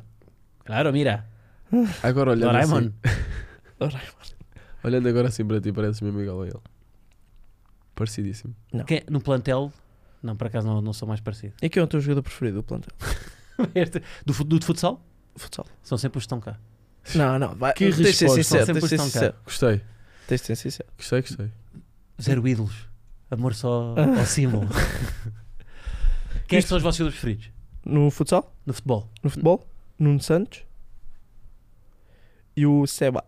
Speaker 1: Claro, mira.
Speaker 3: Agora olhando
Speaker 1: Doraemon.
Speaker 3: assim, olhando agora assim para ti, pareces mesmo igual a ele. Parecidíssimo.
Speaker 1: Quem- é? no plantel. Não, por acaso não, não sou mais parecido.
Speaker 2: E quem é o teu jogador preferido do plantel?
Speaker 1: Este- do, fu- do de futsal?
Speaker 2: Futsal.
Speaker 1: São sempre os que estão cá.
Speaker 2: Não, não, vai.
Speaker 3: Que
Speaker 2: tens de ser
Speaker 3: resposta.
Speaker 2: sincero,
Speaker 1: Sempre
Speaker 2: tens de ser
Speaker 1: estão cá.
Speaker 2: sincero.
Speaker 3: Gostei,
Speaker 2: Tens de ser sincero.
Speaker 3: gostei, gostei.
Speaker 1: Zero ídolos. Amor só ao símbolo. Quem é que são os vossos ídolos preferidos?
Speaker 2: No futsal,
Speaker 1: No futebol?
Speaker 2: no futebol, Nuno Santos e o Seba.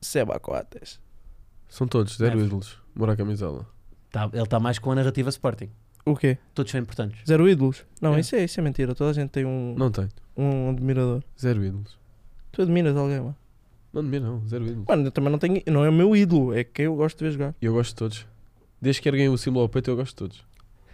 Speaker 2: Seba Coates.
Speaker 3: São todos, zero
Speaker 1: É.
Speaker 3: ídolos. Morar a camisola.
Speaker 1: Tá- ele está mais com a narrativa Sporting.
Speaker 2: O quê?
Speaker 1: Todos são importantes.
Speaker 2: Zero ídolos? Não,
Speaker 1: É.
Speaker 2: isso, é, isso é mentira. Toda a gente tem um,
Speaker 3: Não tenho,
Speaker 2: um admirador.
Speaker 3: zero ídolos.
Speaker 2: Tu admiras alguém, mano?
Speaker 3: Não de mim, não, zero ídolos.
Speaker 2: Mano, eu também não tenho. Não é o meu ídolo, é quem eu gosto de ver jogar.
Speaker 3: E eu gosto de todos. Desde que erguem o símbolo ao peito, eu gosto de todos.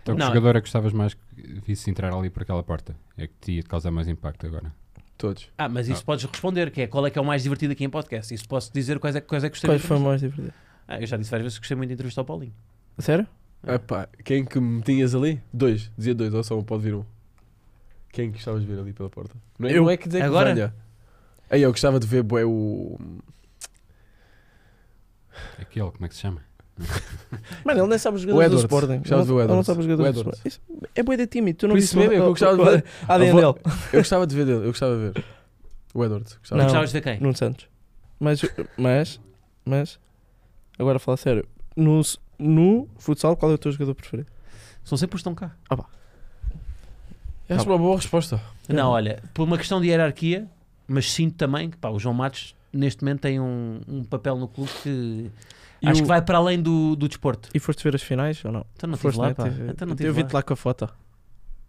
Speaker 7: Então, que
Speaker 1: Não.
Speaker 7: jogador é que gostavas mais que visse entrar ali por aquela porta? É que te ia causar mais impacto agora.
Speaker 3: Todos.
Speaker 1: Ah, mas isso podes responder, que é qual é que é o mais divertido aqui em podcast. Isso posso dizer quais é, quais é que gostei
Speaker 2: Quais
Speaker 1: muito.
Speaker 2: foi mais divertido?
Speaker 1: Ah, eu já disse várias vezes que gostei muito de entrevistar o Paulinho.
Speaker 2: Sério?
Speaker 1: Ah.
Speaker 3: Epá, quem que me tinhas ali? Dois, dizia dois, ou só um, pode vir um. Quem que gostavas de ver ali pela porta? Não é,
Speaker 1: Eu?
Speaker 3: não é que dizer
Speaker 1: Agora?
Speaker 3: que venha. Aí eu gostava de ver bué, o.
Speaker 7: Aquele, como é que se chama?
Speaker 2: Mano, ele nem sabe os jogadores do
Speaker 3: Edwards.
Speaker 2: Sporting.
Speaker 3: Já
Speaker 2: Ele
Speaker 3: viu o
Speaker 2: não- ele não
Speaker 3: Edwards?
Speaker 2: sabe os
Speaker 3: O
Speaker 2: jogadores do
Speaker 3: Edwards.
Speaker 2: Sporting. Isso é boi de tímido. Tu não
Speaker 3: Por
Speaker 2: disse
Speaker 3: isso mesmo é que eu gostava de ver.
Speaker 2: Ah,
Speaker 3: Eu vou-
Speaker 2: dele.
Speaker 3: Eu gostava de ver dele, eu gostava de ver. O Edward. Gostava
Speaker 2: Não.
Speaker 1: Não. Gostavas de ver quem?
Speaker 2: Nuno Santos. Mas, mas, mas, agora a falar sério, no, no futsal, qual é o teu jogador preferido?
Speaker 1: São sempre os que estão cá.
Speaker 2: Ah, pá.
Speaker 3: Acho uma boa resposta.
Speaker 1: Não, olha, por uma questão de hierarquia, mas sinto também que pá, o João Matos neste momento tem um, um papel no clube que
Speaker 2: E
Speaker 1: acho
Speaker 2: o-
Speaker 1: que vai para além do, do desporto.
Speaker 2: E foste ver as finais ou não?
Speaker 1: Então não estive
Speaker 2: foste,
Speaker 1: lá,
Speaker 2: né?
Speaker 1: pá.
Speaker 2: Tive-
Speaker 1: Então não
Speaker 2: eu
Speaker 1: tive
Speaker 2: eu vi-te
Speaker 1: lá.
Speaker 2: lá com a foto.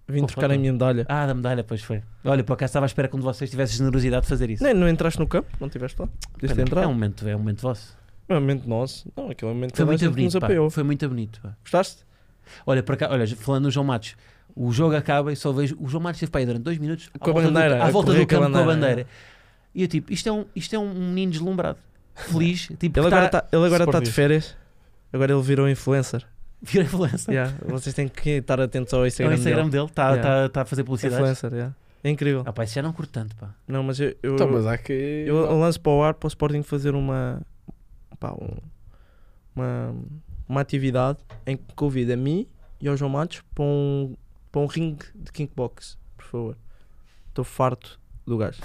Speaker 2: Vim
Speaker 1: Com a
Speaker 2: buscar
Speaker 1: foto?
Speaker 2: a minha medalha.
Speaker 1: Ah, da medalha, pois foi. Olha, por acaso estava à espera que um de vocês tivesse generosidade de fazer isso.
Speaker 2: Nem, não entraste no campo, não estiveste lá. Podias ter
Speaker 1: Pá, não, é um
Speaker 2: entrado.
Speaker 1: momento, é um momento vosso.
Speaker 2: É um momento nosso. Não, aquele momento
Speaker 1: Foi
Speaker 2: toda a
Speaker 1: muito
Speaker 2: gente nos
Speaker 1: bonito, pá.
Speaker 2: apoiou.
Speaker 1: Foi muito bonito, pá.
Speaker 2: Gostaste?
Speaker 1: Olha, para cá, olha, falando no João Matos, o jogo acaba e só vejo. O João Matos esteve para aí durante dois minutos
Speaker 2: Com
Speaker 1: à
Speaker 2: a
Speaker 1: volta
Speaker 2: bandeira,
Speaker 1: do, à
Speaker 2: a
Speaker 1: volta
Speaker 2: correr
Speaker 1: do
Speaker 2: com a
Speaker 1: campo com a
Speaker 2: bandeira.
Speaker 1: bandeira. E eu tipo, isto é um, isto é um menino deslumbrado, feliz. Tipo,
Speaker 2: Ele
Speaker 1: que
Speaker 2: agora
Speaker 1: tá-
Speaker 2: está ele agora tá de
Speaker 3: Sporting.
Speaker 2: férias. Agora ele virou influencer.
Speaker 1: Vira a influencer.
Speaker 2: Yeah, Vocês têm que estar atentos ao
Speaker 1: É o
Speaker 2: Instagram,
Speaker 1: Instagram dele, está
Speaker 2: Yeah.
Speaker 1: a fazer publicidade.
Speaker 2: Influencer, yeah. É incrível.
Speaker 1: Ah, pá, isso já não curto tanto, pá.
Speaker 2: Não, mas eu, eu,
Speaker 3: Então, mas há que.
Speaker 2: eu lanço para o ar para o Sporting fazer uma. pá, um- uma, uma atividade em que convida a mim e ao João Matos para um, para um ringue de kickbox, por favor. Estou farto do gajo.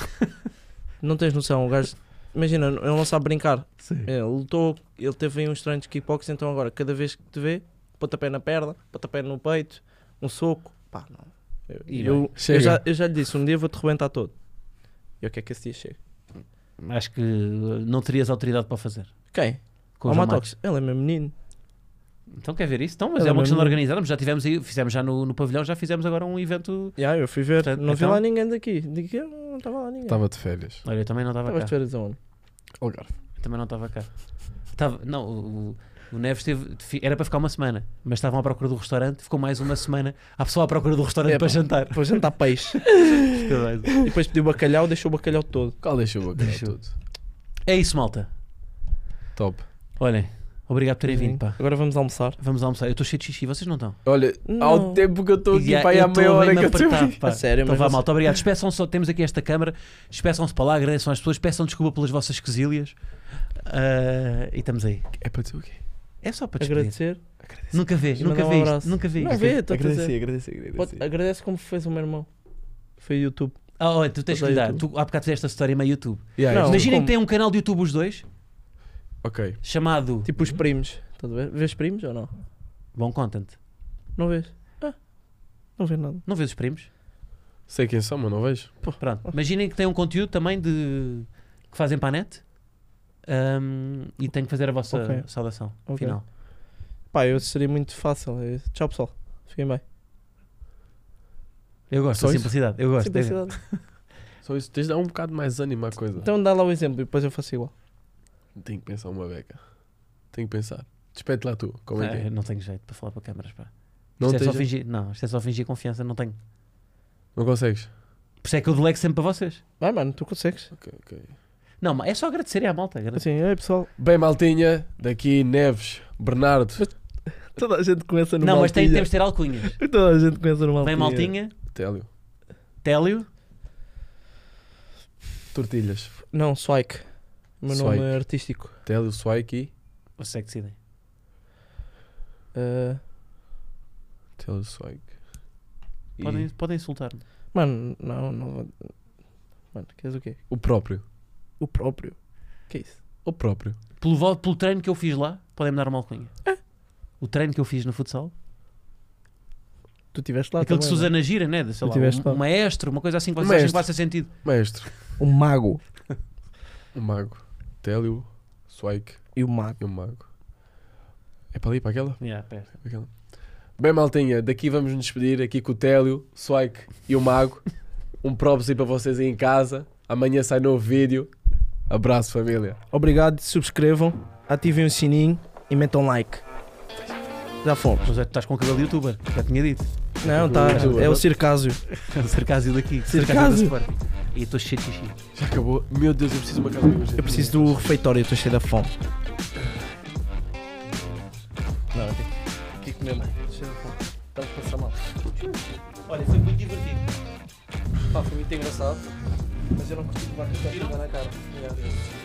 Speaker 2: não tens noção, o gajo. Imagina, ele não sabe brincar. Ele lutou, ele teve aí uns treinos de kickbox, então agora cada vez que te vê, pontapé na perna, pontapé no peito, um soco. Pá, não. Eu,
Speaker 1: E
Speaker 2: eu-
Speaker 1: bem.
Speaker 2: eu
Speaker 3: Chega.
Speaker 2: já, eu já lhe disse, um dia vou-te rebentar todo. E eu quero que esse dia chegue.
Speaker 1: Acho que uh, não terias autoridade para fazer.
Speaker 2: Quem?
Speaker 1: Com
Speaker 2: o
Speaker 1: o João
Speaker 2: Matox. Ele é meu menino.
Speaker 1: Matos. Então quer ver isso? Então, mas
Speaker 2: Ele
Speaker 1: é uma
Speaker 2: é
Speaker 1: questão de
Speaker 2: mesmo-
Speaker 1: organizarmos. Já tivemos aí, fizemos já no, no pavilhão, já fizemos agora um evento.
Speaker 2: Já, eu fui ver.
Speaker 1: Portanto,
Speaker 2: não vi
Speaker 1: então-
Speaker 2: lá ninguém daqui. Digo que eu não estava lá ninguém.
Speaker 3: Estava de férias.
Speaker 1: Olha, eu também não
Speaker 3: Tá,
Speaker 1: estava
Speaker 2: Estavas
Speaker 1: cá.
Speaker 2: de férias aonde?
Speaker 3: Algarve.
Speaker 1: Eu também não estava cá. Estava- não, o, o- o Neves teve, fi- era para ficar uma semana, mas estavam à procura do restaurante, ficou mais uma semana. Há pessoal à procura do restaurante
Speaker 2: Epá.
Speaker 1: para jantar.
Speaker 2: Depois jantar peixe.
Speaker 3: um.
Speaker 2: e depois pediu bacalhau, deixou o bacalhau todo.
Speaker 3: Qual deixa o bacalhau
Speaker 1: Deixa eu-
Speaker 3: todo?
Speaker 1: É isso, malta.
Speaker 3: Top.
Speaker 1: Olhem, obrigado por terem vindo, pá.
Speaker 2: Agora vamos almoçar.
Speaker 1: Vamos almoçar. Eu estou cheio de xixi, vocês não estão?
Speaker 3: Olha, há
Speaker 2: Não.
Speaker 3: o tempo que eu estou aqui,
Speaker 1: Yeah,
Speaker 3: pá, e
Speaker 1: eu
Speaker 3: há
Speaker 1: tô
Speaker 3: meia hora
Speaker 1: mesmo
Speaker 3: que eu estou
Speaker 1: apertado,
Speaker 3: aqui.
Speaker 1: pá.
Speaker 2: A sério,
Speaker 1: então
Speaker 2: mas
Speaker 1: vá,
Speaker 2: você-
Speaker 1: malta, obrigado. Despeçam só, temos aqui esta câmara, despeçam-se para lá, agradeçam às pessoas, peçam desculpa pelas vossas quesilhas Ah, e estamos aí.
Speaker 3: É para dizer o quê?
Speaker 1: É só para despedir.
Speaker 2: Agradecer.
Speaker 1: Nunca vê,
Speaker 2: E
Speaker 1: nunca
Speaker 2: mandar um
Speaker 1: vê isto,
Speaker 2: abraço.
Speaker 1: nunca vê
Speaker 2: Não
Speaker 1: isto.
Speaker 2: vê, estou a
Speaker 3: Agradeci,
Speaker 2: dizer.
Speaker 3: agradeci,
Speaker 2: Pode-
Speaker 3: agradeci.
Speaker 2: Agradece como fez o meu irmão. Foi o YouTube.
Speaker 1: Ah, olha, tu tens que
Speaker 2: Mas
Speaker 1: lhe
Speaker 2: é
Speaker 1: dar.
Speaker 2: YouTube.
Speaker 1: Tu há bocado fizeste a história meio YouTube.
Speaker 3: Yeah,
Speaker 2: Não.
Speaker 3: isto-
Speaker 1: Imaginem
Speaker 2: como?
Speaker 1: que tem um canal de YouTube os dois,
Speaker 3: Ok.
Speaker 1: chamado Tipo,
Speaker 2: Tipo os primos. Estás a ver? Vês primos ou não?
Speaker 1: Bom Content.
Speaker 2: Não vês? Ah, não vês nada.
Speaker 1: Não vês os primos?
Speaker 3: Sei quem são, mas não vejo.
Speaker 1: Pronto. Imaginem que tem um conteúdo também de que fazem para a net ahm, e tem que fazer a vossa
Speaker 2: Ok.
Speaker 1: saudação
Speaker 2: Ok.
Speaker 1: final.
Speaker 2: Pá, eu seria muito fácil. É isso. Tchau, pessoal. Fiquem bem.
Speaker 1: Eu gosto
Speaker 3: Só
Speaker 1: da
Speaker 3: isso?
Speaker 1: simplicidade. Eu gosto.
Speaker 2: Simplicidade.
Speaker 3: Só isso, tens de dar um bocado mais ânimo à coisa.
Speaker 2: Então dá lá o exemplo e depois eu faço igual.
Speaker 3: Tenho que pensar uma beca. Tenho que pensar. Despete lá tu, como é que
Speaker 1: Ah,
Speaker 3: é?
Speaker 1: eu não tenho jeito para falar para câmaras, pá.
Speaker 3: Não,
Speaker 1: isto é
Speaker 3: tens...
Speaker 1: só fingir, não, isto é só fingir confiança, não tenho.
Speaker 3: não consegues?
Speaker 1: Por isso é que eu delego sempre para vocês.
Speaker 2: Vai, mano, tu consegues.
Speaker 3: Ok, ok.
Speaker 1: Não, mas é só agradecer à malta. agradecer.
Speaker 2: Assim, ei pessoal.
Speaker 3: Bem, maltinha, daqui Neves, Bernardo,
Speaker 2: Toda a gente começa no
Speaker 1: Não, mas tem,
Speaker 2: Maltinha.
Speaker 1: temos de ter alcunhas.
Speaker 2: Toda a gente começa no
Speaker 1: Vem
Speaker 2: maltinha.
Speaker 1: maltinha,
Speaker 3: Télio,
Speaker 1: Télio,
Speaker 3: Tortilhas,
Speaker 2: Não, Swike. O Meu
Speaker 3: Swike.
Speaker 2: nome é artístico.
Speaker 3: Télio, Swike
Speaker 1: vocês é que decidem.
Speaker 2: Ah,
Speaker 3: e Télio, Swike. E
Speaker 1: Podem, podem insultar-me.
Speaker 2: mano, não, não. vou- Mano, queres o quê?
Speaker 3: O próprio,
Speaker 2: O próprio. Que é isso?
Speaker 3: o próprio.
Speaker 1: Pelo, vo- pelo treino que eu fiz lá, podem-me dar uma alcunha. O treino que eu fiz no futsal,
Speaker 2: Tu estiveste lá
Speaker 1: aquele
Speaker 2: também,
Speaker 1: de Susana Gira, né? De, sei lá,
Speaker 2: Tiveste
Speaker 1: um,
Speaker 2: lá.
Speaker 1: um maestro, uma coisa assim que vocês
Speaker 3: Um
Speaker 1: acham que faça
Speaker 3: maestro.
Speaker 1: sentido.
Speaker 3: Maestro,
Speaker 2: não é? O mago.
Speaker 3: o mago, Télio, Swike
Speaker 2: E o mago.
Speaker 3: e o mago. É para ali, para aquela?
Speaker 1: Yeah, pera.
Speaker 3: Aquela. Bem, maltinha, daqui vamos nos despedir, aqui com o Télio, Swike e o Mago. Um props aí para vocês aí em casa. Amanhã sai novo vídeo. Abraço, família.
Speaker 2: Obrigado, subscrevam, ativem o sininho e metam like. Já fomos.
Speaker 1: Mas é, tu estás com o cabelo de youtuber, já tinha dito.
Speaker 2: Não, tá. É o circásio.
Speaker 1: Cercásio daqui.
Speaker 2: Circásio.
Speaker 1: da Sport. E estou cheio de xixi.
Speaker 3: Já acabou. Meu Deus, eu preciso de uma casa de urgência.
Speaker 2: Eu preciso do refeitório, estou cheio da fome.
Speaker 1: Não, ok.
Speaker 2: que comer, mano. Cheio da fome. Estamos a passar mal.
Speaker 1: Olha, foi muito divertido.
Speaker 2: Pá, foi muito engraçado, mas eu não consigo levar com a na cara. Obrigado.